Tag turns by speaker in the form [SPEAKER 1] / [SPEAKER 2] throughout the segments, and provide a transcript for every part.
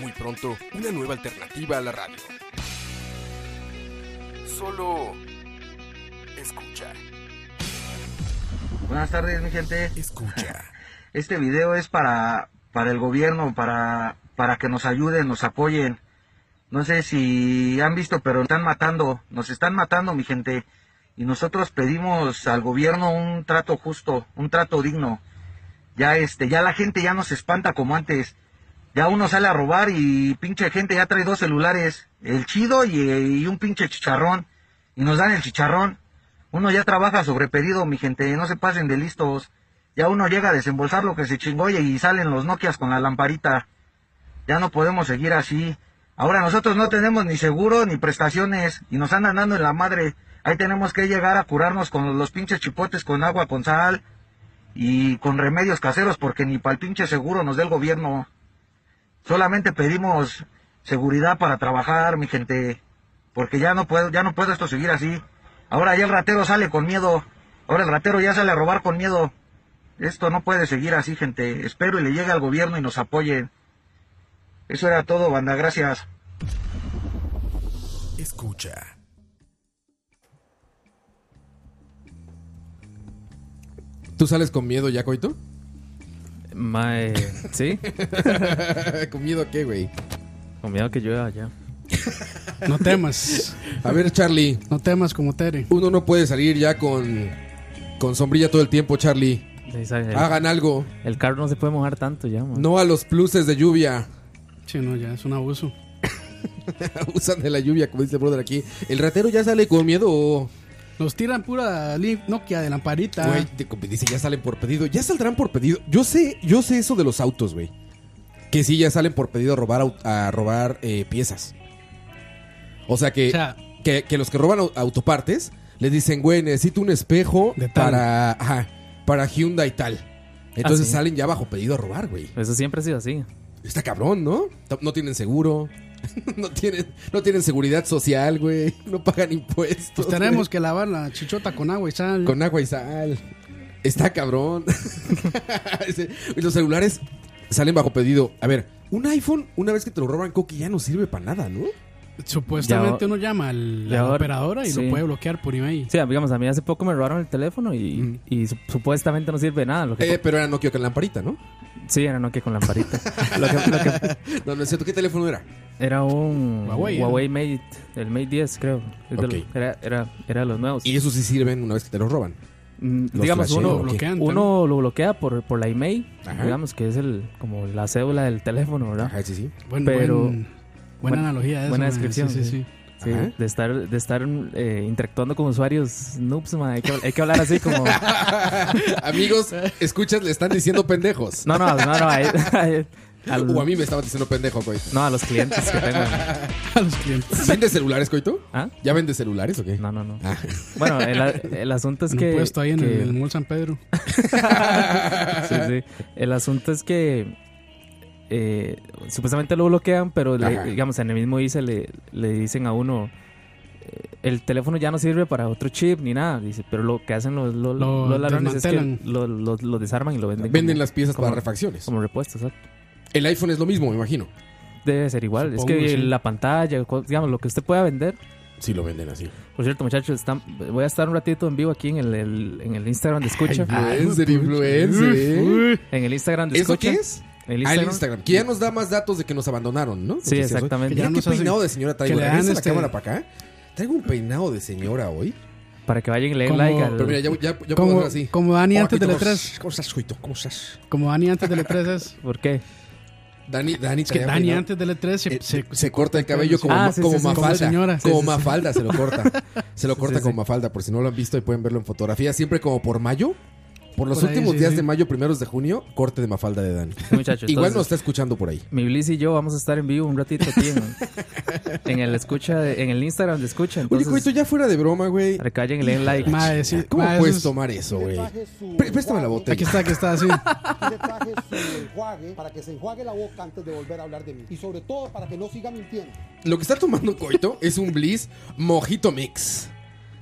[SPEAKER 1] Muy pronto, una nueva alternativa a la radio. Solo escucha.
[SPEAKER 2] Buenas tardes, mi gente.
[SPEAKER 1] Escucha.
[SPEAKER 2] Este video es para, para el gobierno, para, para que nos ayuden, nos apoyen. No sé si han visto, pero están matando, nos están matando, mi gente. Y nosotros pedimos al gobierno un trato justo, un trato digno. Ya este, ya la gente ya nos espanta como antes. Ya uno sale a robar y pinche gente ya trae dos celulares, el chido y, y un pinche chicharrón. Y nos dan el chicharrón. Uno ya trabaja sobre pedido, mi gente, no se pasen de listos. Ya uno llega a desembolsar lo que se chingó y- y salen los Nokias con la lamparita. Ya no podemos seguir así. Ahora nosotros no tenemos ni seguro ni prestaciones y nos andan dando en la madre. Ahí tenemos que llegar a curarnos con los, los pinches chipotes con agua, con sal y con remedios caseros porque ni para el pinche seguro nos da el gobierno. Solamente pedimos seguridad para trabajar, mi gente, porque ya no puedo, ya no puedo esto seguir así. Ahora ya el ratero sale con miedo. Ahora el ratero ya sale a robar con miedo. Esto no puede seguir así, gente. Espero y le llegue al gobierno y nos apoyen. Eso era todo, banda. Gracias.
[SPEAKER 1] Escucha.
[SPEAKER 3] ¿Tú sales con miedo ya, Coito?
[SPEAKER 4] Mae, sí,
[SPEAKER 3] ¿Con miedo a qué, güey?
[SPEAKER 4] con miedo que llueva ya.
[SPEAKER 5] No temas.
[SPEAKER 3] A ver, Charlie.
[SPEAKER 5] No temas como Tere.
[SPEAKER 3] Uno no puede salir ya con, con sombrilla todo el tiempo, Charlie.
[SPEAKER 4] Sí, sabe, El,
[SPEAKER 3] Hagan algo.
[SPEAKER 4] el carro no se puede mojar tanto ya, mae.
[SPEAKER 3] No a los pluses de lluvia.
[SPEAKER 5] Sí, no, ya es un abuso.
[SPEAKER 3] Usan de la lluvia, como dice el brother aquí. El ratero ya sale con miedo.
[SPEAKER 5] Nos tiran pura li- Nokia de lamparita.
[SPEAKER 3] Güey, te comp- dice, ya salen por pedido. Ya saldrán por pedido. Yo sé, yo sé eso de los autos, güey. Que sí, ya salen por pedido a robar, au- a robar eh, piezas. O sea que,
[SPEAKER 5] O sea,
[SPEAKER 4] eh,
[SPEAKER 3] que, que los que roban au- autopartes les dicen, güey, necesito un espejo
[SPEAKER 5] De tal.
[SPEAKER 3] para, ajá, para Hyundai tal. Entonces
[SPEAKER 5] Ah,
[SPEAKER 4] sí.
[SPEAKER 3] salen ya bajo pedido a robar, güey.
[SPEAKER 4] Eso siempre ha sido así.
[SPEAKER 3] Está cabrón, ¿no? T- No tienen seguro. No tienen, no tienen seguridad social, güey. No pagan impuestos.
[SPEAKER 5] pues tenemos que lavar la chichota con agua y sal.
[SPEAKER 3] güey. Con agua y sal. Está cabrón. Ese- y Los celulares salen bajo pedido. A ver, un iPhone, una vez que te lo roban, Coqui, ya no sirve para nada, ¿no?
[SPEAKER 5] Supuestamente
[SPEAKER 4] Ya-
[SPEAKER 5] uno llama al-
[SPEAKER 4] ya
[SPEAKER 5] a la
[SPEAKER 4] ahora-
[SPEAKER 5] operadora y
[SPEAKER 4] sí.
[SPEAKER 5] lo puede bloquear por email.
[SPEAKER 4] Sí, digamos, a mí hace poco me robaron el teléfono y,
[SPEAKER 3] Mm.
[SPEAKER 4] y su- supuestamente no sirve de nada. Lo que
[SPEAKER 3] Eh, pero era Nokia con lamparita, ¿no?
[SPEAKER 4] Sí, era Nokia con lamparita. lo que, lo que-
[SPEAKER 3] No, no es cierto. ¿Qué teléfono era?
[SPEAKER 4] era un
[SPEAKER 5] Huawei,
[SPEAKER 4] Huawei,
[SPEAKER 5] ¿no?
[SPEAKER 4] Mate, el Mate 10 creo. Es de
[SPEAKER 3] Ok.
[SPEAKER 4] los- era, era, era de los nuevos.
[SPEAKER 3] Y esos sí sirven una vez que te los roban.
[SPEAKER 4] Mm,
[SPEAKER 3] los
[SPEAKER 4] digamos,
[SPEAKER 3] flasheo,
[SPEAKER 4] uno,
[SPEAKER 3] ¿o qué?
[SPEAKER 5] bloquean.
[SPEAKER 4] uno lo bloquea por, por la email,
[SPEAKER 3] Ajá.
[SPEAKER 4] digamos que es el como la cédula del teléfono, ¿verdad?
[SPEAKER 3] Ajá, sí, sí.
[SPEAKER 5] Buen-
[SPEAKER 4] pero-
[SPEAKER 5] buen- buena
[SPEAKER 4] buen-
[SPEAKER 5] analogía de eso.
[SPEAKER 4] buena
[SPEAKER 5] man.
[SPEAKER 4] descripción,
[SPEAKER 5] Sí, sí,
[SPEAKER 4] sí.
[SPEAKER 5] sí.
[SPEAKER 4] Sí,
[SPEAKER 3] Ajá.
[SPEAKER 4] de estar, de estar eh, interactuando con usuarios noobs, ma, hay, que, hay que hablar así como...
[SPEAKER 3] Amigos, escuchas, le están diciendo pendejos.
[SPEAKER 4] No, no, no, no, a, a- al-
[SPEAKER 3] O a mí me estaban diciendo pendejo, coito.
[SPEAKER 4] no, a los clientes que tengo.
[SPEAKER 5] A los clientes.
[SPEAKER 3] ¿Vende celulares, coito?
[SPEAKER 4] ¿Ah?
[SPEAKER 3] ¿Ya vende celulares o qué?
[SPEAKER 4] No, no, no.
[SPEAKER 3] Ah.
[SPEAKER 4] Bueno, el, a- el asunto es
[SPEAKER 5] En un
[SPEAKER 4] que...
[SPEAKER 5] puesto ahí en,
[SPEAKER 4] que-
[SPEAKER 5] el, en el Mall San Pedro.
[SPEAKER 4] Sí, sí. El asunto es que eh, supuestamente lo bloquean, pero le-
[SPEAKER 3] Ajá.
[SPEAKER 4] digamos en el mismo ICE le, le dicen a uno eh, el teléfono ya no sirve para otro chip ni nada, dice, pero lo que hacen los, los,
[SPEAKER 5] Lo
[SPEAKER 4] los ladrones es que
[SPEAKER 5] desmantelan.
[SPEAKER 4] lo, lo- lo desarman y lo venden.
[SPEAKER 3] Venden
[SPEAKER 4] como-
[SPEAKER 3] las piezas
[SPEAKER 4] como-
[SPEAKER 3] para refacciones.
[SPEAKER 4] como repuestos, exacto.
[SPEAKER 3] El iPhone es lo mismo, me imagino.
[SPEAKER 4] Debe ser igual.
[SPEAKER 5] Supongo,
[SPEAKER 4] es que
[SPEAKER 5] sí.
[SPEAKER 4] la pantalla, co- digamos, lo que usted pueda vender.
[SPEAKER 3] Sí, lo venden así.
[SPEAKER 4] Por cierto, muchachos, están- voy a estar un ratito en vivo aquí en el, el- en el Instagram de Escucha.
[SPEAKER 3] Influencer, influencer. ¿eh?
[SPEAKER 4] en el Instagram de
[SPEAKER 3] ¿Eso
[SPEAKER 4] Escucha.
[SPEAKER 3] qué es?
[SPEAKER 4] En el
[SPEAKER 3] Ah, el
[SPEAKER 4] Instagram.
[SPEAKER 3] Instagram. Que ya nos da más datos de que nos abandonaron, ¿no?
[SPEAKER 4] Sí,
[SPEAKER 3] Porque si
[SPEAKER 4] exactamente.
[SPEAKER 5] Ya
[SPEAKER 3] Mira qué
[SPEAKER 5] nos hacen-
[SPEAKER 3] peinado de señora traigo.
[SPEAKER 5] que le dan
[SPEAKER 3] Regresa la
[SPEAKER 5] este-
[SPEAKER 3] cámara para acá. Traigo un peinado de señora hoy.
[SPEAKER 4] Para que vayan y le den
[SPEAKER 5] Como-
[SPEAKER 4] like al-
[SPEAKER 3] Pero mira, ya, ya, ya puedo
[SPEAKER 5] Como,
[SPEAKER 3] hacer así. Oh,
[SPEAKER 5] como Dani
[SPEAKER 3] Hola,
[SPEAKER 5] antes de la
[SPEAKER 3] Coito, ¿cómo
[SPEAKER 5] 3.
[SPEAKER 3] estás? ¿Cómo estás, Coito? ¿Cómo estás?
[SPEAKER 5] Como Dani antes de la 3 es.
[SPEAKER 4] ¿Por qué?
[SPEAKER 3] Dani, Dani,
[SPEAKER 5] Es que
[SPEAKER 3] traía
[SPEAKER 5] Dani
[SPEAKER 3] peinado.
[SPEAKER 5] antes del E3 se,
[SPEAKER 3] Eh,
[SPEAKER 5] se-
[SPEAKER 3] se, corta el cabello como,
[SPEAKER 4] Ah,
[SPEAKER 3] ma-
[SPEAKER 4] sí,
[SPEAKER 3] como
[SPEAKER 4] sí, sí,
[SPEAKER 3] Mafalda.
[SPEAKER 5] como señora. Sí,
[SPEAKER 3] Como
[SPEAKER 5] sí, sí.
[SPEAKER 3] Mafalda se lo corta. Se lo
[SPEAKER 4] Sí,
[SPEAKER 3] corta
[SPEAKER 4] sí,
[SPEAKER 3] como
[SPEAKER 4] sí.
[SPEAKER 3] Mafalda, por si no lo han visto y pueden verlo en fotografía. Siempre como por mayo. Por los
[SPEAKER 5] Por ahí,
[SPEAKER 3] últimos
[SPEAKER 5] sí,
[SPEAKER 3] días
[SPEAKER 5] sí.
[SPEAKER 3] de mayo, primeros de junio, corte de Mafalda de Dani.
[SPEAKER 4] Muchachos,
[SPEAKER 3] Igual nos está escuchando por ahí.
[SPEAKER 4] Mi Bliss y yo vamos a estar en vivo un ratito aquí en, en el escucha, de- en el Instagram de escucha.
[SPEAKER 3] Oye,
[SPEAKER 4] Entonces,
[SPEAKER 3] Coito, ya fuera de broma, güey.
[SPEAKER 4] recayen y leen like.
[SPEAKER 5] Mae, sí.
[SPEAKER 3] ¿Cómo
[SPEAKER 5] mae, eso
[SPEAKER 3] puedes
[SPEAKER 5] es-
[SPEAKER 3] tomar eso, güey? Pré- Pues, Préstame la botella.
[SPEAKER 5] Aquí está, aquí está, sí.
[SPEAKER 6] que le traje su enjuague para que se enjuague la boca antes de volver a hablar de mí. Y sobre todo para que no siga mintiendo.
[SPEAKER 3] Lo que está tomando Coito es un Bliss Mojito Mix.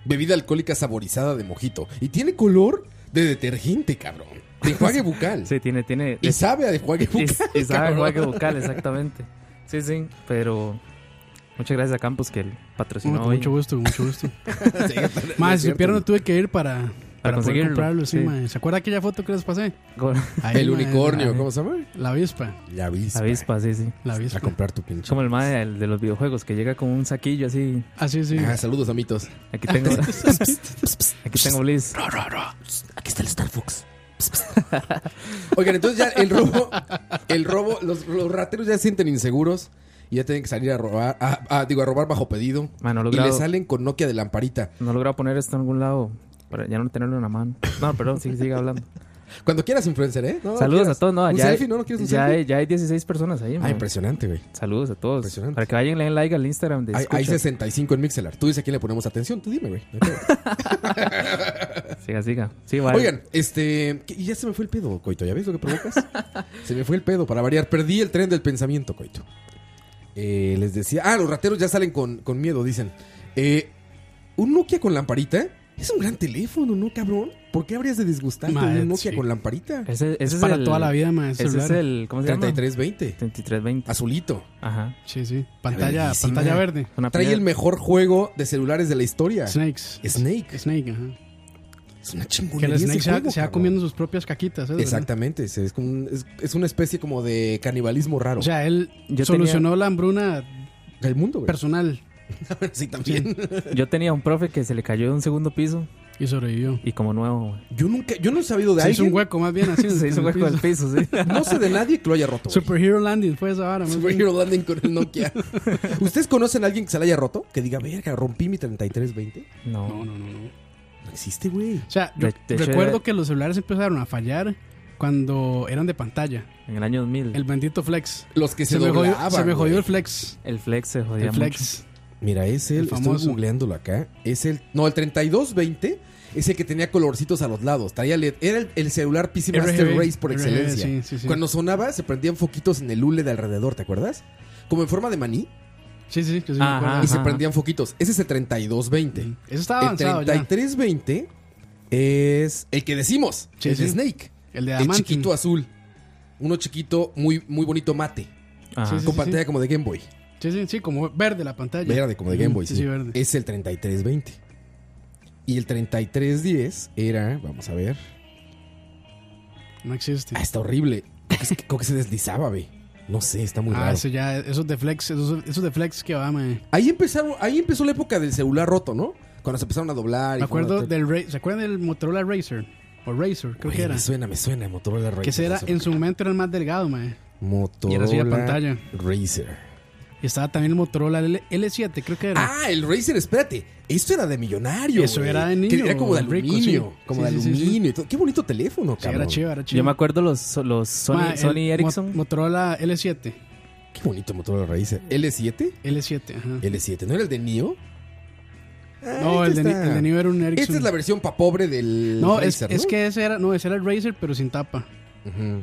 [SPEAKER 3] Bebida alcohólica saborizada de mojito. Y tiene color de detergente, cabrón. De enjuague bucal.
[SPEAKER 4] Sí, tiene, tiene.
[SPEAKER 3] Y
[SPEAKER 4] es-
[SPEAKER 3] sabe a de enjuague bucal.
[SPEAKER 4] y, y sabe
[SPEAKER 3] cabrón.
[SPEAKER 4] enjuague vocal, exactamente. Sí, sí, pero muchas gracias a Campos que el
[SPEAKER 5] Con
[SPEAKER 4] patrocinó hoy.
[SPEAKER 5] mucho gusto, con mucho gusto.
[SPEAKER 3] Sí, es cierto.
[SPEAKER 5] Mae, si supieran, no tuve que ir para, para, poder
[SPEAKER 4] conseguirlo,
[SPEAKER 5] comprarlo. Sí,
[SPEAKER 4] sí.
[SPEAKER 5] mae. ¿Se acuerda aquella foto que les pasé?
[SPEAKER 4] Con
[SPEAKER 5] Ahí,
[SPEAKER 3] El
[SPEAKER 5] mae,
[SPEAKER 3] unicornio,
[SPEAKER 5] la-
[SPEAKER 3] ¿cómo se llama?
[SPEAKER 5] La avispa.
[SPEAKER 3] La avispa.
[SPEAKER 4] avispa, sí, sí.
[SPEAKER 5] La
[SPEAKER 3] A
[SPEAKER 5] avispa.
[SPEAKER 3] comprar tu pinche.
[SPEAKER 4] Como el mae del- de los videojuegos que llega con un saquillo así.
[SPEAKER 5] Así, sí.
[SPEAKER 3] Ah, saludos, amitos.
[SPEAKER 4] Aquí tengo. aquí tengo Bliss.
[SPEAKER 3] Aquí está el Starbucks. Oigan, entonces ya el robo, el robo, los, los rateros ya se sienten inseguros y ya tienen que salir a robar, a- a- digo, a robar bajo pedido.
[SPEAKER 4] Mae, no he
[SPEAKER 3] y le
[SPEAKER 4] logrado,
[SPEAKER 3] salen con Nokia de lamparita.
[SPEAKER 4] no he logrado poner esto en algún lado para ya no tenerlo en la mano. No, perdón, sí, sigue hablando.
[SPEAKER 3] Cuando quieras, influencer, ¿eh? No,
[SPEAKER 4] Saludos
[SPEAKER 3] quieras.
[SPEAKER 4] a todos, no,
[SPEAKER 3] ¿Un
[SPEAKER 4] ya,
[SPEAKER 3] selfie?
[SPEAKER 4] hay,
[SPEAKER 3] ¿No, no quieres un
[SPEAKER 4] ya,
[SPEAKER 3] selfie?
[SPEAKER 4] hay, ya hay 16 personas ahí.
[SPEAKER 3] Ah,
[SPEAKER 4] mae.
[SPEAKER 3] impresionante, güey.
[SPEAKER 4] Saludos a todos.
[SPEAKER 3] Impresionante.
[SPEAKER 4] Para que vayan le den like al Instagram de
[SPEAKER 3] Hay, hay
[SPEAKER 4] Escucha.
[SPEAKER 3] 65 en Mixelar. Tú dices a quién le ponemos atención. Tú dime, güey. No hay pedo.
[SPEAKER 4] Siga, siga. Sí, vale.
[SPEAKER 3] Oigan, este. ¿qué- Ya se me fue el pedo, Coito. ¿Ya ves lo que provocas? se me fue el pedo, para variar. Perdí el tren del pensamiento, Coito. Eh, les decía. Ah, los rateros ya salen con, con miedo, dicen. Eh, un Nokia con lamparita es un gran teléfono, ¿no, cabrón? ¿Por qué habrías de disgustarte de
[SPEAKER 5] Madre,
[SPEAKER 3] un Nokia
[SPEAKER 5] sí.
[SPEAKER 3] con lamparita?
[SPEAKER 4] Ese, ese
[SPEAKER 5] Es
[SPEAKER 4] es
[SPEAKER 5] para
[SPEAKER 4] el-
[SPEAKER 5] toda la vida, mae.
[SPEAKER 4] Ese es
[SPEAKER 5] celular.
[SPEAKER 4] el. ¿Cómo se llama?
[SPEAKER 3] 3320.
[SPEAKER 4] 3320.
[SPEAKER 3] Azulito.
[SPEAKER 4] Ajá.
[SPEAKER 5] Sí, sí. Pantalla,
[SPEAKER 3] Verguísima.
[SPEAKER 5] pantalla verde.
[SPEAKER 4] Una
[SPEAKER 3] Trae el
[SPEAKER 4] primera-
[SPEAKER 3] mejor juego de celulares de la historia.
[SPEAKER 5] Snakes.
[SPEAKER 3] Ah, Snake.
[SPEAKER 5] Snake, ajá.
[SPEAKER 3] Es una
[SPEAKER 5] Que
[SPEAKER 3] chingonería.
[SPEAKER 5] el
[SPEAKER 3] ese
[SPEAKER 5] Snake se
[SPEAKER 3] juego,
[SPEAKER 5] va, se va
[SPEAKER 3] cabrón.
[SPEAKER 5] comiendo sus propias caquitas. ¿eh?
[SPEAKER 3] Exactamente, es, es como un- es- es una especie como de canibalismo raro.
[SPEAKER 5] O sea, él
[SPEAKER 4] Yo
[SPEAKER 5] solucionó la hambruna
[SPEAKER 3] el mundo, güey.
[SPEAKER 5] personal
[SPEAKER 3] sí, también.
[SPEAKER 4] Yo tenía un profe que se le cayó de un segundo piso
[SPEAKER 5] y sobrevivió.
[SPEAKER 4] y como nuevo. güey.
[SPEAKER 3] Yo nunca, yo no he sabido de
[SPEAKER 5] Se hizo
[SPEAKER 3] alguien.
[SPEAKER 5] un hueco más bien así.
[SPEAKER 4] Se hizo
[SPEAKER 5] en
[SPEAKER 4] un
[SPEAKER 5] el
[SPEAKER 4] hueco del
[SPEAKER 5] piso.
[SPEAKER 4] piso, sí.
[SPEAKER 3] No sé de nadie que lo haya roto. güey.
[SPEAKER 5] Superhero Landing fue esa vara. más bien.
[SPEAKER 3] Superhero Landing con el Nokia. ¿Ustedes conocen a alguien que se la haya roto? Que diga, verga, rompí mi 3320.
[SPEAKER 4] No.
[SPEAKER 5] No, no, no, no.
[SPEAKER 3] No existe, güey.
[SPEAKER 5] O sea, yo
[SPEAKER 4] De- de hecho, eh,
[SPEAKER 5] recuerdo
[SPEAKER 4] era-
[SPEAKER 5] que los celulares empezaron a fallar cuando eran de pantalla.
[SPEAKER 4] En el año 2000.
[SPEAKER 5] El
[SPEAKER 4] El,
[SPEAKER 5] bendito Flex.
[SPEAKER 3] Los que se,
[SPEAKER 5] se, me jodió,
[SPEAKER 3] doblaban.
[SPEAKER 5] se me jodió
[SPEAKER 3] güey.
[SPEAKER 5] el Flex.
[SPEAKER 4] flex se jodía
[SPEAKER 5] El Flex.
[SPEAKER 3] Mira, es el,
[SPEAKER 5] El
[SPEAKER 3] estoy
[SPEAKER 5] famoso.
[SPEAKER 3] googleándolo acá. Es el, no, el 3220 es el que tenía colorcitos a los lados. Traía LED. Era el, el celular PC Master
[SPEAKER 5] RGB,
[SPEAKER 3] Race por
[SPEAKER 5] RGB,
[SPEAKER 3] excelencia.
[SPEAKER 5] sí, sí, sí.
[SPEAKER 3] Cuando sonaba, se prendían foquitos en el hule de alrededor, ¿te acuerdas? Como en forma de maní.
[SPEAKER 5] Sí, sí, que sí me
[SPEAKER 4] Ajá.
[SPEAKER 5] acuerdo.
[SPEAKER 3] Y se
[SPEAKER 4] Ajá.
[SPEAKER 3] prendían foquitos. Ese es el 3220.
[SPEAKER 5] Eso estaba
[SPEAKER 3] El
[SPEAKER 5] avanzado ya.
[SPEAKER 3] 3320 es el que decimos.
[SPEAKER 5] Sí,
[SPEAKER 3] el de
[SPEAKER 5] sí.
[SPEAKER 3] Snake.
[SPEAKER 5] El de
[SPEAKER 3] El
[SPEAKER 5] Adamant.
[SPEAKER 3] chiquito azul. Uno chiquito, muy, muy bonito mate.
[SPEAKER 4] Ajá.
[SPEAKER 5] Sí,
[SPEAKER 3] con pantalla como de Game Boy.
[SPEAKER 5] Sí, sí, sí, como verde la pantalla.
[SPEAKER 3] Verde, como de Game Boy.
[SPEAKER 5] Sí,
[SPEAKER 3] Sí, Eh,
[SPEAKER 5] sí, verde.
[SPEAKER 3] Es el 3320. Y el 3310 era, vamos a ver.
[SPEAKER 5] No existe.
[SPEAKER 3] Ah, está horrible. Creo que, se- creo que se deslizaba, ve. No sé, está muy
[SPEAKER 5] Ah,
[SPEAKER 3] raro.
[SPEAKER 5] eso ya, esos de Flex, esos, esos de Flex que va, mae.
[SPEAKER 3] Ahí empezaron, ahí empezó la época del celular roto, ¿no? Cuando se empezaron a doblar.
[SPEAKER 5] Me acuerdo del Ra- ¿se acuerdan del Motorola Racer? O Racer, creo que era.
[SPEAKER 3] Me suena, me suena, Motorola Racer.
[SPEAKER 5] Que ese era,
[SPEAKER 3] eso.
[SPEAKER 5] en su momento era el más delgado, mae. Y era
[SPEAKER 3] Motorola
[SPEAKER 5] así la pantalla.
[SPEAKER 3] Racer.
[SPEAKER 5] Y estaba también el Motorola L- L7, creo que era.
[SPEAKER 3] Ah, el Racer, espérate. Esto era de millonario.
[SPEAKER 5] Eso
[SPEAKER 3] güey.
[SPEAKER 5] era de
[SPEAKER 3] Que
[SPEAKER 5] niño,
[SPEAKER 3] Era como de
[SPEAKER 5] rico,
[SPEAKER 3] aluminio.
[SPEAKER 5] sí.
[SPEAKER 3] Como
[SPEAKER 5] Sí,
[SPEAKER 3] de
[SPEAKER 5] sí, sí, sí.
[SPEAKER 3] aluminio y todo. Qué bonito teléfono,
[SPEAKER 5] Sí,
[SPEAKER 3] cabrón.
[SPEAKER 5] era chido, era chido.
[SPEAKER 4] Yo me acuerdo los, los Sony,
[SPEAKER 5] Ma, el
[SPEAKER 4] Sony
[SPEAKER 5] Mo-
[SPEAKER 4] Ericsson.
[SPEAKER 5] Motorola L7.
[SPEAKER 3] Qué bonito Motorola Racer. ¿L7?
[SPEAKER 5] L7, ajá.
[SPEAKER 3] ¿L7? ¿No era el de Nio? Ah,
[SPEAKER 5] No, el
[SPEAKER 3] Eh, este
[SPEAKER 5] de, Ni-
[SPEAKER 3] está-
[SPEAKER 5] el de Neo era un Ericsson.
[SPEAKER 3] Esta es la versión pa' pobre del
[SPEAKER 5] no, es,
[SPEAKER 3] Razer,
[SPEAKER 5] es que ese era, no, ese era el Racer, pero sin tapa.
[SPEAKER 3] Ujú.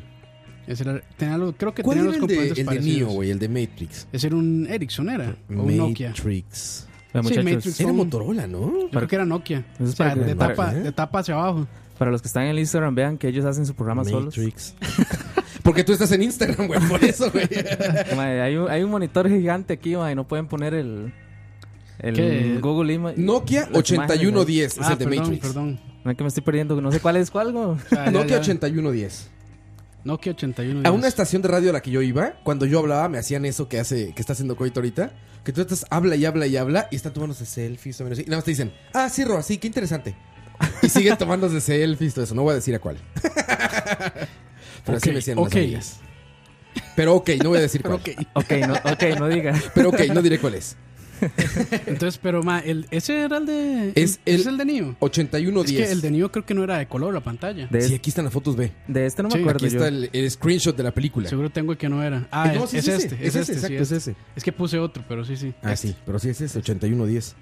[SPEAKER 5] Ese era, tenía lo- creo que
[SPEAKER 3] ¿Cuál
[SPEAKER 5] tenía
[SPEAKER 3] era
[SPEAKER 5] los
[SPEAKER 3] el de,
[SPEAKER 5] componentes
[SPEAKER 3] el de
[SPEAKER 5] parecidos.
[SPEAKER 3] Neo, güey? El de Matrix.
[SPEAKER 5] Ese era un Ericsson, era. O un Nokia.
[SPEAKER 3] Matrix.
[SPEAKER 4] Bueno,
[SPEAKER 5] sí,
[SPEAKER 4] muchachos,
[SPEAKER 5] Matrix.
[SPEAKER 3] Era
[SPEAKER 5] Son-
[SPEAKER 3] Motorola, ¿no?
[SPEAKER 5] Yo creo que era Nokia.
[SPEAKER 4] Eso es
[SPEAKER 5] O sea,
[SPEAKER 4] para-
[SPEAKER 5] de,
[SPEAKER 3] para-
[SPEAKER 5] tapa,
[SPEAKER 3] ¿eh?
[SPEAKER 5] de tapa hacia abajo.
[SPEAKER 4] para los que están en el Instagram, vean que ellos hacen su programa solos.
[SPEAKER 3] Matrix. Porque tú estás en Instagram, güey, por eso, güey.
[SPEAKER 4] Madre, hay, un, hay un monitor gigante aquí, madre, no pueden poner el, el
[SPEAKER 5] ¿Qué?
[SPEAKER 4] Google Image.
[SPEAKER 3] Nokia
[SPEAKER 4] las imágenes,
[SPEAKER 3] 8110 es
[SPEAKER 5] Ah,
[SPEAKER 3] el de
[SPEAKER 5] perdón,
[SPEAKER 3] Matrix.
[SPEAKER 5] perdón.
[SPEAKER 4] ¿no? No es que me estoy perdiendo, no sé cuál es cuál. güey.
[SPEAKER 5] O sea, Ah, ya, ya.
[SPEAKER 3] Nokia 8110.
[SPEAKER 5] Nokia 81.
[SPEAKER 3] A una estación de radio a la que yo iba, cuando yo hablaba, me hacían eso que hace, que está haciendo Coito ahorita, que tú estás habla y habla y habla y están tomándose selfies o menos. así, Y nada más te dicen, ah, sí, Roa, sí, qué interesante. Y siguen tomándose selfies, todo eso. No voy a decir a cuál. Pero así
[SPEAKER 5] Ok,
[SPEAKER 3] me decían
[SPEAKER 5] ok.
[SPEAKER 3] las amigas. Pero ok, no voy a decir cuál.
[SPEAKER 5] Ok.
[SPEAKER 4] ok, no, ok, no diga.
[SPEAKER 3] Pero ok, no diré cuál es.
[SPEAKER 5] Entonces, pero ma, el, ese era el de.
[SPEAKER 3] Es el-
[SPEAKER 5] el de Nio. Es
[SPEAKER 3] 8110.
[SPEAKER 5] que el de Nio creo que no era de color la pantalla.
[SPEAKER 4] De,
[SPEAKER 3] Sí, aquí están las fotos B.
[SPEAKER 4] de este no me
[SPEAKER 5] Sí,
[SPEAKER 4] acuerdo
[SPEAKER 3] Aquí
[SPEAKER 4] yo.
[SPEAKER 3] está el, el screenshot de la película.
[SPEAKER 5] Seguro tengo el que no era. Ah,
[SPEAKER 3] Eh, no,
[SPEAKER 5] es,
[SPEAKER 3] sí
[SPEAKER 5] es
[SPEAKER 3] ese,
[SPEAKER 5] este. Es,
[SPEAKER 3] es ese,
[SPEAKER 5] este, sí,
[SPEAKER 3] exacto, es
[SPEAKER 5] este.
[SPEAKER 3] ese.
[SPEAKER 5] Es que puse otro, pero sí, sí.
[SPEAKER 3] Ah,
[SPEAKER 5] este.
[SPEAKER 3] sí, pero sí es ese, 8110.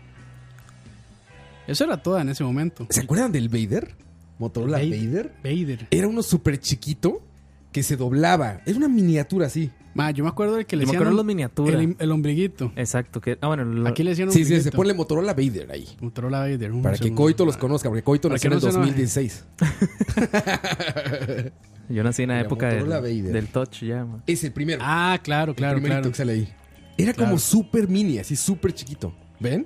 [SPEAKER 5] Eso era toda en ese momento.
[SPEAKER 3] ¿Se acuerdan del Vader? Motorola
[SPEAKER 5] Vader.
[SPEAKER 3] Vader.
[SPEAKER 5] Vader.
[SPEAKER 3] Era uno súper chiquito que se doblaba. Era una miniatura así.
[SPEAKER 5] Ma, yo me acuerdo del que le
[SPEAKER 4] Yo me
[SPEAKER 5] decían.
[SPEAKER 4] acuerdo
[SPEAKER 5] hom-
[SPEAKER 4] las miniaturas.
[SPEAKER 5] El, el ombliguito.
[SPEAKER 4] Exacto. Que, ah, bueno, lo-
[SPEAKER 5] Aquí le decían
[SPEAKER 3] Sí, sí, se
[SPEAKER 5] ombliguito.
[SPEAKER 3] ponle Motorola Vader ahí.
[SPEAKER 5] Motorola Vader. un
[SPEAKER 3] Para que
[SPEAKER 5] segundo.
[SPEAKER 3] Coito los
[SPEAKER 5] Ma,
[SPEAKER 3] conozca, porque Coito
[SPEAKER 5] Para
[SPEAKER 3] nació
[SPEAKER 5] que
[SPEAKER 3] en el
[SPEAKER 5] no se enoje.
[SPEAKER 3] 2016.
[SPEAKER 4] yo nací en la
[SPEAKER 3] Mira,
[SPEAKER 4] época del,
[SPEAKER 3] Motorola Vader.
[SPEAKER 4] del touch ya, man.
[SPEAKER 3] Es el primero.
[SPEAKER 5] Ah, claro, claro,
[SPEAKER 3] el primerito
[SPEAKER 5] claro.
[SPEAKER 3] que sale ahí. Era
[SPEAKER 5] Claro.
[SPEAKER 3] como súper mini, así súper chiquito. ¿Ven?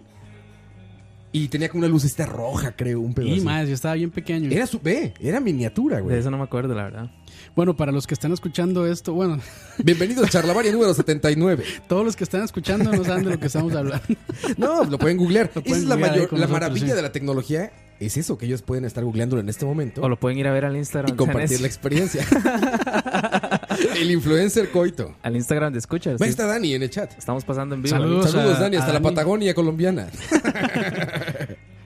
[SPEAKER 3] Y tenía como una lucecita roja, creo, un pedo
[SPEAKER 5] Y
[SPEAKER 3] así.
[SPEAKER 5] más, yo estaba bien pequeño.
[SPEAKER 3] Era su ve, era miniatura,
[SPEAKER 4] De
[SPEAKER 3] güey.
[SPEAKER 4] eso no me acuerdo, la verdad.
[SPEAKER 5] Bueno, para los que están escuchando esto, bueno,
[SPEAKER 3] Bienvenidos a Charlavaria número 79.
[SPEAKER 5] todos los que están escuchando no saben de lo que estamos hablando.
[SPEAKER 3] No, lo pueden googlear.
[SPEAKER 5] Lo pueden
[SPEAKER 3] Esa es la,
[SPEAKER 5] googlear ahí
[SPEAKER 3] mayor,
[SPEAKER 5] con
[SPEAKER 3] la
[SPEAKER 5] nosotros,
[SPEAKER 3] maravilla
[SPEAKER 5] sí.
[SPEAKER 3] de la tecnología. Es eso, que ellos pueden estar googleándolo en este momento
[SPEAKER 4] O lo pueden ir a ver al Instagram.
[SPEAKER 3] y compartir la experiencia. el influencer coito.
[SPEAKER 4] Al Instagram de escuchas.
[SPEAKER 3] Ahí está Dani en el chat.
[SPEAKER 4] Estamos pasando en vivo.
[SPEAKER 5] Saludos.
[SPEAKER 3] Saludos,
[SPEAKER 5] a-
[SPEAKER 3] Dani, hasta
[SPEAKER 5] a
[SPEAKER 3] la
[SPEAKER 5] Dani.
[SPEAKER 3] Patagonia colombiana.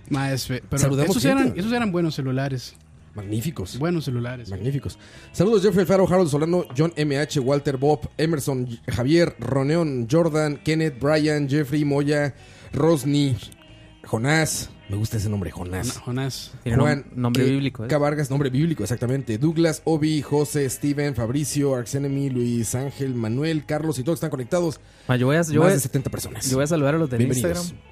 [SPEAKER 5] Ma, es fe- pero
[SPEAKER 3] Saludamos
[SPEAKER 5] esos
[SPEAKER 3] gente,
[SPEAKER 5] eran,
[SPEAKER 3] güey.
[SPEAKER 5] esos eran buenos celulares.
[SPEAKER 3] Magníficos.
[SPEAKER 5] Buenos celulares.
[SPEAKER 3] Magníficos. Saludos Jeffrey Faro, Harold Solano, John MH, Walter Bob, Emerson, Javier, Roneón, Jordan, Kenneth, Brian, Jeffrey, Moya, Rosny, Jonás. Me gusta ese nombre,
[SPEAKER 5] No,
[SPEAKER 3] Jonás.
[SPEAKER 5] Jonás.
[SPEAKER 4] Tiene nom- nombre
[SPEAKER 3] K-
[SPEAKER 4] bíblico. ¿eh?
[SPEAKER 3] K. Vargas, nombre bíblico, exactamente. Douglas, Obi, José, Steven, Fabricio, Arxenemy, Luis Ángel, Manuel, Carlos y todos están conectados.
[SPEAKER 4] Ma, yo, voy a, yo,
[SPEAKER 3] Más
[SPEAKER 4] voy,
[SPEAKER 3] de 70 personas.
[SPEAKER 4] yo voy a saludar a los del Instagram.
[SPEAKER 3] Bienvenidos.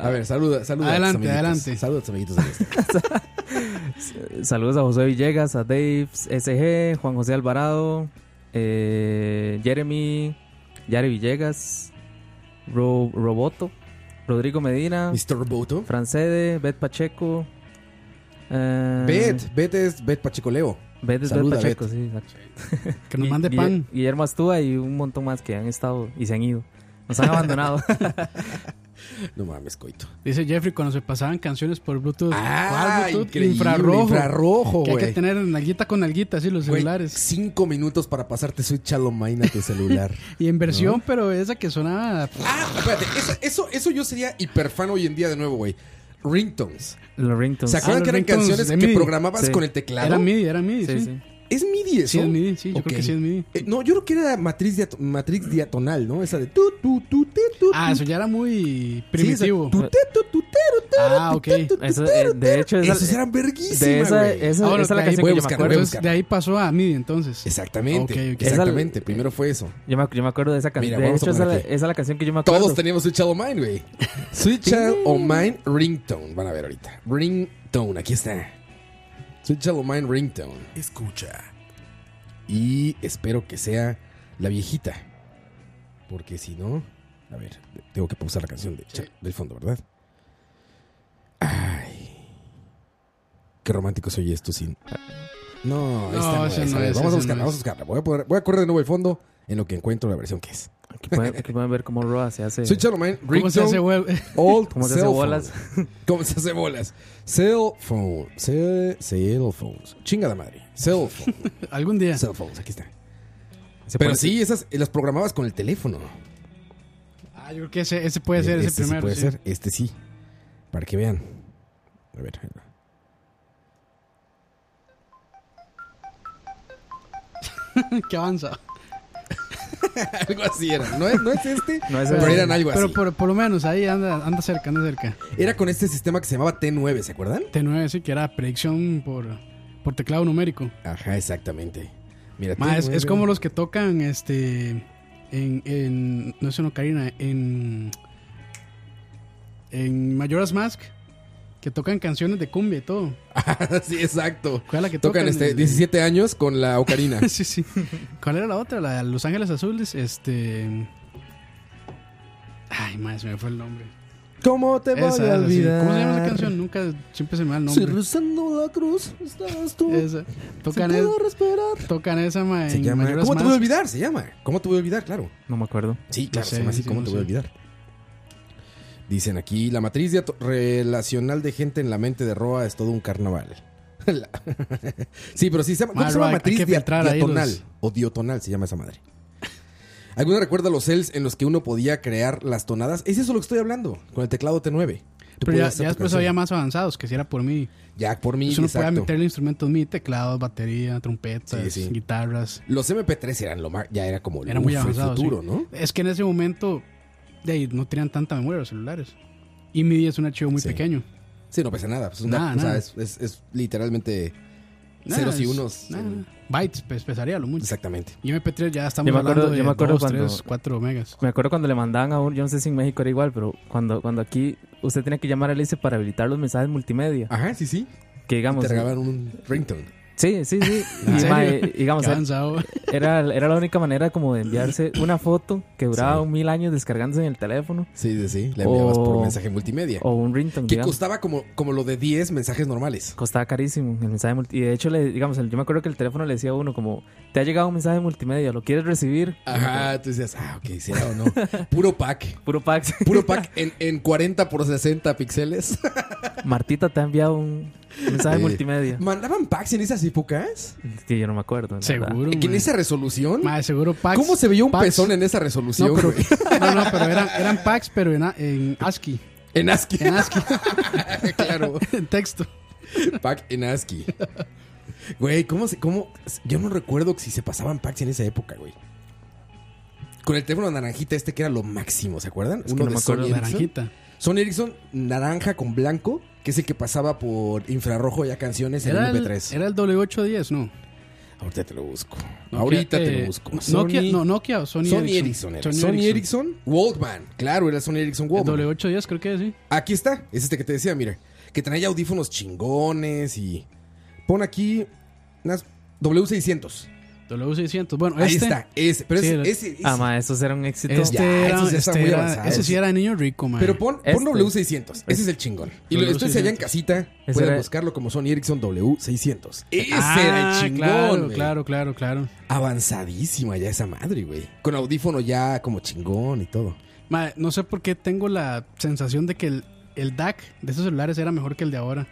[SPEAKER 3] A ver, saluda, saluda. a tus
[SPEAKER 5] Adelante,
[SPEAKER 3] amiguitos.
[SPEAKER 5] adelante.
[SPEAKER 3] Saluda a tus amiguitos. del Instagram.
[SPEAKER 4] Saludos a José Villegas, a Dave, SG, Juan José Alvarado, eh, Jeremy, Yare Villegas, Ro- Roboto, Rodrigo Medina,
[SPEAKER 3] Mr. Boto.
[SPEAKER 4] Francede, Bet Pacheco. eh,
[SPEAKER 3] Bet, Bet es Bet Pachicoleo.
[SPEAKER 4] Bet es Bet
[SPEAKER 3] Saluda,
[SPEAKER 4] Pacheco,
[SPEAKER 3] Bet.
[SPEAKER 4] sí. exacto.
[SPEAKER 5] Que nos
[SPEAKER 4] Gui-
[SPEAKER 5] mande
[SPEAKER 4] Guille-
[SPEAKER 5] pan.
[SPEAKER 4] Guillermo Astúa y un montón más que han estado y se han ido. Nos han abandonado.
[SPEAKER 3] No mames, coito.
[SPEAKER 5] Dice Jeffrey cuando se pasaban canciones por Bluetooth.
[SPEAKER 3] Ah,
[SPEAKER 5] ¿Cuál Bluetooth?
[SPEAKER 3] increíble,
[SPEAKER 5] Infrarrojo.
[SPEAKER 3] infrarrojo,
[SPEAKER 5] que hay
[SPEAKER 3] güey.
[SPEAKER 5] que tener nalguita con nalguita, así los
[SPEAKER 3] Güey,
[SPEAKER 5] celulares.
[SPEAKER 3] cinco minutos para pasarte Soy Chalomain a tu celular.
[SPEAKER 5] Y en versión, pero esa que sonaba.
[SPEAKER 3] ah, espérate, eso, eso, eso yo sería hiperfan hoy en día de nuevo, güey. Ringtones.
[SPEAKER 4] Los ringtones.
[SPEAKER 3] ¿Se
[SPEAKER 5] Ah,
[SPEAKER 3] acuerdan
[SPEAKER 5] los
[SPEAKER 3] que eran
[SPEAKER 5] ringtones
[SPEAKER 3] canciones
[SPEAKER 5] de
[SPEAKER 3] que
[SPEAKER 5] MIDI.
[SPEAKER 3] programabas
[SPEAKER 4] Sí.
[SPEAKER 3] con el teclado?
[SPEAKER 5] Era MIDI, era MIDI.
[SPEAKER 4] Sí,
[SPEAKER 5] Sí,
[SPEAKER 4] sí.
[SPEAKER 3] ¿Es MIDI eso?
[SPEAKER 5] Sí, es MIDI, sí, yo creo
[SPEAKER 3] Ok.
[SPEAKER 5] que sí es MIDI.
[SPEAKER 3] Eh, no, yo creo que era matriz, diato- matriz diatonal, ¿no? Esa de tu, tu, tu, te, tu,
[SPEAKER 5] Ah,
[SPEAKER 3] tu.
[SPEAKER 5] eso ya era muy
[SPEAKER 3] Sí, esa-
[SPEAKER 5] primitivo.
[SPEAKER 3] tu, te, tu, tu, tero, tero,
[SPEAKER 5] Ah,
[SPEAKER 3] tu,
[SPEAKER 5] ok.
[SPEAKER 3] te, tu, tu,
[SPEAKER 4] Eso,
[SPEAKER 3] tero,
[SPEAKER 4] eh, de hecho, esa-
[SPEAKER 3] Esos eran verguísimas,
[SPEAKER 4] De esa,
[SPEAKER 3] güey.
[SPEAKER 4] esa, esa
[SPEAKER 5] Ahora,
[SPEAKER 4] es
[SPEAKER 5] de
[SPEAKER 4] la canción
[SPEAKER 5] ahí
[SPEAKER 3] voy
[SPEAKER 4] que
[SPEAKER 3] a
[SPEAKER 4] yo me
[SPEAKER 3] buscar,
[SPEAKER 4] acuerdo.
[SPEAKER 3] voy a
[SPEAKER 5] Entonces, de ahí pasó a MIDI, entonces.
[SPEAKER 3] Exactamente,
[SPEAKER 5] Ok, ok.
[SPEAKER 3] exactamente. Primero fue eso.
[SPEAKER 4] Yo me, yo me acuerdo de esa
[SPEAKER 3] Mira,
[SPEAKER 4] canción. De
[SPEAKER 3] vamos a
[SPEAKER 4] hecho, esa,
[SPEAKER 3] poner
[SPEAKER 4] la-
[SPEAKER 3] aquí.
[SPEAKER 4] esa es la canción que yo me acuerdo.
[SPEAKER 3] Todos teníamos Switch Child Mine, güey. Switch Child o Mine Ringtone. Van a ver ahorita. Ringtone, aquí está. Switch Child Mine Ringtone. Escucha. Y espero que sea la viejita. Porque si no. A ver, tengo que pausar la canción de- del fondo, ¿verdad? Ay. Qué romántico soy esto sin. No, esta no,
[SPEAKER 5] No, esa
[SPEAKER 3] es.
[SPEAKER 5] no
[SPEAKER 3] A ver,
[SPEAKER 5] es,
[SPEAKER 3] vamos a
[SPEAKER 5] esa no
[SPEAKER 3] buscarla,
[SPEAKER 5] es.
[SPEAKER 3] vamos a buscarla. Voy a, poner- voy a correr de nuevo el fondo en lo que encuentro la versión que es.
[SPEAKER 4] Que pueden, que pueden ver cómo Roa se hace.
[SPEAKER 3] Switch Child Mine
[SPEAKER 5] ¿Cómo se hace
[SPEAKER 3] Ringtone.
[SPEAKER 5] web?
[SPEAKER 3] Old
[SPEAKER 4] ¿Cómo se hace
[SPEAKER 3] cell
[SPEAKER 4] bolas?
[SPEAKER 3] phone. ¿Cómo se hace bolas? Cell phone. Cell, cell phones. Chingada madre. Cell phone.
[SPEAKER 5] Algún día.
[SPEAKER 3] cell phones. Aquí está.
[SPEAKER 4] Se
[SPEAKER 3] Pero
[SPEAKER 4] pone-
[SPEAKER 3] sí, esas eh, las programabas con el teléfono.
[SPEAKER 5] Ah, yo creo que ese, ese puede ser,
[SPEAKER 3] este
[SPEAKER 5] ese
[SPEAKER 3] sí
[SPEAKER 5] primero.
[SPEAKER 3] puede
[SPEAKER 5] sí.
[SPEAKER 3] ser. Este sí. Para que vean. A ver. ahí va.
[SPEAKER 5] que avanza.
[SPEAKER 3] Algo así era. No es, no es este,
[SPEAKER 4] No es
[SPEAKER 3] pero
[SPEAKER 4] este.
[SPEAKER 3] eran algo
[SPEAKER 5] Pero
[SPEAKER 3] así.
[SPEAKER 5] por, por lo menos ahí anda, anda cerca, anda cerca.
[SPEAKER 3] Era con este sistema que se llamaba T9, ¿se acuerdan?
[SPEAKER 5] T9 sí que era predicción por, por teclado numérico.
[SPEAKER 3] Ajá, exactamente. Mira,
[SPEAKER 5] Ma, es, es
[SPEAKER 3] T9.
[SPEAKER 5] como los que tocan este en, en no es en Ocarina, en en Majora's Mask que tocan canciones de cumbia y todo.
[SPEAKER 3] sí, exacto.
[SPEAKER 5] ¿Cuál es la que tocan?
[SPEAKER 3] Tocan este,
[SPEAKER 5] El-
[SPEAKER 3] 17 años con la ocarina.
[SPEAKER 5] sí, sí. ¿Cuál era la otra? La de Los Ángeles Azules, este Ay, madre, se me fue el nombre.
[SPEAKER 3] ¿Cómo te
[SPEAKER 5] Esa,
[SPEAKER 3] voy a
[SPEAKER 5] esa, sí.
[SPEAKER 3] olvidar?
[SPEAKER 5] ¿Cómo se llama esa canción? Nunca siempre se me va el
[SPEAKER 3] Si
[SPEAKER 5] nombre.
[SPEAKER 3] rozando la cruz estabas tú.
[SPEAKER 5] Esa. Tocan,
[SPEAKER 3] sin
[SPEAKER 5] es-
[SPEAKER 3] poder respirar.
[SPEAKER 5] tocan esa ma,
[SPEAKER 3] Se
[SPEAKER 5] en
[SPEAKER 3] llama.
[SPEAKER 5] Majora's
[SPEAKER 3] ¿Cómo te voy a
[SPEAKER 5] Mask.
[SPEAKER 3] olvidar? Se llama. ¿Cómo te voy a olvidar? Claro.
[SPEAKER 4] No me acuerdo.
[SPEAKER 3] Sí, claro.
[SPEAKER 5] No
[SPEAKER 3] se
[SPEAKER 5] sé,
[SPEAKER 3] llama así.
[SPEAKER 5] sí,
[SPEAKER 3] ¿Cómo
[SPEAKER 5] no
[SPEAKER 3] te voy a
[SPEAKER 5] sé.
[SPEAKER 3] olvidar? Dicen aquí, la matriz diato- relacional de gente en la mente de Roa es todo un carnaval. La- sí, pero sí se llama, ¿cómo
[SPEAKER 5] Ma,
[SPEAKER 3] se llama
[SPEAKER 5] Roa, hay
[SPEAKER 3] matriz
[SPEAKER 5] que
[SPEAKER 3] dia-
[SPEAKER 5] filtrar ahí
[SPEAKER 3] diatonal?
[SPEAKER 5] los-
[SPEAKER 3] O diotonal se llama esa madre. ¿Alguno recuerda los cells en los que uno podía crear las tonadas? Es eso lo que estoy hablando, con el teclado T9. Tú
[SPEAKER 5] Pero ya,
[SPEAKER 3] podías hacer
[SPEAKER 5] ya
[SPEAKER 3] tu
[SPEAKER 5] después
[SPEAKER 3] canción.
[SPEAKER 5] había más avanzados, que si era por mí.
[SPEAKER 3] Ya, por mí,
[SPEAKER 5] Eso no podía
[SPEAKER 3] exacto.
[SPEAKER 5] meterle instrumentos mí, teclados, batería, trompetas,
[SPEAKER 3] Sí, sí.
[SPEAKER 5] guitarras.
[SPEAKER 3] Los MP3 eran lo más... Ya era como el,
[SPEAKER 5] Era muy
[SPEAKER 3] uf, el
[SPEAKER 5] avanzado.
[SPEAKER 3] futuro,
[SPEAKER 5] sí.
[SPEAKER 3] ¿no?
[SPEAKER 5] Es que en ese momento de ahí, no tenían tanta memoria los celulares. Y MIDI es un archivo muy
[SPEAKER 3] Sí.
[SPEAKER 5] pequeño.
[SPEAKER 3] Sí, no pesa nada. pues, una-
[SPEAKER 5] Nada,
[SPEAKER 3] o sea,
[SPEAKER 5] nada.
[SPEAKER 3] Es, es- es literalmente
[SPEAKER 5] Nada,
[SPEAKER 3] ceros y
[SPEAKER 5] es-
[SPEAKER 3] unos. eh.
[SPEAKER 5] nada.
[SPEAKER 3] en-
[SPEAKER 5] Bytes, pues, pesaría lo mucho.
[SPEAKER 3] Exactamente.
[SPEAKER 5] Y MP3 ya estamos
[SPEAKER 4] Yo me acuerdo-
[SPEAKER 5] hablando de
[SPEAKER 4] yo me acuerdo
[SPEAKER 5] 2,
[SPEAKER 4] cuando-
[SPEAKER 5] 3, 4 megas.
[SPEAKER 4] Me acuerdo cuando le mandaban a uno, yo no sé si en México era igual, pero cuando, cuando aquí usted tenía que llamar al ICE para habilitar los mensajes multimedia.
[SPEAKER 3] Ajá, sí, sí.
[SPEAKER 4] Que digamos.
[SPEAKER 3] Te regalaban un ringtone.
[SPEAKER 4] Sí, sí, sí.
[SPEAKER 5] ¿En
[SPEAKER 4] Y,
[SPEAKER 5] serio?
[SPEAKER 4] mae, digamos,
[SPEAKER 5] Qué avanzado.
[SPEAKER 4] era, era la única manera como de enviarse una foto que duraba
[SPEAKER 3] Sí.
[SPEAKER 4] un mil años descargándose en el teléfono
[SPEAKER 3] Sí, sí, sí. La enviabas por
[SPEAKER 4] O-
[SPEAKER 3] mensaje multimedia.
[SPEAKER 4] o un ringtone,
[SPEAKER 3] que
[SPEAKER 4] digamos.
[SPEAKER 3] costaba como, como lo de 10 mensajes normales.
[SPEAKER 4] Costaba carísimo el mensaje multi- Y de hecho, le, digamos, el- yo me acuerdo que el teléfono le decía a uno como, te ha llegado un mensaje multimedia, ¿lo quieres recibir?
[SPEAKER 3] Ajá, tú decías, ah, ok, será o no. Puro pack.
[SPEAKER 4] Puro fax.
[SPEAKER 3] Puro pack en, en 40 por 60 píxeles.
[SPEAKER 4] Martita te ha enviado un mensaje
[SPEAKER 3] Sí.
[SPEAKER 4] multimedia.
[SPEAKER 3] ¿Mandaban packs en esas épocas?
[SPEAKER 4] Sí, yo no me acuerdo. la verdad.
[SPEAKER 5] Seguro.
[SPEAKER 3] ¿En
[SPEAKER 5] mae.
[SPEAKER 3] esa resolución?
[SPEAKER 5] Mae, seguro packs.
[SPEAKER 3] ¿Cómo se veía un
[SPEAKER 5] packs.
[SPEAKER 3] pezón en esa
[SPEAKER 5] No,
[SPEAKER 3] resolución?
[SPEAKER 5] pero,
[SPEAKER 3] güey?
[SPEAKER 5] no, no, pero eran, eran packs, pero en, a- en ASCII.
[SPEAKER 3] En ASCII.
[SPEAKER 5] En ASCII,
[SPEAKER 3] claro.
[SPEAKER 5] en texto.
[SPEAKER 3] Pack en ASCII. Güey, ¿cómo se.? Cómo? Yo no recuerdo si se pasaban packs en esa época, güey. Con el teléfono naranjita este que era lo máximo, ¿se acuerdan?
[SPEAKER 4] que no me acuerdo
[SPEAKER 3] Sony Ericsson.
[SPEAKER 5] Naranjita.
[SPEAKER 3] Sony Ericsson, naranja con blanco, que es el que pasaba por infrarrojo ya canciones en
[SPEAKER 5] Era el,
[SPEAKER 3] MP3.
[SPEAKER 5] era el W810, ¿no.
[SPEAKER 3] Ahorita te lo busco. Ahorita te lo
[SPEAKER 5] eh,
[SPEAKER 3] busco.
[SPEAKER 5] Nokia,
[SPEAKER 3] Sony-
[SPEAKER 5] no, Nokia o Sony,
[SPEAKER 3] Sony Ericsson. era. Sony Ericsson Walkman. Claro, era Sony Ericsson
[SPEAKER 5] El
[SPEAKER 3] Walkman.
[SPEAKER 5] W810 creo que sí.
[SPEAKER 3] Aquí está, es este que te decía, mira. Que traía audífonos chingones y. Pon aquí. unas W600.
[SPEAKER 5] W600. Bueno,
[SPEAKER 3] Ahí
[SPEAKER 5] este,
[SPEAKER 3] está, ese. Pero
[SPEAKER 5] Sí,
[SPEAKER 3] ese.
[SPEAKER 5] era-
[SPEAKER 3] ese- ese.
[SPEAKER 4] Ah, ma, esos eran un éxito.
[SPEAKER 5] Este
[SPEAKER 3] Ya,
[SPEAKER 5] era,
[SPEAKER 3] esos ya están
[SPEAKER 5] este
[SPEAKER 3] muy
[SPEAKER 5] era-
[SPEAKER 3] avanzados.
[SPEAKER 5] ese sí era de niño rico, man.
[SPEAKER 3] pero pon, pon
[SPEAKER 4] Este.
[SPEAKER 3] W600. Ese
[SPEAKER 5] Este.
[SPEAKER 3] es el chingón. Y lo ustedes allá en casita
[SPEAKER 4] Ese
[SPEAKER 3] pueden
[SPEAKER 4] era-
[SPEAKER 3] buscarlo como Sony Ericsson W600. Ese
[SPEAKER 5] Ah,
[SPEAKER 3] era el chingón.
[SPEAKER 5] Claro,
[SPEAKER 3] güey.
[SPEAKER 5] claro, claro, claro.
[SPEAKER 3] Avanzadísima ya esa madre, güey. Con audífono ya como chingón y todo.
[SPEAKER 5] Ma, no sé por qué tengo la sensación de que el, el DAC de esos celulares era mejor que el de ahora.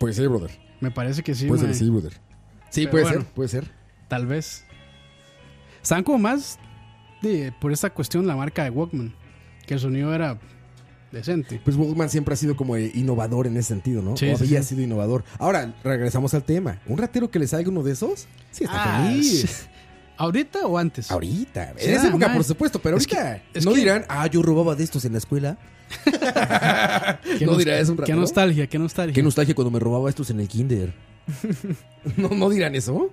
[SPEAKER 3] Puede ser, brother.
[SPEAKER 5] Me parece que sí,
[SPEAKER 3] puede ser,
[SPEAKER 5] ma,
[SPEAKER 3] que sí, brother. Sí,
[SPEAKER 5] Pero
[SPEAKER 3] puede
[SPEAKER 5] bueno.
[SPEAKER 3] ser, puede ser.
[SPEAKER 5] tal vez. Estaban como más de, por esta cuestión la marca de Walkman, que el sonido era decente.
[SPEAKER 3] Pues Walkman siempre ha sido como eh, innovador en ese sentido, ¿no?
[SPEAKER 5] Sí,
[SPEAKER 3] O
[SPEAKER 5] sí,
[SPEAKER 3] había
[SPEAKER 5] sí.
[SPEAKER 3] sido innovador. Ahora, regresamos al tema. ¿Un ratero que le salga uno de esos? Sí, está
[SPEAKER 5] Ah,
[SPEAKER 3] feliz.
[SPEAKER 5] sí. ¿Ahorita o antes?
[SPEAKER 3] Ahorita.
[SPEAKER 5] Sí,
[SPEAKER 3] en esa
[SPEAKER 5] nada
[SPEAKER 3] época,
[SPEAKER 5] más.
[SPEAKER 3] por supuesto, pero
[SPEAKER 5] Es
[SPEAKER 3] ahorita.
[SPEAKER 5] que- es
[SPEAKER 3] no
[SPEAKER 5] que-
[SPEAKER 3] dirán, ah, yo robaba de estos en la escuela.
[SPEAKER 5] ¿Qué
[SPEAKER 3] no
[SPEAKER 5] nos-
[SPEAKER 3] dirá, es un
[SPEAKER 5] Qué
[SPEAKER 3] ratero.
[SPEAKER 5] nostalgia, qué nostalgia.
[SPEAKER 3] Qué nostalgia cuando me robaba estos en el kinder. no, no dirán eso.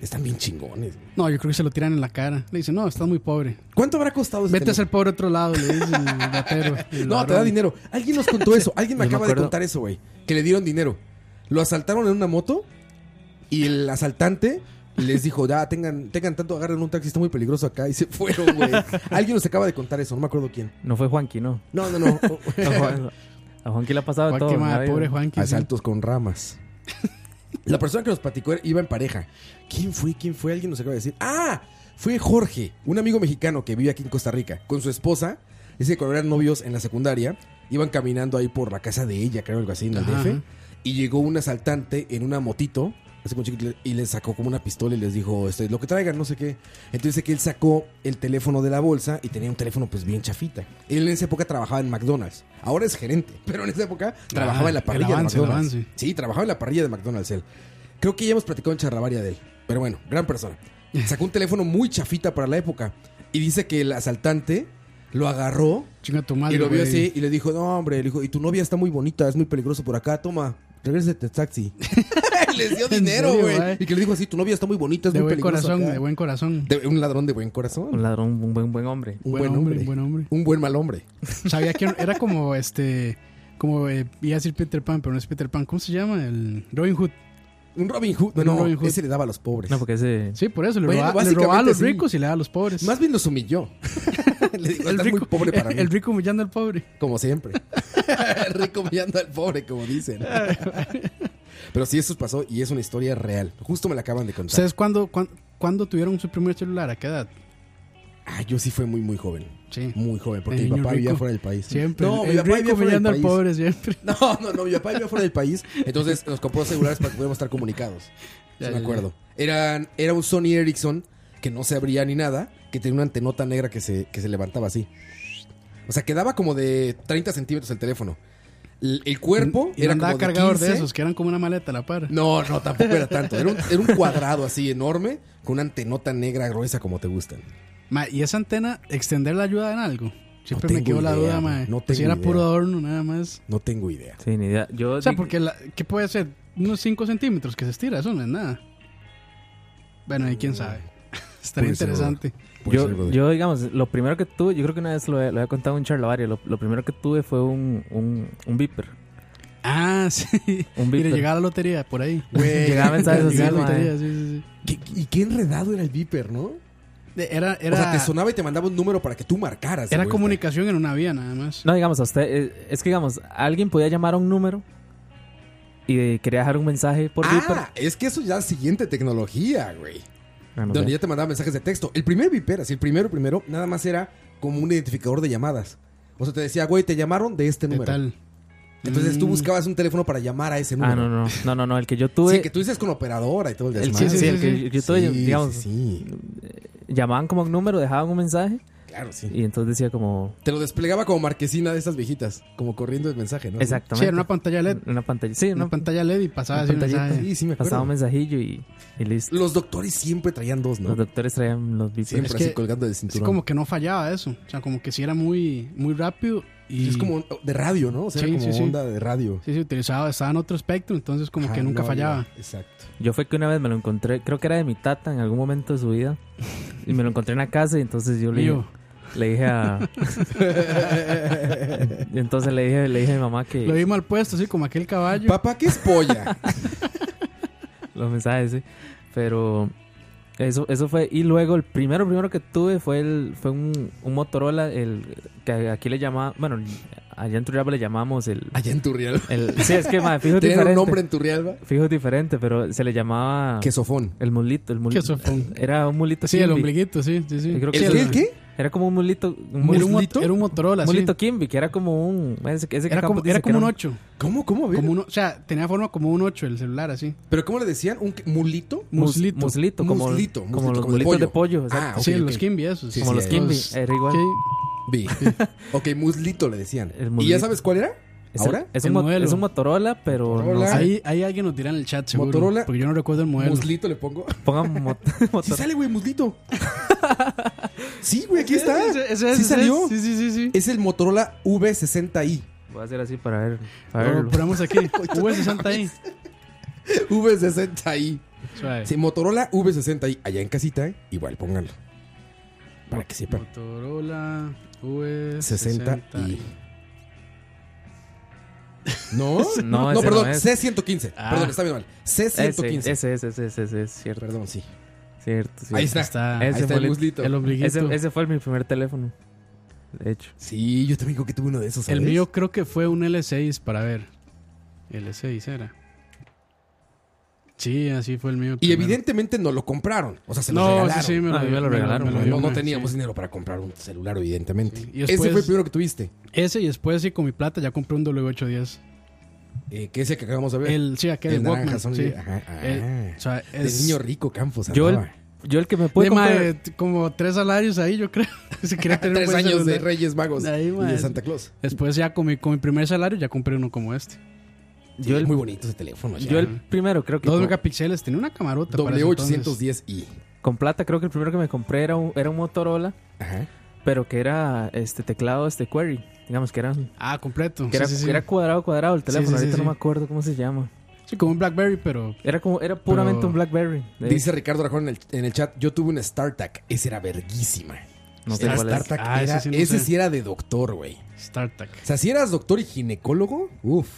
[SPEAKER 3] Están bien chingones. güey.
[SPEAKER 5] No, yo creo que se lo tiran en la cara. Le dicen, no, estás muy pobre.
[SPEAKER 3] ¿Cuánto habrá costado ese
[SPEAKER 5] Vete a
[SPEAKER 3] teléfono?
[SPEAKER 5] ser pobre a otro lado, le dice el batero. el
[SPEAKER 3] No, te da
[SPEAKER 5] ladrón.
[SPEAKER 3] dinero. Alguien nos contó eso. Alguien me
[SPEAKER 4] Yo me
[SPEAKER 3] acaba de
[SPEAKER 4] acuerdo.
[SPEAKER 3] contar eso, güey. Que le dieron dinero. Lo asaltaron en una moto y el asaltante les dijo, ya, tengan, tengan tanto, agarren un taxi, está muy peligroso acá. Y se fueron, güey. Alguien nos acaba de contar eso, no me acuerdo quién.
[SPEAKER 4] No fue Juanqui, no.
[SPEAKER 3] No, no, no.
[SPEAKER 4] A, Juan, a Juanqui le ha pasado de
[SPEAKER 5] Juan,
[SPEAKER 4] todo.
[SPEAKER 5] qué
[SPEAKER 4] en la
[SPEAKER 5] madre,
[SPEAKER 4] vida.
[SPEAKER 5] pobre Juanqui. sí.
[SPEAKER 3] Asaltos con ramas. La persona que nos platicó era- iba en pareja. ¿Quién fue? ¿Quién fue? Alguien nos acaba de decir. ¡Ah! Fue Jorge, un amigo mexicano que vive aquí en Costa Rica, con su esposa. Dice que cuando eran novios en la secundaria, iban caminando ahí por la casa de ella, creo, algo así, en el
[SPEAKER 5] Ajá,
[SPEAKER 3] DF.
[SPEAKER 5] ajá.
[SPEAKER 3] Y llegó un asaltante en una motito, así como chiquito, y les sacó como una pistola y les dijo, este, lo que traigan, no sé qué. Entonces dice que él sacó el teléfono de la bolsa y tenía un teléfono pues bien chafita. Él en esa época trabajaba en McDonald's. Ahora es gerente, pero en esa época trabajaba en la
[SPEAKER 5] el
[SPEAKER 3] parrilla
[SPEAKER 5] Ah, avance,
[SPEAKER 3] de
[SPEAKER 5] el
[SPEAKER 3] McDonald's.
[SPEAKER 5] avance.
[SPEAKER 3] Sí, trabajaba en la parrilla de McDonald's él. Creo que ya hemos platicado en charlavaria de él. Pero bueno, gran persona. Sacó un teléfono muy chafita para la época. Y dice que el asaltante lo agarró
[SPEAKER 5] Chinga tu madre.
[SPEAKER 3] y lo vio
[SPEAKER 5] güey.
[SPEAKER 3] así y le dijo, no, hombre, le dijo, y tu novia está muy bonita, es muy peligroso por acá, toma, regrésate al taxi. y les dio
[SPEAKER 5] ¿En
[SPEAKER 3] dinero,
[SPEAKER 5] serio,
[SPEAKER 3] güey.
[SPEAKER 5] güey?
[SPEAKER 3] Y que le dijo así, tu novia está muy bonita, es
[SPEAKER 5] De
[SPEAKER 3] muy
[SPEAKER 5] buen
[SPEAKER 3] peligroso
[SPEAKER 5] corazón,
[SPEAKER 3] acá".
[SPEAKER 5] de buen corazón.
[SPEAKER 3] De- un ladrón de buen corazón.
[SPEAKER 4] Un ladrón, un buen, buen hombre.
[SPEAKER 3] un
[SPEAKER 5] buen
[SPEAKER 3] buen
[SPEAKER 5] hombre,
[SPEAKER 3] hombre.
[SPEAKER 5] buen hombre.
[SPEAKER 3] Un buen mal hombre.
[SPEAKER 5] Sabía que era como este. Como eh, iba a decir Peter Pan, pero no es Peter Pan. ¿Cómo se llama? El Robin Hood.
[SPEAKER 3] Un Robin Hood. No,
[SPEAKER 5] Un
[SPEAKER 3] no,
[SPEAKER 5] Robin Hood.
[SPEAKER 3] ese le daba a los pobres.
[SPEAKER 4] No, porque ese...
[SPEAKER 5] Sí, por eso. Le,
[SPEAKER 3] Bueno,
[SPEAKER 5] roba, le roba a
[SPEAKER 3] básicamente
[SPEAKER 5] los
[SPEAKER 3] sí.
[SPEAKER 5] ricos y le da a los pobres.
[SPEAKER 3] Más bien los humilló. le dijo,
[SPEAKER 5] el
[SPEAKER 3] estás
[SPEAKER 5] rico,
[SPEAKER 3] muy pobre para mí.
[SPEAKER 5] El rico humillando al pobre.
[SPEAKER 3] Como siempre. el rico mirando al pobre, como dicen. Pero sí, eso pasó y es una historia real. Justo me la acaban de contar.
[SPEAKER 5] ¿Ustedes cuándo, cuán- cuándo tuvieron su primer celular? ¿A qué edad?
[SPEAKER 3] Ah, yo sí fue muy, muy joven.
[SPEAKER 5] Sí.
[SPEAKER 3] Muy joven, porque
[SPEAKER 5] El
[SPEAKER 3] mi
[SPEAKER 5] niño
[SPEAKER 3] papá vivía
[SPEAKER 5] rico.
[SPEAKER 3] fuera del país.
[SPEAKER 5] Siempre.
[SPEAKER 3] No, mi
[SPEAKER 5] el
[SPEAKER 3] papá vivía
[SPEAKER 5] rico
[SPEAKER 3] fuera del
[SPEAKER 5] humillando al
[SPEAKER 3] país.
[SPEAKER 5] pobre siempre.
[SPEAKER 3] No, no, no, mi papá vivía fuera del país. Entonces nos compró celulares para que pudiéramos estar comunicados.
[SPEAKER 5] Ya,
[SPEAKER 3] Sí
[SPEAKER 5] ya,
[SPEAKER 3] me acuerdo. Eran, era un Sony Ericsson que no se abría ni nada. que tenía una antenota negra que se, que se levantaba así. O sea, quedaba como de 30 centímetros el teléfono. El, el cuerpo
[SPEAKER 5] Y
[SPEAKER 3] era
[SPEAKER 5] andaba
[SPEAKER 3] como de
[SPEAKER 5] cargador
[SPEAKER 3] 15.
[SPEAKER 5] de esos, que eran como una maleta a la par.
[SPEAKER 3] No, no, tampoco era tanto. Era un, era un cuadrado así enorme con una antenota negra gruesa como te gustan.
[SPEAKER 5] Ma, ¿Y esa antena, extenderla ayuda en algo? Siempre me
[SPEAKER 3] tengo
[SPEAKER 5] quedó la
[SPEAKER 3] idea,
[SPEAKER 5] duda,
[SPEAKER 3] ma,
[SPEAKER 5] ma. Pues
[SPEAKER 3] no
[SPEAKER 5] si
[SPEAKER 3] tengo
[SPEAKER 5] era
[SPEAKER 3] idea.
[SPEAKER 5] puro adorno, nada más.
[SPEAKER 3] No tengo idea.
[SPEAKER 4] Sí, ni idea. Yo
[SPEAKER 5] O sea,
[SPEAKER 4] di-
[SPEAKER 5] porque, la, ¿qué puede ser? Unos 5 centímetros que se estira, eso no es nada. Bueno, y quién sabe. Estaría
[SPEAKER 3] Puede ser,
[SPEAKER 5] interesante.
[SPEAKER 3] Puede
[SPEAKER 4] yo,
[SPEAKER 3] ser, brother.
[SPEAKER 4] yo, digamos, lo primero que tuve, yo creo que una vez lo he, lo he contado en charlavaria, lo, lo primero que tuve fue un, un, un beeper.
[SPEAKER 5] Ah, sí.
[SPEAKER 4] Un
[SPEAKER 5] Mire,
[SPEAKER 4] beeper.
[SPEAKER 5] llegaba la lotería por ahí.
[SPEAKER 4] Llegaba mensajes así,
[SPEAKER 5] Llegaba la
[SPEAKER 4] mae.
[SPEAKER 5] lotería, sí, sí, sí.
[SPEAKER 3] ¿Qué- ¿Y qué enredado era el viper, no?
[SPEAKER 5] De- Era,
[SPEAKER 3] O sea,
[SPEAKER 5] era,
[SPEAKER 3] te sonaba y te mandaba un número para que tú marcaras.
[SPEAKER 5] era
[SPEAKER 3] güey.
[SPEAKER 5] comunicación en una vía, nada más.
[SPEAKER 4] No, digamos, a usted, eh, es que digamos, alguien podía llamar a un número y eh, quería dejar un mensaje por beeper.
[SPEAKER 3] Ah, es que eso ya es siguiente tecnología, güey.
[SPEAKER 4] Ah, no sé.
[SPEAKER 3] Donde ya te mandaba mensajes de texto. El primer viper, así el primero, primero, nada más era como un identificador de llamadas. O sea, te decía, güey, te llamaron de este
[SPEAKER 5] ¿Qué
[SPEAKER 3] número.
[SPEAKER 5] tal?
[SPEAKER 3] Entonces tú
[SPEAKER 5] Mm.
[SPEAKER 3] buscabas un teléfono para llamar a ese número.
[SPEAKER 4] Ah, no, no, no, no, no, el que yo
[SPEAKER 3] Sí,
[SPEAKER 4] tuve.
[SPEAKER 3] que tú dices con operadora y todo el
[SPEAKER 5] El-
[SPEAKER 3] desmadre.
[SPEAKER 4] Sí,
[SPEAKER 5] sí,
[SPEAKER 4] el
[SPEAKER 5] sí,
[SPEAKER 4] que
[SPEAKER 5] sí.
[SPEAKER 4] yo- yo tuve,
[SPEAKER 3] Sí,
[SPEAKER 4] digamos,
[SPEAKER 3] sí, sí.
[SPEAKER 4] llamaban como a un número, dejaban un mensaje
[SPEAKER 3] Claro, sí.
[SPEAKER 4] y entonces decía como...
[SPEAKER 3] Te lo desplegaba como marquesina de esas viejitas, como corriendo el mensaje, ¿no?
[SPEAKER 4] Exactamente.
[SPEAKER 5] Sí, era una pantalla E LED.
[SPEAKER 4] Una pantalla. Sí,
[SPEAKER 5] Una
[SPEAKER 4] una
[SPEAKER 5] pantalla LED y pasaba
[SPEAKER 4] una
[SPEAKER 5] así un
[SPEAKER 4] pantallita.
[SPEAKER 5] mensaje.
[SPEAKER 3] Sí, sí, me acuerdo.
[SPEAKER 4] Pasaba un mensajillo y, y listo.
[SPEAKER 3] Los doctores siempre traían dos, ¿no?
[SPEAKER 4] Los doctores traían los beepers.
[SPEAKER 3] Siempre
[SPEAKER 5] Es
[SPEAKER 3] así
[SPEAKER 5] que-
[SPEAKER 3] colgando del
[SPEAKER 5] Es
[SPEAKER 3] cinturón.
[SPEAKER 5] como que no fallaba eso. O sea, como que sí era muy, muy rápido y...
[SPEAKER 3] Es como de radio, ¿no? O sea,
[SPEAKER 5] Sí,
[SPEAKER 3] como
[SPEAKER 5] sí, sí.
[SPEAKER 3] onda de radio.
[SPEAKER 5] Sí, se utilizaba, estaba en otro espectro, entonces como que
[SPEAKER 3] Ajá,
[SPEAKER 5] nunca
[SPEAKER 3] Ah, no,
[SPEAKER 5] fallaba.
[SPEAKER 3] ya, Exacto.
[SPEAKER 4] Yo fue que una vez me lo encontré, creo que era de mi tata en algún momento de su vida. Y me lo encontré en la casa y entonces yo le,
[SPEAKER 5] Mío.
[SPEAKER 4] le dije a... y entonces le dije, le dije a mi mamá que...
[SPEAKER 5] Lo vi mal puesto, así como aquel caballo.
[SPEAKER 3] Papá, ¿qué es polla?
[SPEAKER 4] los mensajes, sí. Pero eso, eso fue. Y luego el primero, primero que tuve fue el, fue un, un Motorola, el que aquí le llamaba, bueno, allá en Turrialba le llamamos el,
[SPEAKER 3] Allá en Turrialba.
[SPEAKER 4] el sí, es que madre, fijo es
[SPEAKER 3] Tenían
[SPEAKER 4] diferente.
[SPEAKER 3] un nombre en Turrialba.
[SPEAKER 4] Fijo es diferente, pero se le
[SPEAKER 5] Ah.
[SPEAKER 4] llamaba
[SPEAKER 3] Quesofón.
[SPEAKER 4] el mulito, el mulito.
[SPEAKER 5] Que eso fue un-
[SPEAKER 4] Era un mulito
[SPEAKER 5] Sí, el
[SPEAKER 4] Kimby.
[SPEAKER 5] ombliguito, sí, sí, sí.
[SPEAKER 4] eh, Yo creo que
[SPEAKER 5] Sí,
[SPEAKER 4] sí.
[SPEAKER 5] era-
[SPEAKER 3] ¿El qué?
[SPEAKER 4] Era como un mulito, un
[SPEAKER 5] Era un,
[SPEAKER 4] mulito,
[SPEAKER 5] mot- era un Motorola, sí.
[SPEAKER 4] mulito Kimby, que era como un ese, ese que
[SPEAKER 5] Era como,
[SPEAKER 4] Campos dice
[SPEAKER 5] era
[SPEAKER 4] que
[SPEAKER 5] como un
[SPEAKER 4] era
[SPEAKER 5] 8.
[SPEAKER 3] ¿Cómo? ¿Cómo? A ver.
[SPEAKER 5] Como un, o sea, tenía forma como un 8 el celular, así.
[SPEAKER 3] ¿Pero cómo le decían? ¿Un qué? mulito?
[SPEAKER 4] mus-
[SPEAKER 5] Muslito.
[SPEAKER 4] muslito, como,
[SPEAKER 3] Muslito,
[SPEAKER 4] como
[SPEAKER 3] muslito,
[SPEAKER 4] los
[SPEAKER 3] como de
[SPEAKER 4] mulitos de
[SPEAKER 3] pollo.
[SPEAKER 4] pollo, exacto.
[SPEAKER 3] Ah, ok,
[SPEAKER 5] sí,
[SPEAKER 3] ok.
[SPEAKER 5] los Kimby esos.
[SPEAKER 3] Sí,
[SPEAKER 4] como
[SPEAKER 3] sí,
[SPEAKER 4] los
[SPEAKER 3] eh.
[SPEAKER 4] Kimby,
[SPEAKER 5] Los-
[SPEAKER 4] era igual.
[SPEAKER 5] Sí.
[SPEAKER 3] Vi. ok, muslito le decían.
[SPEAKER 4] El
[SPEAKER 3] ¿Y ya
[SPEAKER 4] muslito.
[SPEAKER 3] sabes cuál era?
[SPEAKER 4] Es
[SPEAKER 3] ¿Ahora?
[SPEAKER 4] un- Es,
[SPEAKER 5] El
[SPEAKER 4] un, mo-
[SPEAKER 5] modelo.
[SPEAKER 4] es un Motorola, pero no
[SPEAKER 3] Motorola.
[SPEAKER 4] sé.
[SPEAKER 5] Ahí, ahí alguien nos dirá en el chat, seguro.
[SPEAKER 3] Motorola.
[SPEAKER 5] Porque yo no recuerdo el modelo.
[SPEAKER 3] Muslito le pongo.
[SPEAKER 4] Pongan mo-
[SPEAKER 3] Sí
[SPEAKER 4] Motorola.
[SPEAKER 3] sale, güey, muslito. sí, güey, aquí está.
[SPEAKER 5] Ese- ese-
[SPEAKER 3] sí
[SPEAKER 5] ese-
[SPEAKER 3] salió.
[SPEAKER 5] Sí, sí, sí, sí.
[SPEAKER 3] Es el Motorola V60i.
[SPEAKER 4] Voy a hacer así para ver. Para
[SPEAKER 5] Lo
[SPEAKER 4] verlo.
[SPEAKER 5] probamos aquí. V60 ahí.
[SPEAKER 3] V60i.
[SPEAKER 5] Suave.
[SPEAKER 3] Sí, Motorola V60i. Allá en casita, ¿eh? Igual, pónganlo. Para que sepan.
[SPEAKER 5] Motorola E, V60
[SPEAKER 3] 60i. ¿No?
[SPEAKER 4] No, ese
[SPEAKER 3] perdón,
[SPEAKER 4] no es.
[SPEAKER 3] C115.
[SPEAKER 5] Ah.
[SPEAKER 3] Perdón, está bien mal.
[SPEAKER 4] Ese,
[SPEAKER 3] C115.
[SPEAKER 4] ese, ese, ese, ese, ese, es cierto,
[SPEAKER 3] Perdón, sí.
[SPEAKER 4] cierto, cierto.
[SPEAKER 3] Ahí está.
[SPEAKER 5] Está
[SPEAKER 4] Ese
[SPEAKER 3] Ahí está el
[SPEAKER 4] boleto.
[SPEAKER 3] muslito.
[SPEAKER 5] el ombliguito.
[SPEAKER 4] Ese, ese fue mi primer teléfono. De hecho.
[SPEAKER 3] Sí, yo también creo que tuve uno de esos.
[SPEAKER 5] El
[SPEAKER 3] ¿sabes?
[SPEAKER 5] mío creo que fue un L6 para ver. L6 era. Sí, así fue el mío. el
[SPEAKER 3] Y
[SPEAKER 5] primero.
[SPEAKER 3] evidentemente no lo compraron. O sea, se lo
[SPEAKER 5] No, sí,
[SPEAKER 3] regalaron.
[SPEAKER 5] sí, me lo,
[SPEAKER 4] Ah, a mí me lo regalaron,
[SPEAKER 5] me
[SPEAKER 3] No,
[SPEAKER 5] dio
[SPEAKER 3] no
[SPEAKER 5] una,
[SPEAKER 3] teníamos
[SPEAKER 5] sí.
[SPEAKER 3] dinero para comprar un celular, evidentemente.
[SPEAKER 5] Sí, y después-
[SPEAKER 3] Ese fue el primero que tuviste.
[SPEAKER 5] Ese y después, sí, con mi plata ya compré un W810.
[SPEAKER 3] Eh, que ese que acabamos de ver.
[SPEAKER 5] El, sí, aquel
[SPEAKER 3] El naranja,
[SPEAKER 5] Walkman.
[SPEAKER 3] son-
[SPEAKER 5] sí.
[SPEAKER 3] ajá, ah.
[SPEAKER 5] Eh, o sea,
[SPEAKER 3] Del
[SPEAKER 5] es.
[SPEAKER 3] niño rico Campos.
[SPEAKER 4] Yo el,
[SPEAKER 3] andaba.
[SPEAKER 4] yo el que me pude
[SPEAKER 5] de
[SPEAKER 4] comprar.
[SPEAKER 5] mae, t- como tres salarios ahí, yo creo. Si quería tener un
[SPEAKER 3] Tres
[SPEAKER 5] buen
[SPEAKER 3] años de
[SPEAKER 5] celular.
[SPEAKER 3] Reyes Magos
[SPEAKER 5] Ahí,
[SPEAKER 3] y de
[SPEAKER 5] man.
[SPEAKER 3] Santa Claus.
[SPEAKER 5] Después, ya con mi, con mi primer salario, ya compré uno como este.
[SPEAKER 3] Yo el, muy bonito ese teléfono. ya.
[SPEAKER 4] yo el primero, creo que.
[SPEAKER 5] Dos
[SPEAKER 4] Con,
[SPEAKER 5] megapíxeles, tenía una camarota. para ese entonces.
[SPEAKER 3] W810i.
[SPEAKER 4] con plata, creo que el primero que me compré era un, era un Motorola,
[SPEAKER 3] Ajá.
[SPEAKER 4] pero que era este teclado, este query. Digamos que era, que
[SPEAKER 5] Ah, completo.
[SPEAKER 4] era,
[SPEAKER 5] sí, sí, sí.
[SPEAKER 4] que era cuadrado, cuadrado el teléfono.
[SPEAKER 5] sí,
[SPEAKER 4] Ahorita
[SPEAKER 5] sí.
[SPEAKER 4] no me acuerdo cómo se llama.
[SPEAKER 5] Sí, como un Blackberry, pero
[SPEAKER 4] Era como, era puramente
[SPEAKER 5] Pero-
[SPEAKER 4] un Blackberry. De-
[SPEAKER 3] Dice Ricardo Rajón en el, en el chat, yo tuve una StarTAC. Esa era verguísima.
[SPEAKER 4] no sé
[SPEAKER 3] La
[SPEAKER 4] cuál es.
[SPEAKER 3] StarTAC
[SPEAKER 5] Ah, ese
[SPEAKER 3] era-
[SPEAKER 5] sí no
[SPEAKER 3] ese
[SPEAKER 5] sé.
[SPEAKER 3] sí era de doctor, güey.
[SPEAKER 5] StarTAC.
[SPEAKER 3] O sea, si eras doctor y ginecólogo, uff.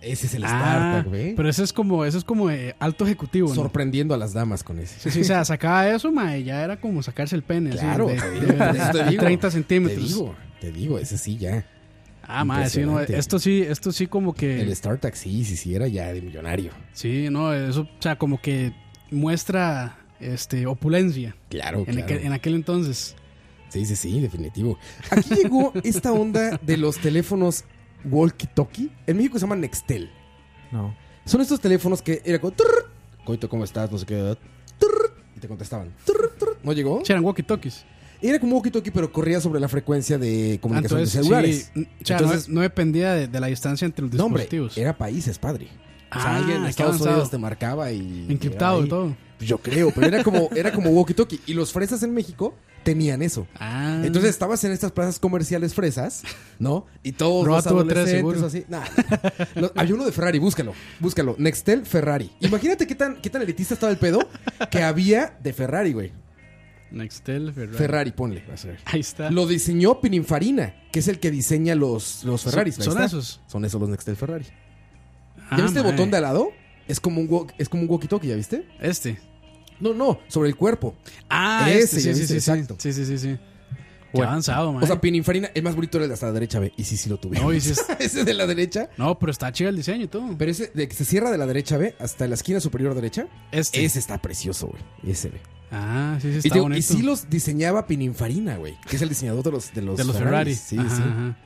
[SPEAKER 3] Ese es el ¿eh?
[SPEAKER 5] Ah,
[SPEAKER 3] StarTAC, güey.
[SPEAKER 5] pero ese es como, ese es como eh, alto ejecutivo, ¿no?
[SPEAKER 3] Sorprendiendo a las damas con ese.
[SPEAKER 5] Sí, sí, o sea, sacaba eso, ma, y ya era como sacarse el pene. así,
[SPEAKER 3] Claro,
[SPEAKER 5] de-
[SPEAKER 3] te
[SPEAKER 5] de-
[SPEAKER 3] digo, por eso te
[SPEAKER 5] de
[SPEAKER 3] digo,
[SPEAKER 5] 30
[SPEAKER 3] Te
[SPEAKER 5] centímetros.
[SPEAKER 3] digo, te digo, ese sí ya.
[SPEAKER 5] Ah, ma, sí, no,
[SPEAKER 3] Impresionante.
[SPEAKER 5] esto sí, esto sí como
[SPEAKER 3] El
[SPEAKER 5] que...
[SPEAKER 3] StarTAC sí, sí, sí, era ya de millonario.
[SPEAKER 5] Sí, no, eso, o sea, como que muestra este opulencia
[SPEAKER 3] Claro,
[SPEAKER 5] en,
[SPEAKER 3] Oh, claro.
[SPEAKER 5] aquel, en aquel entonces.
[SPEAKER 3] Sí, sí, sí, definitivo. Aquí llegó esta onda de los teléfonos walkie-talkie. En México se llaman Nextel.
[SPEAKER 4] No.
[SPEAKER 3] Son estos teléfonos que era como... "Turr". Coito, ¿cómo estás? No sé qué... Turr. Y te contestaban. Turr, turr. ¿No llegó?
[SPEAKER 5] Sí, eran walkie-talkies. Ah,
[SPEAKER 3] Era como un walkie-talkie, pero corría sobre la frecuencia de comunicación
[SPEAKER 5] Entonces,
[SPEAKER 3] de celulares.
[SPEAKER 5] sí, n- o sea,
[SPEAKER 3] Entonces-
[SPEAKER 5] no, no dependía de, de la distancia entre los
[SPEAKER 3] No, hombre,
[SPEAKER 5] dispositivos.
[SPEAKER 3] era países, padre. O sea,
[SPEAKER 5] Ah,
[SPEAKER 3] alguien en
[SPEAKER 5] qué
[SPEAKER 3] Estados
[SPEAKER 5] avanzado.
[SPEAKER 3] Unidos te marcaba y...
[SPEAKER 5] Encriptado
[SPEAKER 3] y
[SPEAKER 5] y todo.
[SPEAKER 3] Yo creo, pero era como, era como walkie-talkie. Y los fresas en México tenían eso.
[SPEAKER 5] Ah.
[SPEAKER 3] Entonces estabas en estas plazas comerciales fresas, ¿no? Y todos
[SPEAKER 5] Roa
[SPEAKER 3] los
[SPEAKER 5] tuvo tres,
[SPEAKER 3] adolescentes
[SPEAKER 5] seguro.
[SPEAKER 3] así. Nah. Lo- había uno de Ferrari, búscalo, búscalo. Nextel Ferrari. Imagínate qué tan, qué tan elitista estaba el pedo que había de Ferrari, güey.
[SPEAKER 5] Nextel, Ferrari.
[SPEAKER 3] Ferrari, ponle.
[SPEAKER 5] Ahí está.
[SPEAKER 3] Lo diseñó Pininfarina, que es el que diseña los, los Ferraris.
[SPEAKER 5] Son-
[SPEAKER 3] Ahí
[SPEAKER 5] son
[SPEAKER 3] está.
[SPEAKER 5] esos.
[SPEAKER 3] Son esos los Nextel Ferrari.
[SPEAKER 5] Ah,
[SPEAKER 3] ¿Ya viste el
[SPEAKER 5] mae.
[SPEAKER 3] botón de al lado? Es como un walk- es como un walkie-talkie, ¿ya viste?
[SPEAKER 5] Este.
[SPEAKER 3] No, no, sobre el cuerpo.
[SPEAKER 5] Ah,
[SPEAKER 3] Ese,
[SPEAKER 5] este, sí,
[SPEAKER 3] ya
[SPEAKER 5] sí,
[SPEAKER 3] viste,
[SPEAKER 5] sí, sí.
[SPEAKER 3] exacto.
[SPEAKER 5] Sí, sí, sí, sí. Qué avanzado, man.
[SPEAKER 3] O sea, Pininfarina, el más bonito era el de hasta la derecha, ve. Y sí, sí lo tuvimos.
[SPEAKER 5] No, y sí es-
[SPEAKER 3] ese de la derecha.
[SPEAKER 5] no, pero está chido el diseño y todo.
[SPEAKER 3] Pero ese de que se cierra de la derecha, ve, hasta la esquina superior derecha.
[SPEAKER 5] Este.
[SPEAKER 3] Ese está precioso, güey. Ese, ve.
[SPEAKER 5] Ah, sí, sí,
[SPEAKER 3] Y,
[SPEAKER 5] está
[SPEAKER 3] te digo,
[SPEAKER 5] bonito.
[SPEAKER 3] y sí los diseñaba Pininfarina, güey. Que es el diseñador de los De los,
[SPEAKER 5] de los Ferrari.
[SPEAKER 3] Ferraris. Sí,
[SPEAKER 5] Ajá,
[SPEAKER 3] sí.
[SPEAKER 5] ajá. Ah,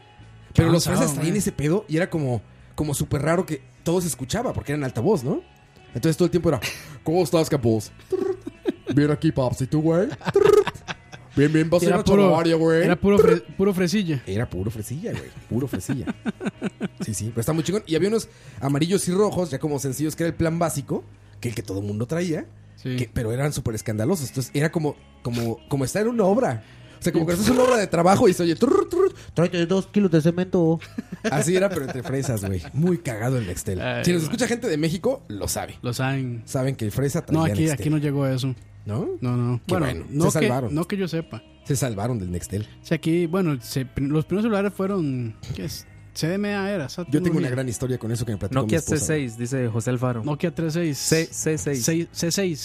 [SPEAKER 5] Qué
[SPEAKER 3] Pero los
[SPEAKER 5] avanzado,
[SPEAKER 3] fresas traían
[SPEAKER 5] man.
[SPEAKER 3] ese pedo y era como, como súper raro que todo se escuchaba porque eran altavoz, ¿no? Entonces todo el tiempo era, ¿cómo estás, capos? Bien aquí, paps, ¿y tú, güey? Bien, bien, vas a ir
[SPEAKER 5] Era
[SPEAKER 3] a
[SPEAKER 5] puro,
[SPEAKER 3] Choravaria, güey.
[SPEAKER 5] era puro, fre- puro fresilla.
[SPEAKER 3] Era puro fresilla, güey. Puro fresilla. Sí, sí, pero está muy chingón. Y había unos amarillos y rojos, ya como sencillos, que era el plan básico, que el que todo mundo traía,
[SPEAKER 5] Sí.
[SPEAKER 3] que- pero eran súper escandalosos. Entonces era como, como, como estar en una obra. O sea, como que haces una obra de trabajo y se oye, "Turr, turr,
[SPEAKER 7] Tráete dos kilos de cemento.
[SPEAKER 3] Así era, pero entre fresas, güey. Muy cagado el Nextel.
[SPEAKER 5] Ay,
[SPEAKER 3] si nos
[SPEAKER 5] güey.
[SPEAKER 3] escucha gente de México, lo sabe.
[SPEAKER 5] Lo saben.
[SPEAKER 3] Saben que el fresa traía
[SPEAKER 5] No, aquí,
[SPEAKER 3] Nextel.
[SPEAKER 5] aquí no llegó a eso.
[SPEAKER 3] ¿No?
[SPEAKER 5] No, no.
[SPEAKER 3] este. Qué
[SPEAKER 5] bueno,
[SPEAKER 3] bueno,
[SPEAKER 5] no,
[SPEAKER 3] se
[SPEAKER 5] que,
[SPEAKER 3] salvaron.
[SPEAKER 5] no que yo sepa.
[SPEAKER 3] Se salvaron del Nextel.
[SPEAKER 5] O sea, aquí, bueno, se- los primeros celulares fueron. ¿Qué es? CDMA era. esa
[SPEAKER 3] Yo tengo
[SPEAKER 5] tecnología.
[SPEAKER 3] una gran historia con eso que me platicó mi
[SPEAKER 4] Nokia
[SPEAKER 3] esposa.
[SPEAKER 4] C6, dice José Alfaro.
[SPEAKER 5] Nokia 36.
[SPEAKER 4] C, C6.
[SPEAKER 5] Seis-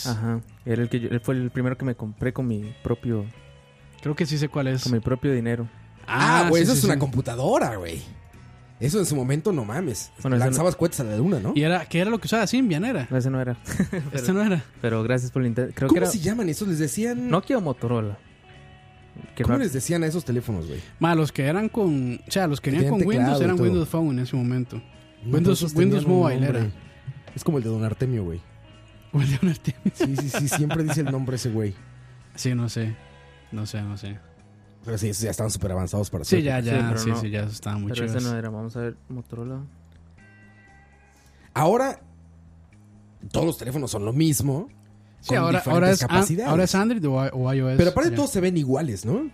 [SPEAKER 5] C6.
[SPEAKER 4] Ajá. Era el que yo- él fue el primero que me compré con mi propio,
[SPEAKER 5] Creo que sí sé cuál es.
[SPEAKER 4] con mi propio dinero.
[SPEAKER 3] Ah, güey,
[SPEAKER 5] sí,
[SPEAKER 3] eso
[SPEAKER 5] sí,
[SPEAKER 3] es una
[SPEAKER 5] sí.
[SPEAKER 3] computadora, güey. Eso en su momento no mames.
[SPEAKER 4] Bueno, eso
[SPEAKER 3] Lanzabas cohetes a la luna, ¿no?
[SPEAKER 5] ¿Y era, qué era lo que usaba Symbian? ¿Era?
[SPEAKER 4] No, ese no era.
[SPEAKER 5] Este no era.
[SPEAKER 4] Pero gracias por el interés. Creo que
[SPEAKER 3] ¿Cómo
[SPEAKER 4] era
[SPEAKER 3] se llaman esos? Les decían.
[SPEAKER 4] Nokia o Motorola. Que
[SPEAKER 3] ¿Cómo
[SPEAKER 4] no-
[SPEAKER 3] les decían a esos teléfonos, güey?
[SPEAKER 5] Ma, los que eran con. O sea, los que
[SPEAKER 3] Que
[SPEAKER 5] venían con
[SPEAKER 3] tenían teclado
[SPEAKER 5] Windows
[SPEAKER 3] y
[SPEAKER 5] eran
[SPEAKER 3] todo.
[SPEAKER 5] Windows Phone en ese momento.
[SPEAKER 3] No,
[SPEAKER 5] Windows-
[SPEAKER 3] esos
[SPEAKER 5] Windows
[SPEAKER 3] tenían un
[SPEAKER 5] Mobile
[SPEAKER 3] nombre.
[SPEAKER 5] era.
[SPEAKER 3] Es como el de Don Artemio, güey.
[SPEAKER 5] O el de una Artemis.
[SPEAKER 3] Sí, sí, sí, siempre dice el nombre ese güey.
[SPEAKER 5] Sí, no sé. No sé, no sé.
[SPEAKER 3] Pero sí, esos ya estaban súper avanzados para
[SPEAKER 5] Sí,
[SPEAKER 3] hacer.
[SPEAKER 5] ya, ya.
[SPEAKER 4] pero
[SPEAKER 5] Sí, sí,
[SPEAKER 4] no.
[SPEAKER 5] ya estaba muy
[SPEAKER 4] Pero ese
[SPEAKER 5] chivas.
[SPEAKER 4] no era. Vamos a ver, Motorola.
[SPEAKER 3] Ahora, todos los teléfonos son lo mismo.
[SPEAKER 5] Sí,
[SPEAKER 3] con
[SPEAKER 5] ahora,
[SPEAKER 3] diferentes
[SPEAKER 5] ahora, es, an-
[SPEAKER 3] capacidades.
[SPEAKER 5] ahora es Android o, i- o iOS.
[SPEAKER 3] Pero aparte
[SPEAKER 5] ya.
[SPEAKER 3] todos se ven iguales, ¿no?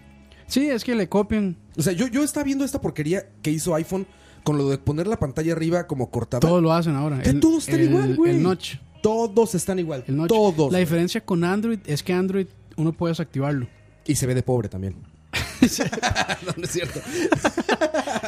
[SPEAKER 5] Sí, es que le copian
[SPEAKER 3] O sea, yo, yo estaba viendo esta porquería que hizo iPhone con lo de poner la pantalla arriba como cortada.
[SPEAKER 5] Todo lo hacen ahora.
[SPEAKER 3] Ya todos están igual, güey.
[SPEAKER 5] El notch.
[SPEAKER 3] Todos están igual.
[SPEAKER 5] El notch.
[SPEAKER 3] Todos.
[SPEAKER 5] La
[SPEAKER 3] güey.
[SPEAKER 5] diferencia con Android es que Android uno puede desactivarlo.
[SPEAKER 3] Y se ve de pobre también. no, no es cierto.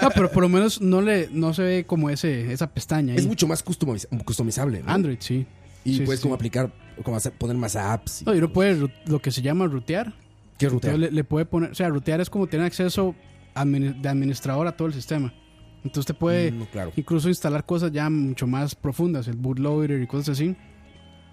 [SPEAKER 5] Ah, pero por lo menos no le no se ve como ese esa pestaña ahí.
[SPEAKER 3] Es mucho más customiz- customizable. ¿no?
[SPEAKER 5] Android, sí.
[SPEAKER 3] Y
[SPEAKER 5] Sí,
[SPEAKER 3] puedes
[SPEAKER 5] sí,
[SPEAKER 3] como
[SPEAKER 5] sí.
[SPEAKER 3] aplicar, como hacer, poner más apps. y-
[SPEAKER 5] No, y uno puede ru- lo que se llama rutear.
[SPEAKER 3] ¿Qué ruta?
[SPEAKER 5] Entonces le, le puede poner, o sea, rutear es como tener acceso admini- de administrador a todo el sistema. Entonces te puede
[SPEAKER 3] Mm, claro.
[SPEAKER 5] incluso instalar cosas ya mucho más profundas, el bootloader y cosas así.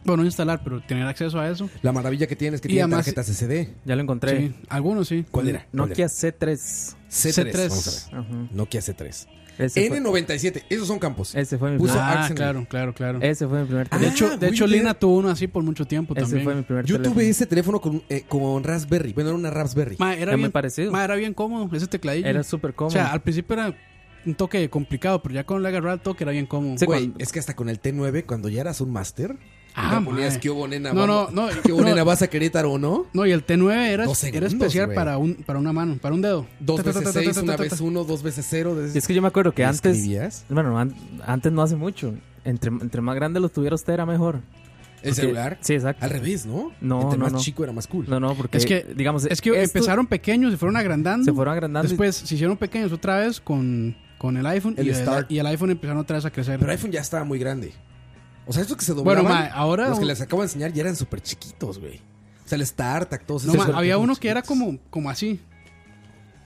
[SPEAKER 5] Bueno, no instalar, pero tener acceso a eso.
[SPEAKER 3] La maravilla que tienes que
[SPEAKER 5] Y
[SPEAKER 3] tiene
[SPEAKER 5] además-
[SPEAKER 3] tarjetas SD.
[SPEAKER 4] Ya lo encontré.
[SPEAKER 5] Sí, algunos sí.
[SPEAKER 3] ¿Cuál era? ¿Cuál
[SPEAKER 4] Nokia
[SPEAKER 3] era?
[SPEAKER 4] C3.
[SPEAKER 3] C3.
[SPEAKER 5] C3.
[SPEAKER 3] Vamos a
[SPEAKER 4] Ajá.
[SPEAKER 3] ver. Nokia C3.
[SPEAKER 4] Ese, fue,
[SPEAKER 3] N97. Esos son campos.
[SPEAKER 4] ese fue mi
[SPEAKER 3] Puso-
[SPEAKER 4] primer,
[SPEAKER 5] Ah,
[SPEAKER 3] Arsenal.
[SPEAKER 5] claro, claro, claro.
[SPEAKER 4] ese fue mi primer
[SPEAKER 5] de
[SPEAKER 4] teléfono.
[SPEAKER 5] hecho,
[SPEAKER 3] Ah,
[SPEAKER 5] de hecho
[SPEAKER 3] Winter.
[SPEAKER 5] Lina tuvo uno así por mucho tiempo
[SPEAKER 4] Eh, ese
[SPEAKER 5] también.
[SPEAKER 4] fue mi primer
[SPEAKER 3] Yo
[SPEAKER 4] teléfono.
[SPEAKER 3] tuve ese teléfono con, eh, con Raspberry. Bueno, era una Raspberry.
[SPEAKER 5] Ma, era,
[SPEAKER 4] Era muy
[SPEAKER 5] bien,
[SPEAKER 4] parecido.
[SPEAKER 5] ma, era bien cómodo ese tecladillo.
[SPEAKER 4] Era súper
[SPEAKER 5] o
[SPEAKER 4] cómodo.
[SPEAKER 5] sea, al principio era un toque complicado, pero ya cuando le agarraba el toque era bien cómodo.
[SPEAKER 4] Sí,
[SPEAKER 3] Güey,
[SPEAKER 4] cuando-
[SPEAKER 3] es que hasta con el T9, cuando ya eras un máster,
[SPEAKER 5] Ah,
[SPEAKER 3] ya ponías
[SPEAKER 5] mae.
[SPEAKER 3] que hubo nena.
[SPEAKER 5] No,
[SPEAKER 3] vamos-
[SPEAKER 5] no, no,
[SPEAKER 3] ¿Qué hubo
[SPEAKER 5] no.
[SPEAKER 3] nena? ¿Vas a Querétaro o no?
[SPEAKER 5] No, y el T9 era,
[SPEAKER 3] Dos
[SPEAKER 5] era
[SPEAKER 3] segundos,
[SPEAKER 5] especial
[SPEAKER 3] güey.
[SPEAKER 5] para, un, para una mano, para un dedo.
[SPEAKER 3] Dos
[SPEAKER 5] Ta, ta, ta, ta,
[SPEAKER 3] veces
[SPEAKER 5] ta,
[SPEAKER 3] seis,
[SPEAKER 5] ta,
[SPEAKER 3] una
[SPEAKER 5] ta, ta.
[SPEAKER 3] vez uno, dos veces cero. de-
[SPEAKER 4] Y es que yo me acuerdo que
[SPEAKER 3] ¿Le
[SPEAKER 4] antes.
[SPEAKER 3] escribías?
[SPEAKER 4] Bueno, an- antes no hace mucho. Entre, entre más grande lo tuviera usted era mejor.
[SPEAKER 3] ¿El
[SPEAKER 4] Porque-
[SPEAKER 3] celular?
[SPEAKER 4] Sí, exacto.
[SPEAKER 3] Al revés, ¿no?
[SPEAKER 4] No,
[SPEAKER 3] Entre
[SPEAKER 4] no,
[SPEAKER 3] más
[SPEAKER 4] no.
[SPEAKER 3] chico era más cool.
[SPEAKER 4] No, no, porque.
[SPEAKER 5] Es que-
[SPEAKER 4] digamos.
[SPEAKER 5] Es que
[SPEAKER 4] esto-
[SPEAKER 5] empezaron pequeños, se fueron agrandando.
[SPEAKER 4] Se fueron agrandando. y-
[SPEAKER 5] Después se hicieron pequeños otra vez con, con el iPhone
[SPEAKER 3] El
[SPEAKER 5] y,
[SPEAKER 3] Start.
[SPEAKER 5] y el iPhone empezaron otra vez a crecer.
[SPEAKER 3] Pero iPhone ya estaba muy grande. O sea, estos que se doblaban.
[SPEAKER 5] Bueno, ma, ahora-
[SPEAKER 3] Los que les acabo de enseñar ya eran súper chiquitos, güey. O sea, el StarTAC, todos
[SPEAKER 5] No,
[SPEAKER 3] esos
[SPEAKER 5] ma,
[SPEAKER 3] eran
[SPEAKER 5] había
[SPEAKER 3] muy
[SPEAKER 5] uno que era
[SPEAKER 3] chiquitos.
[SPEAKER 5] como, como así.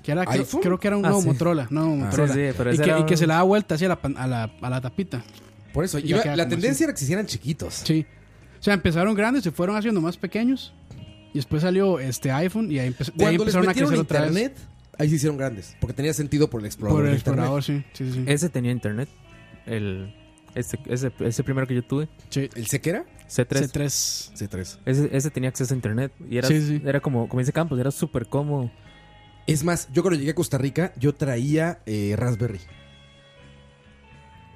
[SPEAKER 5] Que era, creo,
[SPEAKER 3] ¿iPhone?
[SPEAKER 5] creo que era un
[SPEAKER 4] Ah,
[SPEAKER 5] nuevo
[SPEAKER 4] sí.
[SPEAKER 5] Motorola. nuevo Motorola.
[SPEAKER 4] sí, pero
[SPEAKER 5] y,
[SPEAKER 4] ese
[SPEAKER 5] que,
[SPEAKER 4] era
[SPEAKER 5] y que
[SPEAKER 4] un-
[SPEAKER 5] se la da vuelta hacia la, pan- a la, a la tapita.
[SPEAKER 3] Por eso,
[SPEAKER 5] Ya
[SPEAKER 3] iba-
[SPEAKER 5] queda
[SPEAKER 3] la
[SPEAKER 5] como
[SPEAKER 3] tendencia
[SPEAKER 5] así.
[SPEAKER 3] era que se hicieran chiquitos.
[SPEAKER 5] Sí. O sea, empezaron grandes, se fueron haciendo más pequeños. Y después salió este iPhone y ahí, empe- de ahí
[SPEAKER 3] Cuando les
[SPEAKER 5] empezaron a
[SPEAKER 3] metieron
[SPEAKER 5] crecer otra vez.
[SPEAKER 3] internet, ahí se hicieron grandes. Porque tenía sentido por el explorador.
[SPEAKER 5] Por el
[SPEAKER 3] de internet.
[SPEAKER 5] explorador, sí. sí, sí, sí.
[SPEAKER 4] Ese tenía internet. El Este, ese, ese primero que yo tuve,
[SPEAKER 5] Sí,
[SPEAKER 3] ¿El Sequera?
[SPEAKER 4] C3.
[SPEAKER 5] C3.
[SPEAKER 3] C3.
[SPEAKER 4] Ese, ese tenía acceso a internet. Y era,
[SPEAKER 5] Sí, sí.
[SPEAKER 4] era como, como dice Campos, era súper cómodo.
[SPEAKER 3] Es más, yo cuando llegué a Costa Rica, yo traía eh, Raspberry.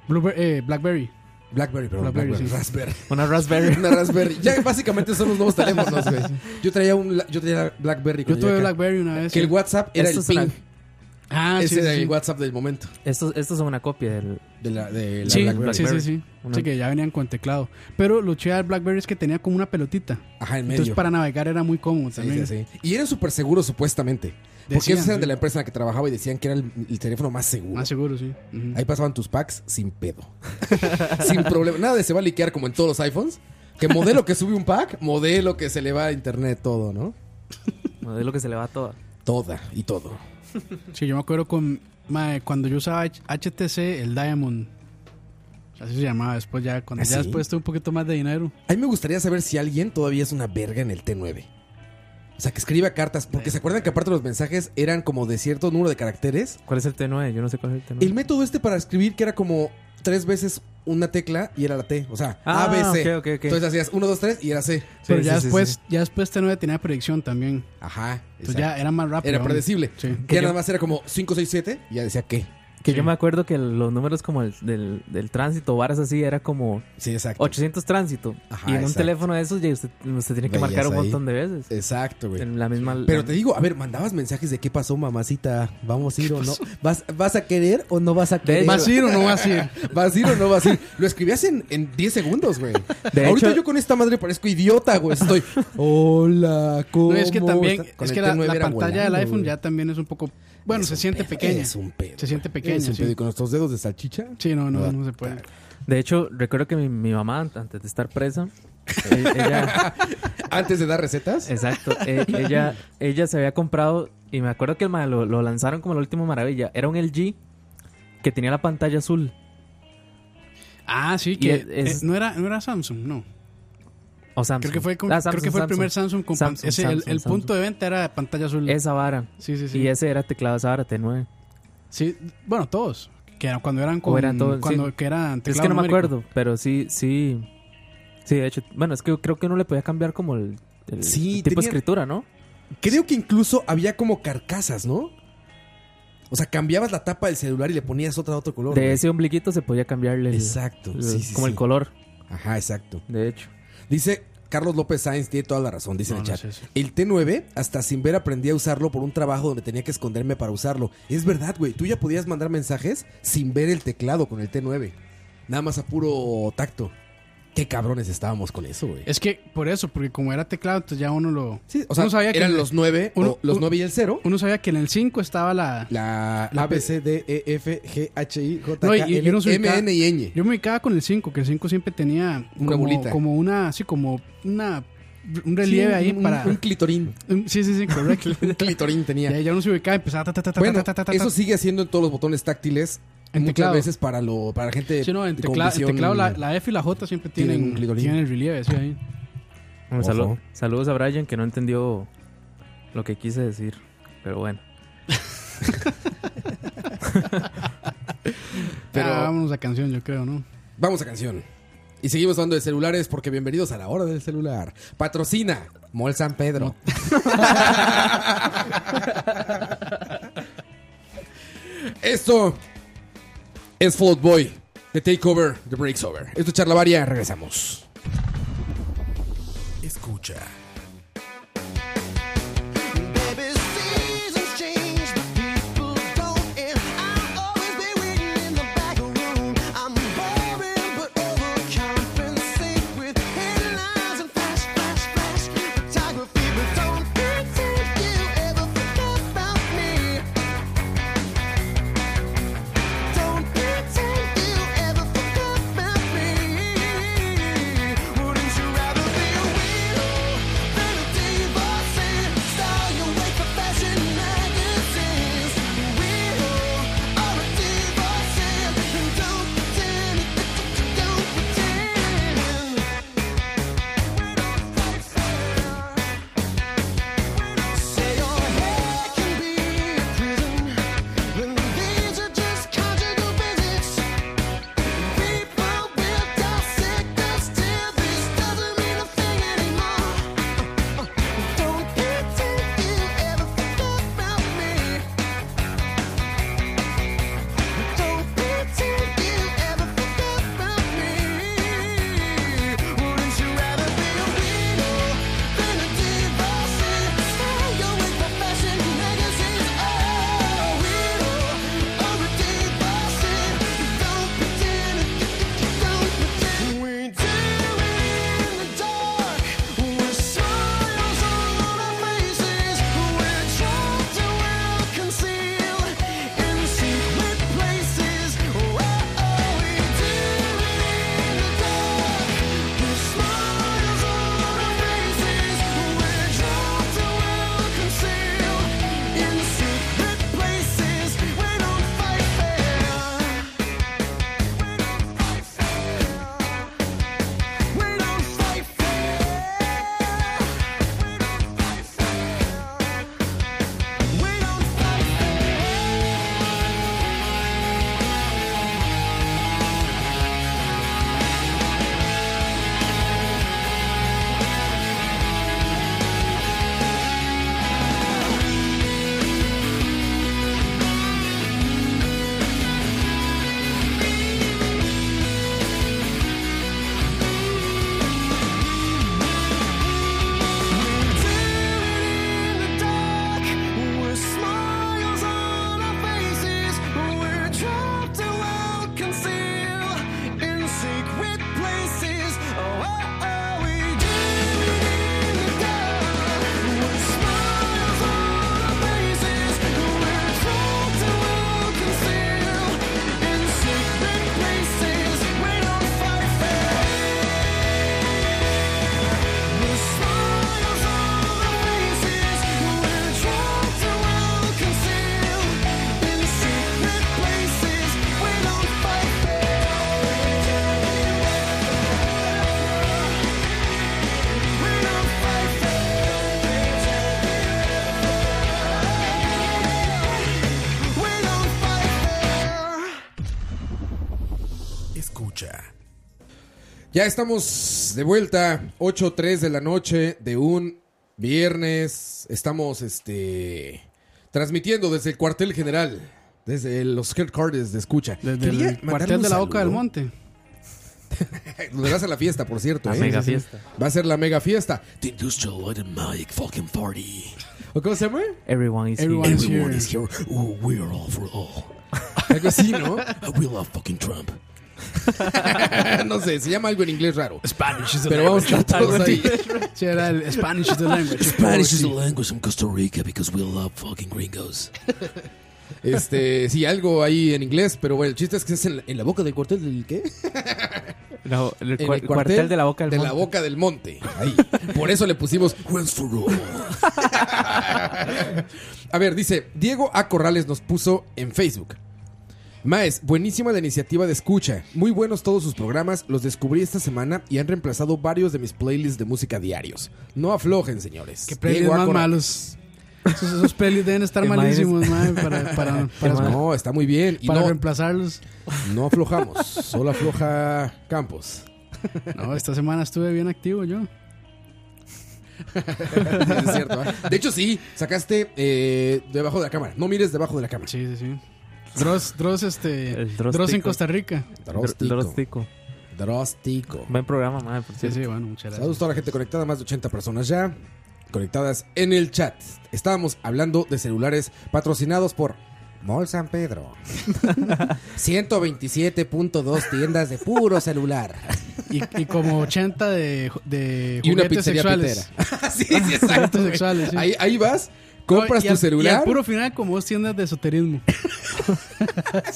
[SPEAKER 5] Blueberry- eh, Blackberry.
[SPEAKER 3] Blackberry, perdón.
[SPEAKER 5] Blackberry,
[SPEAKER 3] Blackberry,
[SPEAKER 5] sí.
[SPEAKER 3] Raspberry.
[SPEAKER 4] Una Raspberry.
[SPEAKER 3] Una Raspberry. Ya básicamente son los nuevos teléfonos, güey. Yo traía un la- yo traía Blackberry.
[SPEAKER 5] Yo
[SPEAKER 3] cuando
[SPEAKER 5] tuve
[SPEAKER 3] llegué acá.
[SPEAKER 5] Blackberry una vez.
[SPEAKER 3] Que el WhatsApp era
[SPEAKER 4] Esto
[SPEAKER 3] el
[SPEAKER 4] es una-
[SPEAKER 3] ping.
[SPEAKER 5] Ah, sí,
[SPEAKER 3] Ese
[SPEAKER 5] sí,
[SPEAKER 3] era
[SPEAKER 5] sí.
[SPEAKER 3] el WhatsApp del momento.
[SPEAKER 4] Estos, estos son una copia del.
[SPEAKER 3] De la, de la
[SPEAKER 5] Sí,
[SPEAKER 3] Blackberry.
[SPEAKER 5] sí, sí, sí.
[SPEAKER 4] Una-
[SPEAKER 5] Sí, que ya venían con teclado. Pero lo chido del Blackberry es que tenía como una pelotita.
[SPEAKER 3] Ajá, en medio.
[SPEAKER 5] Entonces para navegar era muy cómodo
[SPEAKER 3] Sí,
[SPEAKER 5] también.
[SPEAKER 3] sí, sí. Y eran súper seguros, supuestamente. Porque
[SPEAKER 5] Decían,
[SPEAKER 3] esos eran
[SPEAKER 5] sí.
[SPEAKER 3] de la empresa en la que trabajaba y decían que era el, el teléfono más seguro.
[SPEAKER 5] Más seguro, sí. Ujú.
[SPEAKER 3] Ahí pasaban tus packs sin pedo. sin problema. Nada de se va a liquear como en todos los iPhones. Que modelo que sube un pack, modelo que se le va a internet todo, ¿no?
[SPEAKER 4] bueno, Es lo que se le va a todo.
[SPEAKER 3] Toda y todo.
[SPEAKER 5] Sí, yo me acuerdo con mae, cuando yo usaba H- HTC, el Diamond. Así se llamaba después ya. Cuando
[SPEAKER 3] ¿Ah,
[SPEAKER 5] ya
[SPEAKER 3] sí?
[SPEAKER 5] después tuve un poquito más de dinero.
[SPEAKER 3] A mí me gustaría saber si alguien todavía es una verga en el T9. O sea, que escriba cartas. Porque se acuerdan que aparte los mensajes eran como de cierto número de caracteres.
[SPEAKER 4] ¿Cuál es el T9? Yo no sé cuál es el T9.
[SPEAKER 3] El método este para escribir que era como tres veces una tecla y era la T. O sea,
[SPEAKER 4] Ah,
[SPEAKER 3] A, B, C.
[SPEAKER 4] ok, ok, ok.
[SPEAKER 3] Entonces hacías 1, 2, 3 y era C.
[SPEAKER 5] Pero
[SPEAKER 4] sí,
[SPEAKER 5] ya,
[SPEAKER 4] sí,
[SPEAKER 5] después,
[SPEAKER 4] sí.
[SPEAKER 5] ya después T9 tenía predicción también.
[SPEAKER 3] Ajá.
[SPEAKER 5] Entonces
[SPEAKER 4] Pues
[SPEAKER 3] exacto.
[SPEAKER 5] ya era más rápido.
[SPEAKER 3] Era
[SPEAKER 5] aún.
[SPEAKER 3] predecible.
[SPEAKER 5] Sí.
[SPEAKER 3] Ya nada más era como 5, 6, 7 y ya decía qué.
[SPEAKER 4] Que yo me acuerdo que los números como el, del, del tránsito, varas así, era como
[SPEAKER 3] Sí, exacto.
[SPEAKER 4] 800 tránsito.
[SPEAKER 3] Ajá,
[SPEAKER 4] y en un
[SPEAKER 3] exacto.
[SPEAKER 4] teléfono de esos, ya usted, usted tiene que
[SPEAKER 3] Veías
[SPEAKER 4] marcar un
[SPEAKER 3] ahí.
[SPEAKER 4] montón de veces.
[SPEAKER 3] Exacto, güey.
[SPEAKER 4] En la misma.
[SPEAKER 3] Pero te digo, a ver, mandabas mensajes de qué pasó, mamacita. ¿Vamos a ir o no? ¿Vas, vas a querer o no vas a querer?
[SPEAKER 5] ¿Vas a ir o no vas a ir?
[SPEAKER 3] ¿Vas a ir o no vas a ir? Lo escribías en, en 10 segundos, güey.
[SPEAKER 4] De
[SPEAKER 3] Ahorita
[SPEAKER 4] hecho-
[SPEAKER 3] yo con esta madre parezco idiota, güey. Estoy. Hola, ¿cómo
[SPEAKER 5] No, es que también,
[SPEAKER 3] estás?" Con
[SPEAKER 5] es
[SPEAKER 3] el
[SPEAKER 5] que la,
[SPEAKER 3] T9
[SPEAKER 5] la
[SPEAKER 3] era
[SPEAKER 5] pantalla del
[SPEAKER 3] volando,
[SPEAKER 5] iPhone
[SPEAKER 3] güey.
[SPEAKER 5] ya también es un poco, bueno,
[SPEAKER 3] Es
[SPEAKER 5] se
[SPEAKER 3] un
[SPEAKER 5] siente
[SPEAKER 3] pedo,
[SPEAKER 5] pequeña.
[SPEAKER 3] Es un pedo.
[SPEAKER 5] Se siente
[SPEAKER 3] güey.
[SPEAKER 5] pequeña,
[SPEAKER 3] Es un
[SPEAKER 5] sí.
[SPEAKER 3] pedo. ¿Y con nuestros dedos de salchicha?
[SPEAKER 5] Sí, no, no,
[SPEAKER 3] ¿Verdad?
[SPEAKER 5] no se puede.
[SPEAKER 4] De hecho, recuerdo que mi, mi mamá, antes de estar presa, e- ella,
[SPEAKER 3] Antes de dar recetas.
[SPEAKER 5] Eh,
[SPEAKER 4] exacto, e- ella, ella se había comprado, y me acuerdo que el ma- lo, lo lanzaron como la última maravilla. Era un LG que tenía la pantalla azul.
[SPEAKER 5] Ah, sí,
[SPEAKER 4] Y
[SPEAKER 5] que
[SPEAKER 4] es- es-
[SPEAKER 5] eh, no, era, no era Samsung, no.
[SPEAKER 4] O Samsung.
[SPEAKER 5] Creo que fue, con-
[SPEAKER 4] Ah,
[SPEAKER 5] creo
[SPEAKER 4] Samsung,
[SPEAKER 5] que fue el
[SPEAKER 4] Samsung.
[SPEAKER 5] primer Samsung. con pan-
[SPEAKER 4] Samsung,
[SPEAKER 5] ese, el-
[SPEAKER 4] Samsung,
[SPEAKER 5] el, punto de venta era pantalla azul.
[SPEAKER 4] Esa vara.
[SPEAKER 5] sí, sí, sí.
[SPEAKER 4] Y ese era teclado, esa vara T9.
[SPEAKER 5] Sí, bueno, todos. Que eran cuando eran con,
[SPEAKER 4] eran todos,
[SPEAKER 5] cuando
[SPEAKER 4] sí.
[SPEAKER 5] que eran
[SPEAKER 4] Es
[SPEAKER 5] teclado
[SPEAKER 4] que no me
[SPEAKER 5] numérico.
[SPEAKER 4] acuerdo, pero sí, sí. Sí, de hecho, bueno, es que creo que uno le podía cambiar como el, el
[SPEAKER 3] Sí,
[SPEAKER 4] tipo de
[SPEAKER 3] tenía-
[SPEAKER 4] escritura, ¿no?
[SPEAKER 3] Creo que incluso había como carcasas, ¿no? O sea, cambiabas la tapa del celular y le ponías otra otro color.
[SPEAKER 4] De
[SPEAKER 3] güey.
[SPEAKER 4] ese ombliguito se podía cambiarle el-
[SPEAKER 3] Exacto.
[SPEAKER 4] el-
[SPEAKER 3] sí, sí,
[SPEAKER 4] como
[SPEAKER 3] sí.
[SPEAKER 4] el color,
[SPEAKER 3] Ajá, exacto.
[SPEAKER 4] de hecho.
[SPEAKER 3] Dice Carlos López Sáenz, tiene toda la razón, dice
[SPEAKER 5] No,
[SPEAKER 3] en el
[SPEAKER 5] no
[SPEAKER 3] chat.
[SPEAKER 5] sé si-
[SPEAKER 3] El T9, hasta sin ver, aprendí a usarlo por un trabajo donde tenía que esconderme para usarlo. Es verdad, güey. Tú ya podías mandar mensajes sin ver el teclado con el T9. Nada más a puro tacto. Qué cabrones estábamos con eso, güey.
[SPEAKER 5] Es que por eso, porque como era teclado, entonces ya uno lo.
[SPEAKER 3] Sí, o sea,
[SPEAKER 5] uno sabía que
[SPEAKER 3] eran
[SPEAKER 5] en-
[SPEAKER 3] los 9,
[SPEAKER 5] uno-
[SPEAKER 3] o los
[SPEAKER 5] un-
[SPEAKER 3] 9 y el 0.
[SPEAKER 5] Uno sabía que en el 5 estaba la.
[SPEAKER 3] La,
[SPEAKER 5] La
[SPEAKER 3] A, B, C, D, E, F, G, H, I, J, K,
[SPEAKER 5] No, y- y
[SPEAKER 3] L,
[SPEAKER 5] uno se
[SPEAKER 3] M,
[SPEAKER 5] ubicaba-
[SPEAKER 3] N y Ñ.
[SPEAKER 5] Yo me ubicaba con el 5, que el 5 siempre tenía
[SPEAKER 3] Una
[SPEAKER 5] como,
[SPEAKER 3] bolita.
[SPEAKER 5] como una, así como una un relieve
[SPEAKER 3] Sí,
[SPEAKER 5] ahí
[SPEAKER 3] un,
[SPEAKER 5] para.
[SPEAKER 3] Un clitorín.
[SPEAKER 5] un- sí, sí, sí, correcto.
[SPEAKER 3] Un clitorín
[SPEAKER 5] y
[SPEAKER 3] tenía.
[SPEAKER 5] ahí ya uno se ubicaba y empezaba ta, ta, ta, ta,
[SPEAKER 3] Bueno,
[SPEAKER 5] ta, ta, ta, ta.
[SPEAKER 3] eso sigue haciendo en todos los botones táctiles.
[SPEAKER 5] En
[SPEAKER 3] muchas
[SPEAKER 5] teclado.
[SPEAKER 3] veces para lo para gente
[SPEAKER 5] Sí, no, en
[SPEAKER 3] con
[SPEAKER 5] tecla- el
[SPEAKER 3] visión-
[SPEAKER 5] teclado la, la F y la J siempre
[SPEAKER 3] Tienen
[SPEAKER 5] tienen,
[SPEAKER 3] un
[SPEAKER 5] tienen,
[SPEAKER 3] clitorín.
[SPEAKER 5] el relieve, sí, ahí.
[SPEAKER 4] Un
[SPEAKER 3] Ojo.
[SPEAKER 4] saludo- saludos a Brian que no entendió lo que quise decir, pero bueno.
[SPEAKER 5] Pero
[SPEAKER 3] Pero-
[SPEAKER 5] vámonos a canción, yo creo, ¿no?
[SPEAKER 3] Vamos a canción. Y seguimos hablando de celulares porque bienvenidos a la hora del celular. Patrocina Mol San Pedro. Esto es Float Boy, The Takeover, The Breaks Over. Esto es Charlavaria, regresamos. Escucha.
[SPEAKER 8] Wouldn't you rather be a widow
[SPEAKER 3] Ya estamos de vuelta, 8.03 de la noche de un viernes. Estamos este transmitiendo desde el cuartel general, desde los headquarters de escucha.
[SPEAKER 5] Desde
[SPEAKER 3] Quería
[SPEAKER 5] el
[SPEAKER 3] mandarle
[SPEAKER 5] cuartel
[SPEAKER 3] un
[SPEAKER 5] de la boca del
[SPEAKER 3] saludo.
[SPEAKER 5] monte.
[SPEAKER 3] Donde vas a la fiesta, por cierto.
[SPEAKER 4] La
[SPEAKER 3] ¿eh?
[SPEAKER 4] mega
[SPEAKER 3] Sí, sí, sí.
[SPEAKER 4] fiesta.
[SPEAKER 3] Va a ser la mega fiesta. The Industrial Light and Magic fucking party. ¿O cómo se llama?
[SPEAKER 4] Everyone is
[SPEAKER 5] Everyone
[SPEAKER 4] here.
[SPEAKER 5] is here.
[SPEAKER 1] Everyone is here. Ooh, we're all for all.
[SPEAKER 3] Algo así, ¿no?
[SPEAKER 1] We love fucking Trump.
[SPEAKER 3] no sé, se llama algo en inglés raro.
[SPEAKER 5] Spanish is the
[SPEAKER 3] Pero vamos a estar todos ahí.
[SPEAKER 5] Sí, era el Spanish is the language.
[SPEAKER 1] Spanish is the language from Costa Rica because we love fucking gringos.
[SPEAKER 3] Este, sí, algo ahí en inglés, pero bueno, el chiste es que es en la, en la boca del cuartel del qué?
[SPEAKER 4] No, el,
[SPEAKER 3] En
[SPEAKER 4] cua-
[SPEAKER 3] el
[SPEAKER 4] cuartel, de la boca del
[SPEAKER 3] de
[SPEAKER 4] monte.
[SPEAKER 3] la boca del monte. Ahí. Por eso le pusimos
[SPEAKER 1] Once for all.
[SPEAKER 3] A ver, dice, Diego A. Corrales nos puso en Facebook. Maes, buenísima la iniciativa de escucha. Muy buenos todos sus programas. Los descubrí esta semana y han reemplazado varios de mis playlists de música diarios. No aflojen, señores.
[SPEAKER 5] Qué playlists
[SPEAKER 3] Diego A.
[SPEAKER 5] más
[SPEAKER 3] Corra-
[SPEAKER 5] malos. Esos, esos playlists deben estar
[SPEAKER 4] Imagínese.
[SPEAKER 5] malísimos, madre, para, para, para,
[SPEAKER 4] mal.
[SPEAKER 3] No, está muy bien. Y
[SPEAKER 5] para
[SPEAKER 3] no,
[SPEAKER 5] reemplazarlos.
[SPEAKER 3] no aflojamos. Solo afloja Campos.
[SPEAKER 5] No, esta semana estuve bien activo yo.
[SPEAKER 3] Es cierto, ¿eh? De hecho, sí. Sacaste eh, debajo de la cámara. No mires debajo de la cámara.
[SPEAKER 5] Sí, sí, sí. Dross, Dross, este.
[SPEAKER 4] El Dross
[SPEAKER 5] Dross, en
[SPEAKER 4] Tico.
[SPEAKER 5] Costa Rica.
[SPEAKER 3] Drostico.
[SPEAKER 4] Drostico.
[SPEAKER 3] Drostico.
[SPEAKER 4] Buen programa, madre, por
[SPEAKER 5] Sí,
[SPEAKER 4] cierto.
[SPEAKER 5] sí, bueno, muchas
[SPEAKER 3] Saludos a
[SPEAKER 5] gracias.
[SPEAKER 3] toda la gente conectada, más de 80 personas ya conectadas en el chat. Estábamos hablando de celulares patrocinados por Mall San Pedro. 127.2 tiendas de puro celular.
[SPEAKER 5] Y, y como 80 de, de
[SPEAKER 3] y una
[SPEAKER 5] juguetes
[SPEAKER 3] pizzería
[SPEAKER 5] sexuales.
[SPEAKER 3] pitera. sí, sí, exacto.
[SPEAKER 5] Juguetes
[SPEAKER 3] güey.
[SPEAKER 5] sexuales, sí.
[SPEAKER 3] ahí, ahí vas, compras
[SPEAKER 5] No, y al-
[SPEAKER 3] tu
[SPEAKER 5] Y
[SPEAKER 3] celular.
[SPEAKER 5] al puro final, como dos tiendas de esoterismo.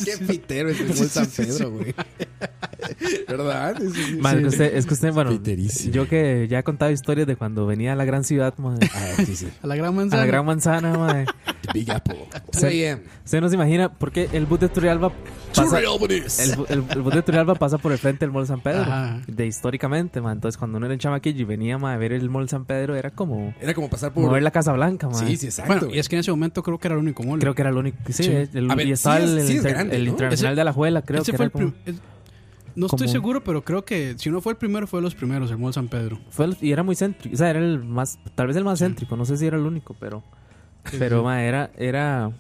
[SPEAKER 3] Qué pitero es el Mall San Pedro, güey. ¿Verdad? Sí, sí, sí.
[SPEAKER 4] Madre,
[SPEAKER 5] Sí,
[SPEAKER 4] que
[SPEAKER 5] sí.
[SPEAKER 4] usted, es que usted, bueno,
[SPEAKER 3] Piterísimo.
[SPEAKER 4] yo que ya he contado historias de cuando venía a la gran ciudad, madre,
[SPEAKER 3] Ah, sí, sí.
[SPEAKER 5] A la gran
[SPEAKER 4] a
[SPEAKER 5] manzana.
[SPEAKER 4] la gran manzana, madre.
[SPEAKER 3] The Big Apple.
[SPEAKER 4] Sí.
[SPEAKER 3] 2 a.m.
[SPEAKER 4] Usted no se imagina por qué el bus de Turrialba pasa, el, bu- el- el bus de Turrialba pasa por el frente del Mall San Pedro.
[SPEAKER 5] Ajá.
[SPEAKER 4] De históricamente, man. Entonces, cuando uno era chamaquillo y venía ma, a ver el Mall San Pedro, era como
[SPEAKER 3] Era como pasar por...
[SPEAKER 4] mover la Casa Blanca, man.
[SPEAKER 3] Sí, sí, exacto.
[SPEAKER 5] Bueno,
[SPEAKER 3] güey.
[SPEAKER 5] y es que en ese momento creo que era el único mall.
[SPEAKER 4] Creo que era el único. Sí,
[SPEAKER 5] Sí.
[SPEAKER 4] el-
[SPEAKER 3] A ver,
[SPEAKER 4] y estaba
[SPEAKER 3] sí es-
[SPEAKER 4] el, el
[SPEAKER 3] sí es
[SPEAKER 4] inter-
[SPEAKER 3] grande,
[SPEAKER 4] el
[SPEAKER 3] ¿no?
[SPEAKER 4] internacional
[SPEAKER 5] Ese-
[SPEAKER 4] de la Juela, creo
[SPEAKER 5] Ese
[SPEAKER 4] que
[SPEAKER 5] fue
[SPEAKER 4] era
[SPEAKER 5] el
[SPEAKER 4] como-
[SPEAKER 5] prim- el- No estoy
[SPEAKER 4] como-
[SPEAKER 5] seguro, pero creo que si no fue el primero, fue de los primeros, el Mall San Pedro.
[SPEAKER 4] fue el- y era muy céntrico, o sea, era el más, tal vez el más céntrico, no sé si era el único, pero, pero ma, era, era,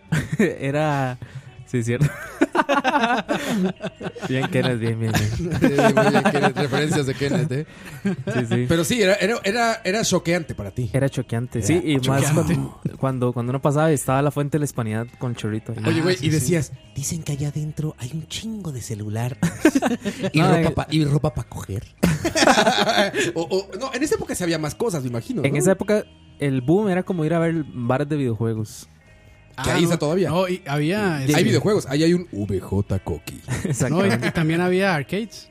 [SPEAKER 4] era, sí, es cierto. bien, Kenneth, bien, bien, bien.
[SPEAKER 3] Sí, muy bien, Kenneth, referencias de Kenneth, ¿eh?
[SPEAKER 4] Sí, sí.
[SPEAKER 3] Pero sí, era, era, era, era choqueante para ti.
[SPEAKER 4] Era choqueante, sí, y más cuando, cuando, cuando uno pasaba y estaba la fuente de la hispanidad con el chorrito. ahí.
[SPEAKER 3] Oye, güey,
[SPEAKER 5] sí,
[SPEAKER 3] y
[SPEAKER 5] sí.
[SPEAKER 3] decías,
[SPEAKER 7] Dicen que allá adentro hay un chingo de celular. y,
[SPEAKER 4] No,
[SPEAKER 7] ropa
[SPEAKER 4] eh,
[SPEAKER 7] pa- y ropa para coger.
[SPEAKER 3] o- o- no, en esa época se había más cosas, me imagino.
[SPEAKER 4] en
[SPEAKER 3] ¿no?
[SPEAKER 4] esa época el boom era como ir a ver bares de videojuegos.
[SPEAKER 3] Que ahí está todavía.
[SPEAKER 5] Ah, No, y había.
[SPEAKER 3] Hay
[SPEAKER 5] este,
[SPEAKER 3] videojuegos, ahí hay un VJ Coqui.
[SPEAKER 5] No, y,
[SPEAKER 4] Exactamente.
[SPEAKER 5] y también había arcades.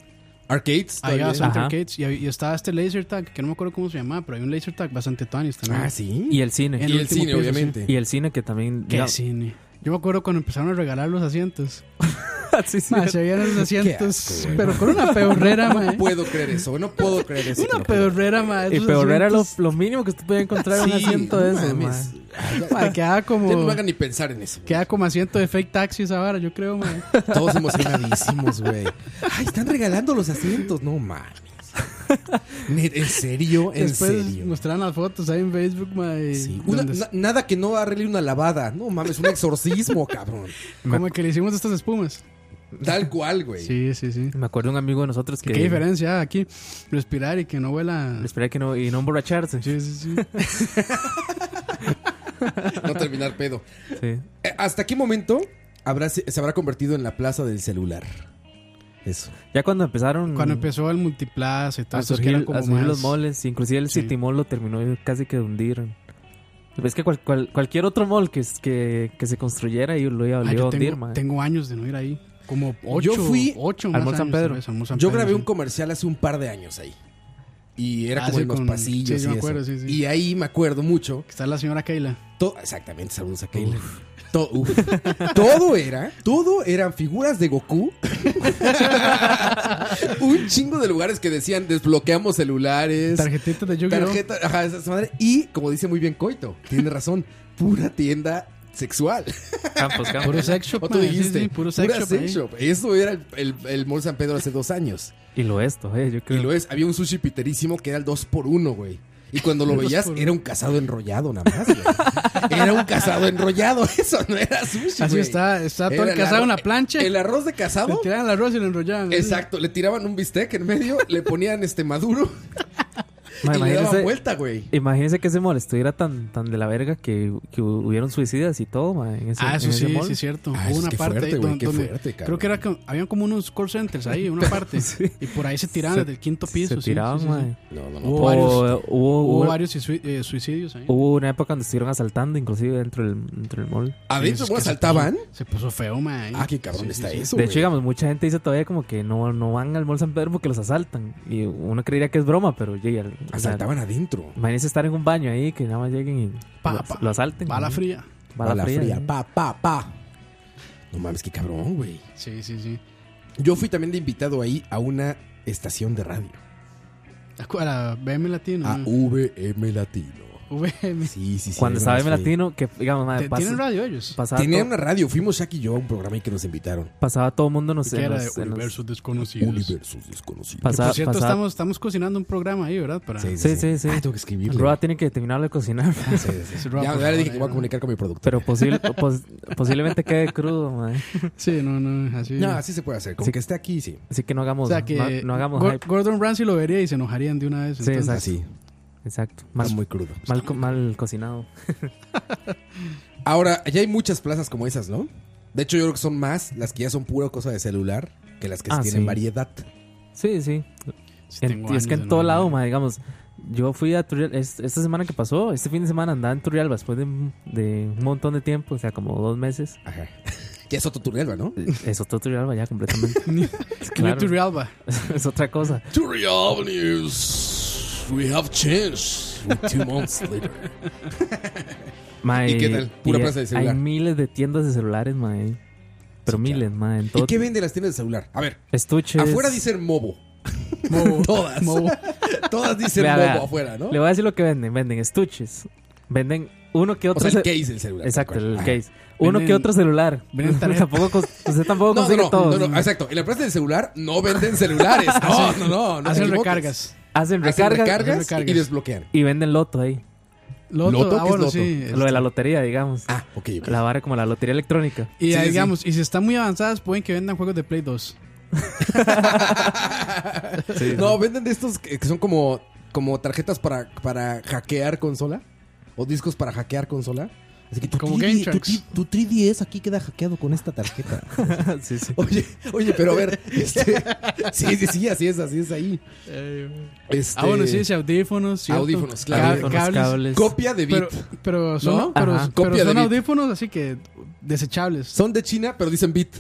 [SPEAKER 3] Arcades.
[SPEAKER 5] Había
[SPEAKER 3] todavía.
[SPEAKER 5] bastante
[SPEAKER 4] Ajá.
[SPEAKER 5] arcades. Y, había- y estaba este laser tag, que no me acuerdo cómo se llamaba, pero había un laser tag bastante tuanis también.
[SPEAKER 3] Ah, sí.
[SPEAKER 4] y el cine.
[SPEAKER 5] en
[SPEAKER 3] Y
[SPEAKER 5] el
[SPEAKER 3] el
[SPEAKER 5] último
[SPEAKER 3] cine,
[SPEAKER 5] piso,
[SPEAKER 3] obviamente.
[SPEAKER 4] Y el cine que también.
[SPEAKER 5] Qué
[SPEAKER 4] digamos-
[SPEAKER 5] cine. Yo me acuerdo cuando empezaron a regalar los asientos.
[SPEAKER 4] Ah, Sí, sí.
[SPEAKER 5] Ma, se veían los
[SPEAKER 3] Qué
[SPEAKER 5] asientos,
[SPEAKER 3] asco, güey.
[SPEAKER 5] pero con una peorrera,
[SPEAKER 4] ¿eh?
[SPEAKER 5] ma. ¿eh?
[SPEAKER 3] No puedo creer eso, no puedo creer eso.
[SPEAKER 5] Una peorrera, ma.
[SPEAKER 4] Y
[SPEAKER 5] esos
[SPEAKER 4] peor era lo,
[SPEAKER 5] asientos,
[SPEAKER 4] lo mínimo que usted podía encontrar en un
[SPEAKER 3] Sí,
[SPEAKER 4] asiento de
[SPEAKER 3] no
[SPEAKER 4] esos, ma.
[SPEAKER 3] mames.
[SPEAKER 5] ma, quedaba como.
[SPEAKER 3] Ya no me hagan ni pensar en eso. güey.
[SPEAKER 5] Queda como asiento de fake taxi esa vara, yo creo, ma.
[SPEAKER 3] Todos emocionadísimos, güey. Ay, están regalando los asientos. No mames. Ne- En serio, en
[SPEAKER 5] Después
[SPEAKER 3] serio.
[SPEAKER 5] mostraron las fotos ahí en Facebook, ma. y
[SPEAKER 3] Sí. Una-
[SPEAKER 5] donde-
[SPEAKER 3] na- nada que no arregle una lavada. No mames, un exorcismo, cabrón.
[SPEAKER 5] como que le hicimos estas espumas.
[SPEAKER 3] Tal cual, güey.
[SPEAKER 5] Sí, sí, sí.
[SPEAKER 4] Me acuerdo de un amigo de nosotros que.
[SPEAKER 5] ¿Qué, diferencia ah, aquí? Respirar y que no huela.
[SPEAKER 4] Esperé que no, y no emborracharse. Sí.
[SPEAKER 5] Sí, sí, sí.
[SPEAKER 3] No terminar pedo. Eh, ¿Hasta qué momento habrá, se se habrá convertido en la plaza del celular? Eso.
[SPEAKER 4] Ya cuando
[SPEAKER 3] Mm.
[SPEAKER 4] empezaron.
[SPEAKER 5] Cuando empezó el multiplaza y todo
[SPEAKER 4] a
[SPEAKER 5] eso, que eran
[SPEAKER 4] surgir,
[SPEAKER 5] como
[SPEAKER 4] a surgir
[SPEAKER 5] más-
[SPEAKER 4] los moles, inclusive el
[SPEAKER 5] Sí.
[SPEAKER 4] City Mall lo terminó casi que de hundir. Es que cual- cual- cualquier otro mall que, es- que, que se construyera y lo iba, lo iba
[SPEAKER 5] Ah,
[SPEAKER 4] a
[SPEAKER 5] yo
[SPEAKER 4] hundir,
[SPEAKER 5] tengo,
[SPEAKER 4] man.
[SPEAKER 5] tengo años de no ir ahí. Como ocho,
[SPEAKER 3] fui
[SPEAKER 5] ocho
[SPEAKER 4] al
[SPEAKER 5] más
[SPEAKER 4] Mall San
[SPEAKER 5] años,
[SPEAKER 4] Pedro.
[SPEAKER 5] tal vez, al Mall San
[SPEAKER 3] Yo
[SPEAKER 5] Pedro,
[SPEAKER 3] grabé
[SPEAKER 5] sí.
[SPEAKER 3] un comercial hace un par de años ahí. Y era
[SPEAKER 5] Ah,
[SPEAKER 3] como
[SPEAKER 5] sí,
[SPEAKER 3] en los
[SPEAKER 5] con-
[SPEAKER 3] pasillos.
[SPEAKER 5] sí, yo
[SPEAKER 3] y,
[SPEAKER 5] me acuerdo,
[SPEAKER 3] eso.
[SPEAKER 5] sí, sí.
[SPEAKER 3] y ahí me acuerdo mucho.
[SPEAKER 5] Que Está la señora Keila.
[SPEAKER 3] to- exactamente, saludos a Keila. To- uf. todo era, todo eran figuras de Goku. un chingo de lugares que decían desbloqueamos celulares.
[SPEAKER 5] Tarjetitas de Yu-Gi-Oh.
[SPEAKER 3] Tarjeta, ajá, esa es madre. Y como dice muy bien Coito, tiene razón, pura tienda sexual.
[SPEAKER 4] Campos,
[SPEAKER 5] Puro
[SPEAKER 4] campos.
[SPEAKER 5] sex shop,
[SPEAKER 3] O tú
[SPEAKER 5] mae, sí,
[SPEAKER 3] dijiste,
[SPEAKER 5] sí, puro sex
[SPEAKER 3] pura
[SPEAKER 5] shop. eh. ahí.
[SPEAKER 3] sex shop. Eso era el, el, el Mall San Pedro hace dos años.
[SPEAKER 4] Y lo esto, eh, yo
[SPEAKER 3] Y
[SPEAKER 4] creo.
[SPEAKER 3] lo es, había un sushi piterísimo que era el 2x1, güey. Y cuando lo
[SPEAKER 5] El dos
[SPEAKER 3] veías,
[SPEAKER 5] por uno.
[SPEAKER 3] era un casado enrollado nada más, güey. Era un casado enrollado, eso no era sushi,
[SPEAKER 5] Así
[SPEAKER 3] güey.
[SPEAKER 5] está, está todo
[SPEAKER 3] Era
[SPEAKER 5] el casado en
[SPEAKER 3] arroz-
[SPEAKER 5] la plancha.
[SPEAKER 3] El arroz de
[SPEAKER 5] Le
[SPEAKER 3] casado.
[SPEAKER 5] tiraban el arroz y lo enrollaban.
[SPEAKER 3] Exacto, le tiraban un bistec en medio, le ponían este maduro
[SPEAKER 4] Mae,
[SPEAKER 3] y le daban
[SPEAKER 4] imagínense,
[SPEAKER 3] vuelta, güey.
[SPEAKER 4] imagínense que ese mall estuviera tan, tan de la verga que, que hubieron suicidas y todo, mae, en ese,
[SPEAKER 5] Ah, eso
[SPEAKER 4] en ese
[SPEAKER 5] sí,
[SPEAKER 4] mall.
[SPEAKER 5] sí es cierto.
[SPEAKER 3] Ah,
[SPEAKER 5] Hubo
[SPEAKER 3] eso es
[SPEAKER 5] una
[SPEAKER 3] que
[SPEAKER 5] parte
[SPEAKER 3] fuerte,
[SPEAKER 5] ahí
[SPEAKER 3] güey,
[SPEAKER 5] don-
[SPEAKER 3] qué
[SPEAKER 5] donde-
[SPEAKER 3] fuerte, cabrón.
[SPEAKER 5] Creo que era que habían como unos call centers ahí, una parte. Y por ahí se tiraban desde el quinto piso.
[SPEAKER 4] Se
[SPEAKER 5] sí,
[SPEAKER 4] tiraban,
[SPEAKER 5] sí, sí, sí.
[SPEAKER 4] mae.
[SPEAKER 3] No, no,
[SPEAKER 5] Hubo
[SPEAKER 4] O-
[SPEAKER 5] varios-
[SPEAKER 4] hubo-
[SPEAKER 5] Hubo
[SPEAKER 4] hubo-
[SPEAKER 5] varios sui- eh, suicidios ahí.
[SPEAKER 4] Hubo una época donde estuvieron asaltando, inclusive dentro del, dentro del mall.
[SPEAKER 3] Adentro
[SPEAKER 5] Es
[SPEAKER 3] me
[SPEAKER 5] que se
[SPEAKER 3] saltaban.
[SPEAKER 5] puso- Se puso feo, mae.
[SPEAKER 3] Ah, qué cabrón
[SPEAKER 5] Sí,
[SPEAKER 3] está
[SPEAKER 5] sí, sí.
[SPEAKER 3] eso,
[SPEAKER 4] de
[SPEAKER 3] güey.
[SPEAKER 4] hecho, digamos, mucha gente dice todavía como que no, no van al mall San Pedro porque los asaltan. Y uno creería que es broma, pero llega. al- o sea,
[SPEAKER 3] Asaltaban adentro.
[SPEAKER 4] Imagínense estar en un baño ahí que nada más lleguen y
[SPEAKER 5] Pa,
[SPEAKER 4] lo,
[SPEAKER 5] pa.
[SPEAKER 4] lo asalten.
[SPEAKER 5] Bala
[SPEAKER 4] ¿no?
[SPEAKER 5] fría. ¿eh?
[SPEAKER 4] Bala, fría. ¿no?
[SPEAKER 3] pa, pa, pa. No mames, qué cabrón, güey.
[SPEAKER 5] Sí, sí, sí.
[SPEAKER 3] Yo fui también de invitado ahí a una estación de radio.
[SPEAKER 5] ¿A la BM Latino?
[SPEAKER 4] Ah,
[SPEAKER 3] A
[SPEAKER 5] ¿no?
[SPEAKER 3] VM Latino.
[SPEAKER 5] VM.
[SPEAKER 3] Sí, sí, sí.
[SPEAKER 4] Cuando estaba en
[SPEAKER 3] en
[SPEAKER 4] latino, que digamos, madre,
[SPEAKER 5] ¿Te-
[SPEAKER 4] pas-
[SPEAKER 5] ¿Tienen radio ellos?
[SPEAKER 4] pasaba,
[SPEAKER 3] Tenía
[SPEAKER 4] to-
[SPEAKER 3] una radio, fuimos Shaq y yo a un programa ahí que nos invitaron.
[SPEAKER 4] pasaba todo el mundo, no sé.
[SPEAKER 5] Que era
[SPEAKER 4] en
[SPEAKER 5] de
[SPEAKER 4] los- en los-
[SPEAKER 5] Universos Desconocidos.
[SPEAKER 3] Universos desconocidos.
[SPEAKER 5] Que,
[SPEAKER 4] Pasaba-
[SPEAKER 5] por cierto,
[SPEAKER 4] pasaba-
[SPEAKER 5] estamos, estamos cocinando un programa ahí, ¿verdad? Para...
[SPEAKER 4] Sí, sí, sí.
[SPEAKER 3] Ah, tengo que escribirle. Ah,
[SPEAKER 4] Roa tiene que terminarlo de cocinar.
[SPEAKER 3] Sí, sí, sí.
[SPEAKER 5] Roa,
[SPEAKER 3] Ya,
[SPEAKER 5] por
[SPEAKER 3] ya
[SPEAKER 5] favor,
[SPEAKER 3] le dije que
[SPEAKER 5] ahí,
[SPEAKER 3] voy a
[SPEAKER 5] ¿no?
[SPEAKER 3] comunicar con mi productor.
[SPEAKER 4] Pero posible, pos- posiblemente quede crudo, madre.
[SPEAKER 5] Sí, no, no, así.
[SPEAKER 3] No, así se puede hacer. Como
[SPEAKER 4] Sí.
[SPEAKER 3] que esté aquí, sí.
[SPEAKER 4] Así que no hagamos,
[SPEAKER 5] o sea que
[SPEAKER 4] no, no hagamos
[SPEAKER 5] Gor-
[SPEAKER 4] hype.
[SPEAKER 5] Gordon Ramsay lo vería y se enojarían de una vez.
[SPEAKER 4] Sí,
[SPEAKER 5] entonces.
[SPEAKER 4] exacto.
[SPEAKER 3] Así.
[SPEAKER 4] Exacto. Mal,
[SPEAKER 3] Más muy crudo.
[SPEAKER 4] mal, co- mal cocinado.
[SPEAKER 3] Ahora, ya hay muchas plazas como esas, ¿no? De hecho, yo creo que son más las que ya son pura cosa de celular que las que
[SPEAKER 4] Ah,
[SPEAKER 3] tienen
[SPEAKER 4] sí.
[SPEAKER 3] variedad.
[SPEAKER 4] Sí, sí.
[SPEAKER 5] Sí,
[SPEAKER 3] Pues
[SPEAKER 4] En-
[SPEAKER 5] tengo
[SPEAKER 4] y es que
[SPEAKER 5] años
[SPEAKER 4] en
[SPEAKER 5] de
[SPEAKER 4] todo
[SPEAKER 5] no-
[SPEAKER 4] lado, ma, digamos, yo fui a Turrial, es- esta semana que pasó, este fin de semana andaba en Turrialba después de, un- de un montón de tiempo, o sea, como dos meses.
[SPEAKER 3] Ajá. Ya es otro Turrialba, ¿no?
[SPEAKER 4] Es otro Turrialba ya completamente.
[SPEAKER 5] Ni
[SPEAKER 4] Claro,
[SPEAKER 5] Turrialba.
[SPEAKER 4] es otra cosa.
[SPEAKER 3] Turrialba news. We have changed. Two months later.
[SPEAKER 4] Ma,
[SPEAKER 3] ¿Y qué tal? Pura
[SPEAKER 4] y
[SPEAKER 3] plaza de celular.
[SPEAKER 4] Hay miles de tiendas de celulares, ma, eh. Pero
[SPEAKER 3] Sí,
[SPEAKER 4] miles, ma, en
[SPEAKER 3] ¿Y
[SPEAKER 4] todo.
[SPEAKER 3] qué venden las tiendas de celular? A ver,
[SPEAKER 4] Estuches.
[SPEAKER 3] afuera dicen Mobo. Todas.
[SPEAKER 5] Mobo.
[SPEAKER 3] Todas dicen
[SPEAKER 4] Vea,
[SPEAKER 3] Mobo
[SPEAKER 4] vea.
[SPEAKER 3] afuera, ¿no?
[SPEAKER 4] Le voy a decir lo que venden. Venden estuches. Venden uno que
[SPEAKER 3] O
[SPEAKER 4] otro.
[SPEAKER 3] sea, el
[SPEAKER 4] ce-
[SPEAKER 3] case del celular.
[SPEAKER 4] Exacto,
[SPEAKER 3] tal cual. Ah.
[SPEAKER 4] el
[SPEAKER 3] Ajá.
[SPEAKER 4] case. Uno que
[SPEAKER 5] Venden-
[SPEAKER 4] otro celular.
[SPEAKER 5] venden tarjetas.
[SPEAKER 4] tampoco, cons- usted tampoco
[SPEAKER 3] No, no,
[SPEAKER 4] consigue
[SPEAKER 3] no,
[SPEAKER 4] todos.
[SPEAKER 3] no, no, exacto. En la plaza del celular no venden celulares. No, no, no. no te
[SPEAKER 5] Hacen
[SPEAKER 3] equivoques.
[SPEAKER 5] recargas.
[SPEAKER 4] Hacen
[SPEAKER 3] Hacen
[SPEAKER 4] recargas
[SPEAKER 3] recargas,
[SPEAKER 5] Hacen recargas.
[SPEAKER 3] y desbloquean.
[SPEAKER 4] y venden loto ahí.
[SPEAKER 5] Loto,
[SPEAKER 3] Loto,
[SPEAKER 5] ah,
[SPEAKER 3] ¿qué es
[SPEAKER 5] bueno,
[SPEAKER 3] Loto?
[SPEAKER 5] sí. este,
[SPEAKER 4] Lo de la lotería, digamos.
[SPEAKER 3] Ah, ok, ok.
[SPEAKER 4] La vara como la lotería electrónica.
[SPEAKER 5] Y
[SPEAKER 3] Sí,
[SPEAKER 5] ah,
[SPEAKER 3] sí, sí.
[SPEAKER 5] digamos, y si están muy avanzadas, pueden que vendan juegos de Play 2.
[SPEAKER 3] no, venden de estos que que son como, como tarjetas para, para hackear consola. O discos para hackear consola.
[SPEAKER 7] Así que tu,
[SPEAKER 5] Como
[SPEAKER 7] 3D
[SPEAKER 5] Game
[SPEAKER 7] tu
[SPEAKER 5] Sharks.
[SPEAKER 7] tri- tu 3DS aquí queda hackeado con esta tarjeta.
[SPEAKER 4] sí, sí.
[SPEAKER 3] Oye, oye, pero a ver. este, sí, sí, sí, así es, así es ahí. Este,
[SPEAKER 5] Ah, bueno, sí, sí, audífonos. ¿cierto?
[SPEAKER 3] Audífonos,
[SPEAKER 5] Cab-
[SPEAKER 3] claro.
[SPEAKER 4] Audífonos,
[SPEAKER 5] cables.
[SPEAKER 4] cables.
[SPEAKER 3] Copia de Bit.
[SPEAKER 5] Pero, pero son,
[SPEAKER 3] ¿No?
[SPEAKER 5] pero,
[SPEAKER 4] Ajá.
[SPEAKER 5] pero
[SPEAKER 3] Copia de
[SPEAKER 5] son
[SPEAKER 3] Bit.
[SPEAKER 5] audífonos, así que desechables.
[SPEAKER 3] Son de China, pero dicen Bit.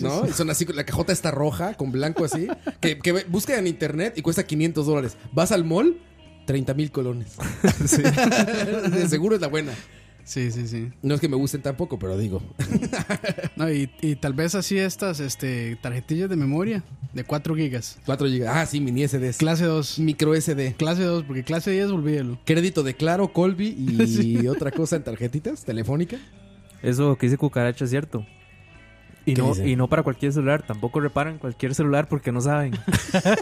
[SPEAKER 3] ¿No? Y Son así, la cajota está roja, con blanco así. Que, que ve- busca en internet y cuesta 500 dólares. Vas al mall, 30 mil colones. de seguro es la buena.
[SPEAKER 5] Sí, sí, sí.
[SPEAKER 3] No es que me gusten tampoco, pero digo.
[SPEAKER 5] No, y, y tal vez así estas este, tarjetillas de memoria de 4 gigas.
[SPEAKER 3] 4 GB. Ah, sí, mini SDs.
[SPEAKER 5] Clase 2.
[SPEAKER 3] Micro SD.
[SPEAKER 5] Clase 2, porque clase 10, olvídelo.
[SPEAKER 3] Crédito de Claro, Colby y otra cosa en tarjetitas, telefónica.
[SPEAKER 4] Eso que dice cucaracha es cierto. Y
[SPEAKER 3] ¿Qué
[SPEAKER 4] no,
[SPEAKER 3] dice?
[SPEAKER 4] y no para cualquier celular, tampoco reparan cualquier celular porque no saben.
[SPEAKER 5] este,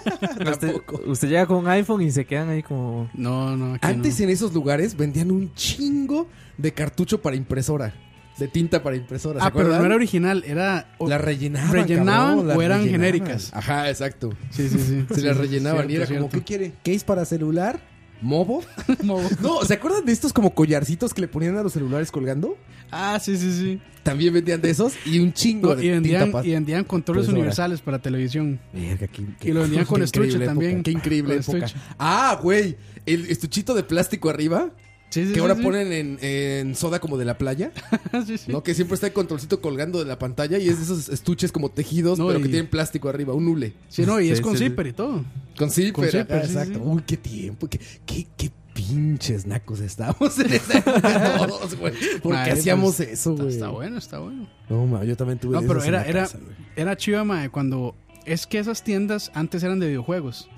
[SPEAKER 4] usted,
[SPEAKER 3] Tampoco.
[SPEAKER 4] usted llega con un iPhone y se quedan ahí como...
[SPEAKER 5] No, no, aquí
[SPEAKER 3] Antes
[SPEAKER 5] no.
[SPEAKER 3] en esos lugares vendían un chingo de cartucho para impresora. De tinta para impresora. ¿se
[SPEAKER 5] Ah, pero no
[SPEAKER 3] acuerdan?
[SPEAKER 5] era original, era...
[SPEAKER 3] Las rellenaban.
[SPEAKER 5] rellenaban
[SPEAKER 3] cabrón, las
[SPEAKER 5] o eran
[SPEAKER 3] rellenaban.
[SPEAKER 5] genéricas.
[SPEAKER 3] Ajá, exacto.
[SPEAKER 5] Sí, sí, sí.
[SPEAKER 3] Se las rellenaban y era
[SPEAKER 5] Cierto,
[SPEAKER 3] como, ¿qué quiere? ¿Case para celular? ¿Mobo?
[SPEAKER 5] cierto.
[SPEAKER 3] No, ¿se acuerdan de estos como collarcitos que le ponían a los celulares colgando?
[SPEAKER 5] Ah, sí, sí, sí.
[SPEAKER 3] También vendían de esos y un chingo
[SPEAKER 5] No,
[SPEAKER 3] de
[SPEAKER 5] y, vendían,
[SPEAKER 3] tinta pa-
[SPEAKER 5] y vendían controles
[SPEAKER 3] Impresora.
[SPEAKER 5] universales para televisión.
[SPEAKER 7] Verga, qué- qué-
[SPEAKER 5] Y lo vendían con
[SPEAKER 3] Qué
[SPEAKER 5] estuche
[SPEAKER 3] increíble
[SPEAKER 5] también.
[SPEAKER 3] época, Qué increíble
[SPEAKER 5] Con
[SPEAKER 3] época.
[SPEAKER 5] estuche.
[SPEAKER 3] Ah, güey. El estuchito de plástico arriba.
[SPEAKER 5] Sí, sí,
[SPEAKER 3] Que
[SPEAKER 5] sí,
[SPEAKER 3] ahora
[SPEAKER 5] sí. Ah,
[SPEAKER 3] ponen en, en soda como de la playa.
[SPEAKER 5] Sí, sí.
[SPEAKER 3] ¿No? Que siempre está el controlcito colgando de la pantalla y es de esos estuches como tejidos,
[SPEAKER 5] No,
[SPEAKER 3] pero que
[SPEAKER 5] y-
[SPEAKER 3] tienen plástico arriba, un hule.
[SPEAKER 5] Sí, no, y
[SPEAKER 4] Sí,
[SPEAKER 5] es con
[SPEAKER 4] sí, sí.
[SPEAKER 5] zipper y todo.
[SPEAKER 3] Con zipper.
[SPEAKER 5] Con zipper,
[SPEAKER 3] ah,
[SPEAKER 5] sí,
[SPEAKER 3] exacto.
[SPEAKER 5] sí.
[SPEAKER 3] Uy, qué tiempo. Qué, qué, qué pinches nacos estábamos en esa época todos, güey. ¿Por qué
[SPEAKER 5] Madre,
[SPEAKER 3] hacíamos
[SPEAKER 5] pues,
[SPEAKER 3] eso,
[SPEAKER 5] Está,
[SPEAKER 3] güey?
[SPEAKER 5] está bueno, está bueno.
[SPEAKER 3] No, ma, yo también tuve
[SPEAKER 5] No,
[SPEAKER 3] de
[SPEAKER 5] pero
[SPEAKER 3] esas en
[SPEAKER 5] era,
[SPEAKER 3] la
[SPEAKER 5] era,
[SPEAKER 3] casa, güey.
[SPEAKER 5] era chiva, mae, cuando... Es que esas tiendas antes eran de videojuegos.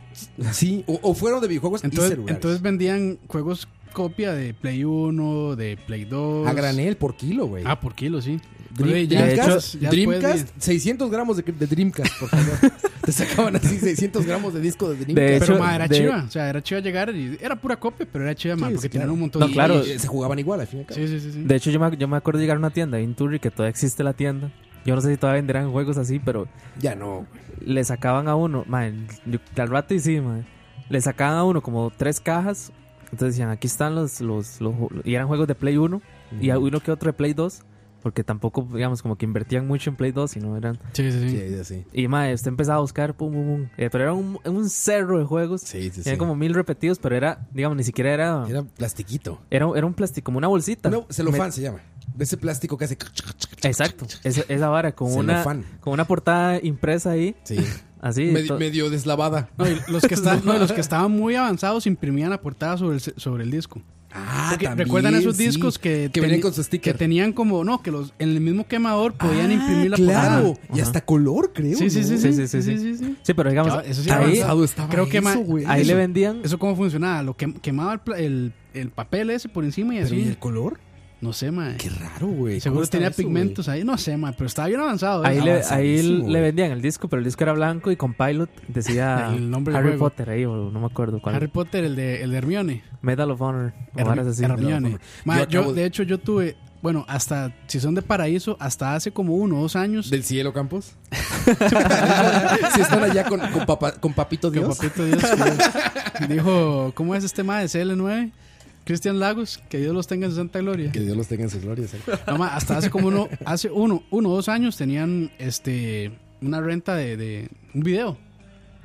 [SPEAKER 3] Sí, o, o fueron de videojuegos y
[SPEAKER 5] Entonces,
[SPEAKER 3] celulares.
[SPEAKER 5] entonces vendían juegos copia de Play 1 de Play 2
[SPEAKER 3] A granel por kilo, güey.
[SPEAKER 5] ah por kilo sí
[SPEAKER 3] Dream-
[SPEAKER 5] Oye, ya-
[SPEAKER 3] Dreamcast,
[SPEAKER 5] ya después de-
[SPEAKER 3] Dreamcast, 600 gramos de, de Dreamcast, por favor. Te sacaban así 600 gramos de disco de Dreamcast.
[SPEAKER 4] De
[SPEAKER 5] pero
[SPEAKER 4] hecho,
[SPEAKER 5] ma, era
[SPEAKER 4] de-
[SPEAKER 5] chiva o sea era chiva llegar y era pura copia pero era chiva ma,
[SPEAKER 3] Sí,
[SPEAKER 5] porque
[SPEAKER 3] sí, claro.
[SPEAKER 5] tenían un montón
[SPEAKER 4] No,
[SPEAKER 5] de
[SPEAKER 4] claro.
[SPEAKER 3] Y, eh, se jugaban igual al fin y al cabo.
[SPEAKER 5] sí sí sí, sí.
[SPEAKER 4] De hecho, yo me, yo me acuerdo de llegar a una tienda, Inturri, que todavía existe la tienda. Yo no sé si todavía venderán juegos así, pero
[SPEAKER 3] Ya no. güey.
[SPEAKER 4] le sacaban a uno, mae, yo- al rato y sí, mae, le sacaban a uno como tres cajas. Entonces decían, aquí están los, los, los ju- y eran juegos de Play 1 y a uno que otro de Play 2, porque tampoco, digamos, como que invertían mucho en Play 2 y no eran.
[SPEAKER 5] sí, sí, sí.
[SPEAKER 3] Sí, sí, sí.
[SPEAKER 4] Y mae, usted empezaba a buscar, pum, pum, pum. Eh, pero era un, un cerro de juegos.
[SPEAKER 3] Sí, sí,
[SPEAKER 4] Tenían
[SPEAKER 3] sí.
[SPEAKER 4] como mil repetidos, pero era, digamos, ni siquiera era.
[SPEAKER 5] Ah.
[SPEAKER 4] Era,
[SPEAKER 3] Era plastiquito.
[SPEAKER 4] era un plástico, como una bolsita.
[SPEAKER 3] No, celofán
[SPEAKER 4] Me-
[SPEAKER 3] se llama. De ese plástico que hace.
[SPEAKER 4] Exacto, esa, esa vara con una,
[SPEAKER 3] Celofán.
[SPEAKER 4] con una portada impresa ahí,
[SPEAKER 3] Sí.
[SPEAKER 4] así.
[SPEAKER 3] Medi-
[SPEAKER 4] to-
[SPEAKER 3] medio deslavada.
[SPEAKER 5] No, y los que estaban, no, y los que estaban muy avanzados imprimían la portada sobre el, sobre el disco.
[SPEAKER 3] Ah,
[SPEAKER 5] Porque,
[SPEAKER 3] también,
[SPEAKER 5] ¿Recuerdan esos
[SPEAKER 3] sí,
[SPEAKER 5] discos que,
[SPEAKER 3] que venían
[SPEAKER 5] teni-
[SPEAKER 3] con su sticker?
[SPEAKER 5] Que tenían como, no, que los en el mismo quemador podían
[SPEAKER 3] Ah,
[SPEAKER 5] imprimir la
[SPEAKER 3] Claro.
[SPEAKER 5] portada.
[SPEAKER 3] Y
[SPEAKER 4] Ajá.
[SPEAKER 3] hasta color, creo.
[SPEAKER 5] Sí, sí,
[SPEAKER 3] ¿no?
[SPEAKER 5] sí,
[SPEAKER 4] Sí,
[SPEAKER 5] sí,
[SPEAKER 4] sí, sí, sí.
[SPEAKER 5] sí, sí.
[SPEAKER 4] Sí, pero digamos,
[SPEAKER 5] Clab- eso sí
[SPEAKER 4] ahí,
[SPEAKER 5] avanzado.
[SPEAKER 3] Avanzado estaba
[SPEAKER 5] Creo que
[SPEAKER 3] eso,
[SPEAKER 5] ma-
[SPEAKER 3] güey.
[SPEAKER 4] ahí le
[SPEAKER 3] Eso.
[SPEAKER 4] vendían.
[SPEAKER 5] Eso cómo funcionaba, lo que, quemaba el, pla- el, el papel ese por encima y
[SPEAKER 3] Pero, ¿Y
[SPEAKER 5] así.
[SPEAKER 3] el color?
[SPEAKER 5] No sé, ma.
[SPEAKER 3] Qué raro, güey. ¿Cómo
[SPEAKER 5] Seguro
[SPEAKER 3] estaba
[SPEAKER 5] tenía
[SPEAKER 3] eso, güey?
[SPEAKER 5] pigmentos ahí, no sé, ma, pero estaba bien avanzado. ¿eh?
[SPEAKER 4] Ahí, le, ahí
[SPEAKER 3] avanzadísimo,
[SPEAKER 4] le
[SPEAKER 3] güey.
[SPEAKER 4] vendían el disco, pero el disco era blanco y con Pilot decía
[SPEAKER 5] El nombre del
[SPEAKER 4] Harry
[SPEAKER 5] juego.
[SPEAKER 4] Potter ahí, o no me acuerdo cuál.
[SPEAKER 5] Harry Potter, el de, el de Hermione.
[SPEAKER 4] Medal of Honor. o
[SPEAKER 5] Hermi-
[SPEAKER 4] varas así.
[SPEAKER 5] Hermione.
[SPEAKER 3] Yo
[SPEAKER 5] Ma, yo,
[SPEAKER 3] acabo de-
[SPEAKER 5] de hecho, yo tuve, bueno, hasta, si son de paraíso, hasta hace como uno o dos años,
[SPEAKER 3] ¿Del cielo, Campos? si están allá con, con, papá- con Papito
[SPEAKER 5] Que
[SPEAKER 3] Dios.
[SPEAKER 5] papito Dios, que- dijo, ¿cómo es este tema de CL9? Cristian Lagos, que Dios los tenga en su santa gloria.
[SPEAKER 3] Que Dios los tenga en sus glorias. eh.
[SPEAKER 5] No, ma, hasta hace como uno, hace uno, uno o dos años tenían este una renta de, de un video.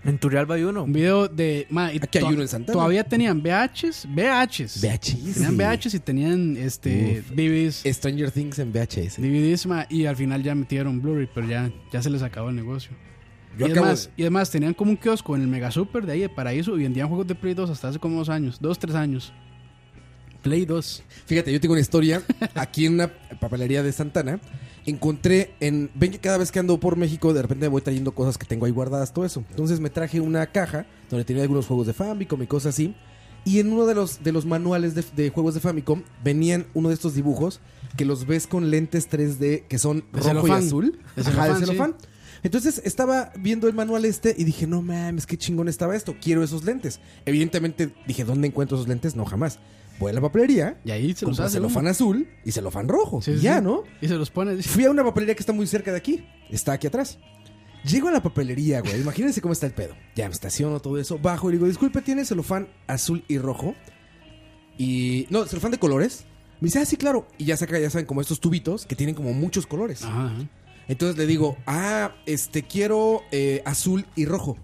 [SPEAKER 4] En Turrialba hay uno.
[SPEAKER 5] Un video de ma, y
[SPEAKER 3] Aquí hay
[SPEAKER 5] to-
[SPEAKER 3] uno en Santana.
[SPEAKER 5] Todavía tenían VHs, VHs.
[SPEAKER 3] VHS.
[SPEAKER 5] Tenían VHs y tenían este DVDs.
[SPEAKER 3] Stranger Things en VHS.
[SPEAKER 5] DVDs, ma, y al final ya metieron Blu-ray, pero ya, ya se les acabó el negocio.
[SPEAKER 3] Yo
[SPEAKER 5] y,
[SPEAKER 3] acabo
[SPEAKER 5] además,
[SPEAKER 3] de-
[SPEAKER 5] y además tenían como un kiosco en el Mega Super de ahí de Paraíso y vendían juegos de Play 2 hasta hace como dos años, dos, tres años. Play 2.
[SPEAKER 3] Fíjate, yo tengo una historia. Aquí en una papelería de Santana encontré en. Ven que cada vez que ando por México, de repente me voy trayendo cosas que tengo ahí guardadas, todo eso. Entonces me traje una caja donde tenía algunos juegos de Famicom y cosas así. Y en uno de los, de los manuales de, de juegos de Famicom venían uno de estos dibujos que los ves con lentes 3D que son
[SPEAKER 5] De
[SPEAKER 3] rojo
[SPEAKER 5] celofán.
[SPEAKER 3] y azul.
[SPEAKER 5] De
[SPEAKER 3] Ajá, de
[SPEAKER 5] celofán, sí.
[SPEAKER 3] celofán. Entonces estaba viendo el manual este y dije, no mames, qué chingón estaba esto, quiero esos lentes. Evidentemente dije, ¿dónde encuentro esos lentes? No, jamás. Voy a la papelería,
[SPEAKER 5] Y ahí se los
[SPEAKER 3] Compras
[SPEAKER 5] hace. uno.
[SPEAKER 3] celofán azul y celofán rojo.
[SPEAKER 5] Sí,
[SPEAKER 3] y
[SPEAKER 5] sí,
[SPEAKER 3] ya,
[SPEAKER 5] sí.
[SPEAKER 3] ¿no?
[SPEAKER 5] Y se los pone.
[SPEAKER 3] Fui a una papelería que está muy cerca de aquí. Está aquí atrás. Llego a la papelería, güey. Imagínense cómo está el pedo. Ya me estaciono, todo eso. Bajo y le digo, disculpe, ¿tiene celofán azul y rojo? Y... No, celofán de colores. Me dice, ah, sí, claro. Y ya saca, ya saben, como estos tubitos que tienen como muchos colores.
[SPEAKER 5] Ajá, ajá.
[SPEAKER 3] Entonces le digo, ah, este, quiero eh, azul y rojo.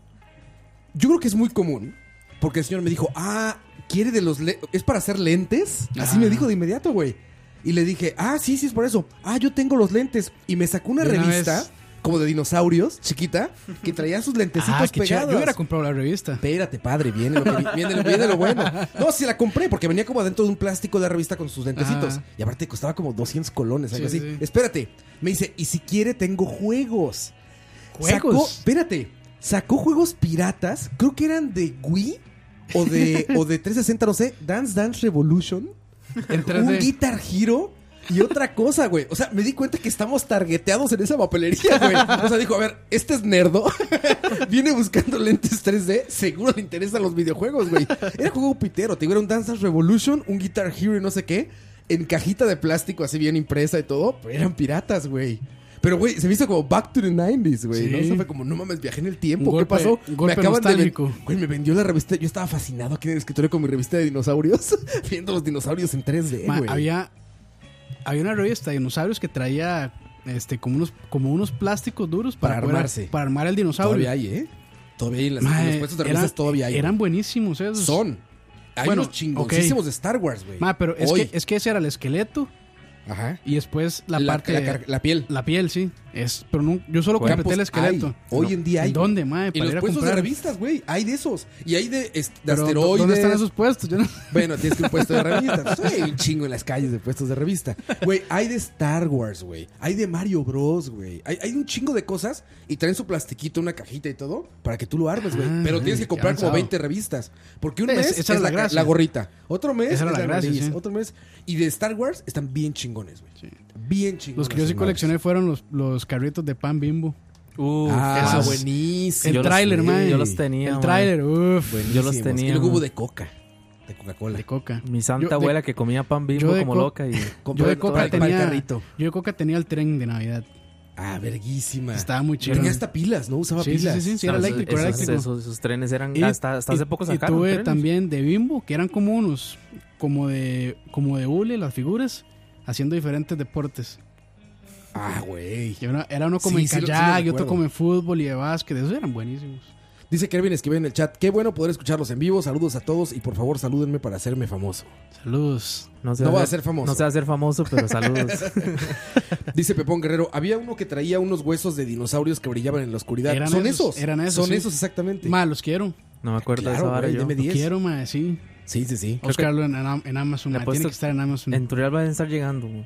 [SPEAKER 3] Yo creo que es muy común, porque el señor me dijo, ah, ¿quiere de los... le- ¿Es para hacer lentes? Así
[SPEAKER 5] Ah.
[SPEAKER 3] me dijo de inmediato, güey. Y le dije, ah, sí, sí, es por eso. Ah, yo tengo los lentes. Y me sacó una
[SPEAKER 5] De una
[SPEAKER 3] revista,
[SPEAKER 5] vez.
[SPEAKER 3] como de dinosaurios, chiquita, que traía sus lentecitos
[SPEAKER 5] Ah, qué chido.
[SPEAKER 3] pegados.
[SPEAKER 5] Yo hubiera comprado la revista.
[SPEAKER 3] Espérate, padre, viene lo, que vi- viene, lo- viene lo bueno. No, sí la compré porque venía como adentro de un plástico de la revista con sus lentecitos.
[SPEAKER 5] Ajá.
[SPEAKER 3] Y aparte costaba como 200 colones, algo
[SPEAKER 5] Sí,
[SPEAKER 3] así.
[SPEAKER 5] sí.
[SPEAKER 3] Espérate, me dice, y si quiere tengo juegos. Sacó,
[SPEAKER 5] ¿Juegos?
[SPEAKER 3] espérate, sacó juegos piratas, creo que eran de Wii o de, o de 360, no sé, Dance Dance Revolution.
[SPEAKER 5] En
[SPEAKER 3] Un
[SPEAKER 5] 3D.
[SPEAKER 3] Guitar Hero y otra cosa, güey. O sea, me di cuenta que estamos targeteados en esa papelería, güey. O sea, dijo, a ver, este es nerdo. Viene buscando lentes 3D. Seguro le interesan los videojuegos, güey. Era juego pitero. Te digo, era un Dance Dance Revolution, un Guitar Hero y no sé qué. En cajita de plástico así bien impresa y todo. Pero eran piratas, güey. Pero, güey, se me hizo como Back to the 90s, güey.
[SPEAKER 5] Sí.
[SPEAKER 3] ¿no? O sea, fue como, no mames, viajé en el tiempo.
[SPEAKER 5] Un
[SPEAKER 3] ¿Qué
[SPEAKER 5] golpe-
[SPEAKER 3] pasó?
[SPEAKER 5] un golpe
[SPEAKER 3] de... ven-
[SPEAKER 5] nostálgico.
[SPEAKER 3] Güey, me vendió la revista. Yo estaba fascinado aquí en el escritorio con mi revista de dinosaurios. viendo los dinosaurios en 3D,
[SPEAKER 5] Ma,
[SPEAKER 3] güey.
[SPEAKER 5] había, había una revista de dinosaurios que traía este como unos, como unos plásticos duros para,
[SPEAKER 3] Para
[SPEAKER 5] poder-
[SPEAKER 3] armarse.
[SPEAKER 5] Para armar el dinosaurio.
[SPEAKER 3] Todavía hay, ¿eh? Todavía hay en, las,
[SPEAKER 5] Ma,
[SPEAKER 3] en los puestos de
[SPEAKER 5] eran-
[SPEAKER 3] revistas, todavía hay.
[SPEAKER 5] Eran buenísimos esos.
[SPEAKER 3] Son. Hay
[SPEAKER 5] Bueno,
[SPEAKER 3] unos chingoncísimos
[SPEAKER 5] ok.
[SPEAKER 3] de Star Wars, güey.
[SPEAKER 5] Ma, pero es
[SPEAKER 3] Hoy.
[SPEAKER 5] que, es que ese era el esqueleto
[SPEAKER 3] Ajá.
[SPEAKER 5] Y después la, parte.
[SPEAKER 3] la, car- la piel.
[SPEAKER 5] La piel, sí. Es, pero nu- yo solo
[SPEAKER 3] Campos,
[SPEAKER 5] completé el esqueleto.
[SPEAKER 3] hay. Hoy en día hay.
[SPEAKER 5] ¿En dónde, mae?
[SPEAKER 3] Y
[SPEAKER 5] Para
[SPEAKER 3] los
[SPEAKER 5] ir a
[SPEAKER 3] puestos
[SPEAKER 5] comprar.
[SPEAKER 3] de revistas, güey. Hay de esos. Y hay de, est- de
[SPEAKER 5] Pero,
[SPEAKER 3] asteroides.
[SPEAKER 5] ¿Dónde están esos puestos? Yo no-
[SPEAKER 3] Bueno, tienes que un puesto de revista. Pues, güey, un chingo en las calles de puestos de revista. Güey, hay de Star Wars, güey. Hay de Mario Bros, güey. Hay, hay un chingo de cosas y traen su plastiquito, una cajita y todo para que tú lo armes, güey.
[SPEAKER 5] Ah,
[SPEAKER 3] Pero
[SPEAKER 5] güey,
[SPEAKER 3] tienes que
[SPEAKER 5] qué
[SPEAKER 3] comprar como
[SPEAKER 5] avanzado.
[SPEAKER 3] 20 revistas. Porque un
[SPEAKER 5] Es-
[SPEAKER 3] mes es
[SPEAKER 5] esa era
[SPEAKER 3] la,
[SPEAKER 5] la
[SPEAKER 3] ca-
[SPEAKER 5] gracia.
[SPEAKER 3] la gorrita. Otro mes es
[SPEAKER 5] Esa
[SPEAKER 3] la,
[SPEAKER 5] era la gracia,
[SPEAKER 3] nariz.
[SPEAKER 5] sí.
[SPEAKER 3] Otro mes. Y de Star Wars están bien chingones, güey. Bien chingones.
[SPEAKER 5] Los que yo sí
[SPEAKER 3] madres.
[SPEAKER 5] coleccioné fueron los, los carritos de pan bimbo.
[SPEAKER 4] Uf,
[SPEAKER 3] Ah,
[SPEAKER 5] Esos-
[SPEAKER 3] buenísimo.
[SPEAKER 5] el
[SPEAKER 4] yo los-
[SPEAKER 5] tráiler, mae.
[SPEAKER 4] Yo los tenía.
[SPEAKER 5] El
[SPEAKER 4] mae.
[SPEAKER 5] tráiler, uff.
[SPEAKER 4] Yo los
[SPEAKER 3] Buenísimos.
[SPEAKER 4] tenía,
[SPEAKER 3] Y luego hubo
[SPEAKER 4] man.
[SPEAKER 3] de Coca. De Coca-Cola.
[SPEAKER 5] De coca.
[SPEAKER 4] Mi santa
[SPEAKER 5] Yo de-
[SPEAKER 4] abuela que comía pan
[SPEAKER 5] yo
[SPEAKER 4] bimbo
[SPEAKER 5] de
[SPEAKER 4] como
[SPEAKER 5] co-
[SPEAKER 4] loca. Y
[SPEAKER 5] Yo
[SPEAKER 3] Comprar
[SPEAKER 5] de
[SPEAKER 3] todo
[SPEAKER 5] coca
[SPEAKER 3] el- para el
[SPEAKER 5] tenía.
[SPEAKER 3] carrito.
[SPEAKER 5] Yo de coca tenía el tren de Navidad.
[SPEAKER 3] Ah, verguísima.
[SPEAKER 5] Estaba muy chido.
[SPEAKER 3] Tenía hasta pilas, ¿no? Usaba
[SPEAKER 5] Sí, sí,
[SPEAKER 3] pilas.
[SPEAKER 5] sí, sí, sí, era
[SPEAKER 4] No,
[SPEAKER 5] eléctrico,
[SPEAKER 4] esos,
[SPEAKER 5] era
[SPEAKER 4] esos-
[SPEAKER 5] eléctrico.
[SPEAKER 4] esos- esos trenes eran.
[SPEAKER 5] Y-
[SPEAKER 4] hasta, hasta
[SPEAKER 5] y-
[SPEAKER 4] hace poco sacaron.
[SPEAKER 5] Y tuve
[SPEAKER 4] trenes.
[SPEAKER 5] también de Bimbo, que eran como unos, como de como de hule, las figuras, haciendo diferentes deportes.
[SPEAKER 3] Ah, güey.
[SPEAKER 5] Y era, era uno como
[SPEAKER 3] Sí,
[SPEAKER 5] en
[SPEAKER 3] sí lo- sí lo
[SPEAKER 5] kayak y
[SPEAKER 3] recuerdo.
[SPEAKER 5] otro como en fútbol y de básquet. Esos eran buenísimos.
[SPEAKER 3] Dice Kervin Esquivel en el chat. Qué bueno poder escucharlos en vivo. Saludos a todos y por favor salúdenme para hacerme famoso.
[SPEAKER 5] Saludos.
[SPEAKER 4] No, se
[SPEAKER 3] No
[SPEAKER 4] va
[SPEAKER 3] va a ser famoso.
[SPEAKER 4] No se va a ser famoso, pero saludos.
[SPEAKER 3] Dice Pepón Guerrero. Había uno que traía unos huesos de dinosaurios que brillaban en la oscuridad.
[SPEAKER 5] Eran
[SPEAKER 3] Son esos,
[SPEAKER 5] esos, eran esos,
[SPEAKER 3] Son
[SPEAKER 5] sí.
[SPEAKER 3] esos exactamente.
[SPEAKER 5] Ma, los quiero.
[SPEAKER 4] No me acuerdo de
[SPEAKER 3] Claro,
[SPEAKER 4] esa vara
[SPEAKER 3] güey,
[SPEAKER 4] yo.
[SPEAKER 3] deme
[SPEAKER 5] Los
[SPEAKER 3] 10.
[SPEAKER 5] quiero, ma, sí.
[SPEAKER 3] Sí, sí, sí.
[SPEAKER 5] Buscarlo en, en- en Amazon.
[SPEAKER 4] Le
[SPEAKER 5] ma,
[SPEAKER 4] apuesto
[SPEAKER 5] Tiene que
[SPEAKER 4] que-
[SPEAKER 5] estar en Amazon.
[SPEAKER 4] En Turial van a estar llegando. güey.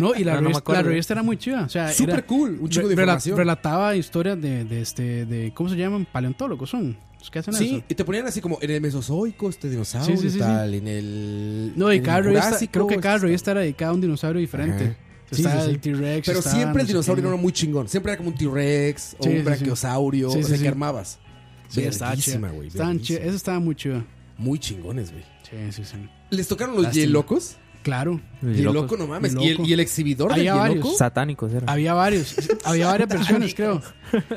[SPEAKER 5] No, y la,
[SPEAKER 4] Ah, no me
[SPEAKER 5] revista,
[SPEAKER 4] acuerdo.
[SPEAKER 5] la revista era muy chida. O sea,
[SPEAKER 3] Súper
[SPEAKER 5] era-
[SPEAKER 3] cool. Un chingo de
[SPEAKER 5] re- rela-
[SPEAKER 3] información.
[SPEAKER 5] Relataba historias de, de este, de, ¿cómo se llaman? Paleontólogos son. Los que hacen
[SPEAKER 3] Sí,
[SPEAKER 5] eso.
[SPEAKER 3] y te ponían así como en el Mesozoico, este dinosaurio,
[SPEAKER 5] Sí, sí, sí,
[SPEAKER 3] tal, en el.
[SPEAKER 5] No, y
[SPEAKER 3] en el
[SPEAKER 5] cada revista,
[SPEAKER 3] Jurásico,
[SPEAKER 5] creo que cada
[SPEAKER 3] este-
[SPEAKER 5] revista era dedicada a un dinosaurio diferente.
[SPEAKER 3] Ajá. Sí,
[SPEAKER 5] Estaba
[SPEAKER 3] sí, sí.
[SPEAKER 5] el T-Rex.
[SPEAKER 3] Pero
[SPEAKER 5] estaba
[SPEAKER 3] siempre el
[SPEAKER 5] no sé qué.
[SPEAKER 3] dinosaurio no era muy chingón. Siempre era como un T-Rex o
[SPEAKER 5] Sí,
[SPEAKER 3] un
[SPEAKER 5] sí,
[SPEAKER 3] brachiosaurio.
[SPEAKER 5] sí. Sí,
[SPEAKER 3] o sea,
[SPEAKER 5] sí,
[SPEAKER 3] que
[SPEAKER 5] sí.
[SPEAKER 3] armabas.
[SPEAKER 5] Sí, estaba
[SPEAKER 3] Verguísima,
[SPEAKER 5] chida.
[SPEAKER 3] güey,
[SPEAKER 5] Estaban
[SPEAKER 3] verguísima.
[SPEAKER 5] chi- Eso estaba muy chido.
[SPEAKER 3] Muy chingones, güey.
[SPEAKER 5] Sí, sí, sí.
[SPEAKER 3] ¿Les tocaron los
[SPEAKER 5] Lástima.
[SPEAKER 3] Yelocos?
[SPEAKER 5] Claro.
[SPEAKER 4] Y
[SPEAKER 3] Yeloco,
[SPEAKER 4] locos.
[SPEAKER 3] no mames.
[SPEAKER 5] Yeloco.
[SPEAKER 3] ¿Y el, y el exhibidor de
[SPEAKER 5] Había varios.
[SPEAKER 3] Yeloco?
[SPEAKER 4] Satánicos eran.
[SPEAKER 5] Había varios. había varias versiones, creo.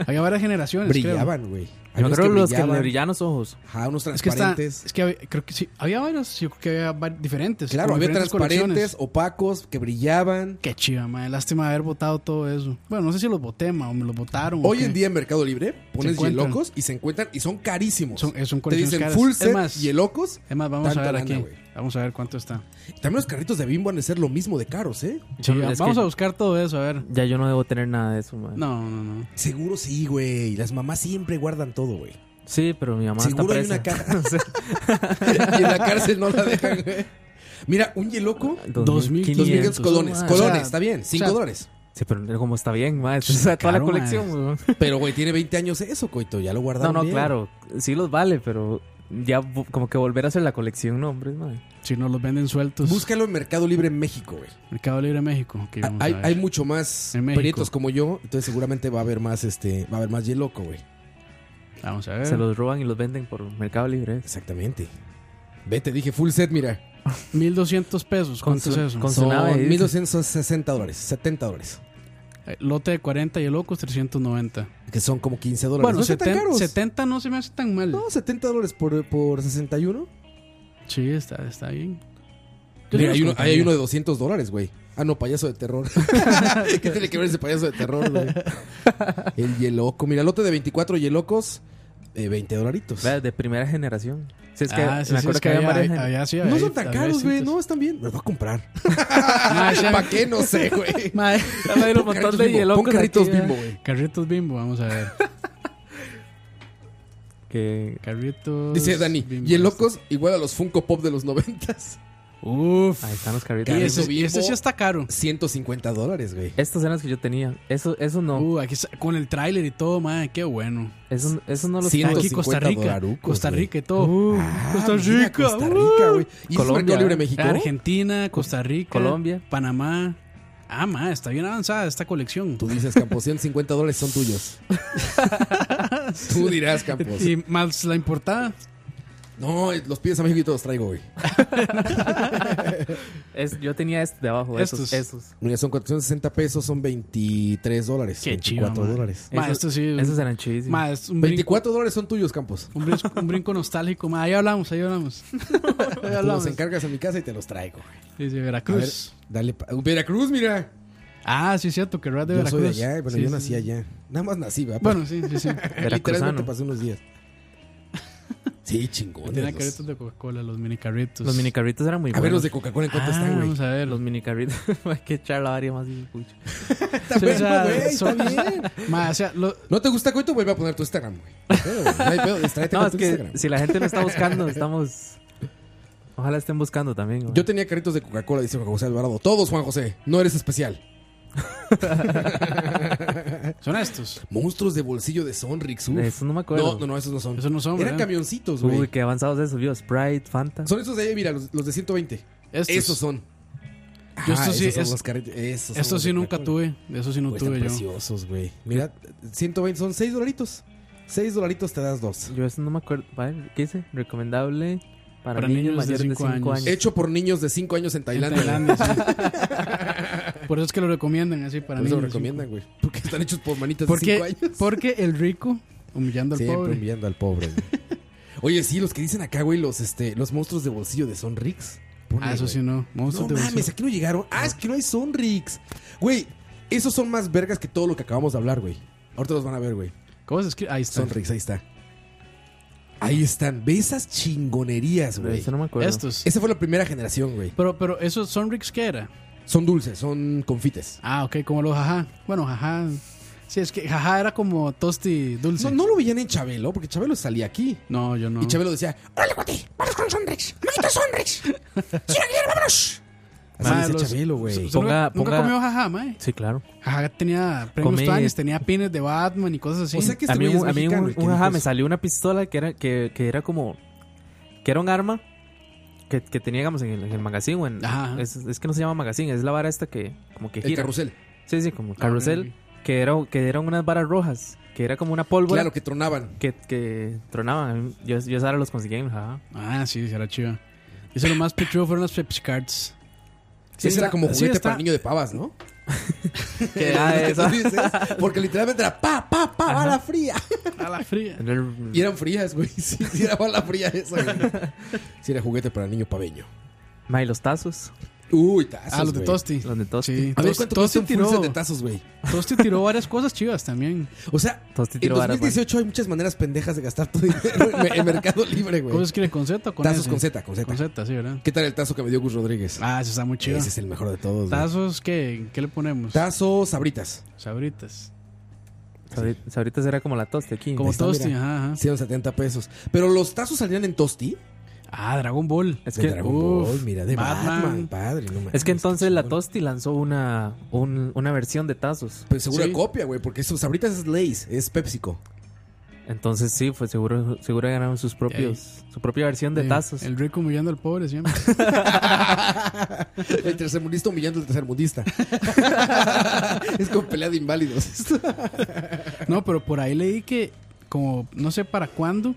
[SPEAKER 5] Había varias generaciones, creo.
[SPEAKER 3] Brillaban, güey.
[SPEAKER 4] Yo
[SPEAKER 3] unos
[SPEAKER 4] creo los que le
[SPEAKER 3] brillaban.
[SPEAKER 4] brillaban los ojos.
[SPEAKER 3] Ajá, unos
[SPEAKER 5] Es que está,
[SPEAKER 3] transparentes.
[SPEAKER 5] es que había- creo que sí, había varios, yo creo que había va- diferentes.
[SPEAKER 3] claro,
[SPEAKER 5] como
[SPEAKER 3] había
[SPEAKER 5] diferentes
[SPEAKER 3] transparentes,
[SPEAKER 5] colecciones.
[SPEAKER 3] opacos, que brillaban.
[SPEAKER 5] Qué chiva, madre. Lástima de haber votado todo eso. Bueno, no sé si los voté, ma, o me los votaron. o
[SPEAKER 3] Hoy
[SPEAKER 5] qué.
[SPEAKER 3] en día en Mercado Libre pones
[SPEAKER 5] encuentran.
[SPEAKER 3] Yelocos y se encuentran y son carísimos.
[SPEAKER 5] Son- eh, son
[SPEAKER 3] Te
[SPEAKER 5] colecciones
[SPEAKER 3] dicen
[SPEAKER 5] caras.
[SPEAKER 3] full
[SPEAKER 5] Es
[SPEAKER 3] set
[SPEAKER 5] más-
[SPEAKER 3] Yelocos.
[SPEAKER 5] Es más, vamos
[SPEAKER 3] Tanta
[SPEAKER 5] a ver
[SPEAKER 3] lana,
[SPEAKER 5] aquí.
[SPEAKER 3] güey.
[SPEAKER 5] Vamos a ver cuánto está.
[SPEAKER 3] También los carritos de Bimbo han de ser lo mismo de caros, ¿eh?
[SPEAKER 5] Sí,
[SPEAKER 4] Yo- es
[SPEAKER 5] vamos
[SPEAKER 4] que
[SPEAKER 5] a buscar todo eso, a ver.
[SPEAKER 4] Ya yo no debo tener nada de eso, man.
[SPEAKER 5] No, no, no.
[SPEAKER 3] Seguro sí, güey. Las mamás siempre guardan todo, güey.
[SPEAKER 4] Sí, pero mi mamá
[SPEAKER 3] Seguro hay una
[SPEAKER 4] está presa.
[SPEAKER 3] caja. y en la cárcel no la dejan, güey. Mira, un Yeloco.
[SPEAKER 5] 2.500
[SPEAKER 3] 2.500 colones.
[SPEAKER 4] man.
[SPEAKER 3] Colones,
[SPEAKER 5] O sea,
[SPEAKER 3] está bien. 5
[SPEAKER 5] o sea,
[SPEAKER 3] dólares.
[SPEAKER 4] Sí, pero como está bien, man. O sea, toda la
[SPEAKER 5] Caro, man.
[SPEAKER 4] colección, weón.
[SPEAKER 3] Pero, güey, tiene 20 años eso, coito. Ya lo
[SPEAKER 4] No,
[SPEAKER 3] guardaron.
[SPEAKER 4] no,
[SPEAKER 3] bien.
[SPEAKER 4] claro. Sí los vale, pero ya vo- como que volver a hacer la colección, no, hombre, man.
[SPEAKER 5] Si no los venden sueltos.
[SPEAKER 3] Búscalo en Mercado Libre en México, güey.
[SPEAKER 5] Mercado Libre México. Ok, vamos
[SPEAKER 3] Ah, Hay,
[SPEAKER 5] a ver.
[SPEAKER 3] hay mucho más
[SPEAKER 5] En México.
[SPEAKER 3] prietos como yo, entonces seguramente va a haber más este, va a haber más Yeloco, güey.
[SPEAKER 5] Vamos a ver.
[SPEAKER 4] Se los roban y los venden por Mercado Libre.
[SPEAKER 3] Exactamente. Vete, dije full set, mira.
[SPEAKER 5] 1200 pesos. ¿Cuánto
[SPEAKER 4] Con su-
[SPEAKER 5] es eso?
[SPEAKER 4] con su-
[SPEAKER 3] Son
[SPEAKER 4] nave, dice.
[SPEAKER 3] 1260 dólares, 70 dólares.
[SPEAKER 5] Eh, Lote de 40 y el loco es 390.
[SPEAKER 3] Que son como 15 dólares.
[SPEAKER 5] Bueno,
[SPEAKER 3] no están tan
[SPEAKER 5] 70,
[SPEAKER 3] caros.
[SPEAKER 5] 70 no se me hace tan mal.
[SPEAKER 3] No, 70 dólares por, por 61.
[SPEAKER 5] Sí, está, está bien. Yo
[SPEAKER 3] Mira,
[SPEAKER 5] los
[SPEAKER 3] hay uno, ahí
[SPEAKER 5] compraría.
[SPEAKER 3] hay uno de 200 dólares, güey. Ah, no, payaso de terror. ¿Qué tiene que ver ese payaso de terror, güey? El Yeloco. Mira, lote de 24 Yelocos, eh, 20 dolaritos.
[SPEAKER 4] Vea, De primera generación. Sí, es que
[SPEAKER 5] Ah, sí,
[SPEAKER 4] me
[SPEAKER 5] sí,
[SPEAKER 4] acuerdo
[SPEAKER 5] es
[SPEAKER 4] que había varias
[SPEAKER 5] había-
[SPEAKER 4] gener-
[SPEAKER 5] había- sí,
[SPEAKER 3] No
[SPEAKER 5] había-
[SPEAKER 3] son tan
[SPEAKER 5] había
[SPEAKER 3] caros, güey.
[SPEAKER 5] distintos.
[SPEAKER 3] No, están bien. Los voy a comprar.
[SPEAKER 5] Ah, ya.
[SPEAKER 3] ¿Para qué? No sé, güey.
[SPEAKER 5] Madre,
[SPEAKER 4] Había un
[SPEAKER 3] Pon
[SPEAKER 4] montón
[SPEAKER 3] carritos
[SPEAKER 4] de
[SPEAKER 3] Bimbo,
[SPEAKER 4] hielocos
[SPEAKER 3] Pon carritos
[SPEAKER 5] ¿eh?
[SPEAKER 4] aquí, eh,
[SPEAKER 3] bimbo,
[SPEAKER 4] vea.
[SPEAKER 3] güey.
[SPEAKER 5] Carritos bimbo, vamos a ver.
[SPEAKER 4] Que
[SPEAKER 5] Carritos.
[SPEAKER 3] Dice Dani,
[SPEAKER 5] Bimbo. este.
[SPEAKER 3] Yelocos igual a los Funko Pop de los noventas.
[SPEAKER 5] Uf.
[SPEAKER 4] ahí están los
[SPEAKER 5] Y
[SPEAKER 4] carritos.
[SPEAKER 3] Carrito
[SPEAKER 5] ese, y ese
[SPEAKER 3] Bimbo.
[SPEAKER 5] sí está caro.
[SPEAKER 3] 150 dólares, güey.
[SPEAKER 4] Estos eran los que yo tenía. Eso, eso no.
[SPEAKER 5] Uh, aquí está- con el tráiler y todo, madre, qué bueno.
[SPEAKER 4] Eso, eso no los
[SPEAKER 3] Sí,
[SPEAKER 4] tengo.
[SPEAKER 5] Aquí Costa
[SPEAKER 3] 150
[SPEAKER 5] Rica.
[SPEAKER 3] dolarucos,
[SPEAKER 5] Costa
[SPEAKER 3] güey.
[SPEAKER 5] Rica y todo.
[SPEAKER 3] Ah,
[SPEAKER 5] Costa
[SPEAKER 3] mira,
[SPEAKER 5] Rica. uh.
[SPEAKER 3] Costa Rica, güey. ¿Y Colombia,
[SPEAKER 4] Colombia,
[SPEAKER 3] Libre
[SPEAKER 4] ¿eh?
[SPEAKER 3] México?
[SPEAKER 5] Argentina, Costa Rica,
[SPEAKER 4] Colombia.
[SPEAKER 5] Panamá. Ah, ma, está bien avanzada esta colección.
[SPEAKER 3] Tú dices, Campos, 150 dólares son tuyos. Tú dirás, Campos.
[SPEAKER 5] Y más la importada.
[SPEAKER 3] No, eh, los pides a México y te los traigo, güey.
[SPEAKER 4] Es- yo tenía este de abajo,
[SPEAKER 5] Estos.
[SPEAKER 4] esos. esos.
[SPEAKER 3] Mira, son 460 pesos, son 23 dólares.
[SPEAKER 5] Qué
[SPEAKER 3] 24
[SPEAKER 5] chido, man.
[SPEAKER 3] dólares.
[SPEAKER 5] Ma,
[SPEAKER 4] Esos-
[SPEAKER 5] esto sí.
[SPEAKER 4] Esos eran chidísimos.
[SPEAKER 5] ma, es un brinco,
[SPEAKER 3] 24 dólares son tuyos, Campos.
[SPEAKER 5] un brinco, un brinco nostálgico. Ma, ahí hablamos, ahí hablamos.
[SPEAKER 3] Tú
[SPEAKER 5] ahí
[SPEAKER 3] los
[SPEAKER 5] hablamos.
[SPEAKER 3] encargas a mi casa y te los traigo. güey.
[SPEAKER 5] Dice
[SPEAKER 3] A ver,
[SPEAKER 5] Veracruz.
[SPEAKER 3] dale. pa- uh, Veracruz, mira.
[SPEAKER 5] Ah, sí, es cierto, que Rad de
[SPEAKER 3] yo
[SPEAKER 5] Veracruz.
[SPEAKER 3] soy de allá, bueno,
[SPEAKER 5] Sí,
[SPEAKER 3] yo
[SPEAKER 5] sí,
[SPEAKER 3] nací
[SPEAKER 5] sí.
[SPEAKER 3] allá. Nada más nací, ¿verdad?
[SPEAKER 5] Bueno, sí, sí, sí.
[SPEAKER 3] Literalmente
[SPEAKER 4] Veracruzano.
[SPEAKER 3] pasé unos días. Sí, chingón.
[SPEAKER 5] Tenía carritos de Coca-Cola, los mini carritos.
[SPEAKER 4] Los minicarritos eran muy
[SPEAKER 3] A ver
[SPEAKER 4] buenos.
[SPEAKER 3] los de Coca-Cola en cuánto
[SPEAKER 5] Ah,
[SPEAKER 3] están, güey.
[SPEAKER 5] Vamos a ver.
[SPEAKER 4] Los minicarritos. Hay que echar la área más y pucha.
[SPEAKER 5] Sí, o sea,
[SPEAKER 3] bueno, güey,
[SPEAKER 5] son-
[SPEAKER 3] está bien.
[SPEAKER 5] Ma, o sea, lo-
[SPEAKER 3] ¿No te gusta Coito? Vuelve a poner tu Instagram, güey. No hay pedo, güey. No hay pedo, distráete
[SPEAKER 4] No,
[SPEAKER 3] con
[SPEAKER 4] es
[SPEAKER 3] tu
[SPEAKER 4] que
[SPEAKER 3] Este Instagram.
[SPEAKER 4] si la gente lo está buscando, estamos. Ojalá estén buscando también. güey.
[SPEAKER 3] Yo tenía carritos de Coca-Cola, dice Juan José Alvarado. Todos, Juan José, no eres especial.
[SPEAKER 5] son estos.
[SPEAKER 3] Monstruos de bolsillo de Sonrix, uf.
[SPEAKER 4] Eso Eh, pues no me acuerdo.
[SPEAKER 3] No, no, no, esos no son.
[SPEAKER 5] Esos no son,
[SPEAKER 3] Eran
[SPEAKER 5] ¿verdad?
[SPEAKER 3] camioncitos,
[SPEAKER 4] Uy,
[SPEAKER 3] güey.
[SPEAKER 4] qué avanzados esos, vio. Sprite, Fanta.
[SPEAKER 3] Son esos de ahí, mira, los, los de 120.
[SPEAKER 5] Estos,
[SPEAKER 3] Esos son. Ah,
[SPEAKER 5] Yo estos sí,
[SPEAKER 3] esos son
[SPEAKER 5] es-
[SPEAKER 3] los carritos. Esos son
[SPEAKER 5] estos
[SPEAKER 3] los
[SPEAKER 5] sí
[SPEAKER 3] de
[SPEAKER 5] nunca
[SPEAKER 3] Coca-Cola. Pues
[SPEAKER 5] tuve. De esos sí no
[SPEAKER 3] Güey,
[SPEAKER 5] tuve
[SPEAKER 3] están
[SPEAKER 5] yo.
[SPEAKER 3] preciosos, güey. Mira, 120 son 6 dolaritos. 6 dolaritos te das dos.
[SPEAKER 4] Yo eso no me acuerdo. Vale, ¿Qué dice? Recomendable para,
[SPEAKER 5] Para
[SPEAKER 4] niños,
[SPEAKER 5] niños de
[SPEAKER 4] mayores de
[SPEAKER 5] cinco
[SPEAKER 4] 5 años.
[SPEAKER 5] años.
[SPEAKER 3] Hecho por niños de 5 años en
[SPEAKER 5] En
[SPEAKER 3] Tailandia.
[SPEAKER 5] Tailandia, sí. Por eso es que lo recomiendan así para
[SPEAKER 3] Por
[SPEAKER 5] mí.
[SPEAKER 3] eso lo recomiendan, güey. Porque están hechos por manitas de 5
[SPEAKER 5] Porque,
[SPEAKER 3] años.
[SPEAKER 5] porque el rico humillando al
[SPEAKER 3] Siempre
[SPEAKER 5] pobre.
[SPEAKER 3] enviando al pobre. güey. Oye, sí, los que dicen acá, güey, los, este, los monstruos de bolsillo de Sonrix. Ponle,
[SPEAKER 5] Ah, eso sí
[SPEAKER 3] güey.
[SPEAKER 5] no.
[SPEAKER 3] No
[SPEAKER 5] Monstruos de
[SPEAKER 3] mames,
[SPEAKER 5] bolsillo.
[SPEAKER 3] aquí no llegaron. Ah, es que no hay Sonrix. Güey, esos son más vergas que todo lo que acabamos de hablar, güey. Ahorita los van a ver, güey.
[SPEAKER 5] ¿Cómo se escribe? Ahí está.
[SPEAKER 3] Sonrix, ahí está. Ahí están. Ve esas chingonerías,
[SPEAKER 4] De
[SPEAKER 3] güey.
[SPEAKER 4] eso no me acuerdo.
[SPEAKER 5] Estos.
[SPEAKER 3] Esa fue la primera generación, güey.
[SPEAKER 5] Pero, pero esos Sonrix, ¿qué era?
[SPEAKER 3] Son dulces, son confites.
[SPEAKER 5] Ah, ok, como los jajá. Bueno, jajá. Sí, es que jajá era como tosti dulce.
[SPEAKER 3] No, no lo veían en Chabelo, porque Chabelo salía aquí.
[SPEAKER 5] No, yo no.
[SPEAKER 3] Y Chabelo decía, ¡Órale, cuate! ¡Vamos con Sonrix! ¡Maldito Sonrix! ¡Chiraguer, vámonos! Así
[SPEAKER 5] Ma,
[SPEAKER 3] decía
[SPEAKER 5] los-
[SPEAKER 3] Chabelo, güey.
[SPEAKER 5] ¿Usted
[SPEAKER 4] Ponga-
[SPEAKER 5] nunca, nunca
[SPEAKER 4] ponga-
[SPEAKER 5] comió jajá, mae.
[SPEAKER 4] Sí, claro.
[SPEAKER 5] Jajá tenía premios
[SPEAKER 4] Comí-
[SPEAKER 5] Tuanis, tenía pines de Batman y cosas así.
[SPEAKER 3] O sea que este
[SPEAKER 4] a mí,
[SPEAKER 3] güey es
[SPEAKER 4] un- a mí
[SPEAKER 3] mexicano,
[SPEAKER 4] un,
[SPEAKER 3] el que pues,
[SPEAKER 4] un
[SPEAKER 3] dijo
[SPEAKER 4] ajá, me
[SPEAKER 3] eso.
[SPEAKER 4] salió una pistola que era, que, que era como. Que era un arma que, que tenía, digamos, en el, en el magazine. O en,
[SPEAKER 5] Ajá.
[SPEAKER 4] es, es que no se llama magazine, es la vara esta que. Como que
[SPEAKER 3] El
[SPEAKER 4] gira. Pues
[SPEAKER 3] carrusel. Ah,
[SPEAKER 4] Sí, sí, como carrusel. que, era, que eran unas varas rojas. Que era como una pólvora
[SPEAKER 3] Claro, que tronaban.
[SPEAKER 4] que, que tronaban. Yo, yo esa vara los conseguí en el jajá.
[SPEAKER 5] Ah, sí, será chiva. Y eso lo más pechudo fueron las Pepsi Cards.
[SPEAKER 3] Sí, Ese
[SPEAKER 5] está-
[SPEAKER 3] era como
[SPEAKER 5] sí,
[SPEAKER 3] juguete
[SPEAKER 5] está-
[SPEAKER 3] para el niño de pavas, ¿no?
[SPEAKER 4] Que era
[SPEAKER 3] Lo que tú
[SPEAKER 4] esa.
[SPEAKER 3] dices, Porque literalmente era pa, pa, pa, bala fría.
[SPEAKER 5] A la fría.
[SPEAKER 4] Era el-
[SPEAKER 3] Y eran frías, güey. Sí, sí, era bala fría eso, güey. Sí, era juguete para el niño paveño.
[SPEAKER 4] Ma, y los tazos.
[SPEAKER 3] Uy, tazos.
[SPEAKER 5] Ah, los de
[SPEAKER 3] güey.
[SPEAKER 5] Tosti.
[SPEAKER 4] Los de Tosti.
[SPEAKER 5] Sí,
[SPEAKER 3] A ver
[SPEAKER 5] Tos-
[SPEAKER 3] cuánto
[SPEAKER 5] Tosti
[SPEAKER 3] cuesta un full
[SPEAKER 5] tiró,
[SPEAKER 3] set de tazos, güey.
[SPEAKER 5] Tosti tiró varias cosas chivas también.
[SPEAKER 3] O sea,
[SPEAKER 4] Tosti
[SPEAKER 3] en
[SPEAKER 4] tiró varas,
[SPEAKER 3] 2018 hay muchas maneras pendejas de gastar tu dinero en- en Mercado Libre, güey.
[SPEAKER 5] Cosas que le con Z o con
[SPEAKER 3] Tazos
[SPEAKER 5] S?
[SPEAKER 3] con Z, con Z.
[SPEAKER 5] Con Z, sí, ¿verdad?
[SPEAKER 3] ¿Qué tal el tazo que me dio Gus Rodríguez?
[SPEAKER 5] Ah, eso está muy chido.
[SPEAKER 3] Ese es el mejor de todos. güey.
[SPEAKER 5] Tazos, ¿qué, ¿qué le ponemos?
[SPEAKER 3] Tazo sabritas.
[SPEAKER 5] Sabritas.
[SPEAKER 4] Sabri- Sabritas era como la toste aquí.
[SPEAKER 5] Como
[SPEAKER 3] está,
[SPEAKER 5] Tosti,
[SPEAKER 3] mira.
[SPEAKER 5] ajá, ajá.
[SPEAKER 3] 170 pesos. Pero los tazos salían en Tosti.
[SPEAKER 5] Ah, Dragon Ball.
[SPEAKER 4] Es
[SPEAKER 3] de
[SPEAKER 4] que,
[SPEAKER 3] Dragon
[SPEAKER 5] uf,
[SPEAKER 3] Ball, mira, de Batman,
[SPEAKER 5] Batman.
[SPEAKER 3] padre. no mames,
[SPEAKER 4] Es que entonces la
[SPEAKER 3] chingón.
[SPEAKER 4] Tosti lanzó una, un- una versión de tazos.
[SPEAKER 3] Pues seguro
[SPEAKER 5] Sí.
[SPEAKER 3] hay copia, güey, porque eso, ahorita es Lays, es PepsiCo.
[SPEAKER 4] Entonces sí, fue seguro, seguro ganaron sus propios, su propia versión de
[SPEAKER 5] Sí,
[SPEAKER 4] tazos.
[SPEAKER 5] Eh, El rico humillando al pobre siempre.
[SPEAKER 3] El tercermundista humillando al tercermundista. es como pelea de inválidos.
[SPEAKER 5] No, pero por ahí leí que, como no sé para cuándo,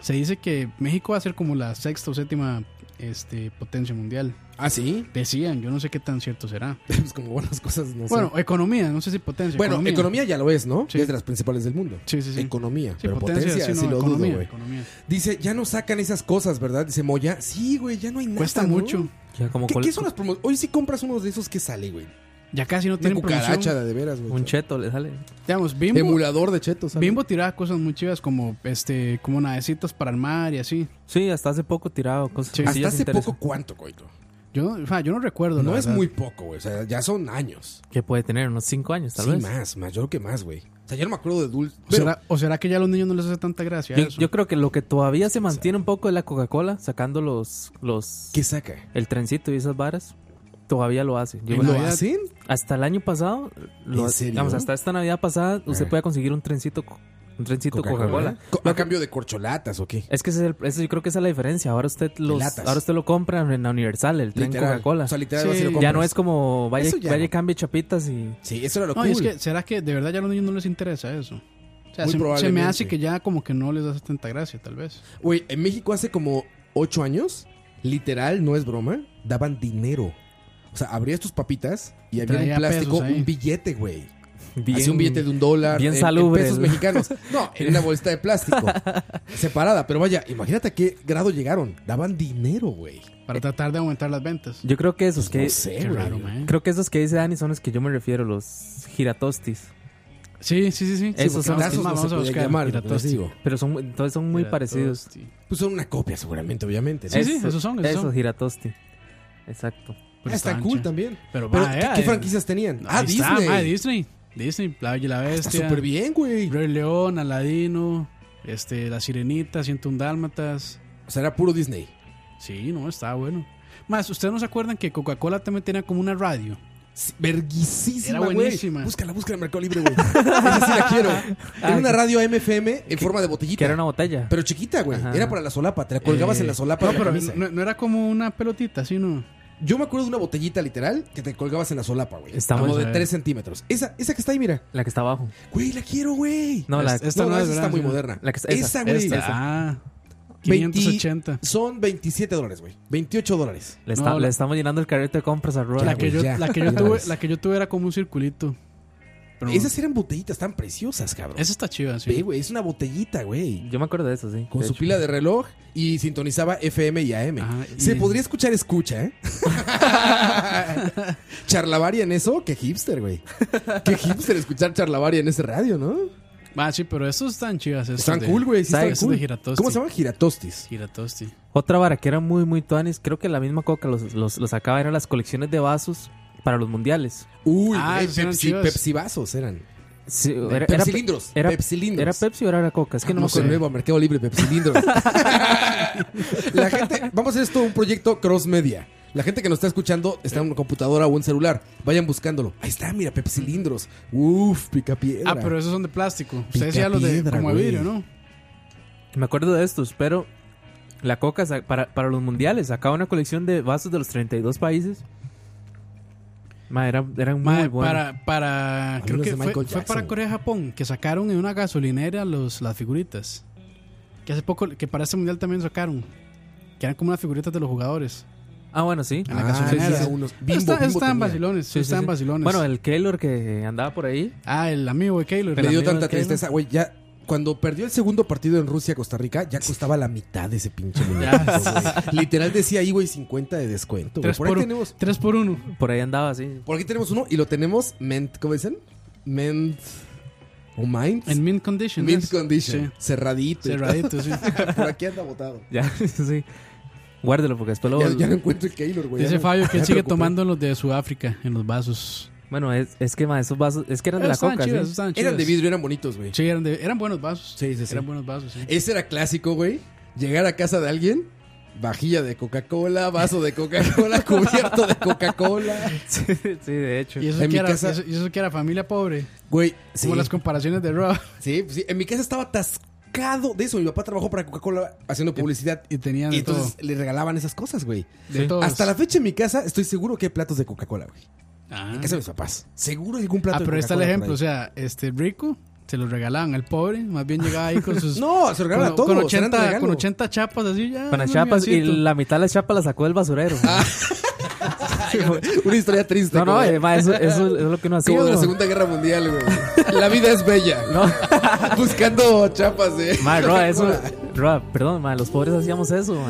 [SPEAKER 5] se dice que México va a ser como la sexta o séptima este, potencia mundial.
[SPEAKER 3] ¿Ah, sí?
[SPEAKER 5] Decían, yo no sé qué tan cierto será.
[SPEAKER 3] Pues como buenas cosas, no
[SPEAKER 5] bueno,
[SPEAKER 3] sé.
[SPEAKER 5] economía, no sé si potencia.
[SPEAKER 3] Bueno, economía. ya lo es, ¿no?
[SPEAKER 5] Sí.
[SPEAKER 3] Ya Es de las principales del mundo.
[SPEAKER 5] Sí, sí, sí.
[SPEAKER 3] Economía,
[SPEAKER 5] Sí,
[SPEAKER 3] pero potencia, sí,
[SPEAKER 5] no,
[SPEAKER 3] lo
[SPEAKER 5] economía,
[SPEAKER 3] dudo, güey.
[SPEAKER 5] economía.
[SPEAKER 3] Dice, ya no sacan esas cosas, ¿verdad? Dice Moya. Sí, güey, ya no hay nada.
[SPEAKER 5] Cuesta
[SPEAKER 3] ¿no?
[SPEAKER 5] mucho.
[SPEAKER 4] Ya como
[SPEAKER 3] ¿Qué,
[SPEAKER 4] col-
[SPEAKER 3] qué son las promociones? Hoy sí compras uno de esos que sale, güey.
[SPEAKER 5] Ya casi no
[SPEAKER 3] Una
[SPEAKER 5] tienen
[SPEAKER 3] cucaracha
[SPEAKER 5] promoción.
[SPEAKER 3] de, de veras, güey.
[SPEAKER 4] un cheto le sale.
[SPEAKER 5] Digamos, Bimbo,
[SPEAKER 3] Emulador de chetos. ¿sabes?
[SPEAKER 5] Bimbo tiraba cosas muy chivas como este, como navecitas para armar y así.
[SPEAKER 4] Sí, hasta hace poco tirado cosas.
[SPEAKER 5] Sí.
[SPEAKER 3] Hasta
[SPEAKER 4] sencillas
[SPEAKER 3] hace
[SPEAKER 4] interesantes.
[SPEAKER 3] poco, ¿cuánto, coito?
[SPEAKER 5] Yo, o sea, yo no recuerdo. la
[SPEAKER 3] No es
[SPEAKER 5] verdad.
[SPEAKER 3] muy poco, güey. O sea, ya son años.
[SPEAKER 4] Que puede tener unos 5 años tal
[SPEAKER 3] Sí,
[SPEAKER 4] vez.
[SPEAKER 3] más, más. Yo creo que más, güey. O sea, yo no me acuerdo de dulce.
[SPEAKER 5] ¿O,
[SPEAKER 3] Pero,
[SPEAKER 5] será, o será que ya a los niños no les hace tanta gracia?
[SPEAKER 4] Yo,
[SPEAKER 5] eso?
[SPEAKER 4] yo creo que lo que todavía se mantiene un poco es la Coca-Cola, sacando los, los
[SPEAKER 3] ¿qué saca?
[SPEAKER 4] el trencito y esas varas, todavía lo hace. Yo-
[SPEAKER 5] ¿En
[SPEAKER 3] ¿Lo
[SPEAKER 5] Navidad?
[SPEAKER 3] hacen?
[SPEAKER 4] hasta el año pasado, lo-
[SPEAKER 3] ¿En serio?
[SPEAKER 4] digamos, hasta esta Navidad pasada, usted
[SPEAKER 3] Ah.
[SPEAKER 4] puede conseguir un trencito, co- un trencito Coca-Cola.
[SPEAKER 3] Co- ¿A cambio de corcholatas o qué?
[SPEAKER 4] Es que ese es el- ese yo creo que esa es la diferencia. Ahora usted los,
[SPEAKER 3] latas.
[SPEAKER 4] ahora usted lo compra en la Universal, el tren
[SPEAKER 3] Literal.
[SPEAKER 4] Coca-Cola.
[SPEAKER 3] O sea, literal, vas y
[SPEAKER 5] Sí.
[SPEAKER 3] lo
[SPEAKER 4] ya
[SPEAKER 3] compras.
[SPEAKER 4] no es como vaya,
[SPEAKER 3] Eso ya
[SPEAKER 4] vaya y
[SPEAKER 3] no.
[SPEAKER 4] cambie chapitas y
[SPEAKER 3] Sí, eso era lo
[SPEAKER 5] No,
[SPEAKER 3] cool.
[SPEAKER 5] y es que, ¿será que de verdad ya a los niños no les interesa eso? O sea, se, se
[SPEAKER 3] Muy
[SPEAKER 5] me
[SPEAKER 3] probablemente.
[SPEAKER 5] hace que ya como que no les hace tanta gracia, tal vez.
[SPEAKER 3] Güey, en México hace como ocho años, literal, no es broma, daban dinero. O sea, abrías tus papitas y había en
[SPEAKER 5] Traía
[SPEAKER 3] un plástico
[SPEAKER 5] pesos ahí.
[SPEAKER 3] un billete, güey.
[SPEAKER 4] bien-
[SPEAKER 3] Hacía un billete de un dólar.
[SPEAKER 4] bien
[SPEAKER 3] en- en
[SPEAKER 4] salubre,
[SPEAKER 3] pesos
[SPEAKER 4] ¿no?
[SPEAKER 3] mexicanos. No, en una bolsita de plástico. separada. Pero vaya, imagínate a qué grado llegaron. Daban dinero, güey.
[SPEAKER 5] Para tratar de aumentar las ventas.
[SPEAKER 4] Yo creo que esos que
[SPEAKER 3] Pues No sé,
[SPEAKER 5] Pues Qué
[SPEAKER 3] güey.
[SPEAKER 5] raro, man.
[SPEAKER 4] creo que esos que dice Dani son los que yo me refiero, los giratostis.
[SPEAKER 5] Sí, sí, sí, sí.
[SPEAKER 3] Sí,
[SPEAKER 4] Esos
[SPEAKER 3] porque
[SPEAKER 4] son los
[SPEAKER 3] lazos
[SPEAKER 4] que-
[SPEAKER 3] no se
[SPEAKER 5] vamos a
[SPEAKER 3] podía
[SPEAKER 5] buscar,
[SPEAKER 3] llamar,
[SPEAKER 5] Piratosti.
[SPEAKER 3] les digo.
[SPEAKER 4] Pero son, entonces son muy
[SPEAKER 5] Piratosti.
[SPEAKER 4] parecidos.
[SPEAKER 3] Pues son una copia seguramente, obviamente. ¿no?
[SPEAKER 5] Sí, sí, esos son, esos son.
[SPEAKER 4] giratosti. Exacto.
[SPEAKER 5] Pero
[SPEAKER 3] está
[SPEAKER 5] estaban
[SPEAKER 3] cool
[SPEAKER 5] ch-
[SPEAKER 3] también.
[SPEAKER 5] pues, Pero,
[SPEAKER 3] Pero,
[SPEAKER 5] ma,
[SPEAKER 3] ¿qué,
[SPEAKER 5] eh,
[SPEAKER 3] qué
[SPEAKER 5] eh,
[SPEAKER 3] franquicias tenían?
[SPEAKER 5] no,
[SPEAKER 3] ah,
[SPEAKER 5] ahí
[SPEAKER 3] Disney.
[SPEAKER 5] está, ma, Disney. Disney, La Bella y la
[SPEAKER 3] Está
[SPEAKER 5] Bestia.
[SPEAKER 3] súper bien, güey.
[SPEAKER 5] Rey León, Aladino, este, La Sirenita, 101 Dálmatas.
[SPEAKER 3] O sea, era puro Disney.
[SPEAKER 5] Sí, no, está bueno. Más, ¿ustedes no se acuerdan que Coca-Cola también tenía como una radio?
[SPEAKER 3] Sí, Verguisísima,
[SPEAKER 5] Era
[SPEAKER 3] güey.
[SPEAKER 5] buenísima.
[SPEAKER 3] Búscala, búscala en Mercado Libre, güey. Esa sí la quiero. Era una radio AMFM en forma de botellita.
[SPEAKER 4] Que era una botella.
[SPEAKER 3] Pero chiquita, güey.
[SPEAKER 4] Ajá.
[SPEAKER 3] Era para la solapa. Te la colgabas
[SPEAKER 5] Eh,
[SPEAKER 3] en la solapa
[SPEAKER 5] No,
[SPEAKER 3] de la
[SPEAKER 5] pero
[SPEAKER 3] camisa.
[SPEAKER 5] no, no era como una pelotita, sino.
[SPEAKER 3] Yo me acuerdo de una botellita literal que te colgabas en la solapa, güey.
[SPEAKER 4] Estamos-
[SPEAKER 3] Como
[SPEAKER 5] a
[SPEAKER 3] de
[SPEAKER 5] ver.
[SPEAKER 3] 3 centímetros. Esa, esa que está ahí, mira.
[SPEAKER 4] La que está abajo.
[SPEAKER 3] Güey, la quiero, güey.
[SPEAKER 4] No, la,
[SPEAKER 5] Es- es-
[SPEAKER 3] esta
[SPEAKER 5] esta
[SPEAKER 3] no,
[SPEAKER 5] no
[SPEAKER 3] esa
[SPEAKER 5] ¿verdad?
[SPEAKER 3] está muy
[SPEAKER 5] Sí.
[SPEAKER 3] moderna.
[SPEAKER 4] La que está-
[SPEAKER 3] esa,
[SPEAKER 4] esa,
[SPEAKER 3] güey.
[SPEAKER 5] Esta,
[SPEAKER 3] esa.
[SPEAKER 5] ah,
[SPEAKER 3] 20
[SPEAKER 5] 580.
[SPEAKER 3] Son 27 dólares, güey. 28 dólares.
[SPEAKER 4] le, está-
[SPEAKER 5] no,
[SPEAKER 4] le
[SPEAKER 5] la-
[SPEAKER 4] estamos llenando el carrito de compras a Roa.
[SPEAKER 5] La
[SPEAKER 3] Ya,
[SPEAKER 5] que,
[SPEAKER 3] güey,
[SPEAKER 5] yo,
[SPEAKER 3] ya,
[SPEAKER 5] la, que
[SPEAKER 3] ya
[SPEAKER 5] yo
[SPEAKER 3] la
[SPEAKER 5] tuve,
[SPEAKER 3] ves.
[SPEAKER 5] la que yo tuve era como un circulito. Pero
[SPEAKER 3] Esas eran botellitas tan preciosas, cabrón.
[SPEAKER 5] Esa está chiva,
[SPEAKER 3] Ve,
[SPEAKER 5] sí.
[SPEAKER 3] güey, es una botellita, güey.
[SPEAKER 4] Yo me acuerdo de eso, sí.
[SPEAKER 3] Con
[SPEAKER 4] de
[SPEAKER 3] su
[SPEAKER 4] hecho.
[SPEAKER 3] pila de reloj y sintonizaba FM y AM.
[SPEAKER 5] Ajá, Ah, y-
[SPEAKER 3] Se podría escuchar escucha, ¿eh? charlavaria en eso, qué hipster, güey. Qué hipster escuchar charlavaria en ese radio, ¿no?
[SPEAKER 5] Ah, sí, pero estos están chivas. Estos
[SPEAKER 3] Están
[SPEAKER 5] de-
[SPEAKER 3] cool, güey. Sí,
[SPEAKER 5] ¿sabes?
[SPEAKER 3] están
[SPEAKER 5] Estos de
[SPEAKER 3] cool.
[SPEAKER 5] Giratosti.
[SPEAKER 3] ¿Cómo se llama? Giratostis.
[SPEAKER 5] Giratosti.
[SPEAKER 4] Otra vara que era muy, muy tuanis. Creo que la misma coca los, los, los sacaba. Eran las colecciones de vasos para los mundiales.
[SPEAKER 3] Uy,
[SPEAKER 5] Ah,
[SPEAKER 3] eh,
[SPEAKER 5] esos eran
[SPEAKER 3] Pepsi,
[SPEAKER 5] chivas.
[SPEAKER 3] Pepsi vasos eran.
[SPEAKER 4] Sí, era, era,
[SPEAKER 3] Pepsilindros.
[SPEAKER 4] era-
[SPEAKER 3] Pepsilindros. Ah,
[SPEAKER 4] ¿Era Pepsi o era la coca? Es
[SPEAKER 5] Ah,
[SPEAKER 4] que no, me
[SPEAKER 3] Vamos de
[SPEAKER 4] acuerdo.
[SPEAKER 3] nuevo a Mercado Libre Pepsilindros. la gente, vamos a hacer esto un proyecto cross media. La gente que nos está escuchando está en una computadora o en celular. Vayan buscándolo. Ahí está, mira, Pepsilindros. Uf, pica piedra.
[SPEAKER 5] Ah, pero esos son de plástico. Ustedes ya los de
[SPEAKER 3] Picapiedra,
[SPEAKER 5] como de
[SPEAKER 3] güey.
[SPEAKER 5] vidrio, ¿no?
[SPEAKER 4] Me acuerdo de estos, pero la coca sa- para, para los mundiales sacaba una colección de vasos de los 32 países. Ma, era, eran muy
[SPEAKER 5] Ma,
[SPEAKER 4] buenos.
[SPEAKER 5] Para, para, creo
[SPEAKER 3] unos
[SPEAKER 5] que
[SPEAKER 3] de
[SPEAKER 5] fue,
[SPEAKER 3] Michael
[SPEAKER 5] fue
[SPEAKER 3] Jackson,
[SPEAKER 5] para Corea y Japón que sacaron en una gasolinera los, las figuritas. Que hace poco, que para este mundial también sacaron. Que eran como las figuritas de los jugadores.
[SPEAKER 4] Ah, bueno, sí.
[SPEAKER 5] En la
[SPEAKER 3] Ah,
[SPEAKER 5] gasolinera.
[SPEAKER 3] sí, sí, unos- Bimbo,
[SPEAKER 5] Está-
[SPEAKER 3] Bimbo
[SPEAKER 5] estaban
[SPEAKER 3] tenía.
[SPEAKER 5] vacilones,
[SPEAKER 4] Sí, sí,
[SPEAKER 5] estaban
[SPEAKER 4] sí.
[SPEAKER 5] vacilones.
[SPEAKER 4] Bueno, el Keylor que andaba por ahí.
[SPEAKER 5] ah, el amigo de Keylor.
[SPEAKER 3] Me dio
[SPEAKER 4] amigo
[SPEAKER 3] tanta
[SPEAKER 4] del Kevin.
[SPEAKER 3] tristeza, güey. Ya, cuando perdió el segundo partido en Rusia-Costa Rica, ya costaba la mitad de ese pinche muñeco, güey. Literal decía ahí, güey, 50 de descuento. güey.
[SPEAKER 5] 3
[SPEAKER 3] Por ahí
[SPEAKER 5] por,
[SPEAKER 3] tenemos.
[SPEAKER 5] tres por uno.
[SPEAKER 4] Por ahí andaba, sí.
[SPEAKER 3] Por aquí tenemos uno y lo tenemos ment, ¿cómo dicen? Ment o mind.
[SPEAKER 5] En mint condition.
[SPEAKER 3] Mint
[SPEAKER 5] ¿ves?
[SPEAKER 3] condition. Cerradito.
[SPEAKER 5] Sí, cerradito, sí.
[SPEAKER 3] Por aquí anda botado.
[SPEAKER 4] Ya, sí. Guárdelo porque después lo.
[SPEAKER 3] Ya, ya no encuentro el Keylor, güey. Ya
[SPEAKER 5] Dice
[SPEAKER 3] no-
[SPEAKER 5] Fabio que
[SPEAKER 3] ya
[SPEAKER 5] él
[SPEAKER 3] me
[SPEAKER 5] sigue
[SPEAKER 3] preocupé.
[SPEAKER 5] tomando los de Sudáfrica en los vasos.
[SPEAKER 4] Bueno, es, es que ma, esos vasos. Es que eran de
[SPEAKER 5] Pero
[SPEAKER 4] la
[SPEAKER 5] estaban
[SPEAKER 4] coca,
[SPEAKER 5] chidas,
[SPEAKER 4] sí.
[SPEAKER 5] estaban
[SPEAKER 3] Eran de
[SPEAKER 5] chidas.
[SPEAKER 3] vidrio, eran bonitos, güey.
[SPEAKER 5] Sí, eran, de- eran buenos vasos.
[SPEAKER 3] Sí, sí, sí.
[SPEAKER 5] Eran buenos vasos, sí.
[SPEAKER 3] Ese era clásico, güey. Llegar a casa de alguien, vajilla de Coca-Cola, vaso de Coca-Cola, cubierto de Coca-Cola.
[SPEAKER 4] sí, de hecho.
[SPEAKER 5] Y eso,
[SPEAKER 3] En
[SPEAKER 5] que
[SPEAKER 3] mi
[SPEAKER 5] era,
[SPEAKER 3] casa-
[SPEAKER 5] eso- y eso que era familia pobre.
[SPEAKER 3] Güey, sí.
[SPEAKER 5] Como las comparaciones de Rob.
[SPEAKER 3] Sí, pues sí. En mi casa estaba atascado de eso. Mi papá trabajó para Coca-Cola haciendo publicidad.
[SPEAKER 5] Y tenían
[SPEAKER 3] Y
[SPEAKER 5] de
[SPEAKER 3] entonces
[SPEAKER 5] todo.
[SPEAKER 3] le regalaban esas cosas, güey.
[SPEAKER 5] De todos.
[SPEAKER 3] Hasta la fecha en mi casa estoy seguro que hay platos de Coca-Cola, güey.
[SPEAKER 5] Ah,
[SPEAKER 3] En casa de mis papás. Seguro hay algún plato
[SPEAKER 5] Ah, pero
[SPEAKER 3] de
[SPEAKER 5] ahí está el
[SPEAKER 3] Coca-Cola
[SPEAKER 5] ejemplo.
[SPEAKER 3] por
[SPEAKER 5] O sea, este rico se los regalaban al pobre. Más bien llegaba ahí con sus.
[SPEAKER 3] ahí. No, se regalan
[SPEAKER 5] con,
[SPEAKER 3] a todos.
[SPEAKER 5] con
[SPEAKER 3] eran
[SPEAKER 5] 80,
[SPEAKER 3] regalo.
[SPEAKER 5] con 80 chapas así ya.
[SPEAKER 4] Con las
[SPEAKER 5] no,
[SPEAKER 4] chapas y
[SPEAKER 5] miancito.
[SPEAKER 4] la mitad de las chapas la sacó del basurero.
[SPEAKER 3] Una historia triste.
[SPEAKER 4] no, no,
[SPEAKER 3] Ah, como,
[SPEAKER 4] eh, ma, eso, eso es lo que uno hacía.
[SPEAKER 3] como de la
[SPEAKER 4] ¿no?
[SPEAKER 3] Segunda Guerra Mundial, güey. La vida es bella. Buscando chapas de.
[SPEAKER 4] Ma, Roa, eso.
[SPEAKER 3] Coca-Cola.
[SPEAKER 4] Roa, perdón, ma, los pobres hacíamos eso, ma.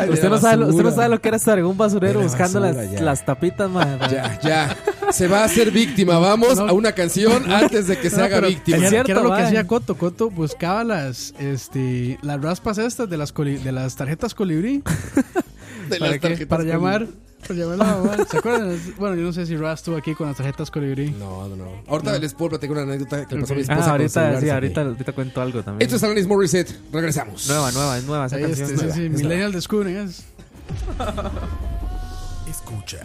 [SPEAKER 3] Ay, de
[SPEAKER 4] Usted
[SPEAKER 3] la
[SPEAKER 4] no, sabe, lo- usted no
[SPEAKER 3] basura.
[SPEAKER 4] sabe lo que era estar en un basurero
[SPEAKER 3] De la
[SPEAKER 4] buscando
[SPEAKER 3] basura,
[SPEAKER 4] las,
[SPEAKER 3] ya.
[SPEAKER 4] las tapitas, ma. ma.
[SPEAKER 3] Ya, ya. Se va a hacer víctima. Vamos a una canción antes de que se
[SPEAKER 5] No,
[SPEAKER 3] haga
[SPEAKER 5] pero
[SPEAKER 3] víctima.
[SPEAKER 5] que era-
[SPEAKER 4] cierto,
[SPEAKER 5] que era lo que
[SPEAKER 4] va.
[SPEAKER 5] hacía Coto. Coto buscaba las, este, las raspas estas de las, coli- de las tarjetas colibrí.
[SPEAKER 3] De las
[SPEAKER 5] ¿Para, qué?
[SPEAKER 3] tarjetas
[SPEAKER 5] Para
[SPEAKER 3] con-
[SPEAKER 5] llamar. Para llamar a la mamá. ¿Se acuerdan? Bueno, yo no sé si Rob estuvo aquí con las tarjetas colibrí.
[SPEAKER 3] No, no, no. Ahorita les puedo platicar una anécdota que le pasó a mi esposa.
[SPEAKER 4] Ah,
[SPEAKER 3] con los
[SPEAKER 4] ahorita,
[SPEAKER 3] celulares
[SPEAKER 4] sí,
[SPEAKER 3] aquí.
[SPEAKER 4] ahorita, ahorita cuento algo también.
[SPEAKER 3] Esto es Alanis Morissette. Regresamos.
[SPEAKER 4] Nueva, nueva, es nueva esa
[SPEAKER 5] Ahí
[SPEAKER 4] canción.
[SPEAKER 5] este,
[SPEAKER 4] es
[SPEAKER 5] sí,
[SPEAKER 4] nueva.
[SPEAKER 5] sí, Millennial descubren es.
[SPEAKER 1] Escucha.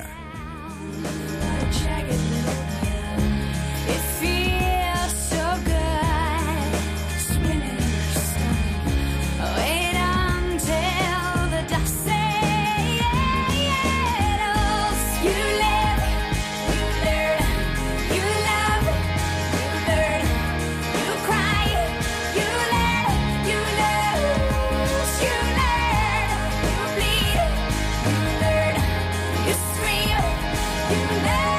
[SPEAKER 8] It feels so good, swimming in your sun. Wait until the dusk settles. You live, you learn, you love, you learn, you cry, you live, you lose, you learn, you bleed, you learn, you scream, you learn.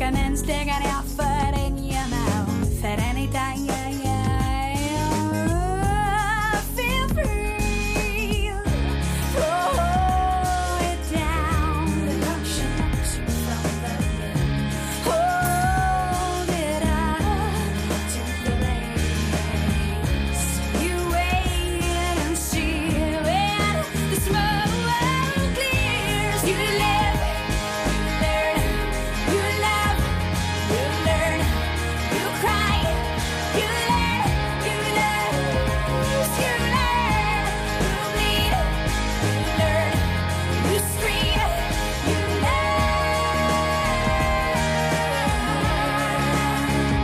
[SPEAKER 8] an elephant in your mouth at any time. Feel free, roll it down. Hold it up to the blaze. You wait and see when the smoke clears. You live, you learn, you love, you learn, you cry, you learn, you lose, you learn, you bleed, you learn, you scream, you learn.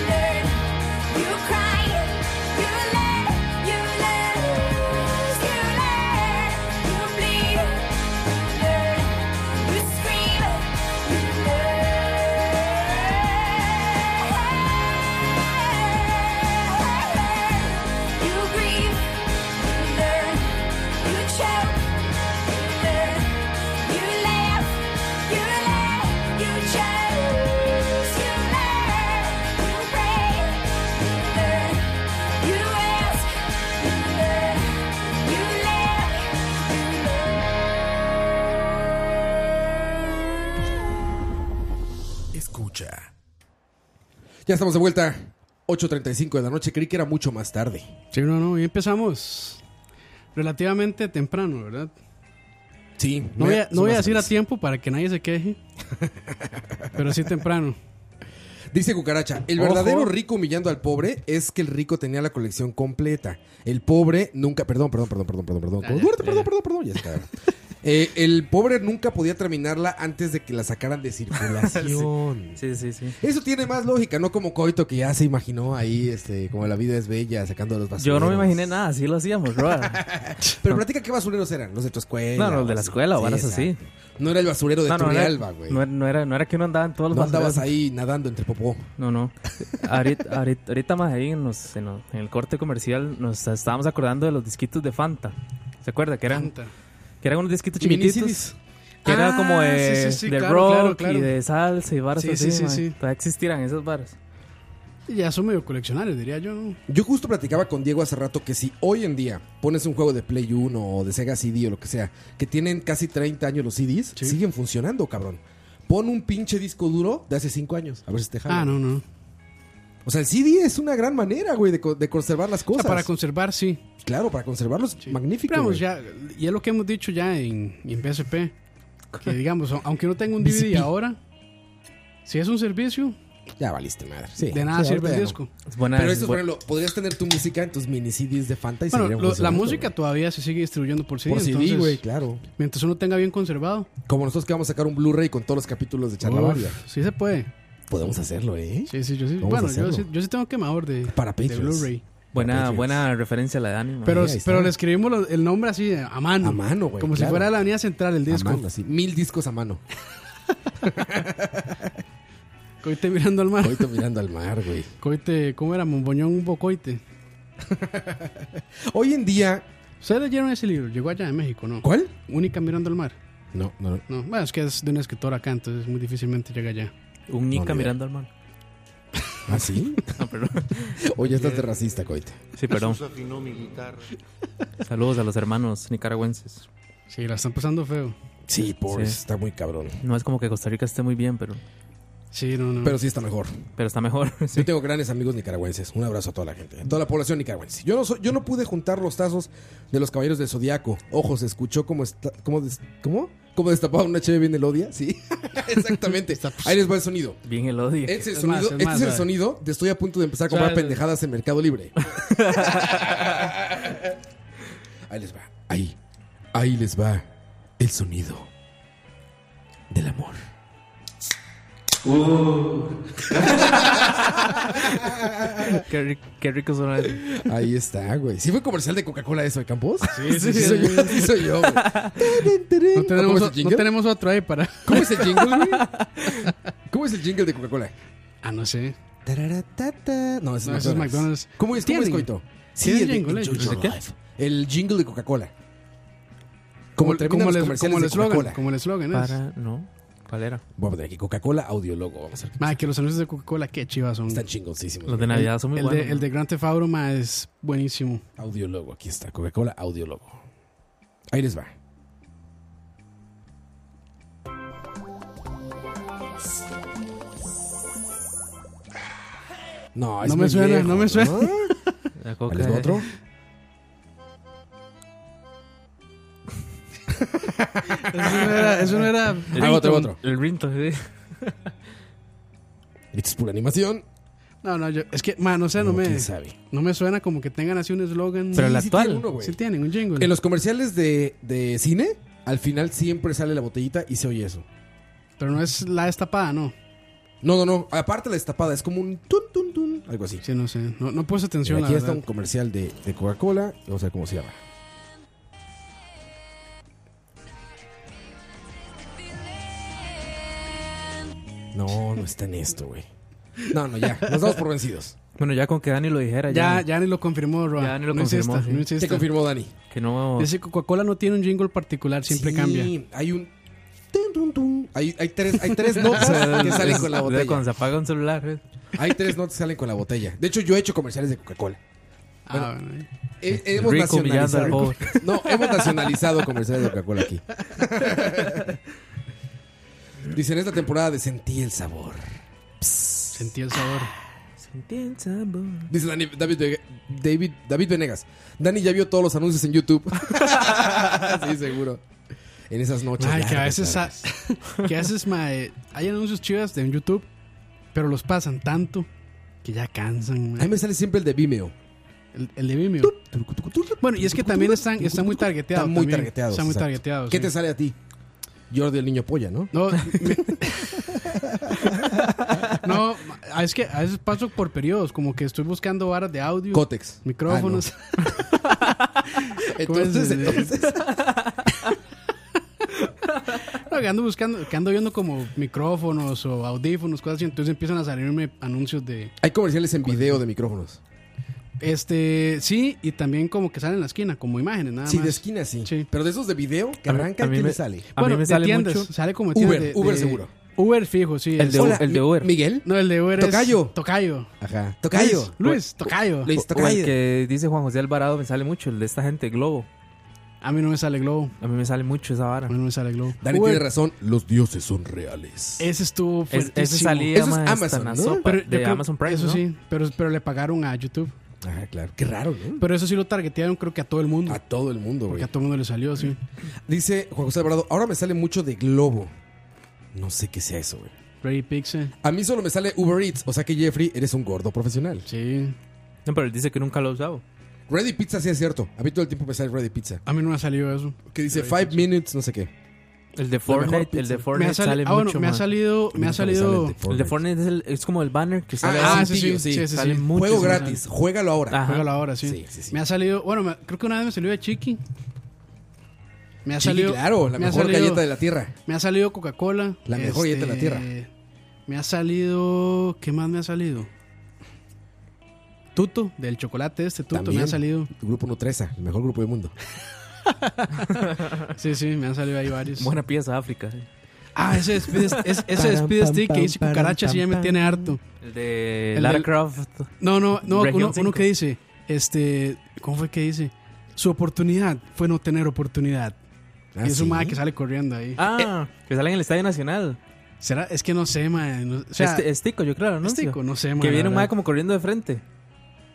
[SPEAKER 8] You cry, you learn, you lose, you learn, you bleed, you learn, you scream, you learn, you grieve, you learn, you choke, you learn, you laugh, you laugh, you choose, you learn, you pray. You learn, you ask, you learn, you laugh, you learn.
[SPEAKER 1] Escucha.
[SPEAKER 3] Ya estamos de vuelta. 8.35 de la noche. Creí que era mucho más tarde.
[SPEAKER 5] Sí, no, no, y empezamos relativamente temprano, ¿verdad?
[SPEAKER 3] Sí.
[SPEAKER 5] No voy a, no voy a decir a
[SPEAKER 3] ti.
[SPEAKER 5] tiempo para que nadie se queje, pero sí temprano.
[SPEAKER 3] Dice Cucaracha, el
[SPEAKER 5] Ojo.
[SPEAKER 3] verdadero rico humillando al pobre es que el rico tenía la colección completa. El pobre nunca... Perdón, perdón, perdón, perdón, perdón, perdón.
[SPEAKER 5] Ah,
[SPEAKER 3] Perdón,
[SPEAKER 5] ya,
[SPEAKER 3] perdón,
[SPEAKER 5] ya,
[SPEAKER 3] perdón,
[SPEAKER 5] ya.
[SPEAKER 3] perdón, ya se cagaron. Eh, el pobre nunca podía terminarla antes de que la sacaran de circulación.
[SPEAKER 4] Sí, sí, sí.
[SPEAKER 3] Eso tiene más lógica, no como Coito que ya se imaginó ahí, este, como la vida es bella, sacando los
[SPEAKER 4] Yo
[SPEAKER 3] basureros.
[SPEAKER 4] no me imaginé nada, así lo hacíamos, bro.
[SPEAKER 3] Pero platica qué basureros eran, los de tu escuela.
[SPEAKER 4] No, los de la escuela, o varas así.
[SPEAKER 3] exacto. No era el basurero de
[SPEAKER 4] No, no,
[SPEAKER 3] Turrialba,
[SPEAKER 4] era,
[SPEAKER 3] güey.
[SPEAKER 4] no, era- no era, no era que uno andaba en todos los
[SPEAKER 3] No andabas
[SPEAKER 4] basureros.
[SPEAKER 3] ahí nadando entre popó.
[SPEAKER 4] No, no. Ahorita, ahorita, ahorita más ahí en, los- en los- en el corte comercial nos estábamos acordando de los disquitos de Fanta. ¿Se acuerda? Que eran,
[SPEAKER 5] Canta.
[SPEAKER 4] que eran unos disquitos
[SPEAKER 3] Mini
[SPEAKER 4] chiquititos.
[SPEAKER 3] CDs.
[SPEAKER 4] Que
[SPEAKER 5] Ah,
[SPEAKER 4] era como de,
[SPEAKER 5] sí, sí, sí,
[SPEAKER 4] de
[SPEAKER 5] claro,
[SPEAKER 4] rock
[SPEAKER 5] claro, claro.
[SPEAKER 4] y de salsa y varas
[SPEAKER 5] Sí,
[SPEAKER 4] así.
[SPEAKER 5] sí, sí,
[SPEAKER 4] mae.
[SPEAKER 5] sí.
[SPEAKER 4] Todavía existieran esas varas.
[SPEAKER 5] Y ya son medio coleccionables, diría yo, ¿no?
[SPEAKER 3] Yo justo platicaba con Diego hace rato que si hoy en día pones un juego de Play 1 o de Sega CD o lo que sea, que tienen casi 30 años los CDs,
[SPEAKER 5] Sí.
[SPEAKER 3] siguen funcionando, cabrón. Pon un pinche disco duro de hace 5 años. A ver si te jala.
[SPEAKER 5] Ah, no, no.
[SPEAKER 3] O sea, el CD es una gran manera, güey, de, co- de conservar las
[SPEAKER 5] O sea,
[SPEAKER 3] cosas.
[SPEAKER 5] para conservar, sí.
[SPEAKER 3] Claro, para conservarlos.
[SPEAKER 5] Sí.
[SPEAKER 3] Magnífico.
[SPEAKER 5] Pero,
[SPEAKER 3] güey.
[SPEAKER 5] vamos, ya, ya lo que hemos dicho ya en, en PSP, que digamos, aunque no tenga un DVD ahora, si es un servicio,
[SPEAKER 3] Ya valiste madre. Sí.
[SPEAKER 5] de nada
[SPEAKER 3] Sí,
[SPEAKER 5] sirve el
[SPEAKER 3] ahorita ya no.
[SPEAKER 5] disco.
[SPEAKER 4] Es buena,
[SPEAKER 3] Pero
[SPEAKER 4] es
[SPEAKER 3] eso, por
[SPEAKER 4] buena-
[SPEAKER 3] ejemplo, podrías tener tu música en tus mini CDs de Fanta y
[SPEAKER 5] Bueno,
[SPEAKER 3] seguirían
[SPEAKER 5] lo- la
[SPEAKER 3] funcionando,
[SPEAKER 5] música
[SPEAKER 3] güey.
[SPEAKER 5] todavía se sigue distribuyendo por CD,
[SPEAKER 3] por CD,
[SPEAKER 5] entonces,
[SPEAKER 3] güey, claro.
[SPEAKER 5] mientras uno tenga bien conservado,
[SPEAKER 3] Como nosotros que vamos a sacar un Blu-ray con todos los capítulos de Charlavaria.
[SPEAKER 5] uf, sí se puede.
[SPEAKER 3] Podemos hacerlo, ¿eh?
[SPEAKER 5] Sí, sí, yo sí.
[SPEAKER 3] Vamos a
[SPEAKER 5] Bueno, yo
[SPEAKER 3] hacerlo.
[SPEAKER 5] sí, yo sí tengo quemador de,
[SPEAKER 3] Para
[SPEAKER 5] de
[SPEAKER 3] Patreons.
[SPEAKER 5] Blu-ray.
[SPEAKER 4] buena,
[SPEAKER 3] Patriots.
[SPEAKER 4] buena referencia a la de Dani. mae.
[SPEAKER 5] Pero,
[SPEAKER 3] ahí está.
[SPEAKER 5] pero le escribimos lo- el nombre así eh, a mano.
[SPEAKER 3] A mano, güey,
[SPEAKER 5] Como
[SPEAKER 3] claro.
[SPEAKER 5] si fuera la avenida central el
[SPEAKER 3] A
[SPEAKER 5] disco.
[SPEAKER 3] mano, así, Mil discos a mano.
[SPEAKER 5] Coite mirando al mar.
[SPEAKER 3] Coito mirando al mar, güey.
[SPEAKER 5] Coite, ¿cómo era? Momboñón Bocoite.
[SPEAKER 3] Hoy en día.
[SPEAKER 5] ¿Ustedes leyeron ese libro? Llegó allá de México, ¿no?
[SPEAKER 3] ¿Cuál?
[SPEAKER 5] Única mirando al mar.
[SPEAKER 3] No, no, no.
[SPEAKER 5] No, bueno, es que es de una escritora acá, entonces muy difícilmente llega allá.
[SPEAKER 4] Un
[SPEAKER 3] No, ni idea.
[SPEAKER 4] Nica mirando al mar.
[SPEAKER 3] ¿Ah, sí?
[SPEAKER 4] No, perdón.
[SPEAKER 3] O ya
[SPEAKER 5] Eh,
[SPEAKER 3] estás de racista, Coito.
[SPEAKER 4] Sí, perdón. Saludos a los hermanos nicaragüenses.
[SPEAKER 5] Sí, la están pasando feo.
[SPEAKER 3] Sí, pobre,
[SPEAKER 4] Sí.
[SPEAKER 3] está muy cabrón.
[SPEAKER 4] No es como que Costa Rica esté muy bien, pero,
[SPEAKER 5] Sí, no, no.
[SPEAKER 3] Pero sí está mejor.
[SPEAKER 4] pero está mejor. sí.
[SPEAKER 3] Yo tengo grandes amigos nicaragüenses. Un abrazo a toda la gente, a toda la población nicaragüense. Yo no, soy- yo no pude juntar los tazos de los caballeros del zodiaco. Ojo, se escuchó como está, como des- ¿cómo? Como destapaba una cheve bien elodia, sí. Exactamente.
[SPEAKER 5] pues,
[SPEAKER 3] Ahí les va el sonido.
[SPEAKER 4] Bien el odio.
[SPEAKER 3] Este es el
[SPEAKER 5] Es
[SPEAKER 3] sonido,
[SPEAKER 5] más, es
[SPEAKER 3] este
[SPEAKER 5] más,
[SPEAKER 3] es el
[SPEAKER 5] ¿verdad?
[SPEAKER 3] sonido de estoy a punto de empezar a
[SPEAKER 5] O sea,
[SPEAKER 3] comprar
[SPEAKER 5] el-
[SPEAKER 3] pendejadas en Mercado Libre. Ahí les va. Ahí. Ahí les va el sonido del amor.
[SPEAKER 4] Qué, rico, qué rico suena eso.
[SPEAKER 3] Ahí está, güey. ¿Sí fue comercial de Coca-Cola eso de Campos?
[SPEAKER 5] Sí, sí, sí.
[SPEAKER 3] soy yo. Sí soy yo, güey.
[SPEAKER 5] No
[SPEAKER 3] ¿Cómo
[SPEAKER 5] tenemos,
[SPEAKER 3] es el
[SPEAKER 5] o- no
[SPEAKER 3] jingle?
[SPEAKER 5] tenemos otro ahí para.
[SPEAKER 3] ¿Cómo es el jingle, güey? ¿Cómo es el jingle de Coca-Cola?
[SPEAKER 5] Ah, no sé.
[SPEAKER 3] Tararatata. No, ese
[SPEAKER 5] No,
[SPEAKER 3] es
[SPEAKER 5] Ah, ese es
[SPEAKER 3] McDonald's.
[SPEAKER 5] McDonald's.
[SPEAKER 3] ¿Cómo es, cómo
[SPEAKER 5] ¿Tienen?
[SPEAKER 3] es coito?
[SPEAKER 5] ¿Tienen
[SPEAKER 3] de-
[SPEAKER 5] jingle
[SPEAKER 3] Enjoy
[SPEAKER 5] ellos?
[SPEAKER 3] Your
[SPEAKER 5] ¿De qué?
[SPEAKER 3] Life. El jingle de Coca-Cola. Como
[SPEAKER 5] Como,
[SPEAKER 3] terminan
[SPEAKER 5] como,
[SPEAKER 3] los
[SPEAKER 5] el-
[SPEAKER 3] comerciales
[SPEAKER 5] como el
[SPEAKER 3] de Coca-Cola.
[SPEAKER 5] eslogan. Como el eslogan es.
[SPEAKER 4] Para, no. ¿Cuál era?
[SPEAKER 3] Voy a poner aquí Coca-Cola, audiólogo. Vamos a ver.
[SPEAKER 5] Ma, que los anuncios de Coca-Cola, qué chivas son.
[SPEAKER 3] Están chingoncísimos.
[SPEAKER 4] Los de
[SPEAKER 3] güey.
[SPEAKER 4] Navidad son muy
[SPEAKER 5] el,
[SPEAKER 4] buenos.
[SPEAKER 5] de, el de Grand Theft Auto, ma, es buenísimo.
[SPEAKER 3] Audiólogo, aquí está. Coca-Cola, audiólogo. Ahí les va. No, Ah, es
[SPEAKER 5] No me
[SPEAKER 3] muy
[SPEAKER 5] suena,
[SPEAKER 3] viejo,
[SPEAKER 5] no me suena.
[SPEAKER 4] La
[SPEAKER 3] Ahí
[SPEAKER 4] coca,
[SPEAKER 3] les va
[SPEAKER 4] eh.
[SPEAKER 3] otro.
[SPEAKER 5] Eso no era. Eso no era
[SPEAKER 4] El
[SPEAKER 3] Ah, otro,
[SPEAKER 4] Ringtone,
[SPEAKER 3] otro.
[SPEAKER 4] El Ringtone, sí.
[SPEAKER 3] Esto es pura animación.
[SPEAKER 5] no, no, yo. Es que, ma, no sé, no, me,
[SPEAKER 3] ¿Quién sabe?
[SPEAKER 5] no me suena como que tengan así un eslogan.
[SPEAKER 4] Pero
[SPEAKER 5] Sí,
[SPEAKER 4] la
[SPEAKER 5] sí,
[SPEAKER 4] actual.
[SPEAKER 3] tiene uno, güey.
[SPEAKER 5] sí tienen un jingle.
[SPEAKER 3] En los comerciales de, de cine, al final siempre sale la botellita y se oye eso.
[SPEAKER 5] Pero no es la destapada, no.
[SPEAKER 3] No, no, no. Aparte la destapada, es como un tun, tun, tun, algo así.
[SPEAKER 5] Sí, no sé. No, no puse atención,
[SPEAKER 3] Mira,
[SPEAKER 5] la
[SPEAKER 3] aquí está
[SPEAKER 5] verdad.
[SPEAKER 3] un comercial de, de Coca-Cola. Vamos a ver cómo se llama. No, no está en esto, güey. No, no, ya. Nos damos por vencidos.
[SPEAKER 4] Bueno, ya con que Dani lo dijera.
[SPEAKER 5] Ya,
[SPEAKER 4] Ya.
[SPEAKER 5] ya ni lo confirmó, Roa.
[SPEAKER 4] Ya ni lo
[SPEAKER 5] no
[SPEAKER 4] confirmó,
[SPEAKER 5] insista,
[SPEAKER 4] sí.
[SPEAKER 5] no
[SPEAKER 3] ¿Qué
[SPEAKER 5] insista.
[SPEAKER 3] confirmó Dani?
[SPEAKER 4] Que no.
[SPEAKER 5] Dice que Coca-Cola no tiene un jingle particular, siempre
[SPEAKER 3] Sí,
[SPEAKER 5] cambia.
[SPEAKER 3] Hay un. tun, tun, tun. Hay, hay tres, hay tres notas que salen con la
[SPEAKER 4] de Cuando
[SPEAKER 3] botella.
[SPEAKER 4] se apaga un celular. eh.
[SPEAKER 3] Hay tres notas que salen con la botella. De hecho, yo he hecho comerciales de Coca-Cola.
[SPEAKER 5] Ah, bueno.
[SPEAKER 3] He- Eh, hemos
[SPEAKER 4] Rico humillando
[SPEAKER 3] nacionalizado.
[SPEAKER 4] al pobre.
[SPEAKER 3] No, hemos nacionalizado comerciales de Coca-Cola aquí. Dicen, es la temporada de Sentí el sabor.
[SPEAKER 5] Sentí el sabor.
[SPEAKER 4] Sentí el sabor.
[SPEAKER 3] Dice Dani- David, Ve- David, David Venegas. Dani ya vio todos los anuncios en YouTube. sí, seguro. En esas noches.
[SPEAKER 5] Ay, que a
[SPEAKER 3] largas,
[SPEAKER 5] veces,
[SPEAKER 3] largas.
[SPEAKER 5] ha- que a veces ma, eh, hay anuncios chivas de en YouTube, pero los pasan tanto que ya cansan. ma.
[SPEAKER 3] A mí me sale siempre el de Vimeo.
[SPEAKER 5] El, el de Vimeo. Bueno, y es que también están, están muy targeteados.
[SPEAKER 3] Están muy
[SPEAKER 5] también.
[SPEAKER 3] targeteados.
[SPEAKER 5] Están muy
[SPEAKER 3] exacto.
[SPEAKER 5] targeteados.
[SPEAKER 3] ¿Qué
[SPEAKER 5] sí.
[SPEAKER 3] te sale a ti? Jordi el niño polla, ¿no?
[SPEAKER 5] No, me- no, ma, es que a veces paso por periodos, como que estoy buscando varas de audio,
[SPEAKER 3] Cotex.
[SPEAKER 5] micrófonos.
[SPEAKER 3] Ah, no.
[SPEAKER 5] ¿Cómo es?
[SPEAKER 3] Entonces, entonces.
[SPEAKER 5] No, que ando buscando, que ando viendo como micrófonos o audífonos, cosas así. Entonces empiezan a salirme anuncios de.
[SPEAKER 3] Hay comerciales en video de micrófonos.
[SPEAKER 5] Este, sí, y también como que salen en la esquina, como imágenes, nada
[SPEAKER 3] Sí,
[SPEAKER 5] más.
[SPEAKER 3] de esquina sí.
[SPEAKER 5] Sí.
[SPEAKER 3] Pero de esos de video que
[SPEAKER 4] Ah, A mí-
[SPEAKER 3] arranca,
[SPEAKER 4] a mí
[SPEAKER 3] ¿quién
[SPEAKER 4] me-
[SPEAKER 3] le sale?
[SPEAKER 4] A mí me
[SPEAKER 5] de
[SPEAKER 4] sale
[SPEAKER 5] tiendas,
[SPEAKER 4] mucho.
[SPEAKER 5] Sale como de
[SPEAKER 3] Uber,
[SPEAKER 5] tiendas de-
[SPEAKER 3] Uber
[SPEAKER 5] de-
[SPEAKER 3] seguro.
[SPEAKER 5] Uber fijo, sí.
[SPEAKER 4] El
[SPEAKER 5] es-
[SPEAKER 4] de,
[SPEAKER 3] Hola,
[SPEAKER 4] el de Uber.
[SPEAKER 3] Miguel.
[SPEAKER 5] No, el de Uber es-
[SPEAKER 3] Tocayo.
[SPEAKER 5] Tocayo.
[SPEAKER 3] Ajá.
[SPEAKER 5] Luis, Luis, Tocayo.
[SPEAKER 3] Luis
[SPEAKER 4] O el
[SPEAKER 3] Tocayo.
[SPEAKER 4] que dice Juan José Alvarado me sale mucho. El de esta gente, Globo.
[SPEAKER 5] A mí no me sale Globo.
[SPEAKER 4] A mí me sale mucho esa vara.
[SPEAKER 5] A mí no me sale Globo.
[SPEAKER 3] Dani
[SPEAKER 5] Uber,
[SPEAKER 3] tiene razón, los dioses son reales.
[SPEAKER 5] Ese estuvo
[SPEAKER 4] Es,
[SPEAKER 5] fuertísimo.
[SPEAKER 4] ese salía
[SPEAKER 3] Eso es
[SPEAKER 4] más
[SPEAKER 3] Amazon,
[SPEAKER 4] hasta
[SPEAKER 3] ¿no?
[SPEAKER 4] la sopa
[SPEAKER 5] Pero yo
[SPEAKER 4] de
[SPEAKER 5] creo-
[SPEAKER 4] Amazon Prime.
[SPEAKER 5] Eso
[SPEAKER 4] ¿no?
[SPEAKER 5] sí, pero, pero le pagaron a YouTube.
[SPEAKER 3] Ajá, claro. Qué raro, ¿no?
[SPEAKER 5] Pero eso sí lo targetearon creo que a todo el mundo.
[SPEAKER 3] A todo el mundo,
[SPEAKER 5] porque
[SPEAKER 3] Ah, güey.
[SPEAKER 5] a todo el mundo le salió, sí.
[SPEAKER 3] Dice Juan José Alvarado, ahora me sale mucho de globo. No sé qué sea eso, güey.
[SPEAKER 5] Ready Pixel.
[SPEAKER 3] A mí solo me sale Uber Eats, o sea que Jeffrey, eres un gordo profesional.
[SPEAKER 5] Sí.
[SPEAKER 4] No, pero él dice que nunca lo ha usado.
[SPEAKER 3] Ready Pizza sí es cierto. A mí todo el tiempo me sale Ready Pizza.
[SPEAKER 5] A mí no me ha salido eso.
[SPEAKER 3] Que dice five minutes, no sé qué.
[SPEAKER 4] El de
[SPEAKER 3] mejor
[SPEAKER 4] Fortnite, el
[SPEAKER 3] pizza.
[SPEAKER 4] de
[SPEAKER 5] Me
[SPEAKER 4] Fortnite
[SPEAKER 5] ha, sali-
[SPEAKER 4] sale
[SPEAKER 5] ah, bueno,
[SPEAKER 4] mucho
[SPEAKER 5] me ha
[SPEAKER 4] más.
[SPEAKER 5] salido. Me ha
[SPEAKER 3] Nunca me sale este.
[SPEAKER 5] salido.
[SPEAKER 4] El de Fortnite es, el- es como el banner que sale.
[SPEAKER 5] Ah,
[SPEAKER 4] ahí.
[SPEAKER 5] sí, sí, sí, sí, sí.
[SPEAKER 4] Sale Ah, mucho.
[SPEAKER 3] Juego
[SPEAKER 5] sí,
[SPEAKER 3] gratis, juégalo ahora.
[SPEAKER 4] Ajá.
[SPEAKER 5] Juégalo ahora, sí.
[SPEAKER 3] Sí, sí, sí.
[SPEAKER 5] Me ha salido. Bueno, me- creo que una vez me salió de Chiqui. Me ha
[SPEAKER 3] Chiqui,
[SPEAKER 5] salido.
[SPEAKER 3] claro, la
[SPEAKER 5] me ha
[SPEAKER 3] mejor
[SPEAKER 5] salido-
[SPEAKER 3] galleta de la tierra.
[SPEAKER 5] Me ha salido Coca-Cola. este,
[SPEAKER 3] La mejor galleta de la tierra.
[SPEAKER 5] Me ha salido. ¿Qué más me ha salido? Tuto, del chocolate este, Tuto, me ha
[SPEAKER 3] También.
[SPEAKER 5] salido.
[SPEAKER 3] Grupo Nutresa, el mejor grupo del mundo.
[SPEAKER 5] Sí, sí, me han salido ahí varios.
[SPEAKER 4] Buena pieza África. sí.
[SPEAKER 5] Ah, ese despide, es- ese despide
[SPEAKER 7] Param,
[SPEAKER 5] stick
[SPEAKER 7] pam,
[SPEAKER 5] que hice
[SPEAKER 7] pam,
[SPEAKER 5] cucaracha,
[SPEAKER 7] pam,
[SPEAKER 5] sí, ya me
[SPEAKER 7] pam.
[SPEAKER 5] tiene harto.
[SPEAKER 4] El de
[SPEAKER 5] El
[SPEAKER 4] Lara
[SPEAKER 5] del-
[SPEAKER 4] Croft.
[SPEAKER 5] No, no, no,
[SPEAKER 4] Región
[SPEAKER 5] uno, uno
[SPEAKER 4] cinco.
[SPEAKER 5] que dice, este, ¿cómo fue que dice? Su oportunidad fue no tener oportunidad.
[SPEAKER 3] Ah,
[SPEAKER 5] y es un
[SPEAKER 3] ¿sí?
[SPEAKER 5] mae que sale corriendo ahí.
[SPEAKER 4] Ah,
[SPEAKER 5] Eh,
[SPEAKER 4] que sale en el Estadio Nacional.
[SPEAKER 5] ¿Será? Es que no sé, mae. no- o sea,
[SPEAKER 4] este, es Tico, yo creo, ¿no?
[SPEAKER 5] es tico, no sé, mae.
[SPEAKER 4] Que
[SPEAKER 5] la
[SPEAKER 4] viene un
[SPEAKER 5] verdad.
[SPEAKER 4] mae como corriendo de frente.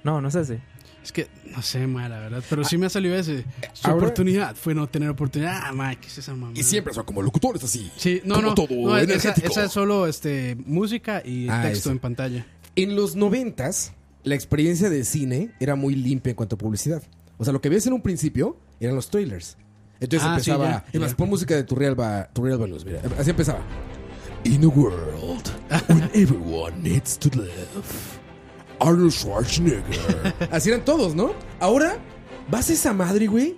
[SPEAKER 4] No, no es ese.
[SPEAKER 5] Es que no sé, ma, la verdad. Pero sí me ha salido ese. Su
[SPEAKER 3] Ah, ahora-
[SPEAKER 5] oportunidad fue no tener oportunidad. Ah, ma, ¿qué es esa mamá?
[SPEAKER 1] Y siempre son como locutores así.
[SPEAKER 5] Sí, no,
[SPEAKER 1] como
[SPEAKER 5] no.
[SPEAKER 1] todo
[SPEAKER 5] no, es- esa,
[SPEAKER 1] energético.
[SPEAKER 5] esa es solo este, música y
[SPEAKER 3] Ah,
[SPEAKER 5] texto
[SPEAKER 3] esa.
[SPEAKER 5] en pantalla.
[SPEAKER 3] En los noventas, la experiencia de cine era muy limpia en cuanto a publicidad. O sea, lo que ves en un principio eran los trailers. Entonces
[SPEAKER 5] Ah, sí,
[SPEAKER 3] empezaba,
[SPEAKER 5] ya,
[SPEAKER 3] es más,
[SPEAKER 5] ya.
[SPEAKER 3] pon música de Turrialba Turrialba News, mira. Así empezaba. In a world when everyone needs to live. Arnold Schwarzenegger. Así eran todos, ¿no? Ahora, vas a esa madre, güey.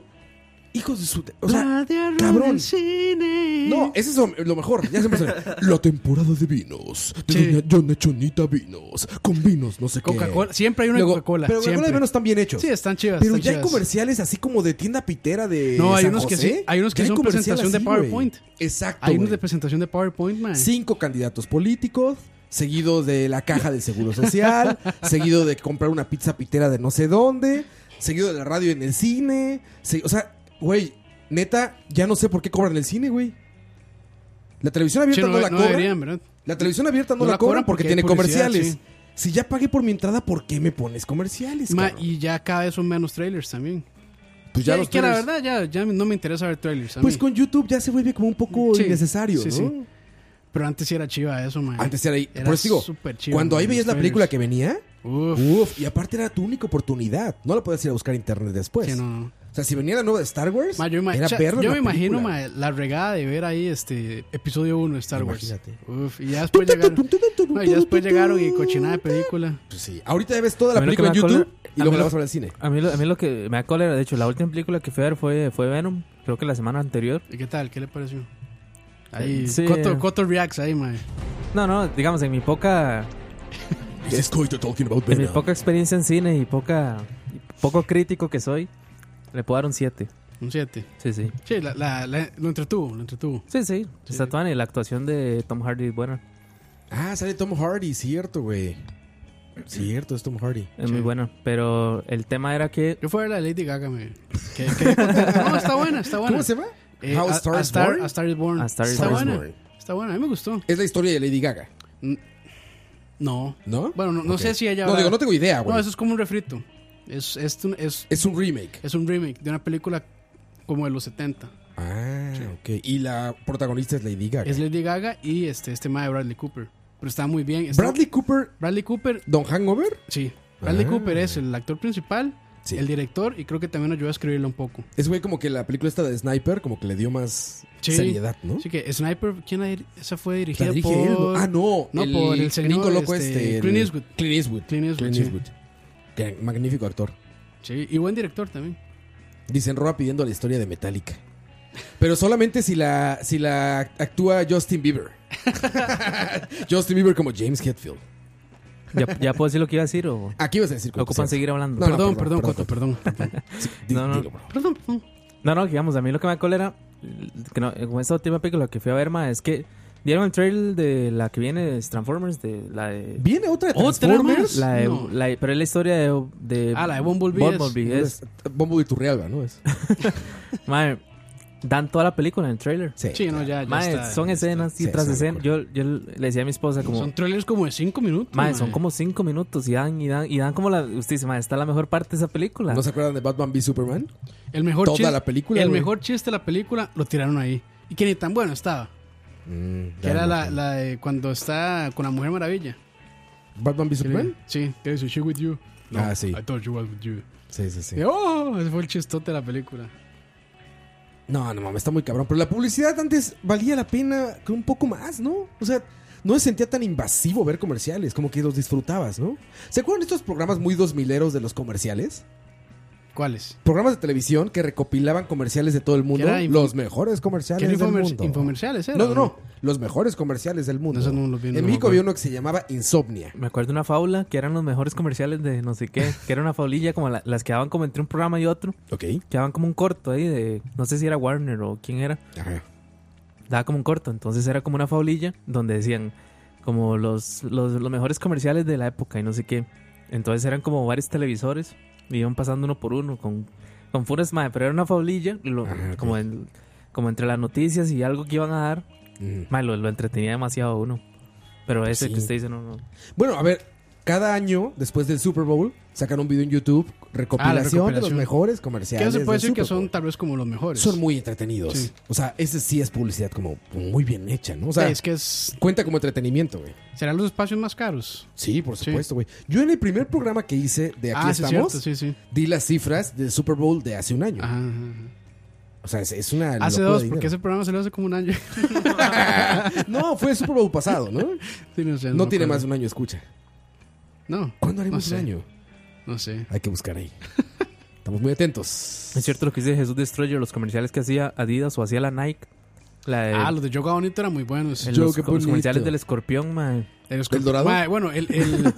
[SPEAKER 3] Hijos de su... O sea, cabrón.
[SPEAKER 5] cine.
[SPEAKER 3] No, eso es lo- lo mejor. Ya se empezó. La temporada de vinos. De
[SPEAKER 5] Sí.
[SPEAKER 3] Doña Doña Chonita Vinos. Con vinos, no sé qué.
[SPEAKER 5] Coca-Cola. Siempre hay una
[SPEAKER 3] Luego,
[SPEAKER 5] Coca-Cola.
[SPEAKER 3] Pero Coca-Cola
[SPEAKER 5] siempre.
[SPEAKER 3] de menos están bien hechos.
[SPEAKER 5] Sí, están chivas.
[SPEAKER 3] Pero
[SPEAKER 5] están
[SPEAKER 3] ya hay
[SPEAKER 5] chivas.
[SPEAKER 3] comerciales así como de tienda pitera de.
[SPEAKER 5] No, hay
[SPEAKER 3] Eh, San
[SPEAKER 5] unos que
[SPEAKER 3] José.
[SPEAKER 5] sí, hay unos que
[SPEAKER 3] Ya
[SPEAKER 5] son
[SPEAKER 3] comercial
[SPEAKER 5] presentación de
[SPEAKER 3] güey.
[SPEAKER 5] PowerPoint.
[SPEAKER 3] Exacto.
[SPEAKER 5] Hay
[SPEAKER 3] güey.
[SPEAKER 5] una de presentación de PowerPoint, ma.
[SPEAKER 3] Cinco candidatos políticos. Seguido de la caja del Seguro Social. seguido de comprar una pizza pitera de no sé dónde. Seguido de la radio en el cine. se- o sea, güey, neta, ya no sé por qué cobran el cine, güey. La televisión
[SPEAKER 5] Sí,
[SPEAKER 3] abierta
[SPEAKER 5] no,
[SPEAKER 3] no, la
[SPEAKER 5] no
[SPEAKER 3] cobra.
[SPEAKER 5] deberían, ¿verdad?
[SPEAKER 3] La televisión abierta no,
[SPEAKER 5] No
[SPEAKER 3] la,
[SPEAKER 5] la
[SPEAKER 3] cobran
[SPEAKER 5] cobran
[SPEAKER 3] porque,
[SPEAKER 5] porque
[SPEAKER 3] tiene
[SPEAKER 5] hay publicidad,
[SPEAKER 3] comerciales.
[SPEAKER 5] sí.
[SPEAKER 3] Si ya pagué por mi entrada, ¿por qué me pones comerciales?
[SPEAKER 5] Ma,
[SPEAKER 3] cabrón?
[SPEAKER 5] y ya cada vez son menos trailers también.
[SPEAKER 3] pues ya
[SPEAKER 5] Que-
[SPEAKER 3] los
[SPEAKER 5] que la
[SPEAKER 3] trailers-
[SPEAKER 5] verdad ya, ya no me interesa ver trailers. a
[SPEAKER 3] Pues
[SPEAKER 5] mí.
[SPEAKER 3] con YouTube ya se vuelve como un poco
[SPEAKER 5] Sí,
[SPEAKER 3] innecesario,
[SPEAKER 5] sí,
[SPEAKER 3] ¿no?
[SPEAKER 5] sí. Pero antes sí era chiva eso, man.
[SPEAKER 3] Antes era ahí.
[SPEAKER 5] Era
[SPEAKER 3] por eso digo,
[SPEAKER 5] súper chido,
[SPEAKER 3] cuando ahí
[SPEAKER 5] man,
[SPEAKER 3] veías
[SPEAKER 5] los
[SPEAKER 3] la película que
[SPEAKER 5] trailers.
[SPEAKER 3] venía,
[SPEAKER 5] Uf.
[SPEAKER 3] uff, y aparte era tu única oportunidad. No la podías ir a buscar en internet después.
[SPEAKER 5] Sí, no, no.
[SPEAKER 3] O sea, si venía la nueva de Star Wars,
[SPEAKER 5] Ma, yo ima-
[SPEAKER 3] era
[SPEAKER 5] o sea,
[SPEAKER 3] verla en
[SPEAKER 5] yo
[SPEAKER 3] la
[SPEAKER 5] me imagino
[SPEAKER 3] película.
[SPEAKER 5] ma, la regada de ver ahí este episodio 1 de Star
[SPEAKER 3] Imagínate.
[SPEAKER 5] Wars. Uf, y ya después llegaron. no, y ya después llegaron y cochinada de película.
[SPEAKER 3] Pues sí. Ahorita ya ves toda la
[SPEAKER 4] A mí lo que
[SPEAKER 3] película en
[SPEAKER 4] me
[SPEAKER 3] YouTube
[SPEAKER 4] acuerdo-
[SPEAKER 3] y
[SPEAKER 4] a
[SPEAKER 3] luego
[SPEAKER 4] mí
[SPEAKER 3] la
[SPEAKER 4] lo-
[SPEAKER 3] vas a ver al cine.
[SPEAKER 4] A mí, lo- a mí lo que me da cólera, de hecho, la última película que fui a ver fue, fue Venom, creo que la semana anterior.
[SPEAKER 5] ¿Y qué tal? ¿Qué le pareció? Ahí,
[SPEAKER 4] Sí.
[SPEAKER 5] Coto, Coto Reacts ahí, ma.
[SPEAKER 4] No, no, digamos, en mi poca,
[SPEAKER 1] This is Coito talking about
[SPEAKER 4] en mi
[SPEAKER 1] Venom.
[SPEAKER 4] poca experiencia en cine y poca y poco crítico que soy, le puedo dar un 7.
[SPEAKER 5] Un 7.
[SPEAKER 4] Sí, sí.
[SPEAKER 5] Sí, la, la- la- lo entretuvo, lo entretuvo.
[SPEAKER 4] Sí, sí. Está tuani, la actuación de Tom Hardy es buena,
[SPEAKER 3] Ah, sale Tom Hardy, cierto, güey. Cierto, es Tom Hardy.
[SPEAKER 4] es
[SPEAKER 5] Sí.
[SPEAKER 4] muy buena. Pero el tema era que
[SPEAKER 5] Yo fue la de Lady Gaga, me. Que- que- no, está buena, está buena.
[SPEAKER 3] ¿Cómo se llama?
[SPEAKER 5] Eh,
[SPEAKER 3] How
[SPEAKER 5] a,
[SPEAKER 3] Star
[SPEAKER 5] a
[SPEAKER 3] is
[SPEAKER 5] Star,
[SPEAKER 3] Born?
[SPEAKER 5] A Star is Born.
[SPEAKER 4] A Star is
[SPEAKER 5] está
[SPEAKER 4] Born.
[SPEAKER 5] buena.
[SPEAKER 3] Born.
[SPEAKER 5] Está buena, a mí me gustó.
[SPEAKER 3] Es la historia de Lady Gaga,
[SPEAKER 5] No.
[SPEAKER 3] ¿no?
[SPEAKER 5] Bueno, no, no
[SPEAKER 3] Ok.
[SPEAKER 5] sé si ella.
[SPEAKER 3] No,
[SPEAKER 5] habrá-
[SPEAKER 3] digo, no tengo idea, güey.
[SPEAKER 5] No, eso es como un refrito. Es, es, un- es,
[SPEAKER 3] Es un remake.
[SPEAKER 5] es un remake de una película como de los 70.
[SPEAKER 3] Ah, ok. Y la protagonista es Lady Gaga.
[SPEAKER 5] Es Lady Gaga y este, este mae Bradley Cooper. Pero está muy bien. está-
[SPEAKER 3] Bradley Cooper,
[SPEAKER 5] Bradley Cooper,
[SPEAKER 3] Don Hangover,
[SPEAKER 5] sí. Bradley
[SPEAKER 3] Ah.
[SPEAKER 5] Cooper es el actor principal,
[SPEAKER 3] Sí.
[SPEAKER 5] el director y creo que también ayudó a escribirlo un poco.
[SPEAKER 3] es güey como que la película esta de Sniper como que le dio más
[SPEAKER 5] Sí.
[SPEAKER 3] seriedad, ¿no?
[SPEAKER 5] Así que Sniper, ¿quién la dir- Esa fue
[SPEAKER 3] La
[SPEAKER 5] dirigida
[SPEAKER 3] dirige
[SPEAKER 5] por.
[SPEAKER 3] él, ¿no? Ah, no,
[SPEAKER 5] No, por el señor,
[SPEAKER 3] gringo loco
[SPEAKER 5] este,
[SPEAKER 3] este, el-
[SPEAKER 5] Clint Eastwood.
[SPEAKER 3] Clint Eastwood.
[SPEAKER 5] Clint Eastwood,
[SPEAKER 3] Clint
[SPEAKER 5] sí.
[SPEAKER 3] Eastwood. Que- magnífico actor.
[SPEAKER 5] Sí, y buen director también.
[SPEAKER 3] Ah, Dicen Roa pidiendo la historia de Metallica. Pero solamente si la si la actúa Justin Bieber. Justin Bieber como James Hetfield.
[SPEAKER 4] ya, ya puedo decir lo que iba a decir o
[SPEAKER 3] Aquí vas a decir Coco,
[SPEAKER 4] ocupan
[SPEAKER 3] ¿cierto?
[SPEAKER 4] seguir hablando.
[SPEAKER 3] No,
[SPEAKER 5] perdón,
[SPEAKER 3] no, perdón,
[SPEAKER 5] perdón, Coto, perdón. Perdón,
[SPEAKER 3] Sí, dilo,
[SPEAKER 4] No, no.
[SPEAKER 3] dilo, bro.
[SPEAKER 5] perdón, perdón.
[SPEAKER 4] No, no, digamos, a mí lo que me da cólera, que no, con esta última película que fui a ver, ma, es que dieron el trailer de la que viene de Transformers, de la de...
[SPEAKER 3] Viene otra de
[SPEAKER 5] ¿Otra
[SPEAKER 3] Transformers.
[SPEAKER 4] La de-
[SPEAKER 5] No.
[SPEAKER 4] la de- pero es la historia de... de
[SPEAKER 5] Ah, la de Bumblebee es-
[SPEAKER 4] es-
[SPEAKER 3] Bombo de Turrialba, ¿no? Es.
[SPEAKER 4] ma, dan toda la película en el trailer.
[SPEAKER 3] Eh,
[SPEAKER 5] Sí, no, ya, ya
[SPEAKER 4] Ma,
[SPEAKER 5] está,
[SPEAKER 4] son
[SPEAKER 5] ya
[SPEAKER 4] escenas
[SPEAKER 3] está.
[SPEAKER 4] y
[SPEAKER 3] Sí,
[SPEAKER 4] tras
[SPEAKER 3] es una
[SPEAKER 4] escenas. Yo, yo le decía a mi esposa
[SPEAKER 5] está.
[SPEAKER 4] como...
[SPEAKER 5] Son trailers como de 5 minutos.
[SPEAKER 4] ma,
[SPEAKER 5] mae.
[SPEAKER 4] son como cinco minutos y dan, y dan, y dan como la... Usted dice, ma, está la mejor parte de esa película.
[SPEAKER 3] ¿No se acuerdan de Batman v Superman?
[SPEAKER 5] El mejor
[SPEAKER 3] Toda
[SPEAKER 5] chiste,
[SPEAKER 3] la película,
[SPEAKER 5] El
[SPEAKER 3] güey.
[SPEAKER 5] mejor chiste de la película lo tiraron ahí. Y que ni tan bueno estaba.
[SPEAKER 3] Mm,
[SPEAKER 5] Que era la, la de cuando está con la Mujer Maravilla.
[SPEAKER 3] ¿Batman v Superman?
[SPEAKER 5] Sí, que dice, she with you.
[SPEAKER 3] Ah, sí.
[SPEAKER 5] I thought you was with you.
[SPEAKER 3] Sí, sí, sí.
[SPEAKER 5] Y, oh, ese fue el chistote de la película.
[SPEAKER 3] No, no mames, está muy cabrón. Pero la publicidad antes valía la pena que un poco más, ¿no? O sea, no se sentía tan invasivo ver comerciales, como que los disfrutabas, ¿no? ¿Se acuerdan de estos programas muy dos mileros de los comerciales?
[SPEAKER 5] ¿Cuáles?
[SPEAKER 3] Programas de televisión que recopilaban comerciales de todo el mundo.
[SPEAKER 5] era info-
[SPEAKER 3] Los mejores
[SPEAKER 5] Que
[SPEAKER 3] comerciales
[SPEAKER 5] eran
[SPEAKER 3] del
[SPEAKER 5] infomer-
[SPEAKER 3] mundo.
[SPEAKER 5] infomerciales, ¿eh?
[SPEAKER 3] No, no, no. Los mejores comerciales del mundo.
[SPEAKER 5] Eso no los vi, no
[SPEAKER 3] en
[SPEAKER 5] me
[SPEAKER 3] México había
[SPEAKER 5] acuerdo.
[SPEAKER 3] uno que se llamaba Insomnia.
[SPEAKER 4] Me acuerdo de una fábula que eran los mejores comerciales de no sé qué, que era una faulilla como la- las que daban como entre un programa y otro.
[SPEAKER 3] Ok.
[SPEAKER 4] que daban como un corto ahí de no sé si era Warner o quién era
[SPEAKER 3] Ajá.
[SPEAKER 4] daba como un corto entonces era como una faulilla donde decían como los, los, los mejores comerciales de la época y no sé qué entonces eran como varios televisores y iban pasando uno por uno con con puras madre pero era una faulilla lo-
[SPEAKER 3] Ajá, Ah, ok.
[SPEAKER 4] como en- como entre las noticias y algo que iban a dar
[SPEAKER 3] Mm.
[SPEAKER 4] mae, lo, lo entretenía demasiado a uno pero ese
[SPEAKER 3] sí.
[SPEAKER 4] que usted dice no no
[SPEAKER 3] Bueno, a ver, Cada año, después del Super Bowl, sacan un video en YouTube, recopilación, de los
[SPEAKER 5] Ah, recopilación.
[SPEAKER 3] mejores comerciales.
[SPEAKER 5] Que se puede
[SPEAKER 3] del
[SPEAKER 5] decir que
[SPEAKER 3] Super
[SPEAKER 5] son
[SPEAKER 3] Bowl.
[SPEAKER 5] tal vez como los mejores.
[SPEAKER 3] Son muy entretenidos.
[SPEAKER 5] Sí.
[SPEAKER 3] O sea, ese sí es publicidad como muy bien hecha, ¿no? O sea,
[SPEAKER 5] Sí, es que es,
[SPEAKER 3] cuenta como entretenimiento, güey.
[SPEAKER 5] serán los espacios más caros.
[SPEAKER 3] Sí, por
[SPEAKER 5] Sí.
[SPEAKER 3] supuesto, güey. Yo en el primer programa que hice de Aquí
[SPEAKER 5] ah, sí, es
[SPEAKER 3] estamos,
[SPEAKER 5] cierto, Ah. sí, sí.
[SPEAKER 3] di las cifras del Super Bowl de hace un año.
[SPEAKER 5] Ajá, ajá, ajá.
[SPEAKER 3] O sea, es, es una.
[SPEAKER 5] Hace
[SPEAKER 3] locura
[SPEAKER 5] dos,
[SPEAKER 3] de
[SPEAKER 5] porque
[SPEAKER 3] dinero.
[SPEAKER 5] ese programa se lo hace como un año.
[SPEAKER 3] no, fue el Super Bowl pasado, ¿no?
[SPEAKER 5] Sí, no sé,
[SPEAKER 3] No,
[SPEAKER 5] no me
[SPEAKER 3] tiene
[SPEAKER 5] acuerdo.
[SPEAKER 3] más de un año, escucha.
[SPEAKER 5] No,
[SPEAKER 3] ¿Cuándo haremos
[SPEAKER 5] No sé.
[SPEAKER 3] un año?
[SPEAKER 5] no sé.
[SPEAKER 3] Hay que buscar ahí. Estamos muy atentos.
[SPEAKER 4] Es cierto lo que dice Jesús Destroyer, los comerciales que hacía Adidas o hacía la Nike. La
[SPEAKER 3] Eh.
[SPEAKER 4] de-
[SPEAKER 5] Ah, los de Yoga Bonito eran muy buenos.
[SPEAKER 4] en
[SPEAKER 3] Yo,
[SPEAKER 4] los,
[SPEAKER 3] qué
[SPEAKER 4] co- los comerciales
[SPEAKER 3] bonito.
[SPEAKER 4] del escorpión, man.
[SPEAKER 5] El Escorp-
[SPEAKER 3] ¿El Dorado?
[SPEAKER 5] Ma, bueno, el, el-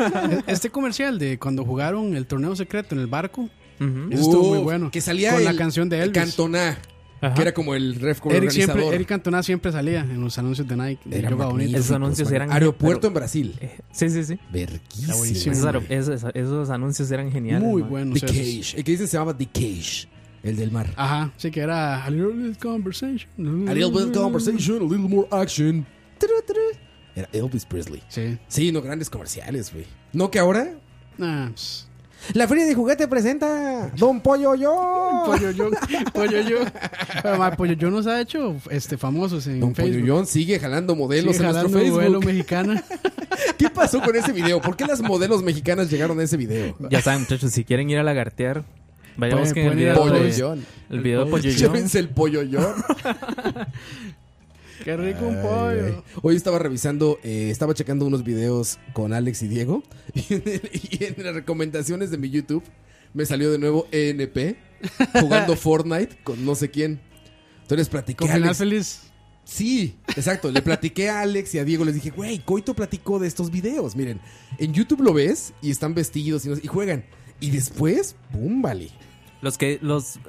[SPEAKER 5] este comercial de cuando jugaron el torneo secreto en el barco,
[SPEAKER 4] Ujú.
[SPEAKER 5] Eso estuvo muy
[SPEAKER 3] Uf,
[SPEAKER 5] bueno.
[SPEAKER 3] Que salía
[SPEAKER 5] Con la
[SPEAKER 3] el-
[SPEAKER 5] canción de
[SPEAKER 3] el
[SPEAKER 5] Elvis.
[SPEAKER 3] Cantona,
[SPEAKER 4] Ajá.
[SPEAKER 3] que era como el ref como el
[SPEAKER 5] Eric, siempre,
[SPEAKER 3] organizador.
[SPEAKER 5] Eric Cantona siempre salía en los anuncios de Nike, de
[SPEAKER 3] Era
[SPEAKER 5] Yoga Bonito.
[SPEAKER 3] magnífico,
[SPEAKER 4] Esos anuncios
[SPEAKER 3] magnífico.
[SPEAKER 4] eran-
[SPEAKER 3] Aeropuerto
[SPEAKER 4] pero-
[SPEAKER 3] en Brasil.
[SPEAKER 4] Eh, Sí, sí, sí.
[SPEAKER 3] Verguísima.
[SPEAKER 5] buenísimo.
[SPEAKER 4] Esos,
[SPEAKER 5] Claro.
[SPEAKER 3] güey.
[SPEAKER 4] esos- esos anuncios eran geniales.
[SPEAKER 5] Muy
[SPEAKER 4] man.
[SPEAKER 5] buenos.
[SPEAKER 3] The
[SPEAKER 5] esos.
[SPEAKER 3] Cage. El que dicen se llamaba The Cage, el del mar.
[SPEAKER 5] Ajá, sí que era A Little Bit Conversation.
[SPEAKER 3] A little bit of conversation, a little more action. Tru, tru. Era Elvis Presley.
[SPEAKER 5] Sí.
[SPEAKER 3] Sí, no grandes comerciales, güey. No que ahora.
[SPEAKER 5] Ah, ps.
[SPEAKER 3] La feria de juguete presenta Don Pollo Yo.
[SPEAKER 5] Pollo yo, pollo yo. Pero, ma, pollo yo nos ha hecho este, famosos en
[SPEAKER 3] Don Pollo
[SPEAKER 5] Facebook.
[SPEAKER 3] John sigue jalando modelos
[SPEAKER 5] Sigue
[SPEAKER 3] en
[SPEAKER 5] jalando
[SPEAKER 3] nuestro Facebook.
[SPEAKER 5] modelo mexicana.
[SPEAKER 3] ¿Qué pasó con ese video? ¿Por qué las modelos mexicanas llegaron a ese video?
[SPEAKER 4] Ya saben, muchachos, si quieren ir a lagartear, vayan a
[SPEAKER 5] Pueden-
[SPEAKER 4] buscar el
[SPEAKER 5] pueden ir a
[SPEAKER 4] video,
[SPEAKER 3] Pollo
[SPEAKER 4] de-
[SPEAKER 3] John.
[SPEAKER 4] el video de Pollo John.
[SPEAKER 3] Llévense el Pollo John.
[SPEAKER 5] Qué rico un
[SPEAKER 3] Ay, ay.
[SPEAKER 5] pollo.
[SPEAKER 3] Hoy estaba revisando, eh, estaba checando unos videos con Alex y Diego. Y en, el- y en las recomendaciones de mi YouTube me salió de nuevo ENP jugando Fortnite con no sé quién. Entonces platiqué
[SPEAKER 5] Con
[SPEAKER 3] a
[SPEAKER 5] final
[SPEAKER 3] Alex.
[SPEAKER 5] feliz.
[SPEAKER 3] Sí, exacto. Le platiqué a Alex y a Diego. Les dije, güey, Coito platicó de estos videos. Miren, en YouTube lo ves y están vestidos y, no- y juegan. Y después, boom, vale.
[SPEAKER 4] Los que los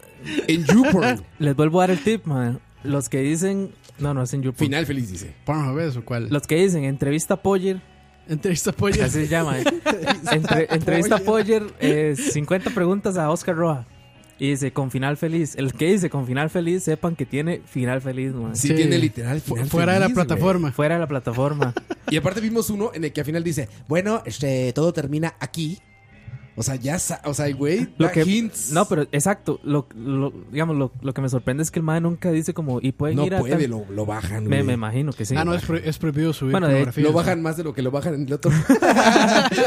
[SPEAKER 3] En YouPorn.
[SPEAKER 4] les vuelvo a dar el tip, man. Los que dicen, no, no es en YouTube.
[SPEAKER 3] Final feliz, dice.
[SPEAKER 5] Pornhub, ¿eso cuál?
[SPEAKER 4] Los que dicen entrevista a Poyer,
[SPEAKER 5] Entrevista pollo.
[SPEAKER 4] así se llama. eh. Entre- entrevista a Poyer, eh, 50 preguntas a Oscar Roa. Y dice con final feliz. El que dice con final feliz, sepan que tiene final feliz, man.
[SPEAKER 3] Sí,
[SPEAKER 5] Sí.
[SPEAKER 3] tiene literal
[SPEAKER 5] Fu-
[SPEAKER 3] final
[SPEAKER 5] fuera de la
[SPEAKER 3] feliz, güey.
[SPEAKER 5] plataforma.
[SPEAKER 4] Fuera de la plataforma.
[SPEAKER 3] Y aparte vimos uno en el que al final dice, bueno, este, todo termina aquí. O sea, ya, sa- o sea, el güey,
[SPEAKER 4] Lo
[SPEAKER 3] da
[SPEAKER 4] que-
[SPEAKER 3] hints.
[SPEAKER 4] No, pero exacto. Lo, lo- digamos, lo, lo que me sorprende es que el man nunca dice como, y pueden
[SPEAKER 3] No
[SPEAKER 4] ir a.
[SPEAKER 3] puede,
[SPEAKER 4] tal-
[SPEAKER 3] lo, lo bajan,
[SPEAKER 4] me,
[SPEAKER 3] güey.
[SPEAKER 4] me imagino que sí.
[SPEAKER 5] Ah, no, es, pro- es prohibido subir
[SPEAKER 4] Bueno, de-
[SPEAKER 5] pornografía.
[SPEAKER 3] Lo bajan más de lo que lo bajan en el otro,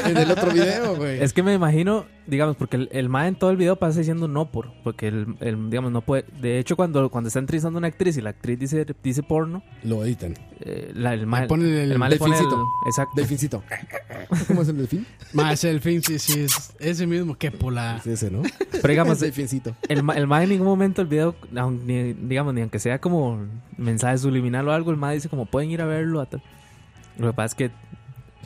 [SPEAKER 3] en el otro video, güey.
[SPEAKER 4] Es que me imagino, digamos, porque el, el mae en todo el video pasa diciendo no por, porque el, el, digamos, no puede. De hecho, cuando, cuando está entrevistando a una actriz y la actriz dice, dice porno,
[SPEAKER 3] Lo editan.
[SPEAKER 4] eh, la- el mae.
[SPEAKER 5] Le ponen el
[SPEAKER 4] mae le pone el-
[SPEAKER 3] delfincito.
[SPEAKER 4] Exacto.
[SPEAKER 3] Delfincito. ¿Cómo es el delfín?
[SPEAKER 5] Más el fin, sí, sí, es ese mismo. Qué pola.
[SPEAKER 3] Es ese, ¿no?
[SPEAKER 4] Pero digamos,
[SPEAKER 3] el delfincito.
[SPEAKER 4] el, ma- el mae en ningún momento el video, aun- ni- digamos, ni aunque sea como mensaje subliminal o algo, el mae dice como pueden ir a verlo. a tal". Lo que pasa es que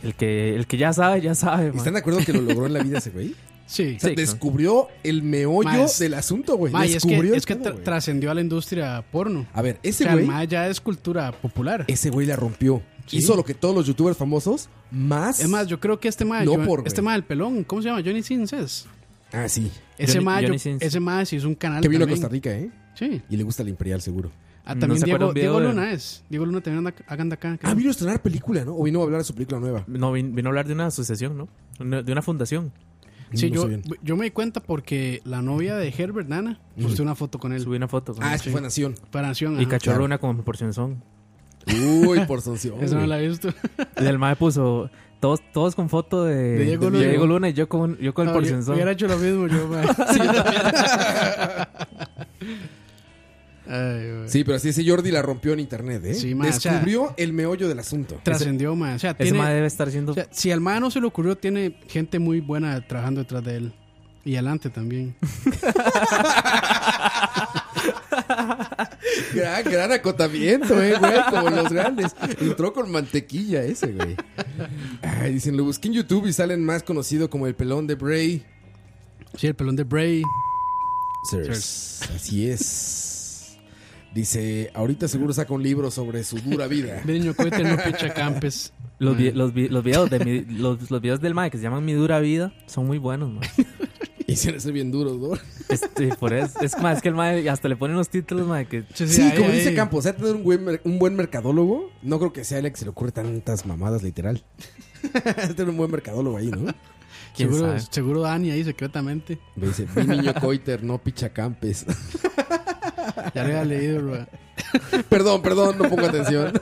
[SPEAKER 4] el que, el que ya sabe, ya sabe. mae.
[SPEAKER 3] ¿Están de acuerdo que lo logró en la vida ese güey?
[SPEAKER 5] Sí.
[SPEAKER 3] O sea,
[SPEAKER 4] Sí, claro.
[SPEAKER 3] descubrió el meollo
[SPEAKER 5] Más-
[SPEAKER 3] del asunto, güey.
[SPEAKER 5] Ma, y es que,
[SPEAKER 3] Descubrió el
[SPEAKER 5] es que
[SPEAKER 3] pedo,
[SPEAKER 5] tra-
[SPEAKER 3] güey.
[SPEAKER 5] trascendió a la industria porno.
[SPEAKER 3] A ver,
[SPEAKER 5] O
[SPEAKER 3] ese
[SPEAKER 5] sea, el
[SPEAKER 3] güey...
[SPEAKER 5] ma ya es cultura popular.
[SPEAKER 3] Ese güey la rompió.
[SPEAKER 5] Sí.
[SPEAKER 3] Hizo lo que todos los youtubers famosos, más...
[SPEAKER 5] Es más, yo creo que este ma,
[SPEAKER 3] No
[SPEAKER 5] yo-
[SPEAKER 3] por,
[SPEAKER 5] este
[SPEAKER 3] güey.
[SPEAKER 5] ma del pelón, ¿cómo se llama? Johnny Sins es.
[SPEAKER 3] Ah, sí.
[SPEAKER 5] Ese
[SPEAKER 4] Johnny-
[SPEAKER 5] ma, yo-
[SPEAKER 4] Johnny Sins.
[SPEAKER 5] ese ma sí es un canal
[SPEAKER 3] Que vino a
[SPEAKER 5] también.
[SPEAKER 3] Costa Rica, ¿eh?
[SPEAKER 5] Sí.
[SPEAKER 3] Y le gusta el Imperial, seguro.
[SPEAKER 5] Ah,
[SPEAKER 4] ¿No
[SPEAKER 5] también
[SPEAKER 4] se acuerda
[SPEAKER 5] Diego,
[SPEAKER 4] un video
[SPEAKER 5] Diego
[SPEAKER 4] de-
[SPEAKER 5] Luna es. Diego Luna también anda, anda acá. creo.
[SPEAKER 3] Ah, vino a estrenar película, ¿no? O vino a hablar de su película nueva.
[SPEAKER 4] No, vin- vino a hablar de una asociación, ¿no? Una- De una fundación.
[SPEAKER 5] sí,
[SPEAKER 3] No
[SPEAKER 5] yo,
[SPEAKER 3] sé bien.
[SPEAKER 5] yo me di cuenta porque la novia de Herbert Nana posteó una foto con él.
[SPEAKER 4] Subí una foto. con
[SPEAKER 3] Ah,
[SPEAKER 4] él.
[SPEAKER 3] es que fue Nación.
[SPEAKER 5] Para Nación.
[SPEAKER 4] y
[SPEAKER 5] ajá.
[SPEAKER 4] cachorro una como por Sansón.
[SPEAKER 3] Uy, por sanción.
[SPEAKER 5] Eso no
[SPEAKER 3] güey.
[SPEAKER 5] la he visto.
[SPEAKER 4] Y el mae puso todos, todos con foto de,
[SPEAKER 5] De Diego
[SPEAKER 4] de
[SPEAKER 5] Luna.
[SPEAKER 4] Luna y yo con, yo con el
[SPEAKER 5] No,
[SPEAKER 4] por
[SPEAKER 5] yo-
[SPEAKER 4] Sansón.
[SPEAKER 5] Hubiera hecho lo mismo yo, ma. Ay, güey.
[SPEAKER 3] Sí, pero así ese Jordi la rompió en internet, ¿eh?
[SPEAKER 5] Sí, ma,
[SPEAKER 3] Descubrió el meollo del asunto.
[SPEAKER 5] Trascendió, ma. O sea,
[SPEAKER 4] Ese
[SPEAKER 5] tiene-
[SPEAKER 4] mae debe estar siendo.
[SPEAKER 5] o sea, si al ma no se le ocurrió, tiene gente muy buena trabajando detrás de él. Y adelante también.
[SPEAKER 3] Gran, gran acotamiento, ¿eh, güey? Como los grandes. Entró con mantequilla ese, güey. Ay, dicen, lo busqué en YouTube y salen más conocido como el pelón de Bray.
[SPEAKER 5] Sí, el pelón de Bray.
[SPEAKER 3] Sirs. Así es. Dice, ahorita seguro saca un libro sobre su dura vida.
[SPEAKER 5] Miren, yo cohete no picha campes.
[SPEAKER 4] Los, vi-
[SPEAKER 5] Ma.
[SPEAKER 4] los, vi- los videos de mi- los, los videos del mae que se llaman Mi Dura Vida son muy buenos, mae.
[SPEAKER 3] Y se le hace bien duro, ¿no?
[SPEAKER 4] Este, por eso, es más que el mae hasta le ponen unos títulos, mae, que
[SPEAKER 5] Che,
[SPEAKER 9] Sí,
[SPEAKER 5] ahí-
[SPEAKER 9] como
[SPEAKER 5] ahí-
[SPEAKER 9] dice Campos, o sea, tener un buen, mer- un buen mercadólogo, no creo que sea el que se le ocurre tantas mamadas, literal. tener un buen mercadólogo ahí, ¿no?
[SPEAKER 4] quién
[SPEAKER 5] Seguro,
[SPEAKER 4] sabe.
[SPEAKER 5] seguro Dani ahí secretamente.
[SPEAKER 3] Me dice, mi niño coiter, no pichacampes.
[SPEAKER 5] Ya lo había leído, bro.
[SPEAKER 3] perdón, perdón, no pongo atención.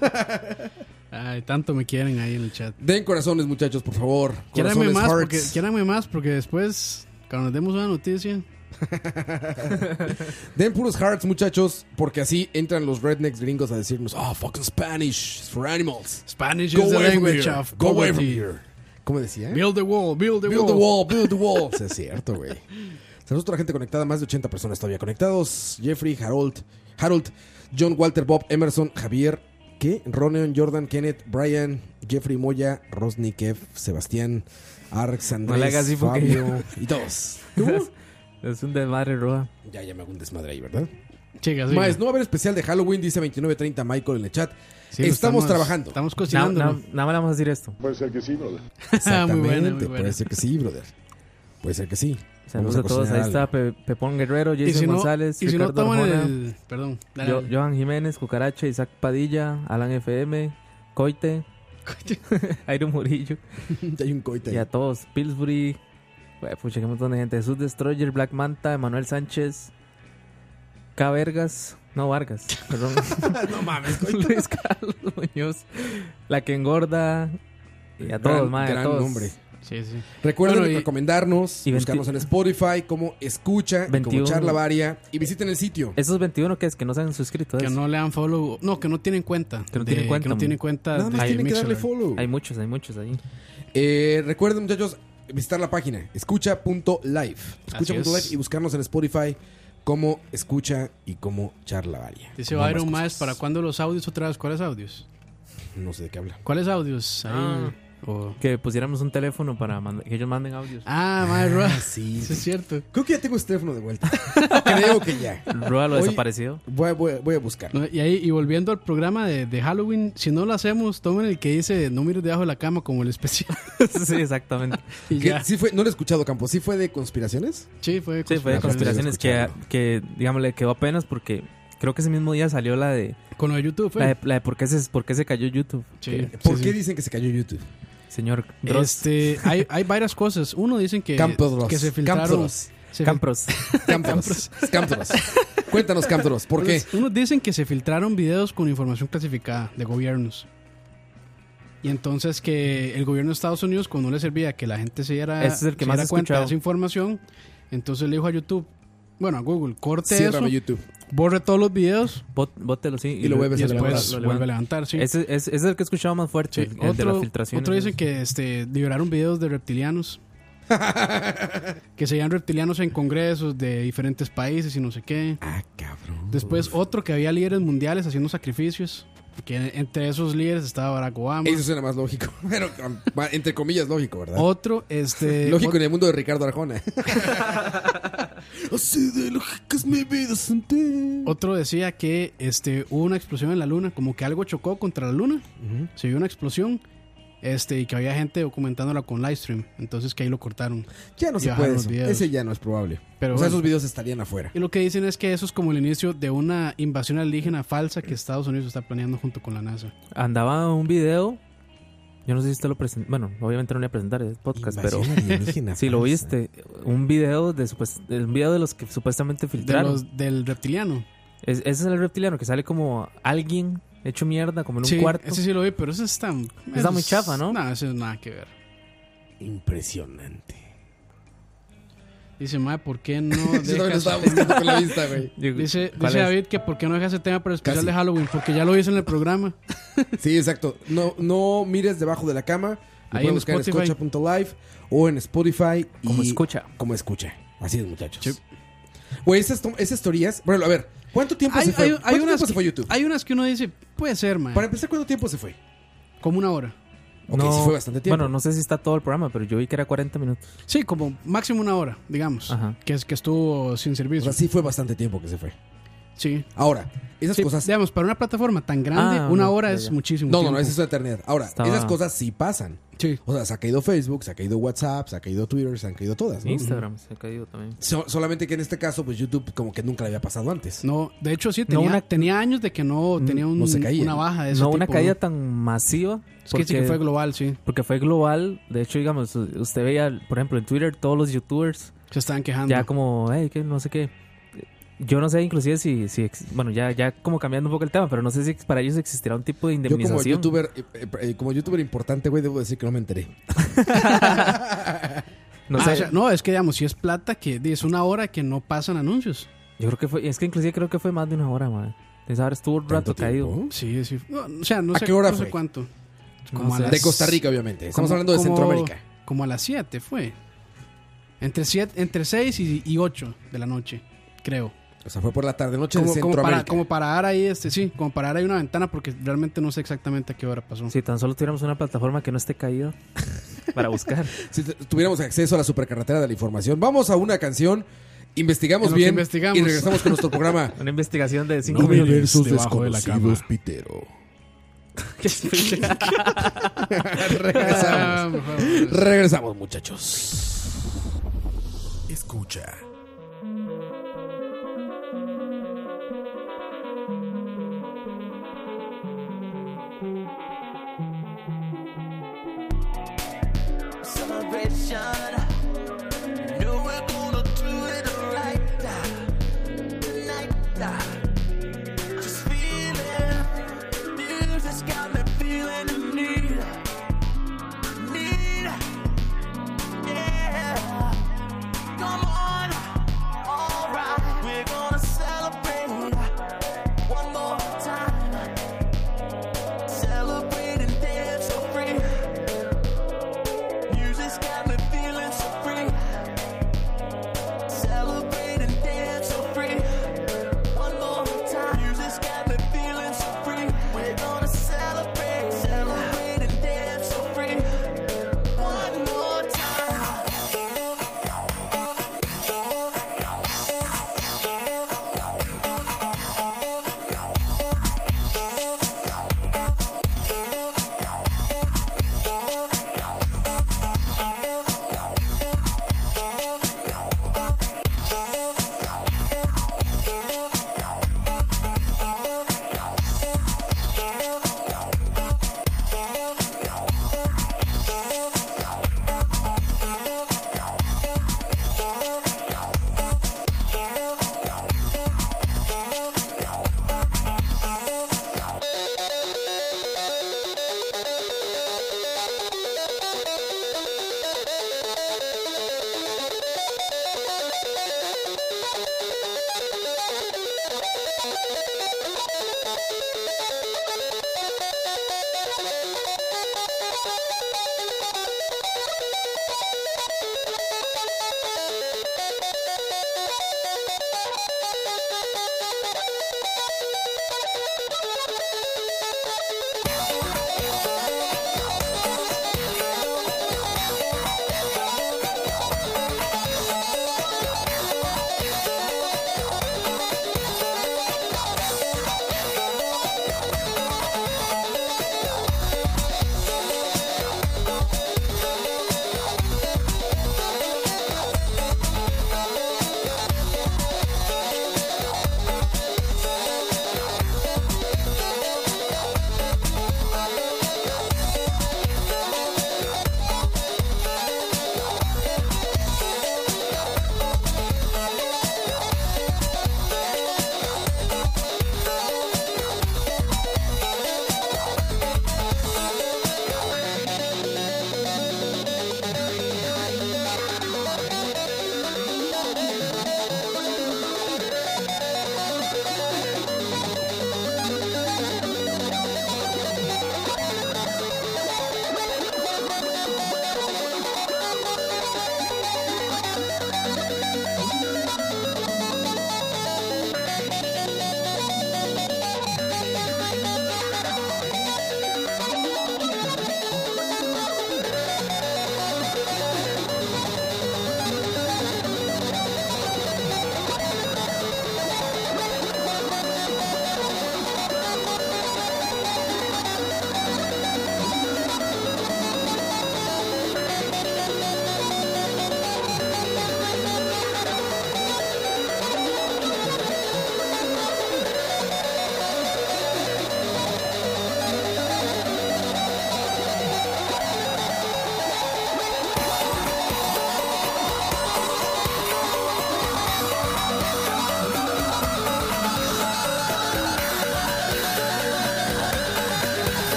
[SPEAKER 5] Ay, tanto me quieren ahí en el chat.
[SPEAKER 3] Den corazones, muchachos, por favor.
[SPEAKER 5] Quieranme
[SPEAKER 3] Corazones,
[SPEAKER 5] más,
[SPEAKER 3] hearts.
[SPEAKER 5] porque, quiéranme más porque después, cuando nos demos una noticia,
[SPEAKER 3] Den puros hearts, muchachos, porque así entran los rednecks gringos a decirnos, oh, fucking Spanish, it's for animals.
[SPEAKER 5] Spanish
[SPEAKER 3] Go
[SPEAKER 5] is the
[SPEAKER 3] away from
[SPEAKER 5] language
[SPEAKER 3] here.
[SPEAKER 5] of
[SPEAKER 3] Go away from
[SPEAKER 5] poverty.
[SPEAKER 3] here. ¿Cómo decía?
[SPEAKER 5] Build the wall, build the
[SPEAKER 3] Build the
[SPEAKER 5] wall.
[SPEAKER 3] wall, build the wall. Sí, es cierto, güey. Saludos a toda la gente conectada, más de 80 personas todavía conectados. Jeffrey, Harold, Harold, John, Walter, Bob, Emerson, Javier, ¿qué? Roneon, Jordan, Kenneth, Brian, Jeffrey, Moya, Rosny, Kev, Sebastián, Arx, Andrés,
[SPEAKER 4] le hagas así porque-
[SPEAKER 3] Fabio y todos.
[SPEAKER 4] es un desmadre roja.
[SPEAKER 3] Ya, ya me hago un desmadre ahí, ¿verdad?
[SPEAKER 5] Chicas, oiga,
[SPEAKER 3] Más, no va a haber especial de Halloween, dice 2930 Michael en el chat.
[SPEAKER 5] sí,
[SPEAKER 3] estamos trabajando.
[SPEAKER 5] Estamos
[SPEAKER 4] Na-
[SPEAKER 5] cocinando.
[SPEAKER 4] na- Nada más le vamos a decir esto.
[SPEAKER 6] Puede ser que sí, brother.
[SPEAKER 5] Ah, muy
[SPEAKER 3] Exactamente,
[SPEAKER 5] buena, muy
[SPEAKER 3] puede
[SPEAKER 5] buena.
[SPEAKER 3] ser que sí, brother. Puede ser que sí. Vamos
[SPEAKER 4] Saludos a, todos.
[SPEAKER 3] cocinar
[SPEAKER 4] Ahí
[SPEAKER 3] algo.
[SPEAKER 4] está Pe- Pepón Guerrero, Jason
[SPEAKER 5] Y si no,
[SPEAKER 4] González,
[SPEAKER 5] y si no
[SPEAKER 4] Ricardo
[SPEAKER 5] toman
[SPEAKER 4] Arjona,
[SPEAKER 5] el. Perdón, dale,
[SPEAKER 4] Yo-
[SPEAKER 5] dale.
[SPEAKER 4] Johan Jiménez, Cucaracha, Isaac Padilla, Alan FM, Coite, Airo Murillo
[SPEAKER 3] Hay un coite. ahí.
[SPEAKER 4] y a todos. Pillsbury, güey, pucha, qué montón de gente. Jesús Destroyer, Black Manta, Emanuel Sánchez, K. Vergas, no Vargas, perdón.
[SPEAKER 3] No mames,
[SPEAKER 4] Luis Carlos Muñoz, La que engorda y a todos,
[SPEAKER 3] Gran-
[SPEAKER 4] mae, a
[SPEAKER 3] gran
[SPEAKER 4] todos.
[SPEAKER 3] nombre.
[SPEAKER 5] Sí, sí.
[SPEAKER 3] Recuerden
[SPEAKER 5] Bueno, y-
[SPEAKER 3] recomendarnos,
[SPEAKER 4] y veinti-
[SPEAKER 3] buscarnos en Spotify como Escucha, y
[SPEAKER 4] 21.
[SPEAKER 3] como Charla Varia y visiten el sitio.
[SPEAKER 4] Esos 21 que es que no se han suscrito.
[SPEAKER 3] Pues,
[SPEAKER 5] Que
[SPEAKER 4] es?
[SPEAKER 5] no le dan follow. No, que no tienen cuenta.
[SPEAKER 4] Que no
[SPEAKER 5] de-
[SPEAKER 4] tienen cuenta,
[SPEAKER 5] Que no
[SPEAKER 4] man.
[SPEAKER 5] tienen cuenta.
[SPEAKER 3] Nada más
[SPEAKER 5] de
[SPEAKER 3] tienen que darle
[SPEAKER 5] Mixlr.
[SPEAKER 3] follow.
[SPEAKER 4] Hay muchos, hay muchos ahí.
[SPEAKER 3] Eh, recuerden, muchachos, visitar la página escucha.live. Escucha.live
[SPEAKER 5] es.
[SPEAKER 3] y buscarnos en Spotify como Escucha y como Charla Varia.
[SPEAKER 5] Dice
[SPEAKER 3] Como
[SPEAKER 5] Byron
[SPEAKER 3] ambas
[SPEAKER 5] Maes,
[SPEAKER 3] cosas.
[SPEAKER 5] ¿para cuándo los audios otra vez? ¿Cuáles audios?
[SPEAKER 3] No sé de qué habla.
[SPEAKER 5] ¿Cuáles audios? Ahí,
[SPEAKER 4] Ah.
[SPEAKER 5] o-
[SPEAKER 4] Que pusiéramos un teléfono para mand- que ellos manden audios.
[SPEAKER 5] Ah, Mae Roa.
[SPEAKER 3] sí.
[SPEAKER 5] Eso es cierto.
[SPEAKER 3] Creo que ya tengo este teléfono de vuelta. Creo que ya.
[SPEAKER 4] Roa lo
[SPEAKER 3] Hoy-
[SPEAKER 4] desapareció.
[SPEAKER 3] Voy, a- voy a- voy a buscar.
[SPEAKER 5] No, y ahí, y volviendo al programa de, de Halloween, si no lo hacemos, tomen el que dice no mires debajo de la cama como el especial.
[SPEAKER 4] sí, exactamente.
[SPEAKER 5] Y
[SPEAKER 3] ¿Qué?
[SPEAKER 5] ya.
[SPEAKER 3] Sí fue, no lo he escuchado, Campos. ¿Sí fue de conspiraciones?
[SPEAKER 5] Sí, fue de
[SPEAKER 4] Sí, fue de conspiraciones
[SPEAKER 3] Conspiraciones.
[SPEAKER 4] que, que, digamos, le quedó apenas porque creo que ese mismo día salió la de,
[SPEAKER 5] Con lo de YouTube fue.
[SPEAKER 4] la de, la de por, qué se, por qué se cayó YouTube.
[SPEAKER 5] Sí,
[SPEAKER 3] ¿Por
[SPEAKER 5] sí,
[SPEAKER 3] qué
[SPEAKER 5] sí.
[SPEAKER 3] dicen que se cayó YouTube?
[SPEAKER 4] Señor Dross.
[SPEAKER 5] Este, hay, hay varias cosas. Uno dicen que,
[SPEAKER 3] Campos Ross.
[SPEAKER 5] que se filtraron.
[SPEAKER 3] Campos Ross.
[SPEAKER 5] se fil-
[SPEAKER 4] Campros.
[SPEAKER 3] Campos. Campos. Cuéntanos, Campos, ¿por qué?
[SPEAKER 5] Unos, unos dicen que se filtraron videos con información clasificada de gobiernos. Y entonces que el gobierno de Estados Unidos, cuando no le servía que la gente se diera,
[SPEAKER 4] Ese es el que
[SPEAKER 5] se
[SPEAKER 4] más
[SPEAKER 5] diera
[SPEAKER 4] he
[SPEAKER 5] cuenta
[SPEAKER 4] escuchado.
[SPEAKER 5] de esa información, entonces le dijo a YouTube, bueno, a Google, corte
[SPEAKER 3] Ciérrame
[SPEAKER 5] eso,
[SPEAKER 3] YouTube. Pues
[SPEAKER 5] borre todos los videos
[SPEAKER 4] Bot- bótelo, sí.
[SPEAKER 3] Y lo vuelves
[SPEAKER 5] y
[SPEAKER 3] a levantar.
[SPEAKER 5] después vuelve a levantar. sí.
[SPEAKER 4] Ese, ese- ese es el que he escuchado más
[SPEAKER 5] Sí,
[SPEAKER 4] fuerte, el de las filtraciones.
[SPEAKER 5] otro dice que este, liberaron videos de reptilianos. que serían reptilianos en congresos de diferentes países y no sé qué.
[SPEAKER 3] Ah, cabrón.
[SPEAKER 5] Después otro que había líderes mundiales haciendo sacrificios. Que entre esos líderes estaba Barack Obama.
[SPEAKER 3] Eso suena más lógico. Pero, um, ma- entre comillas, lógico, ¿verdad?
[SPEAKER 5] Otro, este...
[SPEAKER 3] lógico
[SPEAKER 5] ot-
[SPEAKER 3] en el mundo de Ricardo Arjona. Así de lógica es mi vida, senté.
[SPEAKER 5] Otro decía que este, hubo una explosión en la luna, como que algo chocó contra la luna. Se vio una explosión este, y que había gente documentándola con livestream. Entonces que ahí lo cortaron.
[SPEAKER 3] Ya no se
[SPEAKER 5] Ya,
[SPEAKER 3] puede
[SPEAKER 5] los
[SPEAKER 3] eso.
[SPEAKER 5] videos.
[SPEAKER 3] Ese ya no es probable.
[SPEAKER 5] Pero
[SPEAKER 3] o sea,
[SPEAKER 5] bueno.
[SPEAKER 3] esos videos estarían afuera.
[SPEAKER 5] Y lo que dicen es que eso es como el inicio de una invasión alienígena falsa que Estados Unidos está planeando junto con la NASA.
[SPEAKER 4] Andaba un video. Yo no sé si usted lo presentó. Bueno, obviamente no le voy a presentar el podcast, pero. Si lo viste, un video de supuest- un video de los que supuestamente
[SPEAKER 5] De
[SPEAKER 4] filtraron.
[SPEAKER 5] los, del reptiliano.
[SPEAKER 4] Es- ese es el reptiliano que sale como alguien hecho mierda, como en un
[SPEAKER 5] sí,
[SPEAKER 4] cuarto.
[SPEAKER 5] Ese sí lo vi, pero ese está... Está
[SPEAKER 4] muy chafa, ¿no?
[SPEAKER 5] No, eso es nada que ver.
[SPEAKER 3] Impresionante.
[SPEAKER 5] Dice, ma, ¿por qué no
[SPEAKER 3] Yo también lo
[SPEAKER 5] dejas...
[SPEAKER 3] estaba buscando con la vista, güey.
[SPEAKER 4] Digo,
[SPEAKER 5] Dice,
[SPEAKER 4] ¿cuál
[SPEAKER 5] dice
[SPEAKER 4] es?
[SPEAKER 5] David que por qué no deja ese tema para el especial
[SPEAKER 3] Casi.
[SPEAKER 5] de Halloween, porque ya lo hice en el programa.
[SPEAKER 3] Sí, exacto. No, no mires debajo de la cama. Lo
[SPEAKER 5] Ahí en
[SPEAKER 3] pueden buscar en
[SPEAKER 5] Spotify.
[SPEAKER 3] escucha.live o en Spotify. y-
[SPEAKER 4] Como escucha.
[SPEAKER 3] Como escucha. Así es, muchachos.
[SPEAKER 5] Sí.
[SPEAKER 3] Güey, esas, to- esas teorías. Bueno, a ver, ¿cuánto
[SPEAKER 4] Pues
[SPEAKER 3] tiempo
[SPEAKER 5] Hay,
[SPEAKER 3] se fue?
[SPEAKER 5] hay- hay
[SPEAKER 3] ¿Cuánto tiempo
[SPEAKER 5] unas
[SPEAKER 3] se
[SPEAKER 5] que,
[SPEAKER 3] fue YouTube?
[SPEAKER 5] hay unas que uno dice, puede ser, ma,
[SPEAKER 3] Para empezar, ¿cuánto tiempo se fue?
[SPEAKER 5] como una hora.
[SPEAKER 3] Ok, sí fue bastante tiempo.
[SPEAKER 4] Bueno, no sé si está todo el programa, pero yo vi que era 40 minutos.
[SPEAKER 5] Sí, como máximo una hora, digamos,
[SPEAKER 4] Ajá.
[SPEAKER 5] que es que estuvo sin
[SPEAKER 3] O
[SPEAKER 5] servicio.
[SPEAKER 3] sea, sí fue bastante tiempo que se fue.
[SPEAKER 5] Sí,
[SPEAKER 3] Ahora, Esas
[SPEAKER 5] Sí,
[SPEAKER 3] cosas.
[SPEAKER 5] Digamos, para una plataforma tan grande,
[SPEAKER 4] Ah,
[SPEAKER 5] una
[SPEAKER 4] no,
[SPEAKER 5] hora
[SPEAKER 4] ya,
[SPEAKER 5] es
[SPEAKER 4] ya.
[SPEAKER 5] muchísimo.
[SPEAKER 3] No, no, no,
[SPEAKER 5] tiempo.
[SPEAKER 3] esa es una eternidad. Ahora,
[SPEAKER 4] Estaba-
[SPEAKER 3] esas cosas sí pasan.
[SPEAKER 5] Sí.
[SPEAKER 3] O sea, se ha caído Facebook, se ha caído WhatsApp, se ha caído Twitter, se han caído todas, ¿no?
[SPEAKER 4] Instagram se ha caído también.
[SPEAKER 3] So- solamente que en este caso, pues YouTube como que nunca le había pasado antes.
[SPEAKER 5] No, de hecho sí, tenía,
[SPEAKER 4] una- Mm,
[SPEAKER 5] tenía años de que no tenía un-
[SPEAKER 3] no se caía.
[SPEAKER 5] una baja de ese
[SPEAKER 4] No una
[SPEAKER 5] tipo,
[SPEAKER 4] caída
[SPEAKER 5] ¿no?
[SPEAKER 4] tan masiva.
[SPEAKER 5] Es que sí que fue global, sí.
[SPEAKER 4] porque fue global. De hecho, digamos, usted veía, por ejemplo, en Twitter todos los youtubers
[SPEAKER 5] Se estaban quejando.
[SPEAKER 4] ya como, hey, que no sé qué. Yo no sé inclusive si, si ex- bueno, ya, ya como cambiando un poco el tema, pero no sé si ex- para ellos existirá un tipo de
[SPEAKER 3] Yo como
[SPEAKER 4] indemnización.
[SPEAKER 3] youtuber, eh, eh, eh, como youtuber importante, güey, debo decir que no me enteré.
[SPEAKER 4] no
[SPEAKER 5] Ah,
[SPEAKER 4] sé,
[SPEAKER 5] o sea, no, es que digamos, si es plata, que di, es una hora que no pasan anuncios.
[SPEAKER 4] yo creo que fue, es que inclusive creo que fue más de una hora, madre. Esa hora estuvo un rato
[SPEAKER 3] ¿Tanto
[SPEAKER 4] caído.
[SPEAKER 3] tiempo?
[SPEAKER 5] Sí, sí. No, o sea, no
[SPEAKER 3] ¿A
[SPEAKER 5] sé,
[SPEAKER 3] qué hora
[SPEAKER 5] no sé
[SPEAKER 3] fue?
[SPEAKER 5] cuánto.
[SPEAKER 4] No
[SPEAKER 5] Como a
[SPEAKER 4] sé.
[SPEAKER 5] las-
[SPEAKER 3] De Costa Rica, obviamente. Estamos
[SPEAKER 5] como-
[SPEAKER 3] hablando de
[SPEAKER 5] como-
[SPEAKER 3] Centroamérica.
[SPEAKER 5] Como a las 7 fue. Entre, siete, entre 6 y 8 de la noche, creo.
[SPEAKER 3] O sea, fue por la tarde noche de
[SPEAKER 5] Como, como, para,
[SPEAKER 3] Centroamérica.
[SPEAKER 5] como para dar ahí, este, sí, como para dar ahí una ventana, porque realmente no sé exactamente a qué hora pasó.
[SPEAKER 4] Si tan solo tuviéramos una plataforma que no esté caída para buscar.
[SPEAKER 3] Si t- tuviéramos acceso a la supercarretera de la información, vamos a una canción, investigamos
[SPEAKER 5] En lo que
[SPEAKER 3] bien
[SPEAKER 5] investigamos.
[SPEAKER 3] y regresamos con nuestro programa.
[SPEAKER 4] Una investigación de cinco
[SPEAKER 3] Novel
[SPEAKER 4] minutos.
[SPEAKER 3] versus
[SPEAKER 5] debajo de la
[SPEAKER 3] desconocidos, Pitero.
[SPEAKER 5] Ah,
[SPEAKER 3] regresamos.
[SPEAKER 5] Ah, por favor.
[SPEAKER 3] Regresamos, muchachos.
[SPEAKER 10] Escucha.
[SPEAKER 11] Celebration. No, we're gonna do it right now. Tonight, now. Just feeling. Music's got me feeling the need. Need. Yeah. Come on. Alright. We're gonna celebrate. One more time. Celebrate and dance so free. Music's got me feeling so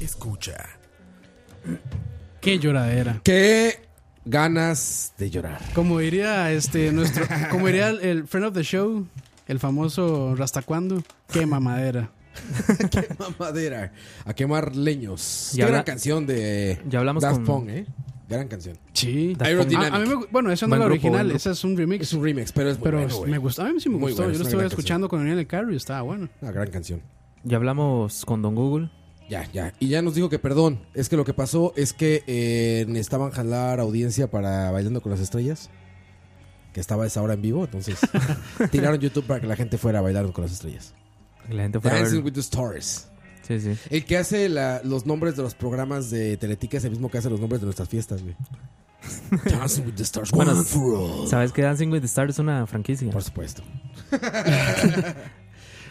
[SPEAKER 10] Escucha.
[SPEAKER 5] Qué lloradera.
[SPEAKER 3] Qué ganas de llorar.
[SPEAKER 5] Como diría este nuestro, como diría el, el friend of the show, el famoso Rastacuando, qué mamadera.
[SPEAKER 3] Quema madera. A quemar leños.
[SPEAKER 4] Y
[SPEAKER 3] Qué
[SPEAKER 4] habla-
[SPEAKER 3] gran canción de
[SPEAKER 4] Ya hablamos con-
[SPEAKER 3] Daft Punk, ¿eh? Gran canción.
[SPEAKER 5] Sí.
[SPEAKER 4] Da-
[SPEAKER 3] Aerodynamic.
[SPEAKER 5] A, a mí me gu- bueno, esa no es
[SPEAKER 4] Buen
[SPEAKER 5] la
[SPEAKER 4] grupo,
[SPEAKER 5] original,
[SPEAKER 4] buen grupo.
[SPEAKER 5] esa es un remix.
[SPEAKER 3] es un remix, pero es muy
[SPEAKER 5] pero
[SPEAKER 3] bueno, güey.
[SPEAKER 5] me gustó, a mí sí me
[SPEAKER 3] Muy
[SPEAKER 5] gustó.
[SPEAKER 3] bueno,
[SPEAKER 5] Yo
[SPEAKER 3] es
[SPEAKER 5] lo
[SPEAKER 3] una
[SPEAKER 5] estuve
[SPEAKER 3] gran
[SPEAKER 5] escuchando cuando venía en el carro y estaba bueno.
[SPEAKER 3] Una gran canción.
[SPEAKER 4] Ya hablamos con Don Google.
[SPEAKER 3] Ya, ya. Y ya nos dijo que perdón. Es que lo que pasó es que eh, necesitaban jalar audiencia para Bailando con las Estrellas. Que estaba a esa hora en vivo. Entonces tiraron YouTube para que la gente fuera a bailar con las Estrellas.
[SPEAKER 4] Y la gente fue a
[SPEAKER 3] Dancing
[SPEAKER 4] verlo.
[SPEAKER 3] with the Stars.
[SPEAKER 4] Sí, sí.
[SPEAKER 3] El que hace la- los nombres de los programas de Teletica es el mismo que hace los nombres de nuestras fiestas, güey. Dancing with the Stars.
[SPEAKER 4] Bueno,
[SPEAKER 3] one for all.
[SPEAKER 4] ¿Sabes que Dancing with the Stars es una franquicia?
[SPEAKER 3] Por supuesto.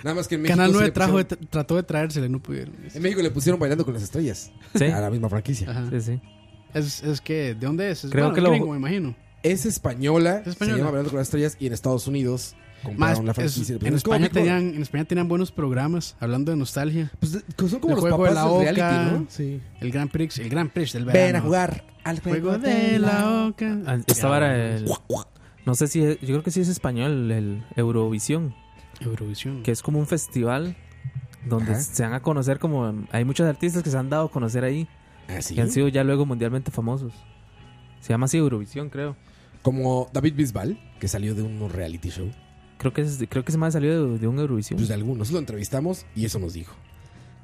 [SPEAKER 3] Nada más que en México.
[SPEAKER 5] Canal
[SPEAKER 3] sí
[SPEAKER 5] 9
[SPEAKER 3] le
[SPEAKER 5] trajo este- de
[SPEAKER 3] pusieron-
[SPEAKER 5] tra- trató de traérsele, no pudieron. Es,
[SPEAKER 3] En México le pusieron bailando con las estrellas.
[SPEAKER 4] Sí.
[SPEAKER 3] A la misma franquicia.
[SPEAKER 5] ajá.
[SPEAKER 4] Sí, sí.
[SPEAKER 5] Es- es que, ¿de dónde es? Es,
[SPEAKER 4] Creo
[SPEAKER 5] bueno,
[SPEAKER 4] que lo-
[SPEAKER 5] gringo, me imagino.
[SPEAKER 3] Es española.
[SPEAKER 5] Es española.
[SPEAKER 3] Se llama bailando con las estrellas. Y en Estados Unidos
[SPEAKER 5] Más,
[SPEAKER 3] compraron la
[SPEAKER 5] es-
[SPEAKER 3] franquicia. y le
[SPEAKER 5] en,
[SPEAKER 3] pusieron- es como
[SPEAKER 5] España
[SPEAKER 3] Big Brother.
[SPEAKER 5] tenían, en España tenían buenos programas, hablando de nostalgia.
[SPEAKER 3] Pues, de- que son como
[SPEAKER 5] El
[SPEAKER 3] los
[SPEAKER 5] juego
[SPEAKER 3] papás
[SPEAKER 5] de
[SPEAKER 3] de
[SPEAKER 5] la Oca.
[SPEAKER 3] reality, ¿no? Sí.
[SPEAKER 5] El Gran Prix, el Gran Prix del verano.
[SPEAKER 3] Ven a jugar al
[SPEAKER 5] Juego de la Oca.
[SPEAKER 4] Ah, Esta vara, el- no sé si, es- yo creo que sí es español, el Eurovisión,
[SPEAKER 5] Eurovisión.
[SPEAKER 4] que es como un festival donde
[SPEAKER 3] Ajá.
[SPEAKER 4] se van a conocer como, hay muchos artistas que se han dado a conocer ahí,
[SPEAKER 3] Así.
[SPEAKER 4] que han sido ya luego mundialmente famosos. Se llama así Eurovisión, creo.
[SPEAKER 3] Como David Bisbal, que salió de un reality show.
[SPEAKER 4] Creo que, es- creo que se me ha salido de, de un Eurovisión.
[SPEAKER 3] Pues de algunos. Lo entrevistamos y eso nos dijo.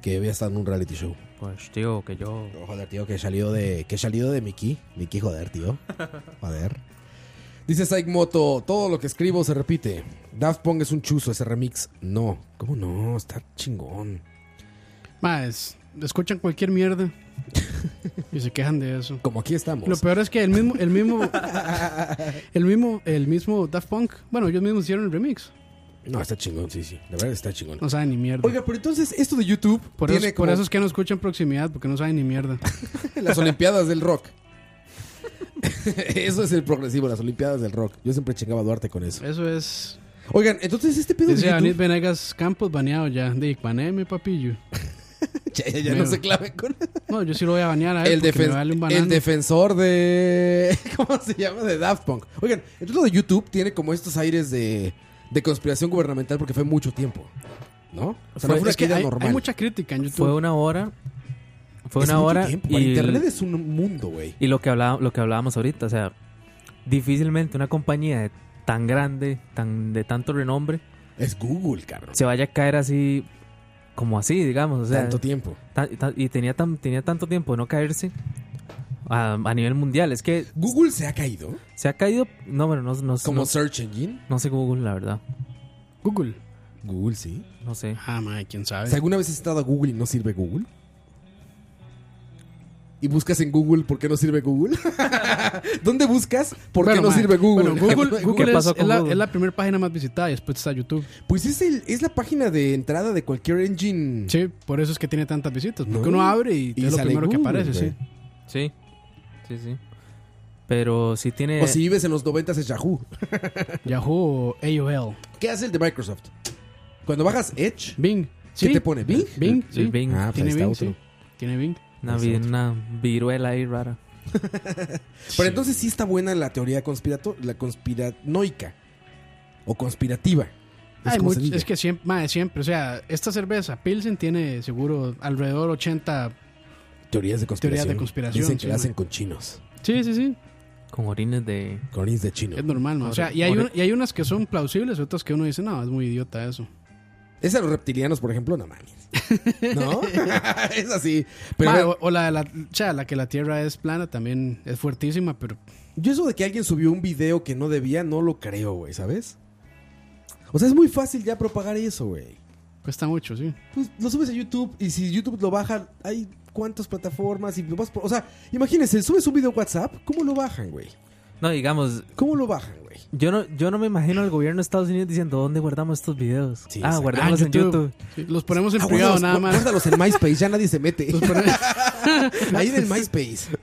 [SPEAKER 3] Que había estado en un reality show.
[SPEAKER 4] Pues tío, que yo...
[SPEAKER 3] No, joder, tío, que salió de. Que salió de Mickey. Mickey, joder, tío. Joder. Dice Saik Moto, todo lo que escribo se repite. Daft Punk es un chuzo, ese remix. No, ¿cómo no? Está chingón.
[SPEAKER 5] Más, escuchan cualquier mierda y se quejan de eso.
[SPEAKER 3] Como aquí estamos.
[SPEAKER 5] Lo peor es que el mismo, el mismo, el mismo, el mismo Daft Punk, bueno, ellos mismos hicieron el remix.
[SPEAKER 3] No, está chingón, sí, sí. La verdad está chingón.
[SPEAKER 5] No saben ni mierda.
[SPEAKER 3] Oiga, pero entonces esto de YouTube
[SPEAKER 5] por,
[SPEAKER 3] tiene
[SPEAKER 5] eso,
[SPEAKER 3] como
[SPEAKER 5] por eso es que no escuchan proximidad, porque no saben ni mierda.
[SPEAKER 3] las Olimpiadas del Rock. eso es el progresivo, las Olimpiadas del Rock. Yo siempre chingaba a Duarte con eso.
[SPEAKER 5] Eso es.
[SPEAKER 3] Oigan, entonces este pedo de
[SPEAKER 5] Dice Anit
[SPEAKER 3] YouTube...
[SPEAKER 5] Venegas Campos baneado ya. De baneme, papillo.
[SPEAKER 3] Ya, ya, ya no
[SPEAKER 5] Mira.
[SPEAKER 3] se claven con
[SPEAKER 5] No, yo sí lo voy a banear a él.
[SPEAKER 3] el,
[SPEAKER 5] porque me
[SPEAKER 3] defen-
[SPEAKER 5] vale un
[SPEAKER 3] el
[SPEAKER 5] banano.
[SPEAKER 3] defensor de. ¿Cómo se llama? De Daft Punk. Oigan, entonces lo de YouTube tiene como estos aires de, de conspiración gubernamental porque fue mucho tiempo. ¿No? O
[SPEAKER 5] Fue-
[SPEAKER 3] sea, no fue una
[SPEAKER 5] es que
[SPEAKER 3] actividad
[SPEAKER 5] hay,
[SPEAKER 3] normal.
[SPEAKER 5] hay mucha crítica en YouTube.
[SPEAKER 4] Fue una hora, fue
[SPEAKER 3] Es
[SPEAKER 4] una
[SPEAKER 3] mucho
[SPEAKER 4] hora
[SPEAKER 3] tiempo. Para
[SPEAKER 4] y,
[SPEAKER 3] Internet es un mundo, güey.
[SPEAKER 4] y lo, que hablaba, lo que hablábamos ahorita, o sea, difícilmente una compañía de- tan grande, tan de tanto renombre,
[SPEAKER 3] Es Google, cabrón.
[SPEAKER 4] se vaya a caer así como así, digamos. O sea,
[SPEAKER 3] Tanto tiempo.
[SPEAKER 4] ta- ta- y tenía, tan, tenía tanto tiempo de no caerse a, a nivel mundial. Es que
[SPEAKER 3] Google se ha caído
[SPEAKER 5] pues
[SPEAKER 4] se ha caído. No, bueno, no, no,
[SPEAKER 3] como
[SPEAKER 4] no,
[SPEAKER 3] search engine.
[SPEAKER 4] no sé Google, la verdad.
[SPEAKER 5] Google.
[SPEAKER 3] Google, sí.
[SPEAKER 4] No sé.
[SPEAKER 5] Ah, madre, quién
[SPEAKER 3] O
[SPEAKER 5] sabe.
[SPEAKER 3] sea, ¿Alguna vez has estado a Google y no sirve Google? ¿Y buscas en Google por qué no sirve Google? ¿Dónde buscas por
[SPEAKER 5] Bueno,
[SPEAKER 3] qué no
[SPEAKER 5] madre,
[SPEAKER 3] sirve Google?
[SPEAKER 5] Bueno, Google,
[SPEAKER 4] ¿Qué
[SPEAKER 5] Google es-
[SPEAKER 4] pasó
[SPEAKER 5] es,
[SPEAKER 4] con
[SPEAKER 5] la,
[SPEAKER 4] Google? Mm.
[SPEAKER 5] es la primera página más visitada y después está YouTube.
[SPEAKER 3] Pues es, el, es la página de entrada de cualquier engine.
[SPEAKER 5] Sí, por eso es que tiene tantas visitas. Porque
[SPEAKER 3] No.
[SPEAKER 5] uno abre y,
[SPEAKER 3] Y
[SPEAKER 5] es lo
[SPEAKER 3] sale
[SPEAKER 5] primero que
[SPEAKER 3] Google,
[SPEAKER 5] aparece,
[SPEAKER 3] güey.
[SPEAKER 5] sí.
[SPEAKER 4] Sí. Sí, sí. Pero si tiene.
[SPEAKER 3] O
[SPEAKER 5] Eh.
[SPEAKER 3] si vives en los 90 es Yahoo.
[SPEAKER 5] Yahoo o AOL.
[SPEAKER 3] ¿Qué hace el de Microsoft? Cuando bajas Edge,
[SPEAKER 5] Bing.
[SPEAKER 3] ¿qué
[SPEAKER 5] Sí.
[SPEAKER 3] te pone? ¿Bing?
[SPEAKER 5] Bing,
[SPEAKER 4] el
[SPEAKER 5] sí.
[SPEAKER 4] Bing,
[SPEAKER 3] Ah, pues
[SPEAKER 5] Tiene
[SPEAKER 3] ahí está
[SPEAKER 5] Bing,
[SPEAKER 3] otro.
[SPEAKER 5] sí. Tiene Bing.
[SPEAKER 4] una, vi- una viruela ahí rara.
[SPEAKER 3] Pero entonces sí está buena la teoría conspirato la conspiranoica o conspirativa. Es
[SPEAKER 5] Ay,
[SPEAKER 3] como se
[SPEAKER 5] much-
[SPEAKER 3] diga.
[SPEAKER 5] es que siempre, madre, siempre. O sea, esta cerveza, Pilsen, tiene seguro alrededor 80.
[SPEAKER 3] teorías de conspiración.
[SPEAKER 5] Teorías de conspiración,
[SPEAKER 3] Dicen que
[SPEAKER 5] sí,
[SPEAKER 3] la
[SPEAKER 5] man.
[SPEAKER 3] hacen con chinos,
[SPEAKER 5] Sí, sí, sí.
[SPEAKER 4] Con orines de.
[SPEAKER 3] con orines de chino.
[SPEAKER 5] Es normal, ¿no? O sea, y hay, un- y hay unas que son plausibles, otras que uno dice, no, es muy idiota eso.
[SPEAKER 3] Es a los reptilianos, por ejemplo, no mames. ¿No? es así. Pero
[SPEAKER 5] Madre, o, o la de la. O sea, la que la Tierra es plana también es fuertísima, pero.
[SPEAKER 3] Yo eso de que alguien subió un video que no debía, no lo creo, güey, ¿sabes? O sea, es muy fácil ya propagar eso, güey.
[SPEAKER 5] Cuesta mucho, sí.
[SPEAKER 3] Pues lo subes a YouTube y si YouTube lo baja, hay cuántas plataformas y lo vas... pro- O sea, imagínense, subes un video a WhatsApp, ¿cómo lo bajan, güey?
[SPEAKER 4] No, digamos,
[SPEAKER 3] ¿Cómo lo bajan, güey?
[SPEAKER 4] yo no, yo no me imagino al gobierno de Estados Unidos diciendo dónde guardamos estos videos.
[SPEAKER 3] Sí,
[SPEAKER 4] ah,
[SPEAKER 3] exacto.
[SPEAKER 4] guardámoslos
[SPEAKER 5] Ah,
[SPEAKER 4] en YouTube.
[SPEAKER 5] Sí, Los ponemos en
[SPEAKER 3] Ah,
[SPEAKER 5] privado
[SPEAKER 3] guárdalos-
[SPEAKER 5] nada
[SPEAKER 3] gu-
[SPEAKER 5] más. Pues,
[SPEAKER 3] Guárdalos en MySpace, ya nadie se mete.
[SPEAKER 5] Los ponen,
[SPEAKER 3] Ahí en el MySpace,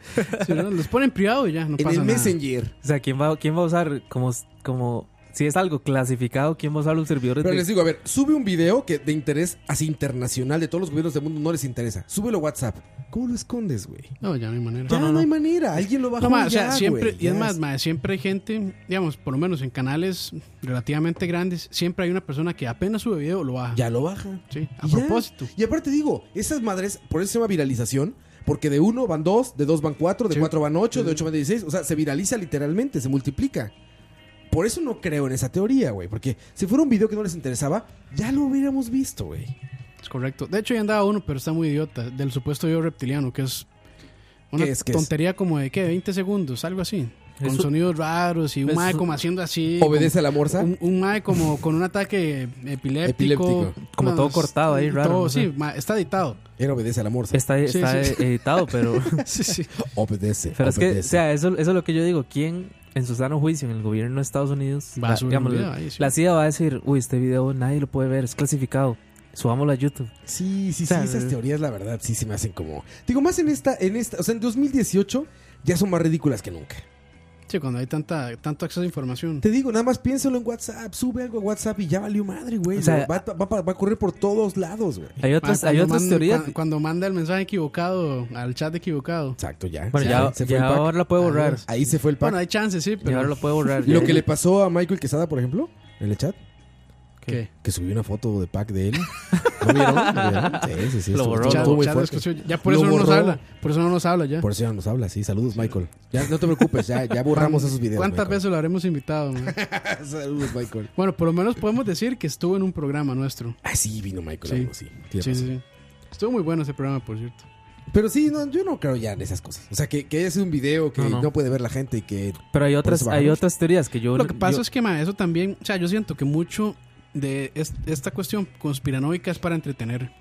[SPEAKER 5] sí, ¿no? Los ponen en privado y ya, no
[SPEAKER 3] en
[SPEAKER 5] pasa
[SPEAKER 3] el
[SPEAKER 5] nada.
[SPEAKER 3] Messenger.
[SPEAKER 4] O sea, ¿quién va, quién va a usar como, como si es algo clasificado, ¿quién va a usar los servidores
[SPEAKER 3] Pero
[SPEAKER 4] de-
[SPEAKER 3] les digo, a ver, sube un video que de interés así internacional de todos los gobiernos del mundo no les interesa. Súbelo a WhatsApp. ¿Cómo lo escondes, güey?
[SPEAKER 5] No, ya no hay manera.
[SPEAKER 3] Ya no, hay manera. Alguien lo va a
[SPEAKER 5] No, ma,
[SPEAKER 3] jugar.
[SPEAKER 5] o sea,
[SPEAKER 3] ya,
[SPEAKER 5] siempre,
[SPEAKER 3] güey,
[SPEAKER 5] y es
[SPEAKER 3] ya
[SPEAKER 5] más, ma, siempre hay gente, digamos, por lo menos en canales relativamente grandes, siempre hay una persona que apenas sube video lo baja.
[SPEAKER 3] Ya lo baja.
[SPEAKER 5] Sí, a
[SPEAKER 3] Y ya.
[SPEAKER 5] propósito.
[SPEAKER 3] Y aparte digo, esas madres, por eso se llama viralización, porque de uno van dos, de dos van cuatro, de
[SPEAKER 5] Sí.
[SPEAKER 3] cuatro van ocho, de ocho van dieciséis. O sea, se viraliza literalmente, se multiplica. Por eso no creo en esa teoría, güey. Porque si fuera un video que no les interesaba, ya lo hubiéramos visto, güey.
[SPEAKER 5] Es correcto. De hecho, ya andaba uno, pero está muy idiota. Del supuesto yo reptiliano, que es una
[SPEAKER 3] ¿Qué es, qué es?
[SPEAKER 5] tontería como de, ¿qué? 20 segundos, algo así. Con
[SPEAKER 4] Eso-
[SPEAKER 5] sonidos raros y un
[SPEAKER 4] eso-
[SPEAKER 5] mae como haciendo así.
[SPEAKER 3] Obedece a la morsa.
[SPEAKER 5] como- un, un mae como con un ataque epiléptico.
[SPEAKER 3] Epiléptico.
[SPEAKER 4] Como todo
[SPEAKER 5] es-
[SPEAKER 4] cortado ahí, raro,
[SPEAKER 5] todo,
[SPEAKER 4] no sé.
[SPEAKER 5] sí, ma, está editado.
[SPEAKER 3] Él obedece a la morsa.
[SPEAKER 4] Está,
[SPEAKER 5] Sí,
[SPEAKER 4] está
[SPEAKER 5] sí, sí.
[SPEAKER 4] editado, pero,
[SPEAKER 5] sí, sí.
[SPEAKER 3] Obedece.
[SPEAKER 4] pero es que, o
[SPEAKER 3] obedece.
[SPEAKER 4] sea, eso, eso es lo que yo digo. ¿Quién en su sano juicio en el gobierno de Estados Unidos
[SPEAKER 5] Va a
[SPEAKER 4] la-
[SPEAKER 5] subir
[SPEAKER 4] digamos,
[SPEAKER 5] un video
[SPEAKER 4] la-
[SPEAKER 5] ahí, sí.
[SPEAKER 4] La CIA va a decir, uy, este video nadie lo puede ver, es clasificado, subámoslo a YouTube.
[SPEAKER 3] Sí, sí,
[SPEAKER 4] O sea,
[SPEAKER 3] sí, esas teorías la verdad sí se me hacen como... Digo, más en esta, en esta, o sea, en 2018 ya son más ridículas que nunca.
[SPEAKER 5] Sí, cuando hay tanta, tanto acceso a información.
[SPEAKER 3] Te digo, nada más piénsalo en WhatsApp, sube algo a WhatsApp y ya valió madre, güey.
[SPEAKER 4] O sea,
[SPEAKER 3] va, va- va- va a correr por todos lados, güey.
[SPEAKER 4] Hay
[SPEAKER 5] Ma,
[SPEAKER 4] otras, hay
[SPEAKER 5] cuando
[SPEAKER 4] otras
[SPEAKER 5] manda-
[SPEAKER 4] teorías.
[SPEAKER 5] cua- Cuando manda el mensaje equivocado al chat equivocado.
[SPEAKER 3] Exacto, ya.
[SPEAKER 4] bueno,
[SPEAKER 3] Se
[SPEAKER 4] ya,
[SPEAKER 3] fue- se fue
[SPEAKER 4] ya
[SPEAKER 3] el pack.
[SPEAKER 4] ahora la puede borrar.
[SPEAKER 5] Adiós.
[SPEAKER 3] Ahí se fue el pack.
[SPEAKER 5] Bueno, hay chances, sí,
[SPEAKER 4] Ya ahora
[SPEAKER 5] pero.
[SPEAKER 4] lo puede borrar.
[SPEAKER 3] Lo
[SPEAKER 4] ya.
[SPEAKER 3] que le pasó a Michael Quesada, por ejemplo, en el chat,
[SPEAKER 5] ¿Qué?
[SPEAKER 3] que subió una foto de pack de él. ¿No vieron? ¿No vieron? Sí, sí, sí.
[SPEAKER 4] Lo
[SPEAKER 3] estuvo-
[SPEAKER 4] borró,
[SPEAKER 3] estuvo
[SPEAKER 5] Chat-
[SPEAKER 4] lo
[SPEAKER 3] muy
[SPEAKER 5] chat
[SPEAKER 3] fuerte.
[SPEAKER 5] discusión. Ya por
[SPEAKER 3] Lo
[SPEAKER 5] eso no nos
[SPEAKER 3] borró.
[SPEAKER 5] habla. Por eso no nos habla ya.
[SPEAKER 3] Por eso ya nos habla, sí. Saludos, Michael. Ya, no te preocupes, ya, ya borramos esos videos.
[SPEAKER 5] ¿Cuántas
[SPEAKER 3] Michael.
[SPEAKER 5] veces lo habremos invitado? man?
[SPEAKER 3] Saludos, Michael.
[SPEAKER 5] bueno, por lo menos podemos decir que estuvo en un programa nuestro.
[SPEAKER 3] Ah, sí, vino Michael.
[SPEAKER 5] Sí.
[SPEAKER 3] algo, Sí,
[SPEAKER 5] Sí,
[SPEAKER 3] tienes
[SPEAKER 5] sí,
[SPEAKER 3] razón.
[SPEAKER 5] sí. Estuvo muy bueno ese programa, por cierto.
[SPEAKER 3] Pero sí, no, yo no creo ya en esas cosas. O sea, que, que haya sido un video que
[SPEAKER 4] No,
[SPEAKER 3] no,
[SPEAKER 4] no.
[SPEAKER 3] puede ver la gente y que...
[SPEAKER 4] Pero hay otras,
[SPEAKER 3] eso
[SPEAKER 4] hay
[SPEAKER 3] bajamos.
[SPEAKER 4] otras teorías que yo...
[SPEAKER 5] Lo que pasa
[SPEAKER 4] yo-
[SPEAKER 5] es que, ma, eso también. O sea, yo siento que mucho de es- esta cuestión conspiranoica es para entretener.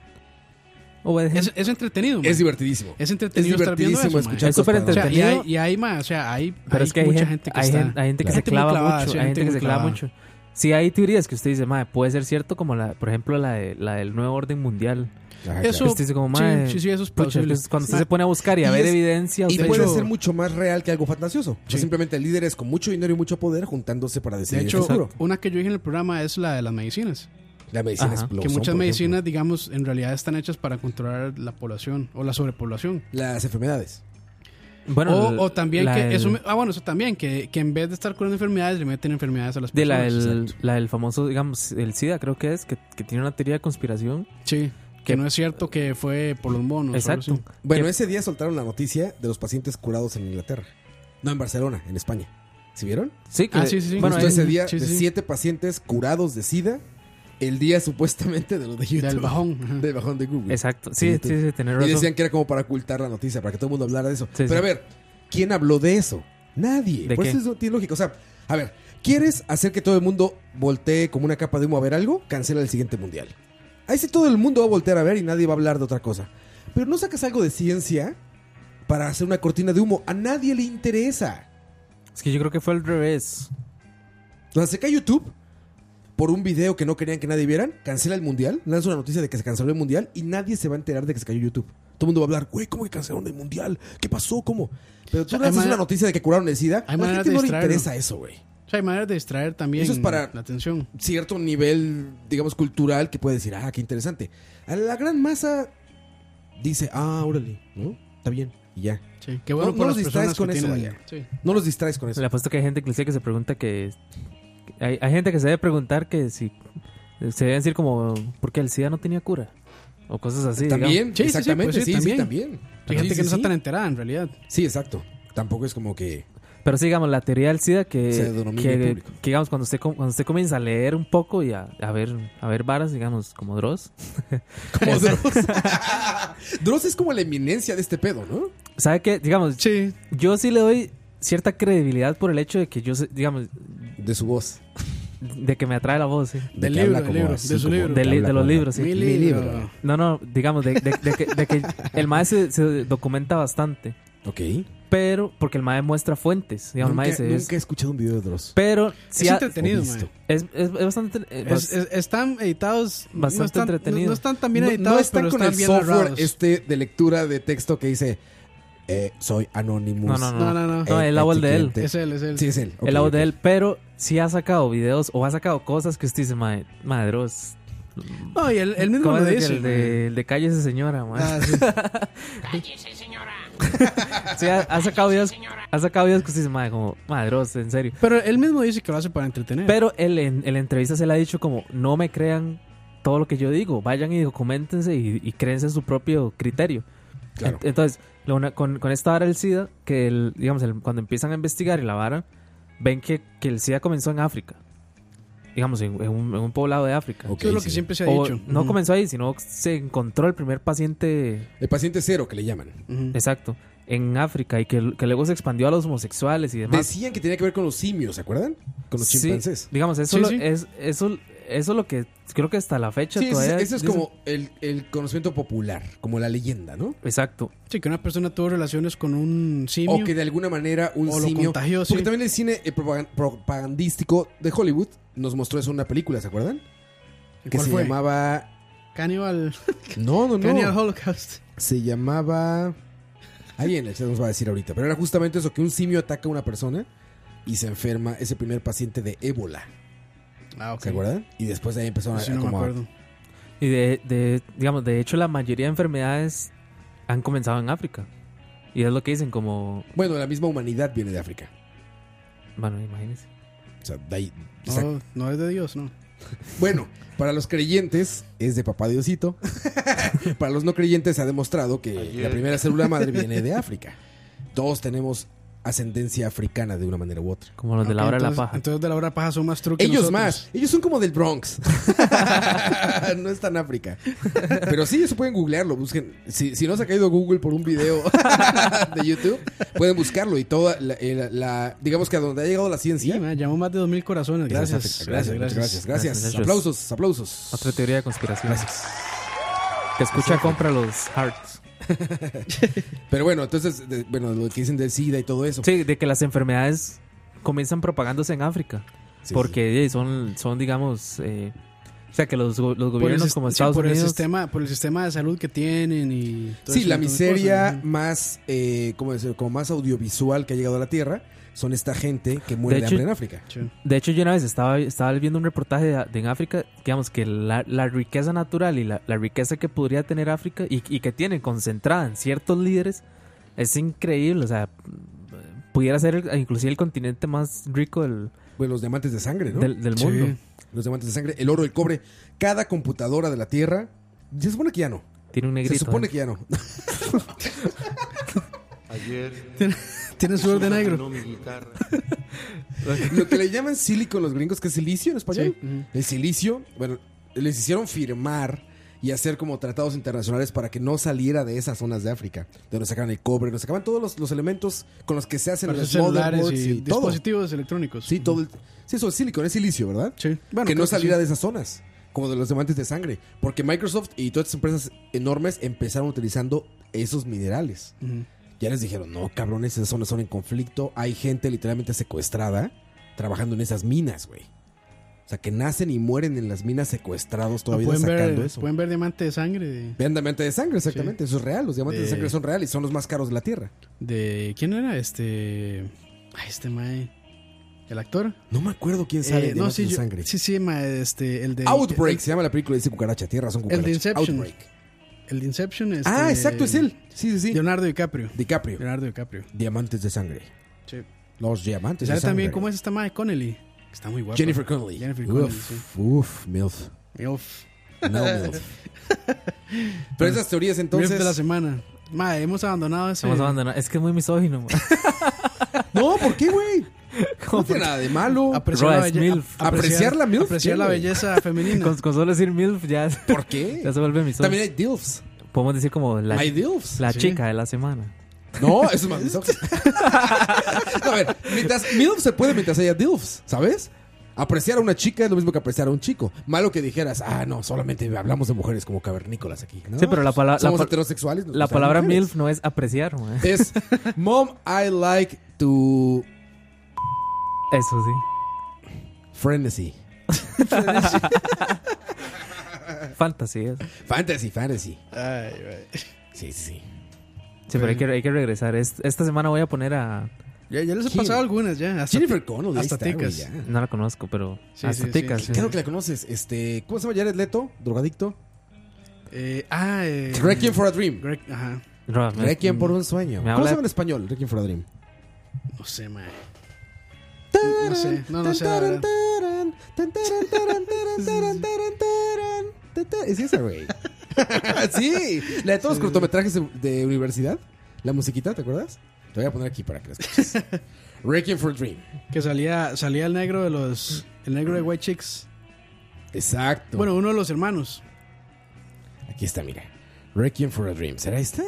[SPEAKER 4] Oh, güey,
[SPEAKER 5] Es, es entretenido, ma.
[SPEAKER 3] Es divertidísimo.
[SPEAKER 5] Es entretenido
[SPEAKER 3] es
[SPEAKER 5] estar viendo
[SPEAKER 3] divertidísimo
[SPEAKER 5] eso, ma.
[SPEAKER 3] escuchar
[SPEAKER 4] Es súper
[SPEAKER 3] cosas
[SPEAKER 5] O sea, y
[SPEAKER 4] entretenido.
[SPEAKER 5] hay, y hay, ma, o sea, hay,
[SPEAKER 4] Pero
[SPEAKER 5] hay
[SPEAKER 4] es que hay
[SPEAKER 5] mucha
[SPEAKER 4] gente,
[SPEAKER 5] gente que
[SPEAKER 4] hay
[SPEAKER 5] está.
[SPEAKER 4] gente, hay gente que se
[SPEAKER 5] Claro. Gente muy
[SPEAKER 4] clava
[SPEAKER 5] clavada,
[SPEAKER 4] mucho,
[SPEAKER 5] sí,
[SPEAKER 4] hay
[SPEAKER 5] gente
[SPEAKER 4] gente que
[SPEAKER 5] muy
[SPEAKER 4] se clava
[SPEAKER 5] clavada.
[SPEAKER 4] mucho. Sí, hay teorías que usted dice, "Mae, puede ser cierto como la, por ejemplo, la, de- la del nuevo orden mundial.
[SPEAKER 3] Ajá,
[SPEAKER 5] Eso,
[SPEAKER 3] Ah, claro.
[SPEAKER 4] Usted dice como,
[SPEAKER 5] Oh, sí,
[SPEAKER 4] "Mae,
[SPEAKER 5] sí, sí, eso es Ah,
[SPEAKER 4] pucha,
[SPEAKER 5] posible".
[SPEAKER 4] entonces cuando usted
[SPEAKER 5] Sí.
[SPEAKER 4] se pone a buscar y a
[SPEAKER 3] Y
[SPEAKER 4] ver
[SPEAKER 3] es-
[SPEAKER 4] evidencia,
[SPEAKER 3] Y
[SPEAKER 4] usted
[SPEAKER 3] puede
[SPEAKER 4] dice,
[SPEAKER 3] ser mucho más real que algo fantasioso. O sea, simplemente líderes con mucho dinero y mucho poder juntándose para
[SPEAKER 5] De
[SPEAKER 3] decidir el
[SPEAKER 5] hecho,
[SPEAKER 3] futuro.
[SPEAKER 5] una que yo dije en el programa es la de las medicinas.
[SPEAKER 3] La medicina
[SPEAKER 4] Ajá.
[SPEAKER 3] es lo
[SPEAKER 5] que
[SPEAKER 3] son,
[SPEAKER 5] muchas
[SPEAKER 3] por
[SPEAKER 5] medicinas,
[SPEAKER 3] ejemplo.
[SPEAKER 5] digamos, en realidad están hechas para controlar la población o la sobrepoblación.
[SPEAKER 3] Las enfermedades.
[SPEAKER 4] bueno,
[SPEAKER 5] o,
[SPEAKER 4] la-
[SPEAKER 5] o también
[SPEAKER 4] la
[SPEAKER 5] que
[SPEAKER 4] del-
[SPEAKER 5] eso me- ah bueno eso también que, que en vez de estar curando enfermedades le meten enfermedades a las
[SPEAKER 4] de la
[SPEAKER 5] personas
[SPEAKER 4] del, la del famoso, digamos, el SIDA creo que es, que, que tiene una teoría de conspiración.
[SPEAKER 5] sí que, no es cierto que fue por los monos
[SPEAKER 4] Exacto.
[SPEAKER 5] o algo
[SPEAKER 3] Bueno, ese día soltaron la noticia de los pacientes curados en Inglaterra. No, en Barcelona, en España. ¿Sí vieron?
[SPEAKER 4] Sí, que
[SPEAKER 5] Ah, sí, sí, sí.
[SPEAKER 4] Bueno,
[SPEAKER 3] Justo
[SPEAKER 5] ahí-
[SPEAKER 3] ese día
[SPEAKER 5] sí,
[SPEAKER 3] de
[SPEAKER 5] sí.
[SPEAKER 3] siete pacientes curados de SIDA, el día supuestamente de lo de
[SPEAKER 5] así.
[SPEAKER 3] YouTube.
[SPEAKER 5] del bajón ajá.
[SPEAKER 3] Del bajón de Google.
[SPEAKER 4] exacto. Sí, sí, sí, tener
[SPEAKER 3] Y
[SPEAKER 4] razón.
[SPEAKER 3] decían que era como para ocultar la noticia, para que todo el mundo hablara de eso.
[SPEAKER 4] Sí,
[SPEAKER 3] Pero a
[SPEAKER 4] sí.
[SPEAKER 3] ver, ¿quién habló de eso? Nadie.
[SPEAKER 4] ¿De
[SPEAKER 3] Por
[SPEAKER 4] qué?
[SPEAKER 3] eso no tiene lógica. O sea, a ver, ¿quieres hacer que todo el mundo voltee como una capa de humo a ver algo? Cancela el siguiente mundial. Ahí sí todo el mundo va a voltear a ver y nadie va a hablar de otra cosa. Pero no sacas algo de ciencia para hacer una cortina de humo. A nadie le interesa.
[SPEAKER 4] Es que yo creo que fue al revés.
[SPEAKER 3] O sea, se cae YouTube por un video que no querían que nadie vieran, cancela el mundial, lanza una noticia de que se canceló el mundial y nadie se va a enterar de que se cayó YouTube. Todo el mundo va a hablar, güey, ¿cómo que cancelaron el mundial? ¿Qué pasó? ¿Cómo? Pero tú
[SPEAKER 5] sea, hay
[SPEAKER 3] lanzas
[SPEAKER 5] manera-
[SPEAKER 3] una noticia de que curaron el SIDA, a
[SPEAKER 5] hay
[SPEAKER 3] la
[SPEAKER 5] manera
[SPEAKER 3] gente
[SPEAKER 5] de
[SPEAKER 3] no le
[SPEAKER 5] distraerlo.
[SPEAKER 3] interesa eso, güey.
[SPEAKER 5] o sea hay maneras de distraer también
[SPEAKER 3] Eso es para-
[SPEAKER 5] la atención
[SPEAKER 3] Cierto nivel, digamos, cultural que puede decir, ah, qué interesante. A la gran masa dice, ah, órale, ¿no? Está bien, y ya.
[SPEAKER 5] sí. qué bueno
[SPEAKER 3] No-
[SPEAKER 5] por
[SPEAKER 3] no los
[SPEAKER 5] las personas
[SPEAKER 3] distraes con
[SPEAKER 5] que
[SPEAKER 3] eso,
[SPEAKER 5] tienen
[SPEAKER 3] vaya.
[SPEAKER 5] sí.
[SPEAKER 3] No los distraes con eso.
[SPEAKER 4] Le apuesto que hay gente inclusive que se pregunta que... que Hay, hay gente que se debe preguntar que si... Se debe decir como... ¿Por qué el SIDA no tenía cura? O cosas así. digamos.
[SPEAKER 3] También,
[SPEAKER 5] Sí, sí, sí,
[SPEAKER 3] exactamente,
[SPEAKER 5] pues sí,
[SPEAKER 3] sí, sí, también.
[SPEAKER 5] también. hay gente que
[SPEAKER 3] Sí,
[SPEAKER 5] no
[SPEAKER 3] sí,
[SPEAKER 5] está
[SPEAKER 3] sí.
[SPEAKER 5] tan enterada en realidad
[SPEAKER 3] Sí, exacto. Tampoco es como que...
[SPEAKER 4] Pero sí, digamos, la teoría del SIDA que...
[SPEAKER 3] Se denomina
[SPEAKER 4] que,
[SPEAKER 3] público.
[SPEAKER 4] que, digamos, cuando usted, com- cuando usted comienza a leer un poco y a, a ver a ver varas, digamos, como Dross.
[SPEAKER 3] Como Dross. Dross es como la eminencia de este pedo, ¿no?
[SPEAKER 4] ¿Sabe qué? Digamos,
[SPEAKER 5] sí
[SPEAKER 4] yo sí le doy cierta credibilidad por el hecho de que yo, sé- digamos,
[SPEAKER 3] De su voz.
[SPEAKER 4] de que me atrae la voz. ¿sí?
[SPEAKER 5] Del libro, del libro, de su libro.
[SPEAKER 4] Del li- de los libros, sí.
[SPEAKER 5] mi
[SPEAKER 3] Mi libro.
[SPEAKER 5] libro
[SPEAKER 4] No, no, digamos, de, de- de que, de que el maestro se, se documenta bastante.
[SPEAKER 3] Ok.
[SPEAKER 4] Pero, porque el maestro muestra fuentes. Digamos, el
[SPEAKER 3] nunca,
[SPEAKER 4] mae dice,
[SPEAKER 3] nunca
[SPEAKER 4] es-
[SPEAKER 3] he escuchado un video de Dross.
[SPEAKER 4] Pero sí ah,
[SPEAKER 5] es
[SPEAKER 4] ha-
[SPEAKER 5] entretenido
[SPEAKER 3] o visto.
[SPEAKER 5] man.
[SPEAKER 4] es, es- es bastante. eh,
[SPEAKER 5] Es- es- están editados no
[SPEAKER 4] Bastante
[SPEAKER 5] están- no-
[SPEAKER 4] entretenido.
[SPEAKER 5] no, están tan
[SPEAKER 3] No,
[SPEAKER 5] bien
[SPEAKER 3] no
[SPEAKER 5] editados
[SPEAKER 3] está
[SPEAKER 5] pero
[SPEAKER 3] con
[SPEAKER 5] están
[SPEAKER 3] el
[SPEAKER 5] bien
[SPEAKER 3] software
[SPEAKER 5] narrados
[SPEAKER 3] este de lectura de texto que dice eh, soy
[SPEAKER 4] No,
[SPEAKER 3] Anonymous.
[SPEAKER 4] no, no.
[SPEAKER 5] No, no, no.
[SPEAKER 4] No, el abuel de él.
[SPEAKER 3] etiquete.
[SPEAKER 5] Es él, es él.
[SPEAKER 3] Este, Sí, es él. Ok,
[SPEAKER 4] el audio
[SPEAKER 3] ok.
[SPEAKER 4] de él, pero sí ha sacado videos o ha sacado cosas que usted dice, madre, madros.
[SPEAKER 5] No, y él, él mismo
[SPEAKER 4] ¿Cómo
[SPEAKER 5] lo
[SPEAKER 4] es que
[SPEAKER 5] dice.
[SPEAKER 4] El de, el de Cállese Señora, mae?
[SPEAKER 5] Ah, sí.
[SPEAKER 4] Sí, ha, ha sacado videos, ha sacado videos que usted dice, madre, como, madros, en serio.
[SPEAKER 5] Pero él mismo dice que lo hace para entretener.
[SPEAKER 4] Pero él en en la entrevista se le ha dicho como, no me crean todo lo que yo digo, vayan y documentense y, y créense su propio criterio.
[SPEAKER 3] Claro.
[SPEAKER 4] En- Entonces, lo una- con, con esta vara del SIDA, que el- digamos, el- cuando empiezan a investigar la vara, ven que, que el SIDA comenzó en África. Digamos, en, en un, en un poblado de África.
[SPEAKER 3] Ok,
[SPEAKER 5] Eso es lo
[SPEAKER 3] sí.
[SPEAKER 5] que siempre se ha
[SPEAKER 4] O
[SPEAKER 5] dicho.
[SPEAKER 4] No
[SPEAKER 5] Ujú.
[SPEAKER 4] comenzó ahí, sino se encontró el primer paciente
[SPEAKER 3] El paciente cero que le llaman.
[SPEAKER 5] Ujú.
[SPEAKER 4] exacto en África y que, que luego se expandió a los homosexuales y demás.
[SPEAKER 3] Decían que tenía que ver con los simios, ¿se acuerdan? Con los
[SPEAKER 4] Sí,
[SPEAKER 3] chimpancés.
[SPEAKER 4] digamos, eso,
[SPEAKER 5] Sí,
[SPEAKER 4] lo-
[SPEAKER 5] sí.
[SPEAKER 4] Es, eso, eso es lo que creo que hasta la fecha
[SPEAKER 3] Sí,
[SPEAKER 4] todavía.
[SPEAKER 3] ese, ese es
[SPEAKER 4] dicen-
[SPEAKER 3] como el, el conocimiento popular, como la leyenda, ¿no?
[SPEAKER 4] Exacto.
[SPEAKER 5] Sí, que una persona tuvo relaciones con un simio.
[SPEAKER 3] O que de alguna manera un
[SPEAKER 5] O lo
[SPEAKER 3] simio.
[SPEAKER 5] contagió, sí.
[SPEAKER 3] Porque también el cine eh, propagan- propagandístico de Hollywood nos mostró eso en una película, ¿se acuerdan? Que
[SPEAKER 5] ¿Cuál
[SPEAKER 3] se
[SPEAKER 5] fue?
[SPEAKER 3] llamaba.
[SPEAKER 5] Cannibal,
[SPEAKER 3] No, no,
[SPEAKER 5] Cannibal
[SPEAKER 3] no.
[SPEAKER 5] Holocaust.
[SPEAKER 3] Se llamaba. Alguien en el chat nos va a decir ahorita. Pero era justamente eso: que un simio ataca a una persona y se enferma ese primer paciente de ébola.
[SPEAKER 5] Ah, ok.
[SPEAKER 3] ¿Se acuerdan? Y después de ahí empezó a,
[SPEAKER 5] Pues Sí, no me
[SPEAKER 3] Pues como a-
[SPEAKER 5] acuerdo.
[SPEAKER 4] Y de, de- digamos, de hecho, la mayoría de enfermedades han comenzado en África. Y es lo que dicen, como.
[SPEAKER 3] Bueno, la misma humanidad viene de África.
[SPEAKER 4] Bueno, imagínense.
[SPEAKER 3] O sea, de ahí. o sea,
[SPEAKER 5] No, no es de Dios, no.
[SPEAKER 3] Bueno, para los creyentes es de papá Diosito. para los no creyentes se ha demostrado que la primera célula madre viene de África. Todos tenemos ascendencia africana de una manera u otra.
[SPEAKER 4] Como los de la
[SPEAKER 5] Ok,
[SPEAKER 4] hora de la
[SPEAKER 5] entonces-
[SPEAKER 4] paja.
[SPEAKER 5] Entonces de la hora de la paja son más trucos.
[SPEAKER 3] Ellos más, ellos son como del Bronx. no es tan África. Pero sí, eso pueden googlearlo, busquen. Si, si no se ha caído Google por un video de YouTube, pueden buscarlo. Y toda la, eh, la- la- digamos que a donde ha llegado la
[SPEAKER 5] Sí,
[SPEAKER 3] ciencia.
[SPEAKER 5] man, llamó más de 2000 corazones.
[SPEAKER 3] es
[SPEAKER 5] Gracias.
[SPEAKER 3] África.
[SPEAKER 5] Gracias, gracias.
[SPEAKER 4] Gracias,
[SPEAKER 3] gracias, gracias.
[SPEAKER 4] muchachos.
[SPEAKER 3] Aplausos, aplausos.
[SPEAKER 4] Otra teoría de conspiración. Que escucha, compra los hearts.
[SPEAKER 3] Pero bueno, entonces, de- bueno, lo que dicen del SIDA y todo eso.
[SPEAKER 4] Sí, de que las enfermedades comienzan propagándose en África.
[SPEAKER 3] Sí,
[SPEAKER 4] porque eh, son, son, digamos. eh, o sea, que los, go- los
[SPEAKER 5] Por el,
[SPEAKER 4] gobiernos
[SPEAKER 5] sis-
[SPEAKER 4] como
[SPEAKER 5] sí,
[SPEAKER 4] Estados
[SPEAKER 5] por El
[SPEAKER 4] Unidos.
[SPEAKER 5] sistema, por el sistema de salud que tienen y... todo
[SPEAKER 3] Sí,
[SPEAKER 5] ese
[SPEAKER 3] la
[SPEAKER 5] montón de
[SPEAKER 3] miseria
[SPEAKER 5] cosas, ujú.
[SPEAKER 3] más, eh, ¿cómo decirlo? Como más audiovisual que ha llegado a la Tierra son esta gente que muere de,
[SPEAKER 4] De hecho-
[SPEAKER 3] hambre en África.
[SPEAKER 5] Sí.
[SPEAKER 4] De hecho, yo una vez estaba, estaba viendo un reportaje de, de en África, digamos que la, la riqueza natural y la, la riqueza que podría tener África y, y que tiene concentrada en ciertos líderes es increíble. O sea, pudiera ser el- inclusive el continente más rico del,
[SPEAKER 3] Bueno, Pues, los diamantes de sangre, ¿no?
[SPEAKER 4] del, del mundo.
[SPEAKER 3] Los diamantes de sangre, el oro, el cobre. Cada computadora de la Tierra. Se supone que ya no.
[SPEAKER 4] Tiene un negrito.
[SPEAKER 3] se supone
[SPEAKER 4] ¿eh?
[SPEAKER 3] que ya no.
[SPEAKER 5] Tiene sudor de negro.
[SPEAKER 3] Lo que le llaman sílico los gringos, que es silicio en español.
[SPEAKER 5] Sí, ujú.
[SPEAKER 3] El silicio, bueno, les hicieron firmar y hacer como tratados internacionales para que no saliera de esas zonas de África, de donde sacaban el cobre, donde sacaban todos los, los elementos con los que se hacen
[SPEAKER 5] Para
[SPEAKER 3] los
[SPEAKER 5] sus celulares
[SPEAKER 3] motherboards
[SPEAKER 5] y,
[SPEAKER 3] y, todo.
[SPEAKER 5] dispositivos electrónicos.
[SPEAKER 3] Sí, todo el- sí, eso es silicon, es silicio, ¿verdad?
[SPEAKER 5] Sí. Bueno,
[SPEAKER 3] que
[SPEAKER 5] creo
[SPEAKER 3] no saliera
[SPEAKER 5] sí.
[SPEAKER 3] de esas zonas, como de los diamantes de sangre, porque Microsoft y todas estas empresas enormes empezaron utilizando esos minerales
[SPEAKER 5] Ujú.
[SPEAKER 3] ya les dijeron, no, cabrones, esas zonas son en conflicto. Hay gente literalmente secuestrada trabajando en esas minas, güey. O sea, que nacen y mueren en las minas secuestrados todavía
[SPEAKER 5] pueden,
[SPEAKER 3] sacando
[SPEAKER 5] ver,
[SPEAKER 3] eso.
[SPEAKER 5] pueden ver diamante de sangre de,
[SPEAKER 3] Vean diamante de sangre, exactamente. Eso es real. Los diamantes de...
[SPEAKER 5] De-
[SPEAKER 3] sangre son reales. Son los más caros de la tierra.
[SPEAKER 5] de- ¿Quién era? Este... Ay, este mae... ¿El actor?
[SPEAKER 3] No me acuerdo quién sale
[SPEAKER 5] Eh,
[SPEAKER 3] de
[SPEAKER 5] no,
[SPEAKER 3] diamantes
[SPEAKER 5] sí,
[SPEAKER 3] de
[SPEAKER 5] yo-
[SPEAKER 3] sangre.
[SPEAKER 5] sí, sí, ma, este, el de...
[SPEAKER 3] Outbreak se llama la película. Dice cucaracha. Tierra son cucarachas.
[SPEAKER 5] Inception. Este,
[SPEAKER 3] Outbreak.
[SPEAKER 5] El de Inception es.
[SPEAKER 3] Ah, exacto, es él. Sí, sí, sí.
[SPEAKER 5] Leonardo DiCaprio.
[SPEAKER 3] DiCaprio.
[SPEAKER 5] Leonardo DiCaprio.
[SPEAKER 3] Diamantes de sangre.
[SPEAKER 5] Sí.
[SPEAKER 3] Los diamantes de
[SPEAKER 5] ¿Sabes
[SPEAKER 3] sangre.
[SPEAKER 5] también cómo es esta madre Connelly? Está muy guapa.
[SPEAKER 3] Jennifer Connelly.
[SPEAKER 5] Jennifer Connelly,
[SPEAKER 3] Uf, uf, milf.
[SPEAKER 5] Milf.
[SPEAKER 3] No, milf. Pero esas teorías entonces...
[SPEAKER 5] Milf de la semana. Madre, hemos abandonado ese.
[SPEAKER 4] Estamos abandonando- Es que es muy misógino. man.
[SPEAKER 3] No, ¿por qué, güey?
[SPEAKER 4] Como
[SPEAKER 3] No tiene nada de malo.
[SPEAKER 5] Apreciar
[SPEAKER 4] Roa
[SPEAKER 5] la,
[SPEAKER 4] es
[SPEAKER 5] belle-
[SPEAKER 4] milf.
[SPEAKER 5] apreciar-
[SPEAKER 3] Apreciar la milf,
[SPEAKER 5] Apreciar
[SPEAKER 3] sí,
[SPEAKER 5] la
[SPEAKER 3] güey.
[SPEAKER 5] belleza femenina.
[SPEAKER 4] Con, con solo decir MILF ya,
[SPEAKER 3] ¿Por
[SPEAKER 4] ya
[SPEAKER 3] qué?
[SPEAKER 4] se vuelve misógino.
[SPEAKER 3] También hay DILFs.
[SPEAKER 4] Podemos decir como la,
[SPEAKER 3] Hay DILFs.
[SPEAKER 4] la
[SPEAKER 5] sí.
[SPEAKER 4] chica de la semana.
[SPEAKER 3] No, eso es más misógino. A ver, mientras MILF se puede mientras haya DILFs, ¿sabes? Apreciar a una chica es lo mismo que apreciar a un chico. Malo que dijeras, ah, no, solamente hablamos de mujeres como cavernícolas aquí. ¿no?
[SPEAKER 4] Sí, pero la pala- la
[SPEAKER 3] Somos
[SPEAKER 4] pa-
[SPEAKER 3] heterosexuales. nos
[SPEAKER 4] La
[SPEAKER 3] gustan
[SPEAKER 4] palabra
[SPEAKER 3] mujeres.
[SPEAKER 4] MILF no es apreciar, man.
[SPEAKER 3] Es, Mom, I like to
[SPEAKER 4] Eso sí.
[SPEAKER 3] frenzy.
[SPEAKER 4] Fantasy es.
[SPEAKER 3] Fantasy, fantasy.
[SPEAKER 5] Ay, güey.
[SPEAKER 3] Sí, sí, sí.
[SPEAKER 4] Sí, pero hay que, hay que regresar. Es- esta semana voy a poner a.
[SPEAKER 5] Ya, ya les he
[SPEAKER 10] ¿Quién?
[SPEAKER 5] pasado algunas, ya. Hasta
[SPEAKER 10] Jennifer Connelly.
[SPEAKER 5] hasta
[SPEAKER 10] ahí está, güey,
[SPEAKER 5] ticas.
[SPEAKER 10] ya.
[SPEAKER 4] No la conozco, pero.
[SPEAKER 5] Sí,
[SPEAKER 4] hasta
[SPEAKER 5] sí,
[SPEAKER 4] ticas,
[SPEAKER 5] sí.
[SPEAKER 10] Claro que la conoces. Este, ¿Cómo se llama Jared Leto? ¿Drogadicto?
[SPEAKER 5] Eh, ah, eh,
[SPEAKER 10] Requiem for a Dream.
[SPEAKER 5] Greg, ajá.
[SPEAKER 4] Rob, me-
[SPEAKER 10] Requiem por un sueño.
[SPEAKER 4] me
[SPEAKER 10] ¿Cómo
[SPEAKER 4] habla-
[SPEAKER 10] se llama en español? Requiem for a Dream.
[SPEAKER 5] No sé, mae. No sé, no, no sé. la verdad.
[SPEAKER 10] Es esa, güey. sí, la de todos los cortometrajes de, de universidad. La musiquita, ¿te acuerdas? Te voy a poner aquí para que la escuches. Requiem for a Dream.
[SPEAKER 5] Que salía, salía el negro de los. El negro de White Chicks.
[SPEAKER 10] Exacto.
[SPEAKER 5] Bueno, uno de los hermanos.
[SPEAKER 10] aquí está, mira. Requiem for a Dream. ¿Será esta?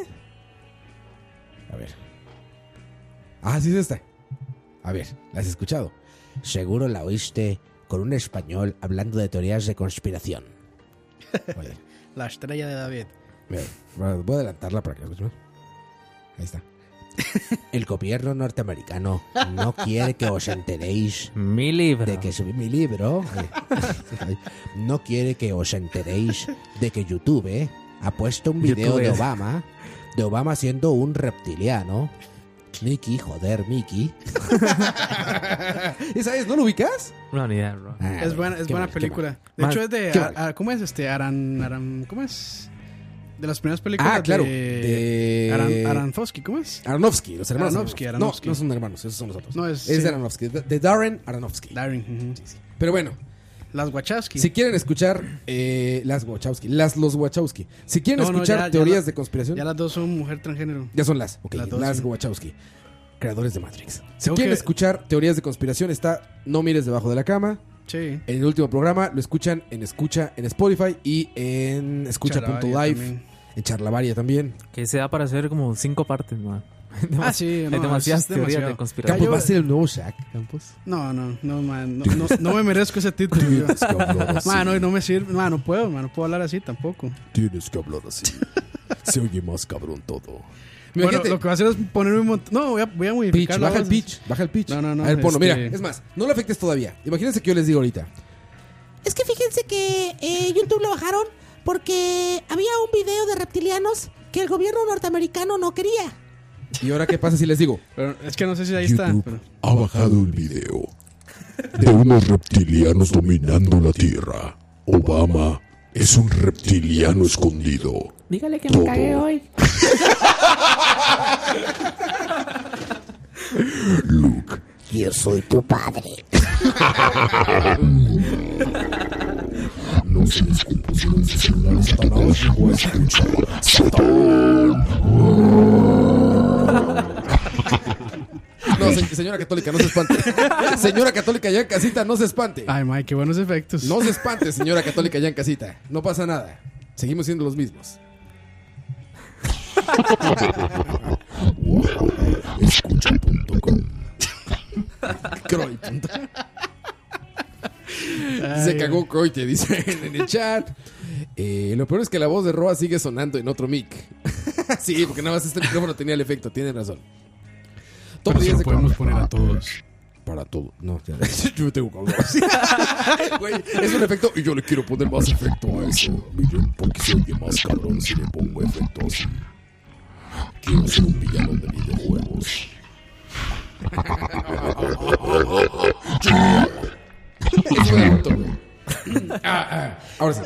[SPEAKER 10] A ver. Ah, sí es esta. A ver, ¿la has escuchado?
[SPEAKER 7] Seguro la oíste con un español hablando de teorías de conspiración.
[SPEAKER 10] Oye.
[SPEAKER 5] La estrella de David.
[SPEAKER 10] Mira, voy a adelantarla para que la escuchen. Ahí está.
[SPEAKER 7] El gobierno norteamericano no quiere que os enteréis
[SPEAKER 4] Mi libro.
[SPEAKER 7] de que subí mi libro. No quiere que os enteréis de que YouTube eh, ha puesto un video de
[SPEAKER 4] YouTube.
[SPEAKER 7] Obama, de Obama siendo un reptiliano. Mickey, joder, Mickey.
[SPEAKER 10] ¿Esa es? ¿No lo ubicas?
[SPEAKER 4] No, ni idea, Rob.
[SPEAKER 7] Ah, bueno,
[SPEAKER 5] es buena, es
[SPEAKER 7] qué mal,
[SPEAKER 5] buena
[SPEAKER 7] Ah, qué
[SPEAKER 5] película. De
[SPEAKER 4] Mal,
[SPEAKER 5] hecho, es de.
[SPEAKER 10] qué
[SPEAKER 5] a- a- ¿Cómo es este? Aran, Aran. ¿Cómo es? De las primeras películas.
[SPEAKER 10] Ah, claro.
[SPEAKER 5] De,
[SPEAKER 10] De-
[SPEAKER 5] Aran, Aranfosky, ¿cómo es?
[SPEAKER 3] Ah.
[SPEAKER 10] Aronofsky, los hermanos.
[SPEAKER 5] Aronofsky,
[SPEAKER 10] No,
[SPEAKER 5] Aronofsky.
[SPEAKER 10] No, son hermanos, esos son nosotros.
[SPEAKER 5] No,
[SPEAKER 10] es
[SPEAKER 5] es-
[SPEAKER 10] de
[SPEAKER 5] sí.
[SPEAKER 10] Aronofsky, de- de Darren Aronofsky.
[SPEAKER 5] Darren. ujú.
[SPEAKER 10] Pero bueno,
[SPEAKER 5] Las Wachowski.
[SPEAKER 10] si quieren escuchar eh, las Wachowski, las los Wachowski, si quieren
[SPEAKER 5] No, no,
[SPEAKER 10] escuchar
[SPEAKER 5] ya- ya
[SPEAKER 10] teorías
[SPEAKER 5] la-
[SPEAKER 10] de conspiración,
[SPEAKER 5] Ya
[SPEAKER 10] ya,
[SPEAKER 5] las dos son mujer transgénero.
[SPEAKER 10] son las, ok,
[SPEAKER 5] Las dos,
[SPEAKER 10] las
[SPEAKER 5] sí.
[SPEAKER 10] Wachowski, creadores de Matrix. Si
[SPEAKER 5] Tengo
[SPEAKER 10] quieren
[SPEAKER 5] que-
[SPEAKER 10] escuchar teorías de conspiración, está No mires debajo de la cama.
[SPEAKER 5] Sí. Ah,
[SPEAKER 10] En el último programa lo escuchan en Escucha, en Spotify y en
[SPEAKER 5] Charlavaria
[SPEAKER 10] Escucha.live,
[SPEAKER 5] también.
[SPEAKER 10] en Charlavaria también.
[SPEAKER 4] Que se da para hacer como cinco partes, man.
[SPEAKER 5] Ah, sí.
[SPEAKER 4] Hay
[SPEAKER 5] no,
[SPEAKER 4] demasiadas
[SPEAKER 5] es
[SPEAKER 4] teorías
[SPEAKER 5] demasiado.
[SPEAKER 4] de conspiración.
[SPEAKER 10] Campos
[SPEAKER 5] yo-
[SPEAKER 10] Pues va a ser el nuevo Shaq, Campos.
[SPEAKER 5] No, no, no, man. No, no, no me merezco ese título. yo.
[SPEAKER 10] Tienes que hablar así.
[SPEAKER 5] Man, no, no me sirve. Man, no puedo, man. No puedo hablar así tampoco.
[SPEAKER 10] Tienes que hablar así. Se oye más cabrón todo.
[SPEAKER 5] Bueno, lo que va a hacer es ponerme un montón. No, voy a, voy a modificar.
[SPEAKER 10] pitch,
[SPEAKER 5] la
[SPEAKER 10] baja el
[SPEAKER 5] voz.
[SPEAKER 10] pitch, baja el pitch.
[SPEAKER 5] No, no, no,
[SPEAKER 10] A ver, ponlo.
[SPEAKER 5] este-
[SPEAKER 10] Mira, es más, no lo afectes todavía. Imagínense que yo les digo ahorita.
[SPEAKER 7] Es que fíjense que eh, YouTube lo bajaron porque había un video de reptilianos que el gobierno norteamericano no quería.
[SPEAKER 10] ¿Y ahora qué pasa si les digo?
[SPEAKER 5] Pero es que no sé si ahí está.
[SPEAKER 12] YouTube
[SPEAKER 5] pero-
[SPEAKER 12] ha bajado el video de unos reptilianos dominando la Tierra. Obama es un reptiliano escondido.
[SPEAKER 13] Dígale que
[SPEAKER 12] Todo.
[SPEAKER 13] me cagué hoy.
[SPEAKER 12] Luke,
[SPEAKER 7] Yo soy tu padre.
[SPEAKER 12] no se descompusieron sus celulares Satanás llegó a expulsar. ¡Satán!
[SPEAKER 10] No, se- señora católica, no se espante. Señora católica ya en casita, no se espante.
[SPEAKER 5] Ay, Mike, qué buenos efectos.
[SPEAKER 10] No se espante, señora católica ya en casita. No pasa nada. Seguimos siendo los mismos.
[SPEAKER 12] Escucha.com
[SPEAKER 10] Croy. Se cagó Croy, te dicen en el chat. Eh, lo peor es que la voz de Roa sigue sonando en otro mic. sí, porque nada más este micrófono tenía el efecto, tienen razón. Top
[SPEAKER 5] Pero se
[SPEAKER 10] 10
[SPEAKER 5] lo
[SPEAKER 10] de
[SPEAKER 5] podemos
[SPEAKER 10] com-
[SPEAKER 5] poner a todos.
[SPEAKER 10] Para todo. No, ya- yo tengo calor. Güey, es un efecto y yo le quiero poner más efecto a eso.
[SPEAKER 12] Eso, miren, porque se oye más cabrón si le pongo efectos. Quiero ser un villano de videojuegos.
[SPEAKER 10] Es un adulto, güey. Ah, ah, Ahora sí.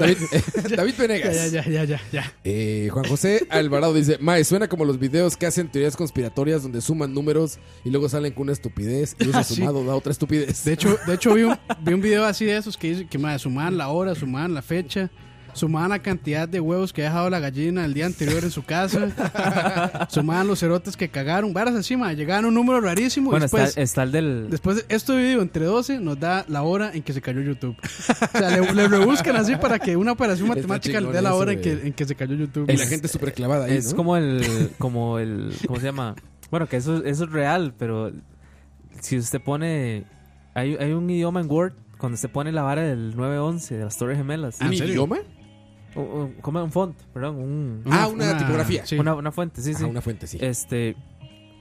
[SPEAKER 10] David, eh, David
[SPEAKER 5] Ya,
[SPEAKER 10] Venegas.
[SPEAKER 5] ya, ya, ya, ya. ya.
[SPEAKER 10] Eh, Juan José Alvarado dice: Mae, suena como los videos que hacen teorías conspiratorias donde suman números y luego salen con una estupidez y ese
[SPEAKER 5] Ah, sí.
[SPEAKER 10] sumado da otra estupidez.
[SPEAKER 5] De hecho, de hecho vi, un, vi un video así de esos que dice que madre, sumaban la hora, sumaban la fecha, sumaban la cantidad de huevos que ha dejado la gallina el día anterior en su casa, sumaban los cerotes que cagaron, varas así, madre, llegaban a un número rarísimo. y
[SPEAKER 4] Bueno,
[SPEAKER 5] después,
[SPEAKER 4] está, eh, está el del.
[SPEAKER 5] pues, después de este video entre 12 nos da la hora en que se cayó YouTube. O sea, le, le rebuscan así para que una operación
[SPEAKER 10] Está
[SPEAKER 5] matemática le
[SPEAKER 10] chingón
[SPEAKER 5] dé la
[SPEAKER 10] eso,
[SPEAKER 5] hora en que,
[SPEAKER 10] güey.
[SPEAKER 5] en que se cayó YouTube.
[SPEAKER 10] y la gente súper clavada ahí.
[SPEAKER 4] es
[SPEAKER 10] ¿no?
[SPEAKER 4] como el. Como el. ¿Cómo se llama? Bueno, que eso, eso es real, pero. Si usted pone. Hay, hay un idioma en Word cuando se pone la vara del 911, de las Torres Gemelas.
[SPEAKER 10] ¿Un
[SPEAKER 5] ¿en serio?
[SPEAKER 10] idioma?
[SPEAKER 4] O- o- como un font, perdón. un-
[SPEAKER 10] Ah, una tipografía.
[SPEAKER 5] sí.
[SPEAKER 4] una, una fuente, sí,
[SPEAKER 10] Ah,
[SPEAKER 4] sí.
[SPEAKER 10] una fuente, sí.
[SPEAKER 4] Este.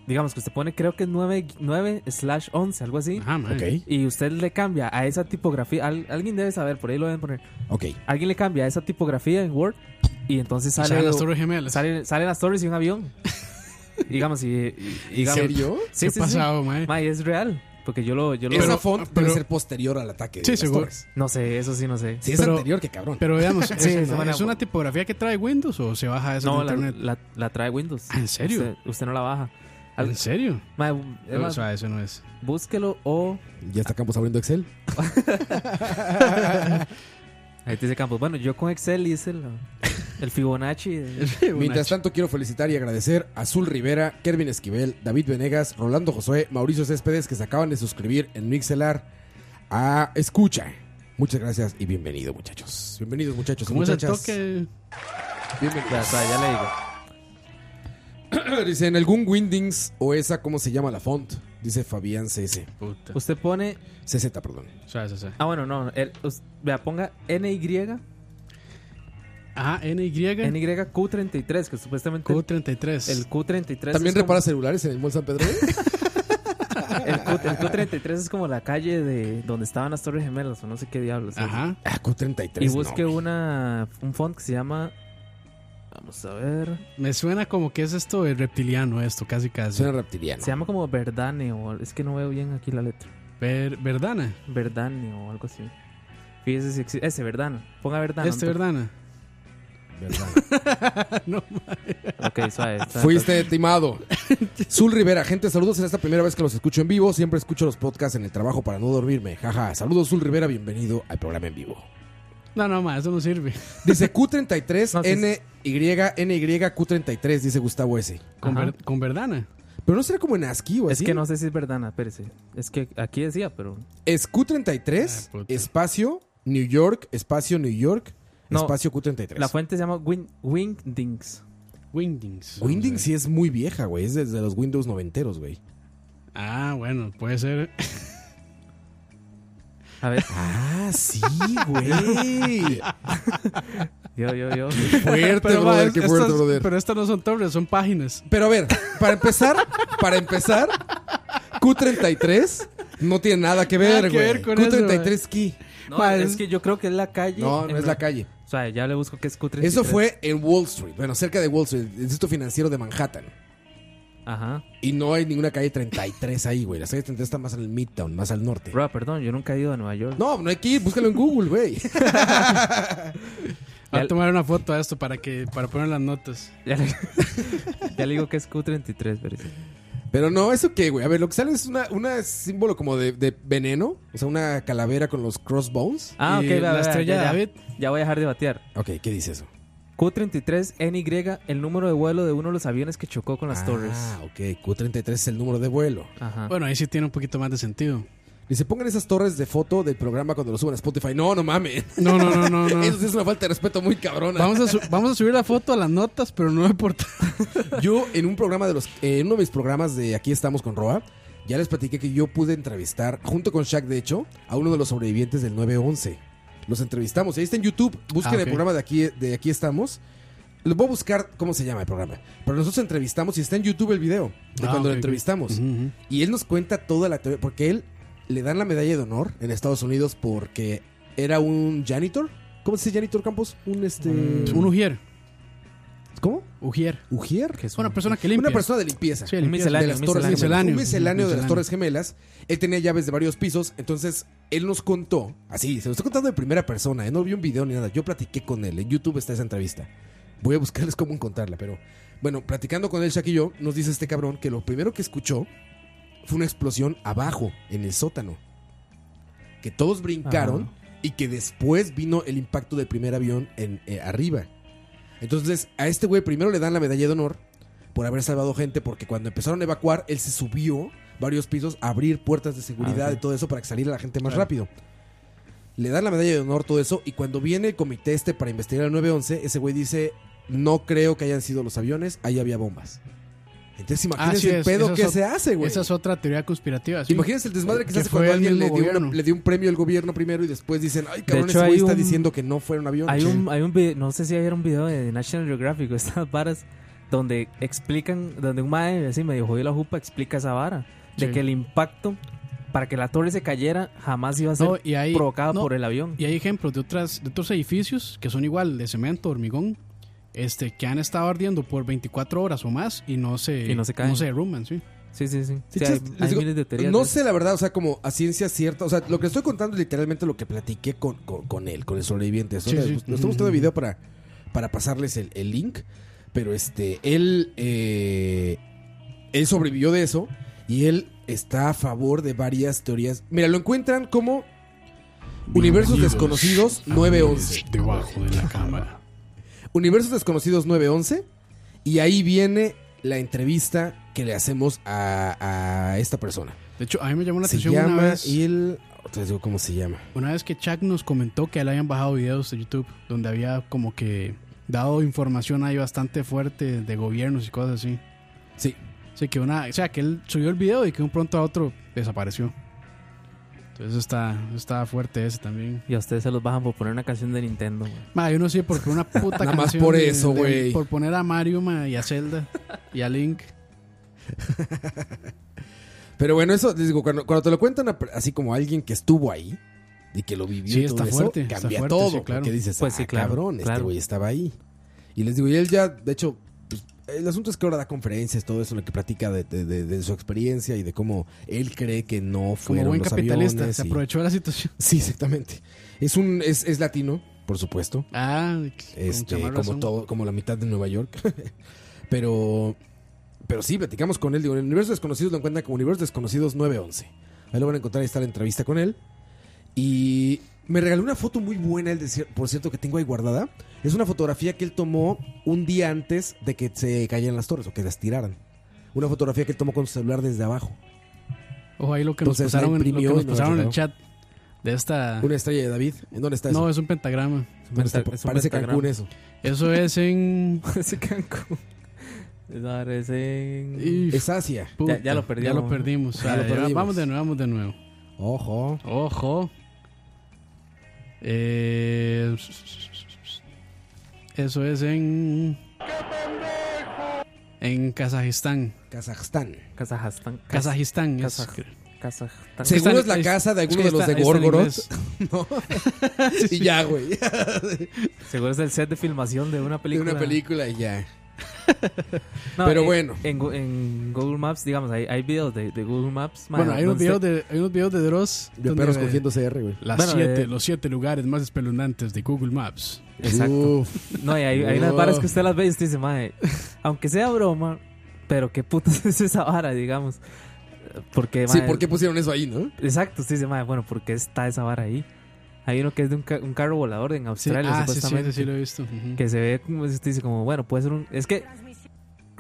[SPEAKER 4] Digamos que usted pone, creo que 9, 9 slash 11, algo así.
[SPEAKER 5] Ajá, madre.
[SPEAKER 10] Ok,
[SPEAKER 4] Y usted le cambia a esa tipografía. al- alguien debe saber, por ahí lo deben poner.
[SPEAKER 10] ok.
[SPEAKER 4] Alguien le cambia a esa tipografía en Word Y entonces
[SPEAKER 5] O
[SPEAKER 4] sale.
[SPEAKER 5] sea, las Torres Gemelas.
[SPEAKER 4] sale- salen las torres y un avión. digamos, y. y- digamos-
[SPEAKER 3] serio?
[SPEAKER 4] Sí, sí,
[SPEAKER 5] ¿Qué
[SPEAKER 4] sí.
[SPEAKER 5] pasado, mae?
[SPEAKER 4] Mae, es real. Porque yo lo. Yo lo
[SPEAKER 3] Esa
[SPEAKER 5] Pero- ah,
[SPEAKER 3] font
[SPEAKER 5] pero-
[SPEAKER 3] debe ser posterior al ataque. de
[SPEAKER 5] Sí,
[SPEAKER 3] las
[SPEAKER 5] seguro.
[SPEAKER 3] torres.
[SPEAKER 4] no sé, eso sí, no sé.
[SPEAKER 3] Si es
[SPEAKER 5] Pero-
[SPEAKER 3] anterior, qué cabrón.
[SPEAKER 5] Pero veamos, ¿es,
[SPEAKER 4] de
[SPEAKER 5] no,
[SPEAKER 4] manera-
[SPEAKER 5] ¿es una tipografía que trae Windows o se baja eso
[SPEAKER 4] No,
[SPEAKER 5] de
[SPEAKER 4] la,
[SPEAKER 5] internet?
[SPEAKER 4] la- la trae Windows.
[SPEAKER 5] Ah, ¿en serio?
[SPEAKER 4] Usted, usted no la baja. Al-
[SPEAKER 5] ¿En serio?
[SPEAKER 4] Mae, es
[SPEAKER 5] O
[SPEAKER 4] más,
[SPEAKER 5] sea, eso no es.
[SPEAKER 4] búsquelo o.
[SPEAKER 3] ya está Campos abriendo Excel.
[SPEAKER 4] Ahí te dice Campos. Bueno, yo con Excel hice el, el Fibonacci. de-
[SPEAKER 3] Mientras tanto, quiero felicitar y agradecer a Azul Rivera, Kervin Esquivel, David Venegas, Rolando Josué, Mauricio Céspedes, que se acaban de suscribir en Mixelar a Escucha. Muchas gracias y bienvenido, muchachos. Bienvenidos, muchachos. y
[SPEAKER 5] ¿Cómo es el
[SPEAKER 3] muchachas.
[SPEAKER 5] toque?
[SPEAKER 4] Ya, está, ya le digo.
[SPEAKER 3] Dice, en algún Windings o esa, ¿cómo se llama la font? Dice Fabián CC.
[SPEAKER 5] Puta.
[SPEAKER 4] Usted pone.
[SPEAKER 3] CZ, perdón.
[SPEAKER 5] O sea, o sea.
[SPEAKER 4] Ah, bueno, no. el- us- vea, ponga NY,
[SPEAKER 5] Ajá, NY
[SPEAKER 4] NYQ33, que supuestamente.
[SPEAKER 5] Q33.
[SPEAKER 4] el Q33.
[SPEAKER 3] ¿También
[SPEAKER 4] es
[SPEAKER 3] repara celulares en el Mall San Pedro?
[SPEAKER 4] como- el, Q, el Q33 es como la calle de donde estaban las Torres Gemelas o no sé qué diablos.
[SPEAKER 5] Ajá.
[SPEAKER 3] Ah, Q33.
[SPEAKER 4] Y
[SPEAKER 3] no,
[SPEAKER 4] busque
[SPEAKER 3] güey.
[SPEAKER 4] una un font que se llama. Vamos a ver.
[SPEAKER 5] Me suena como que es esto de reptiliano, esto, casi casi.
[SPEAKER 3] Suena reptiliano.
[SPEAKER 4] Se llama como Verdane o. Es que no veo bien aquí la letra.
[SPEAKER 5] Ver- ¿Verdana?
[SPEAKER 4] Verdane o algo así. Fíjese si existe. Ese, Verdana. Ponga Verdana.
[SPEAKER 5] ¿Este
[SPEAKER 4] entonces-
[SPEAKER 5] Verdana?
[SPEAKER 3] Verdad.
[SPEAKER 5] no,
[SPEAKER 4] Ok, suave. suave.
[SPEAKER 3] Fuiste timado. Zul Rivera, gente, saludos. Es esta primera vez que los escucho en vivo. Siempre escucho los podcasts en el trabajo para no dormirme. Jaja. Saludos, Zul Rivera. Bienvenido al programa en vivo.
[SPEAKER 5] no, no, ma, eso no sirve.
[SPEAKER 3] Dice
[SPEAKER 4] No, sí,
[SPEAKER 3] Q33 NY NYQ33, dice Gustavo S.
[SPEAKER 5] Con,
[SPEAKER 4] Ajá.
[SPEAKER 5] ver- con Verdana.
[SPEAKER 3] Pero no será como en ASCII o
[SPEAKER 4] Es
[SPEAKER 3] así.
[SPEAKER 4] que no sé si es Verdana, espérese. Es que aquí decía, pero.
[SPEAKER 3] Es Q33,
[SPEAKER 5] Ah, puta.
[SPEAKER 3] espacio, New York, espacio, New York,
[SPEAKER 4] No,
[SPEAKER 3] espacio Q33.
[SPEAKER 4] La fuente se llama Win Wingdings.
[SPEAKER 5] Windings.
[SPEAKER 3] Windows sí es muy vieja, güey. Es desde los Windows noventeros, güey.
[SPEAKER 5] Ah, bueno, puede ser.
[SPEAKER 4] A ver,
[SPEAKER 3] Ah, sí, güey.
[SPEAKER 4] yo, yo, yo.
[SPEAKER 3] fuerte,
[SPEAKER 5] ma,
[SPEAKER 3] brother,
[SPEAKER 5] es-
[SPEAKER 3] qué
[SPEAKER 5] estas-
[SPEAKER 3] fuerte, brother.
[SPEAKER 5] pero estas no son torres, son páginas.
[SPEAKER 3] Pero a ver, para empezar, para empezar, Q33 no tiene nada que ver,
[SPEAKER 5] Nada que
[SPEAKER 3] güey.
[SPEAKER 5] ver con
[SPEAKER 3] Q33
[SPEAKER 5] eso,
[SPEAKER 3] Ki.
[SPEAKER 4] No,
[SPEAKER 5] Ma,
[SPEAKER 4] es
[SPEAKER 5] es-
[SPEAKER 4] que yo creo que es la calle.
[SPEAKER 3] No, no es la calle.
[SPEAKER 4] O sea, ya le busco que es Q33.
[SPEAKER 3] Eso fue en Wall Street, bueno, cerca de Wall Street, el distrito financiero de Manhattan.
[SPEAKER 4] Ajá.
[SPEAKER 3] Y no hay ninguna calle 33 ahí, güey. La calle 33 está más en el Midtown, más al norte.
[SPEAKER 4] Bro, perdón, yo nunca he ido a Nueva York.
[SPEAKER 3] No, no hay que ir, búscalo en Google, güey.
[SPEAKER 5] Voy
[SPEAKER 4] Ya-
[SPEAKER 5] a tomar una foto a esto para que para poner las notas.
[SPEAKER 4] Ya, le, ya le digo que es Q33, espérese.
[SPEAKER 3] Pero no, ¿eso qué, güey? A ver, lo que sale es una, una símbolo como de, de veneno, o sea, una calavera con los crossbones.
[SPEAKER 4] Ah, ok,
[SPEAKER 5] Y
[SPEAKER 4] va,
[SPEAKER 5] la
[SPEAKER 4] va,
[SPEAKER 5] estrella
[SPEAKER 4] ya, ya.
[SPEAKER 5] David.
[SPEAKER 4] Ya voy a dejar de batear.
[SPEAKER 3] Ok, ¿qué dice eso?
[SPEAKER 4] Q33NY, el número de vuelo de uno de los aviones que chocó con las torres.
[SPEAKER 3] Ah, ok, Q33 es el número de vuelo.
[SPEAKER 4] Ajá.
[SPEAKER 5] Bueno, ahí sí tiene un poquito más de sentido.
[SPEAKER 3] Dice, pongan esas torres de foto del programa cuando lo suban a Spotify. No, no mames.
[SPEAKER 5] No, no, no, no. no.
[SPEAKER 3] Eso sí es una falta de respeto muy cabrona.
[SPEAKER 5] Vamos a, su- vamos a subir la foto a las notas, pero no me porta.
[SPEAKER 3] Yo en un programa de los, eh, en uno de mis programas de Aquí estamos con Roa, ya les platiqué que yo pude entrevistar, junto con Shaq, de hecho, a uno de los sobrevivientes del 9-11. Los entrevistamos. Ahí está en YouTube. Busquen
[SPEAKER 5] Ah, ok.
[SPEAKER 3] el programa de aquí, de aquí estamos. Les voy a buscar cómo se llama el programa. Pero nosotros entrevistamos y está en YouTube el video de
[SPEAKER 5] Ah,
[SPEAKER 3] cuando
[SPEAKER 5] ok,
[SPEAKER 3] lo
[SPEAKER 5] ok.
[SPEAKER 3] entrevistamos. Y él nos cuenta toda la teoría, porque él le dan la medalla de honor en Estados Unidos porque era un janitor. ¿Cómo se dice janitor Campos? Un este.
[SPEAKER 5] Mm. Un ujier.
[SPEAKER 3] ¿Cómo?
[SPEAKER 5] Ujier.
[SPEAKER 3] ¿Ujier?
[SPEAKER 5] Es una persona que limpia.
[SPEAKER 3] Una persona de limpieza.
[SPEAKER 5] Sí,
[SPEAKER 4] Un
[SPEAKER 5] limpieza.
[SPEAKER 3] de
[SPEAKER 4] misceláneo,
[SPEAKER 3] las
[SPEAKER 4] un
[SPEAKER 3] torres
[SPEAKER 4] misceláneo.
[SPEAKER 5] Misceláneo.
[SPEAKER 3] gemelas. Un misceláneo de las
[SPEAKER 5] Misceláneo.
[SPEAKER 3] torres gemelas. Él tenía llaves de varios pisos. Entonces, él nos contó, así, se lo estoy contando de primera persona. ¿eh? No vi un video ni nada. Yo platiqué con él. En YouTube está esa entrevista. Voy a buscarles cómo encontrarla, pero. Bueno, platicando con él, Shaq y yo, nos dice este cabrón que lo primero que escuchó fue una explosión abajo, en el sótano. Que todos brincaron y que después vino el impacto del primer avión en, eh, arriba. Entonces, a este güey primero le dan la medalla de honor por haber salvado gente, porque cuando empezaron a evacuar, él se subió varios pisos a abrir puertas de seguridad
[SPEAKER 4] Ah, ok.
[SPEAKER 3] y todo eso para que saliera la gente más rápido. Le dan la medalla de honor, todo eso, y cuando viene el comité este para investigar el 911, ese güey dice, no creo que hayan sido los aviones, ahí había bombas. Entonces imagínense
[SPEAKER 5] Así
[SPEAKER 3] el
[SPEAKER 5] es,
[SPEAKER 3] pedo
[SPEAKER 5] esa es
[SPEAKER 3] que
[SPEAKER 5] ot-
[SPEAKER 3] se hace, güey.
[SPEAKER 5] Esa es otra teoría conspirativa. sí.
[SPEAKER 3] Imagínense el desmadre que se
[SPEAKER 5] Que
[SPEAKER 3] hace
[SPEAKER 5] fue
[SPEAKER 3] cuando
[SPEAKER 5] el
[SPEAKER 3] alguien le
[SPEAKER 5] mismo
[SPEAKER 3] dio, una-
[SPEAKER 5] gobierno.
[SPEAKER 3] le dio un premio al gobierno primero y después dicen, ay cabrón,
[SPEAKER 4] hecho,
[SPEAKER 3] ese güey
[SPEAKER 4] hay
[SPEAKER 3] está
[SPEAKER 4] un-
[SPEAKER 3] diciendo que no fueron aviones.
[SPEAKER 4] Hay un, hay un video, no sé si era un video de National Geographic o estas varas donde explican, donde un mae así medio jodido la jupa explica esa vara de
[SPEAKER 5] Sí.
[SPEAKER 4] que el impacto para que la torre se cayera jamás iba a ser
[SPEAKER 5] No, y hay-
[SPEAKER 4] provocada
[SPEAKER 5] no,
[SPEAKER 4] por el avión.
[SPEAKER 5] Y hay ejemplos de, otras, de otros edificios que son igual, de cemento, hormigón, este, que han estado ardiendo por 24 horas o más y no se,
[SPEAKER 4] Y no se caen.
[SPEAKER 5] derrumban, sí.
[SPEAKER 4] Sí, sí, sí.
[SPEAKER 3] Sí,
[SPEAKER 4] Sí, hay,
[SPEAKER 3] chas- les
[SPEAKER 4] hay
[SPEAKER 3] digo,
[SPEAKER 4] miles de teorías.
[SPEAKER 3] No
[SPEAKER 4] de
[SPEAKER 3] sé la verdad, o sea, como a ciencia cierta. O sea, lo que le estoy contando es literalmente lo que platiqué con, con, con él, con el sobreviviente. Nos
[SPEAKER 5] Sí, sí.
[SPEAKER 3] estamos buscando video para, para pasarles el, el link. Pero este, él, eh, él sobrevivió de eso y él está a favor de varias teorías. Mira, lo encuentran como Universos Desconocidos 911.
[SPEAKER 5] Debajo de la cámara.
[SPEAKER 3] Universos Desconocidos 911. Y ahí viene la entrevista que le hacemos a, a esta persona.
[SPEAKER 5] De hecho, a mí me llamó la
[SPEAKER 3] Se
[SPEAKER 5] atención una
[SPEAKER 3] llama
[SPEAKER 5] vez,
[SPEAKER 3] Il... Te digo cómo se llama.
[SPEAKER 5] una vez que Chuck nos comentó que le habían bajado videos de YouTube donde había como que dado información ahí bastante fuerte de gobiernos y cosas así.
[SPEAKER 3] Sí.
[SPEAKER 5] Sí, que una, o sea, que él subió el video y que de un pronto a otro desapareció. Entonces está, está fuerte ese también.
[SPEAKER 4] Y a ustedes se los bajan por poner una canción de Nintendo. güey.
[SPEAKER 5] Ma, yo no sé por qué una puta
[SPEAKER 3] Nada más
[SPEAKER 5] canción
[SPEAKER 3] por
[SPEAKER 5] de-
[SPEAKER 3] eso,
[SPEAKER 5] de-
[SPEAKER 3] güey.
[SPEAKER 5] Por poner a Mario ma, y a Zelda y a Link.
[SPEAKER 3] Pero bueno, eso, les digo, cuando, cuando te lo cuentan a- así como alguien que estuvo ahí y que lo vivió,
[SPEAKER 5] Sí,
[SPEAKER 3] y todo
[SPEAKER 5] está
[SPEAKER 3] eso,
[SPEAKER 5] fuerte, está
[SPEAKER 3] cambia
[SPEAKER 5] fuerte,
[SPEAKER 3] todo.
[SPEAKER 5] sí, claro.
[SPEAKER 3] Porque dices,
[SPEAKER 4] Pues
[SPEAKER 3] ah,
[SPEAKER 4] sí, claro,
[SPEAKER 3] cabrón, este
[SPEAKER 4] claro.
[SPEAKER 3] güey estaba ahí. Y les digo, y él ya, de hecho, pues, el asunto es que ahora da conferencias, todo eso en lo que platica de, de- de- de su experiencia y de cómo él cree que no
[SPEAKER 5] Como
[SPEAKER 3] fueron
[SPEAKER 5] buen
[SPEAKER 3] los
[SPEAKER 5] capitalista,
[SPEAKER 3] aviones
[SPEAKER 5] se
[SPEAKER 3] y-
[SPEAKER 5] aprovechó de la situación.
[SPEAKER 3] Sí, exactamente. Es un, es, es latino, por supuesto.
[SPEAKER 5] Ah, con
[SPEAKER 3] Este,
[SPEAKER 5] chamar
[SPEAKER 3] como
[SPEAKER 5] razón.
[SPEAKER 3] todo, como la mitad de Nueva York. pero, pero sí, platicamos con él. Digo, en el Universo Desconocidos lo encuentran como Universo Desconocidos 911. Ahí lo van a encontrar, ahí está la entrevista con él. Y me regaló una foto muy buena, él de cier- por cierto, que tengo ahí guardada. Es una fotografía que él tomó un día antes de que se cayeran las torres o que las tiraran. Una fotografía que él tomó con su celular desde abajo.
[SPEAKER 5] Ojo ahí lo que
[SPEAKER 3] Entonces, la
[SPEAKER 5] nos pasaron, en- lo que
[SPEAKER 3] imprimió
[SPEAKER 5] nos
[SPEAKER 3] y nos
[SPEAKER 5] pasaron en
[SPEAKER 3] regaló.
[SPEAKER 5] el chat de esta...
[SPEAKER 3] Una estrella de David. ¿En dónde está
[SPEAKER 5] Ah. No,
[SPEAKER 3] eso?
[SPEAKER 5] es un pentagrama.
[SPEAKER 3] Bueno, está-
[SPEAKER 4] es un
[SPEAKER 3] parece
[SPEAKER 4] pentagrama.
[SPEAKER 3] Cancún eso.
[SPEAKER 5] Eso es en...
[SPEAKER 4] Ese Cancún. Esa hora es en-
[SPEAKER 5] If,
[SPEAKER 3] Es Asia.
[SPEAKER 5] puta,
[SPEAKER 4] Ya- ya lo perdimos.
[SPEAKER 5] Ya lo perdimos.
[SPEAKER 3] Ya
[SPEAKER 5] Ah,
[SPEAKER 3] lo
[SPEAKER 5] ya-
[SPEAKER 3] perdimos.
[SPEAKER 5] Vamos de nuevo, vamos de nuevo.
[SPEAKER 3] Ojo.
[SPEAKER 5] Ojo. Eh, eso es en... En Kazajistán.
[SPEAKER 3] Kazajstán.
[SPEAKER 4] Kazajstán.
[SPEAKER 5] Kazajistán. es-
[SPEAKER 4] Kazaj- Kazajstán.
[SPEAKER 3] Seguro
[SPEAKER 5] Están-
[SPEAKER 3] es la
[SPEAKER 5] es-
[SPEAKER 3] casa de
[SPEAKER 5] es que
[SPEAKER 3] alguno de los
[SPEAKER 5] está-
[SPEAKER 3] de
[SPEAKER 5] está en este
[SPEAKER 3] Gorgoroth.
[SPEAKER 5] inglés.
[SPEAKER 3] y ya, güey. De
[SPEAKER 4] Seguro es el set de filmación de una película.
[SPEAKER 3] una película y ya.
[SPEAKER 4] No,
[SPEAKER 3] Pero
[SPEAKER 4] en-
[SPEAKER 3] bueno.
[SPEAKER 4] En, Gu- en Google Maps, digamos, hay, hay videos de, de Google Maps. man,
[SPEAKER 5] Bueno, hay unos,
[SPEAKER 4] donde
[SPEAKER 5] videos
[SPEAKER 4] usted-
[SPEAKER 5] de, hay unos videos de Dross.
[SPEAKER 3] De
[SPEAKER 5] donde
[SPEAKER 3] perros
[SPEAKER 5] ve
[SPEAKER 3] cogiendo CR, güey.
[SPEAKER 5] Las
[SPEAKER 4] Bueno,
[SPEAKER 5] siete,
[SPEAKER 4] eh,
[SPEAKER 5] los siete lugares más espeluznantes de Google Maps.
[SPEAKER 4] Exacto.
[SPEAKER 3] Uf.
[SPEAKER 4] No, y hay, hay unas
[SPEAKER 3] Oh.
[SPEAKER 4] varas que usted las ve y usted dice, madre, aunque sea broma, pero qué putas es esa vara, digamos. Porque,
[SPEAKER 3] Sí,
[SPEAKER 4] mae,
[SPEAKER 3] ¿por qué pusieron eso ahí, no?
[SPEAKER 4] Exacto, usted dice, madre, bueno, ¿por qué está esa vara ahí? Hay uno que es de un, ca- un carro volador en
[SPEAKER 5] Sí,
[SPEAKER 4] Australia,
[SPEAKER 5] ah, sí, sí,
[SPEAKER 4] supuestamente.
[SPEAKER 5] sí, sí, lo he visto. ujú.
[SPEAKER 4] Que se ve como usted dice, como, bueno, puede ser un. Es que.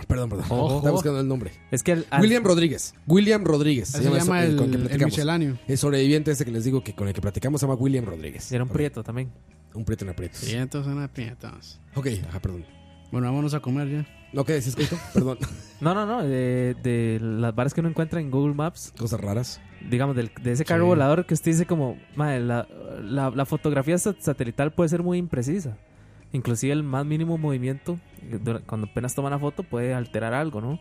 [SPEAKER 3] Perdón, perdón.
[SPEAKER 4] Ojo.
[SPEAKER 3] Estaba buscando el nombre.
[SPEAKER 4] Es que el-
[SPEAKER 3] William Rodríguez. William Rodríguez.
[SPEAKER 5] Ah, Así Se llama
[SPEAKER 3] eso,
[SPEAKER 5] el,
[SPEAKER 3] con que
[SPEAKER 5] el
[SPEAKER 3] platicamos. El,
[SPEAKER 5] misceláneo.
[SPEAKER 3] sobreviviente ese que les digo que con el que platicamos se llama William Rodríguez.
[SPEAKER 4] Era un
[SPEAKER 3] Ok.
[SPEAKER 4] prieto también.
[SPEAKER 3] Un prieto en aprietos.
[SPEAKER 5] Sí, entonces, una piña, entonces.
[SPEAKER 3] Ok, ajá, perdón.
[SPEAKER 5] Bueno, vámonos a comer ya.
[SPEAKER 3] ¿Lo que decís, Coito? Perdón.
[SPEAKER 4] No, no, no. De, de las varas que uno encuentra en Google Maps,
[SPEAKER 3] Cosas raras.
[SPEAKER 4] digamos, del- de ese carro
[SPEAKER 5] Sí.
[SPEAKER 4] volador que usted dice como, madre, la, la, la fotografía sat- satelital puede ser muy imprecisa. Inclusive el más mínimo movimiento, eh, dura- cuando apenas toma la foto, puede alterar algo, ¿no?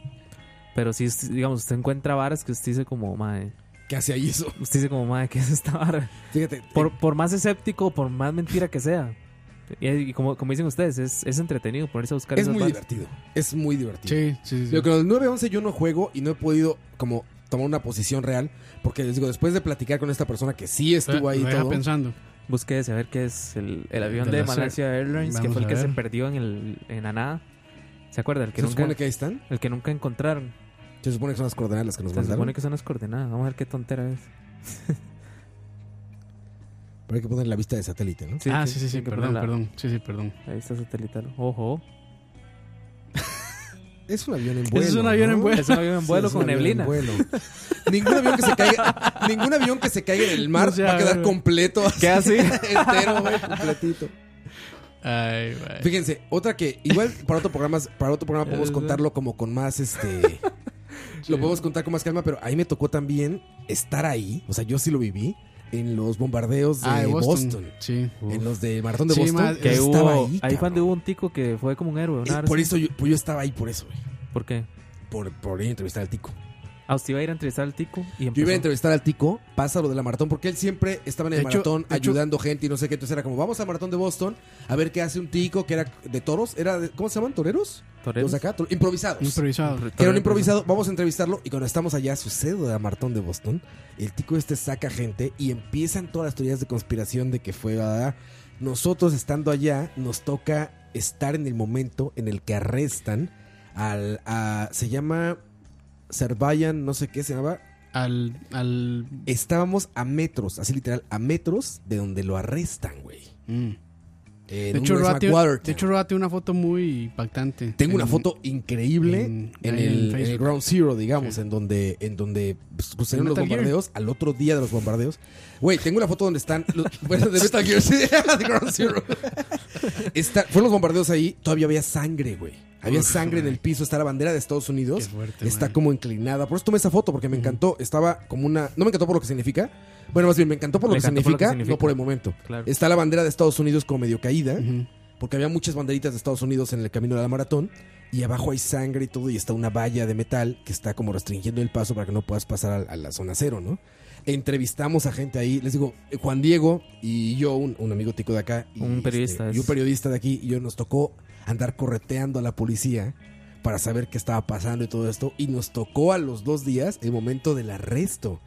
[SPEAKER 4] Pero si, usted- digamos, usted encuentra varas que usted dice como, madre,
[SPEAKER 3] ¿Qué hace ahí eso?
[SPEAKER 4] usted dice como, madre, ¿qué es esta vara?
[SPEAKER 3] Fíjate. eh,
[SPEAKER 4] Por, por más escéptico, por más mentira que sea. Y, y como, como dicen ustedes, es, es entretenido ponerse a buscar
[SPEAKER 3] es
[SPEAKER 4] esas
[SPEAKER 3] muy
[SPEAKER 4] varas.
[SPEAKER 3] divertido. Es muy divertido.
[SPEAKER 5] Sí, sí, sí.
[SPEAKER 3] Yo con el 911 yo no juego y no he podido como tomar una posición real porque les digo, después de platicar con esta persona que sí estuvo ahí
[SPEAKER 5] Lo
[SPEAKER 3] y
[SPEAKER 5] deja
[SPEAKER 3] todo,
[SPEAKER 5] pensando.
[SPEAKER 4] Busqué ese, a ver qué es el, el avión de,
[SPEAKER 5] De la Sir.
[SPEAKER 4] Malasia Airlines, que
[SPEAKER 5] Vamos
[SPEAKER 4] fue el
[SPEAKER 5] a
[SPEAKER 4] que se
[SPEAKER 5] ver.
[SPEAKER 4] perdió en, el, en la nada. ¿Se acuerda? El que,
[SPEAKER 3] se supone
[SPEAKER 4] nunca,
[SPEAKER 3] que ahí están.
[SPEAKER 4] el que nunca encontraron.
[SPEAKER 3] Se supone que son las coordenadas las que nos
[SPEAKER 4] Se
[SPEAKER 3] mandaron.
[SPEAKER 4] supone que son las coordenadas. Vamos a ver qué tontera es.
[SPEAKER 3] Pero hay que poner la vista de satélite, ¿no?
[SPEAKER 5] ah, sí, sí, sí,
[SPEAKER 4] hay que
[SPEAKER 5] perdón,
[SPEAKER 4] ponerla-
[SPEAKER 5] perdón. Sí, sí, perdón.
[SPEAKER 4] Ahí está satelital. Ojo.
[SPEAKER 3] Es un avión en vuelo.
[SPEAKER 5] es un avión
[SPEAKER 3] ¿no?
[SPEAKER 5] en vuelo.
[SPEAKER 4] Es un avión en
[SPEAKER 3] Sí,
[SPEAKER 4] vuelo
[SPEAKER 3] es un
[SPEAKER 4] con
[SPEAKER 3] avión en
[SPEAKER 4] neblina.
[SPEAKER 3] vuelo. ningún avión que se caiga, ningún avión que se caiga en el mar
[SPEAKER 5] No sea,
[SPEAKER 3] va a quedar
[SPEAKER 5] güey.
[SPEAKER 3] completo, así,
[SPEAKER 4] ¿Qué hace?
[SPEAKER 3] entero, güey, completito.
[SPEAKER 5] Ay, güey.
[SPEAKER 3] Fíjense, otra que igual para otro programa, para otro programa podemos
[SPEAKER 4] Ya, ya.
[SPEAKER 3] contarlo como con más este lo podemos contar con más calma, pero ahí me tocó también estar ahí, o sea, yo sí lo viví en los bombardeos de
[SPEAKER 5] Ah, de
[SPEAKER 3] Boston.
[SPEAKER 5] Sí.
[SPEAKER 3] En los de maratón de
[SPEAKER 5] Sí,
[SPEAKER 3] Boston,
[SPEAKER 5] ma-
[SPEAKER 3] yo
[SPEAKER 4] Que hubo,
[SPEAKER 3] estaba
[SPEAKER 4] ahí
[SPEAKER 3] ahí.
[SPEAKER 4] fue donde
[SPEAKER 3] cabrón.
[SPEAKER 4] hubo un tico que fue como un héroe. una
[SPEAKER 3] Eh,
[SPEAKER 4] vara
[SPEAKER 3] Por
[SPEAKER 4] así.
[SPEAKER 3] eso yo, pues yo estaba ahí por eso, güey.
[SPEAKER 4] ¿Por qué?
[SPEAKER 3] Por, por ir a entrevistar al tico.
[SPEAKER 4] Ah, Ah, usted iba a ir a entrevistar al tico y empezó.
[SPEAKER 3] Yo iba a entrevistar al Tico, pásalo de la maratón, porque él siempre estaba en el
[SPEAKER 5] De hecho-
[SPEAKER 3] maratón
[SPEAKER 5] de hecho-
[SPEAKER 3] ayudando gente y no sé qué. Entonces era como, vamos al maratón de Boston a ver qué hace un Tico que era de toros. era de- ¿Cómo se llaman? ¿Toreros?
[SPEAKER 4] Toreros.
[SPEAKER 3] Los de acá, to- improvisados.
[SPEAKER 5] Improvisado.
[SPEAKER 3] que era un improvisado, vamos a entrevistarlo y cuando estamos allá sucede la maratón de Boston, el tico este saca gente y empiezan todas las teorías de conspiración de que fue a nosotros estando allá nos toca estar en el momento en el que arrestan al a- se llama Servayan, no sé qué se llamaba,
[SPEAKER 5] Al, al.
[SPEAKER 3] estábamos a metros, así literal, a metros de donde lo arrestan, güey.
[SPEAKER 5] mm.
[SPEAKER 3] En
[SPEAKER 5] De hecho,
[SPEAKER 3] un
[SPEAKER 5] Roa
[SPEAKER 3] lugar que se
[SPEAKER 5] tiene-
[SPEAKER 3] llama Watertown.
[SPEAKER 5] de hecho, Roa tiene una foto muy impactante.
[SPEAKER 3] Tengo una
[SPEAKER 5] En-
[SPEAKER 3] foto increíble en,
[SPEAKER 5] en- ahí en
[SPEAKER 3] el, en el
[SPEAKER 5] Facebook.
[SPEAKER 3] Ground Zero, digamos,
[SPEAKER 5] Sí.
[SPEAKER 3] en donde en donde pues,
[SPEAKER 5] En
[SPEAKER 3] sucedieron los
[SPEAKER 5] Metal Gear.
[SPEAKER 3] bombardeos, al otro día de los bombardeos. Güey, tengo una foto donde están los, bueno, de Metal Gear, sí, de Ground Zero. Está- fueron los bombardeos ahí, todavía había sangre, güey. Había
[SPEAKER 5] Uf,
[SPEAKER 3] sangre en el piso, está la bandera de Estados Unidos.
[SPEAKER 5] Qué fuerte,
[SPEAKER 3] está
[SPEAKER 5] man.
[SPEAKER 3] como inclinada. Por eso tomé esa foto, porque me encantó. Estaba como una. No me encantó por lo que significa. Bueno, más bien, me encantó por lo,
[SPEAKER 4] Le
[SPEAKER 3] que
[SPEAKER 4] encantó por
[SPEAKER 3] significa,
[SPEAKER 4] lo que
[SPEAKER 3] no
[SPEAKER 4] significa.
[SPEAKER 3] por el momento.
[SPEAKER 4] Claro.
[SPEAKER 3] Está la bandera de Estados Unidos como medio caída
[SPEAKER 5] Ujú.
[SPEAKER 3] porque había muchas banderitas de Estados Unidos en el camino de la maratón y abajo hay sangre y todo y está una valla de metal que está como restringiendo el paso para que no puedas pasar a, a la zona cero, ¿no? Entrevistamos a gente ahí, les digo, eh, Juan Diego y yo, un, un amigo tico de acá, y,
[SPEAKER 4] Un periodista,
[SPEAKER 3] este,
[SPEAKER 4] es-
[SPEAKER 3] y un periodista de aquí, y yo nos tocó andar correteando a la policía para saber qué estaba pasando y todo esto, y nos tocó a los dos días el momento del arresto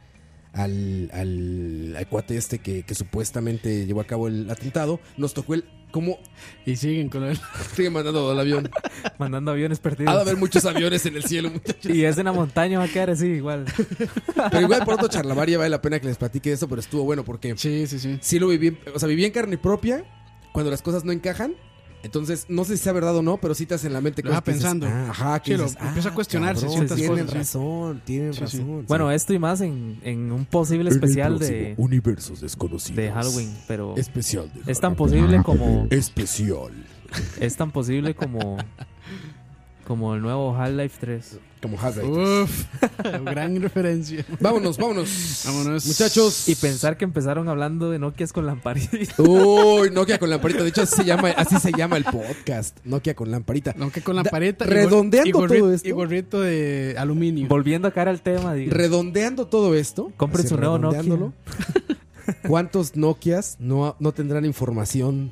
[SPEAKER 3] al, al, al cuate este que, que supuestamente llevó a cabo el atentado, nos tocó el cómo
[SPEAKER 5] Y siguen con él.
[SPEAKER 3] Sigue mandando al avión.
[SPEAKER 4] Mandando aviones perdidos.
[SPEAKER 3] Ha de haber muchos aviones en el cielo, muchachos.
[SPEAKER 4] Y es en la montaña, va a quedar así igual.
[SPEAKER 3] Pero igual por otro charlavaria vale la pena que les platique eso, pero estuvo bueno porque
[SPEAKER 5] Sí, sí, sí.
[SPEAKER 3] sí lo viví, o sea, viví en carne propia cuando las cosas no encajan. Entonces, no sé si sea verdad o no, pero sí te hacen en la mente
[SPEAKER 5] Lo deja
[SPEAKER 3] que dices,
[SPEAKER 5] pensando.
[SPEAKER 3] ah, ajá, que
[SPEAKER 5] Sí, lo
[SPEAKER 3] dices,
[SPEAKER 5] empieza a cuestionarse
[SPEAKER 3] cabrón,
[SPEAKER 5] ciertas
[SPEAKER 3] tienen
[SPEAKER 5] cosas, sí.
[SPEAKER 3] razón, tienen
[SPEAKER 5] Sí, sí.
[SPEAKER 3] razón.
[SPEAKER 4] Bueno,
[SPEAKER 3] sí.
[SPEAKER 4] esto y más en, en un posible
[SPEAKER 12] En el
[SPEAKER 4] especial
[SPEAKER 12] próximo
[SPEAKER 4] de,
[SPEAKER 12] Universos Desconocidos.
[SPEAKER 4] de Halloween, pero
[SPEAKER 12] Especial de
[SPEAKER 4] es tan
[SPEAKER 12] Halloween.
[SPEAKER 4] posible como
[SPEAKER 12] Especial.
[SPEAKER 4] es tan posible como como el nuevo Half-Life 3.
[SPEAKER 3] como Hazard.
[SPEAKER 5] Uf. gran referencia.
[SPEAKER 3] Vámonos, vámonos.
[SPEAKER 5] Vámonos.
[SPEAKER 3] Muchachos.
[SPEAKER 4] Y pensar que empezaron hablando de Nokias con lamparitas.
[SPEAKER 3] Uy, Nokia con lamparita. De hecho, así se llama, así se llama el podcast. Nokia con lamparita.
[SPEAKER 5] Aunque con
[SPEAKER 3] Da-
[SPEAKER 5] la pareta. y gor-
[SPEAKER 3] redondeando
[SPEAKER 5] y gorri-
[SPEAKER 3] todo esto.
[SPEAKER 5] Y gorrito de aluminio.
[SPEAKER 4] Volviendo acá al tema, digo,
[SPEAKER 3] Redondeando todo esto.
[SPEAKER 4] Compren
[SPEAKER 3] así
[SPEAKER 4] su nuevo
[SPEAKER 3] redondeándolo, ¿Cuántos Nokias no, no tendrán información?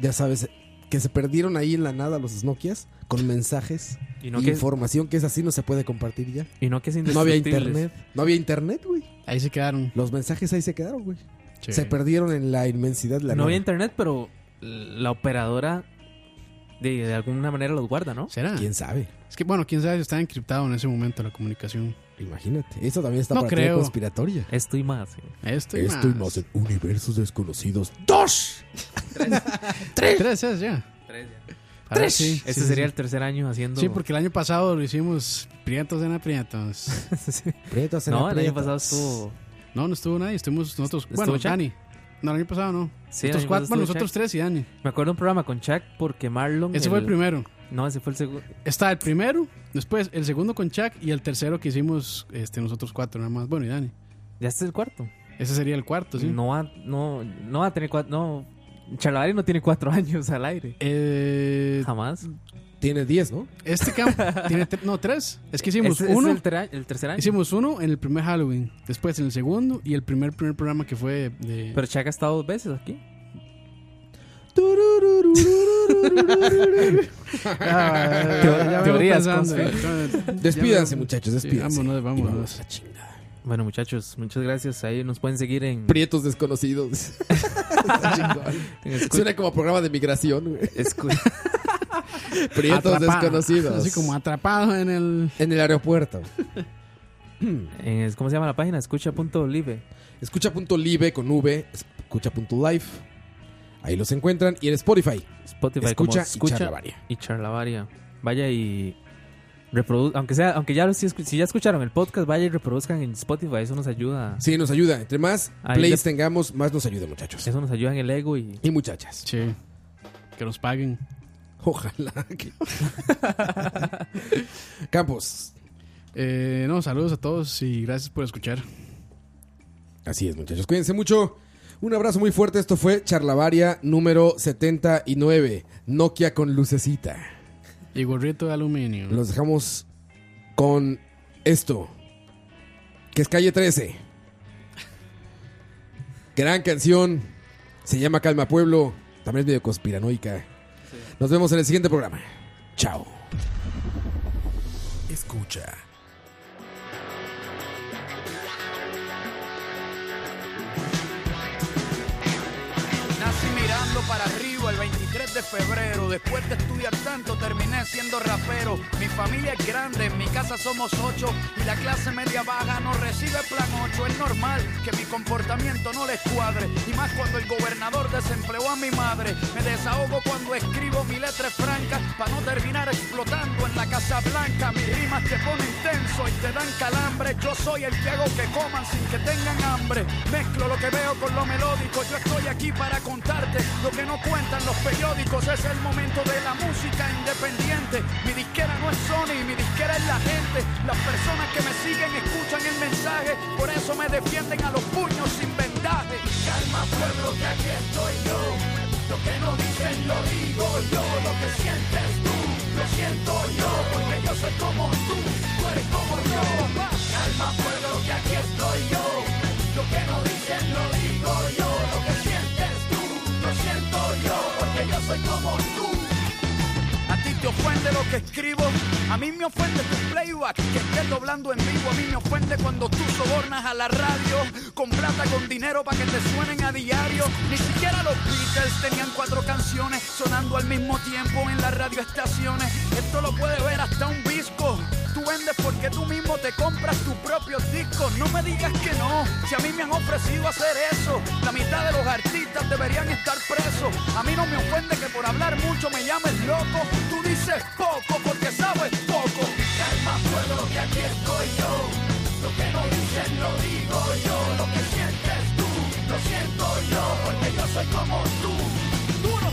[SPEAKER 3] Ya sabes, que se perdieron ahí en la nada los Nokias con mensajes
[SPEAKER 4] y
[SPEAKER 3] y
[SPEAKER 4] Nokias,
[SPEAKER 3] información que es así, no se puede compartir ya.
[SPEAKER 4] y Nokias
[SPEAKER 3] No había
[SPEAKER 4] indestructibles.
[SPEAKER 3] internet. No había internet, güey.
[SPEAKER 5] Ahí se quedaron.
[SPEAKER 3] Los mensajes ahí se quedaron, güey.
[SPEAKER 5] Sí.
[SPEAKER 3] Se perdieron en la inmensidad de la
[SPEAKER 4] No
[SPEAKER 3] nada.
[SPEAKER 4] había internet, pero la operadora de, de alguna manera los guarda, ¿no?
[SPEAKER 5] ¿Será?
[SPEAKER 3] ¿Quién sabe?
[SPEAKER 5] Es que, bueno, quién sabe si está encriptado en ese momento la comunicación.
[SPEAKER 3] Imagínate. Eso también está
[SPEAKER 5] No
[SPEAKER 3] para teoría
[SPEAKER 5] creo.
[SPEAKER 3] conspiratoria.
[SPEAKER 4] Esto y más. sí.
[SPEAKER 5] Esto y
[SPEAKER 12] Esto y más en Universos Desconocidos 2.
[SPEAKER 5] Tres es ya. A ver,
[SPEAKER 4] Tres.
[SPEAKER 5] sí,
[SPEAKER 4] Este
[SPEAKER 5] sí, sí,
[SPEAKER 4] sería
[SPEAKER 5] sí.
[SPEAKER 4] el tercer año haciendo.
[SPEAKER 5] Sí, porque el año pasado lo hicimos prietos en aprietos.
[SPEAKER 4] Sí.
[SPEAKER 3] Prietos en
[SPEAKER 4] no, el año
[SPEAKER 3] aprietos.
[SPEAKER 4] pasado estuvo.
[SPEAKER 5] No, no estuvo nadie. Estuvimos nosotros. Bueno,
[SPEAKER 4] ¿Estuvo Chuck?
[SPEAKER 5] Dani. No, el año pasado no.
[SPEAKER 4] Sí, el año
[SPEAKER 5] nosotros cuatro,
[SPEAKER 4] pasado
[SPEAKER 5] bueno,
[SPEAKER 4] estuvo
[SPEAKER 5] nosotros
[SPEAKER 4] Chuck.
[SPEAKER 5] tres y Dani.
[SPEAKER 4] Me acuerdo un programa con Chuck porque Marlon.
[SPEAKER 5] Ese fue el primero.
[SPEAKER 4] No, ese fue el segundo.
[SPEAKER 5] Está el primero, después el segundo con Chuck y el tercero que hicimos este, nosotros cuatro nada más. Bueno, y Dani.
[SPEAKER 4] Ya este es el cuarto.
[SPEAKER 5] Ese sería el cuarto, ¿sí?
[SPEAKER 4] No va, no, no va a tener cuatro. No, Charlavari no tiene cuatro años al aire.
[SPEAKER 5] Eh,
[SPEAKER 4] Jamás.
[SPEAKER 3] Tiene 10, ¿no?
[SPEAKER 5] este campo tiene... te- No, tres. Es que hicimos
[SPEAKER 4] Este es
[SPEAKER 5] uno.
[SPEAKER 4] el, ter- el tercer año.
[SPEAKER 5] Hicimos uno en el primer Halloween, después en el segundo y el primer primer programa que fue de...
[SPEAKER 4] Pero Chuck ha estado dos veces aquí.
[SPEAKER 5] Ah,
[SPEAKER 4] Teo-
[SPEAKER 5] ya vengo
[SPEAKER 4] teorías
[SPEAKER 5] pensando, eh,
[SPEAKER 4] conspir-
[SPEAKER 5] ya- ya
[SPEAKER 3] Despídanse,
[SPEAKER 5] vengo-
[SPEAKER 3] muchachos,
[SPEAKER 5] Sí,
[SPEAKER 3] despídanse.
[SPEAKER 5] vámonos,
[SPEAKER 3] Y
[SPEAKER 5] vámonos.
[SPEAKER 3] la chingada.
[SPEAKER 4] Bueno, muchachos, muchas gracias. Ahí nos pueden seguir en.
[SPEAKER 3] Prietos desconocidos. Está chingón.
[SPEAKER 4] en escu-
[SPEAKER 3] Suena como programa de migración, güey.
[SPEAKER 4] escu-
[SPEAKER 3] Prietos
[SPEAKER 5] Atrapado.
[SPEAKER 3] desconocidos.
[SPEAKER 5] Así como atrapado en el...
[SPEAKER 3] en el aeropuerto.
[SPEAKER 4] en es- ¿Cómo se llama la página? Escucha.live.
[SPEAKER 3] Escucha.live con V, escucha.live. Ahí los encuentran y en Spotify.
[SPEAKER 4] Spotify.
[SPEAKER 3] Escucha,
[SPEAKER 4] como escucha
[SPEAKER 3] y charlavaria.
[SPEAKER 4] y charlavaria. Vaya y reprodu- aunque sea, aunque ya lo- si, escu- si ya escucharon el podcast, vaya y reproduzcan en Spotify, eso nos ayuda.
[SPEAKER 3] Sí, nos ayuda. Entre más
[SPEAKER 4] Ahí
[SPEAKER 3] plays
[SPEAKER 4] le-
[SPEAKER 3] tengamos, más nos ayuda, muchachos.
[SPEAKER 4] Eso nos ayuda en el ego y
[SPEAKER 3] Y muchachas.
[SPEAKER 5] Che, que nos paguen.
[SPEAKER 3] Ojalá que- Campos.
[SPEAKER 5] Eh, no, saludos a todos y gracias por escuchar.
[SPEAKER 3] Así es, muchachos. Cuídense mucho. Un abrazo muy fuerte. Esto fue Charlavaria número 79. Nokia con lucecita.
[SPEAKER 5] Mm. Y gorrito de aluminio.
[SPEAKER 3] Los dejamos con esto que es calle 13. Gran canción. Se llama Calma Pueblo. También es medio conspiranoica. Nos vemos en el siguiente programa. Chao.
[SPEAKER 14] Escucha.
[SPEAKER 10] Nací mirando para arriba el 23 de febrero. Después de estudiar tanto terminé siendo rapero. Mi familia es grande, en mi casa somos ocho. Y la clase media baja no recibe plan 8. Es normal que mi comportamiento no les cuadre. Y más cuando el gobernador desempleó a mi madre. Me desahogo cuando escribo mi letra es franca. Para no terminar explotando en la Casa Blanca. Mis rimas te ponen tenso y te dan calambre. Yo soy el que hago que coman sin que tengan hambre. Mezclo lo que veo con lo melódico. Yo estoy aquí para contarte lo que no cuentan los periódicos. Es el momento de la música independiente. Mi disquera no es Sony, mi disquera es la gente. Las personas que me siguen escuchan el mensaje. Por eso me defienden a los puños sin vendaje. Calma pueblo que aquí estoy yo. Lo que no dicen lo digo yo. Lo que sientes tú lo siento yo. Porque yo soy como tú, tú eres como yo. Calma pueblo que aquí estoy yo. Lo que no dicen lo digo yo. Lo que sientes tú lo siento yo. Porque yo soy como tú. A ti te ofende lo que escribo, a mí me ofende tu playback, que estés doblando en vivo, a mí me ofende cuando tú sobornas a la radio, con plata, con dinero para que te suenen a diario. Ni siquiera los Beatles tenían cuatro canciones sonando al mismo tiempo en las radioestaciones. Esto lo puede ver hasta un disco. Tú vendes porque tú mismo te compras tus propios discos. No me digas que no, si a mí me han ofrecido hacer eso. La mitad de los artistas deberían estar presos. A mí no me ofende que por hablar mucho me llames loco. Tú dices poco porque sabes poco. Calma pueblo que aquí estoy yo. Lo que no dicen lo digo yo. Lo que sientes tú lo siento yo porque yo soy como tú. Duro.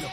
[SPEAKER 10] Lo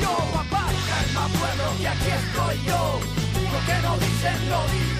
[SPEAKER 10] yo, papá. Calma pueblo que aquí estoy yo. Lo que no dicen lo digo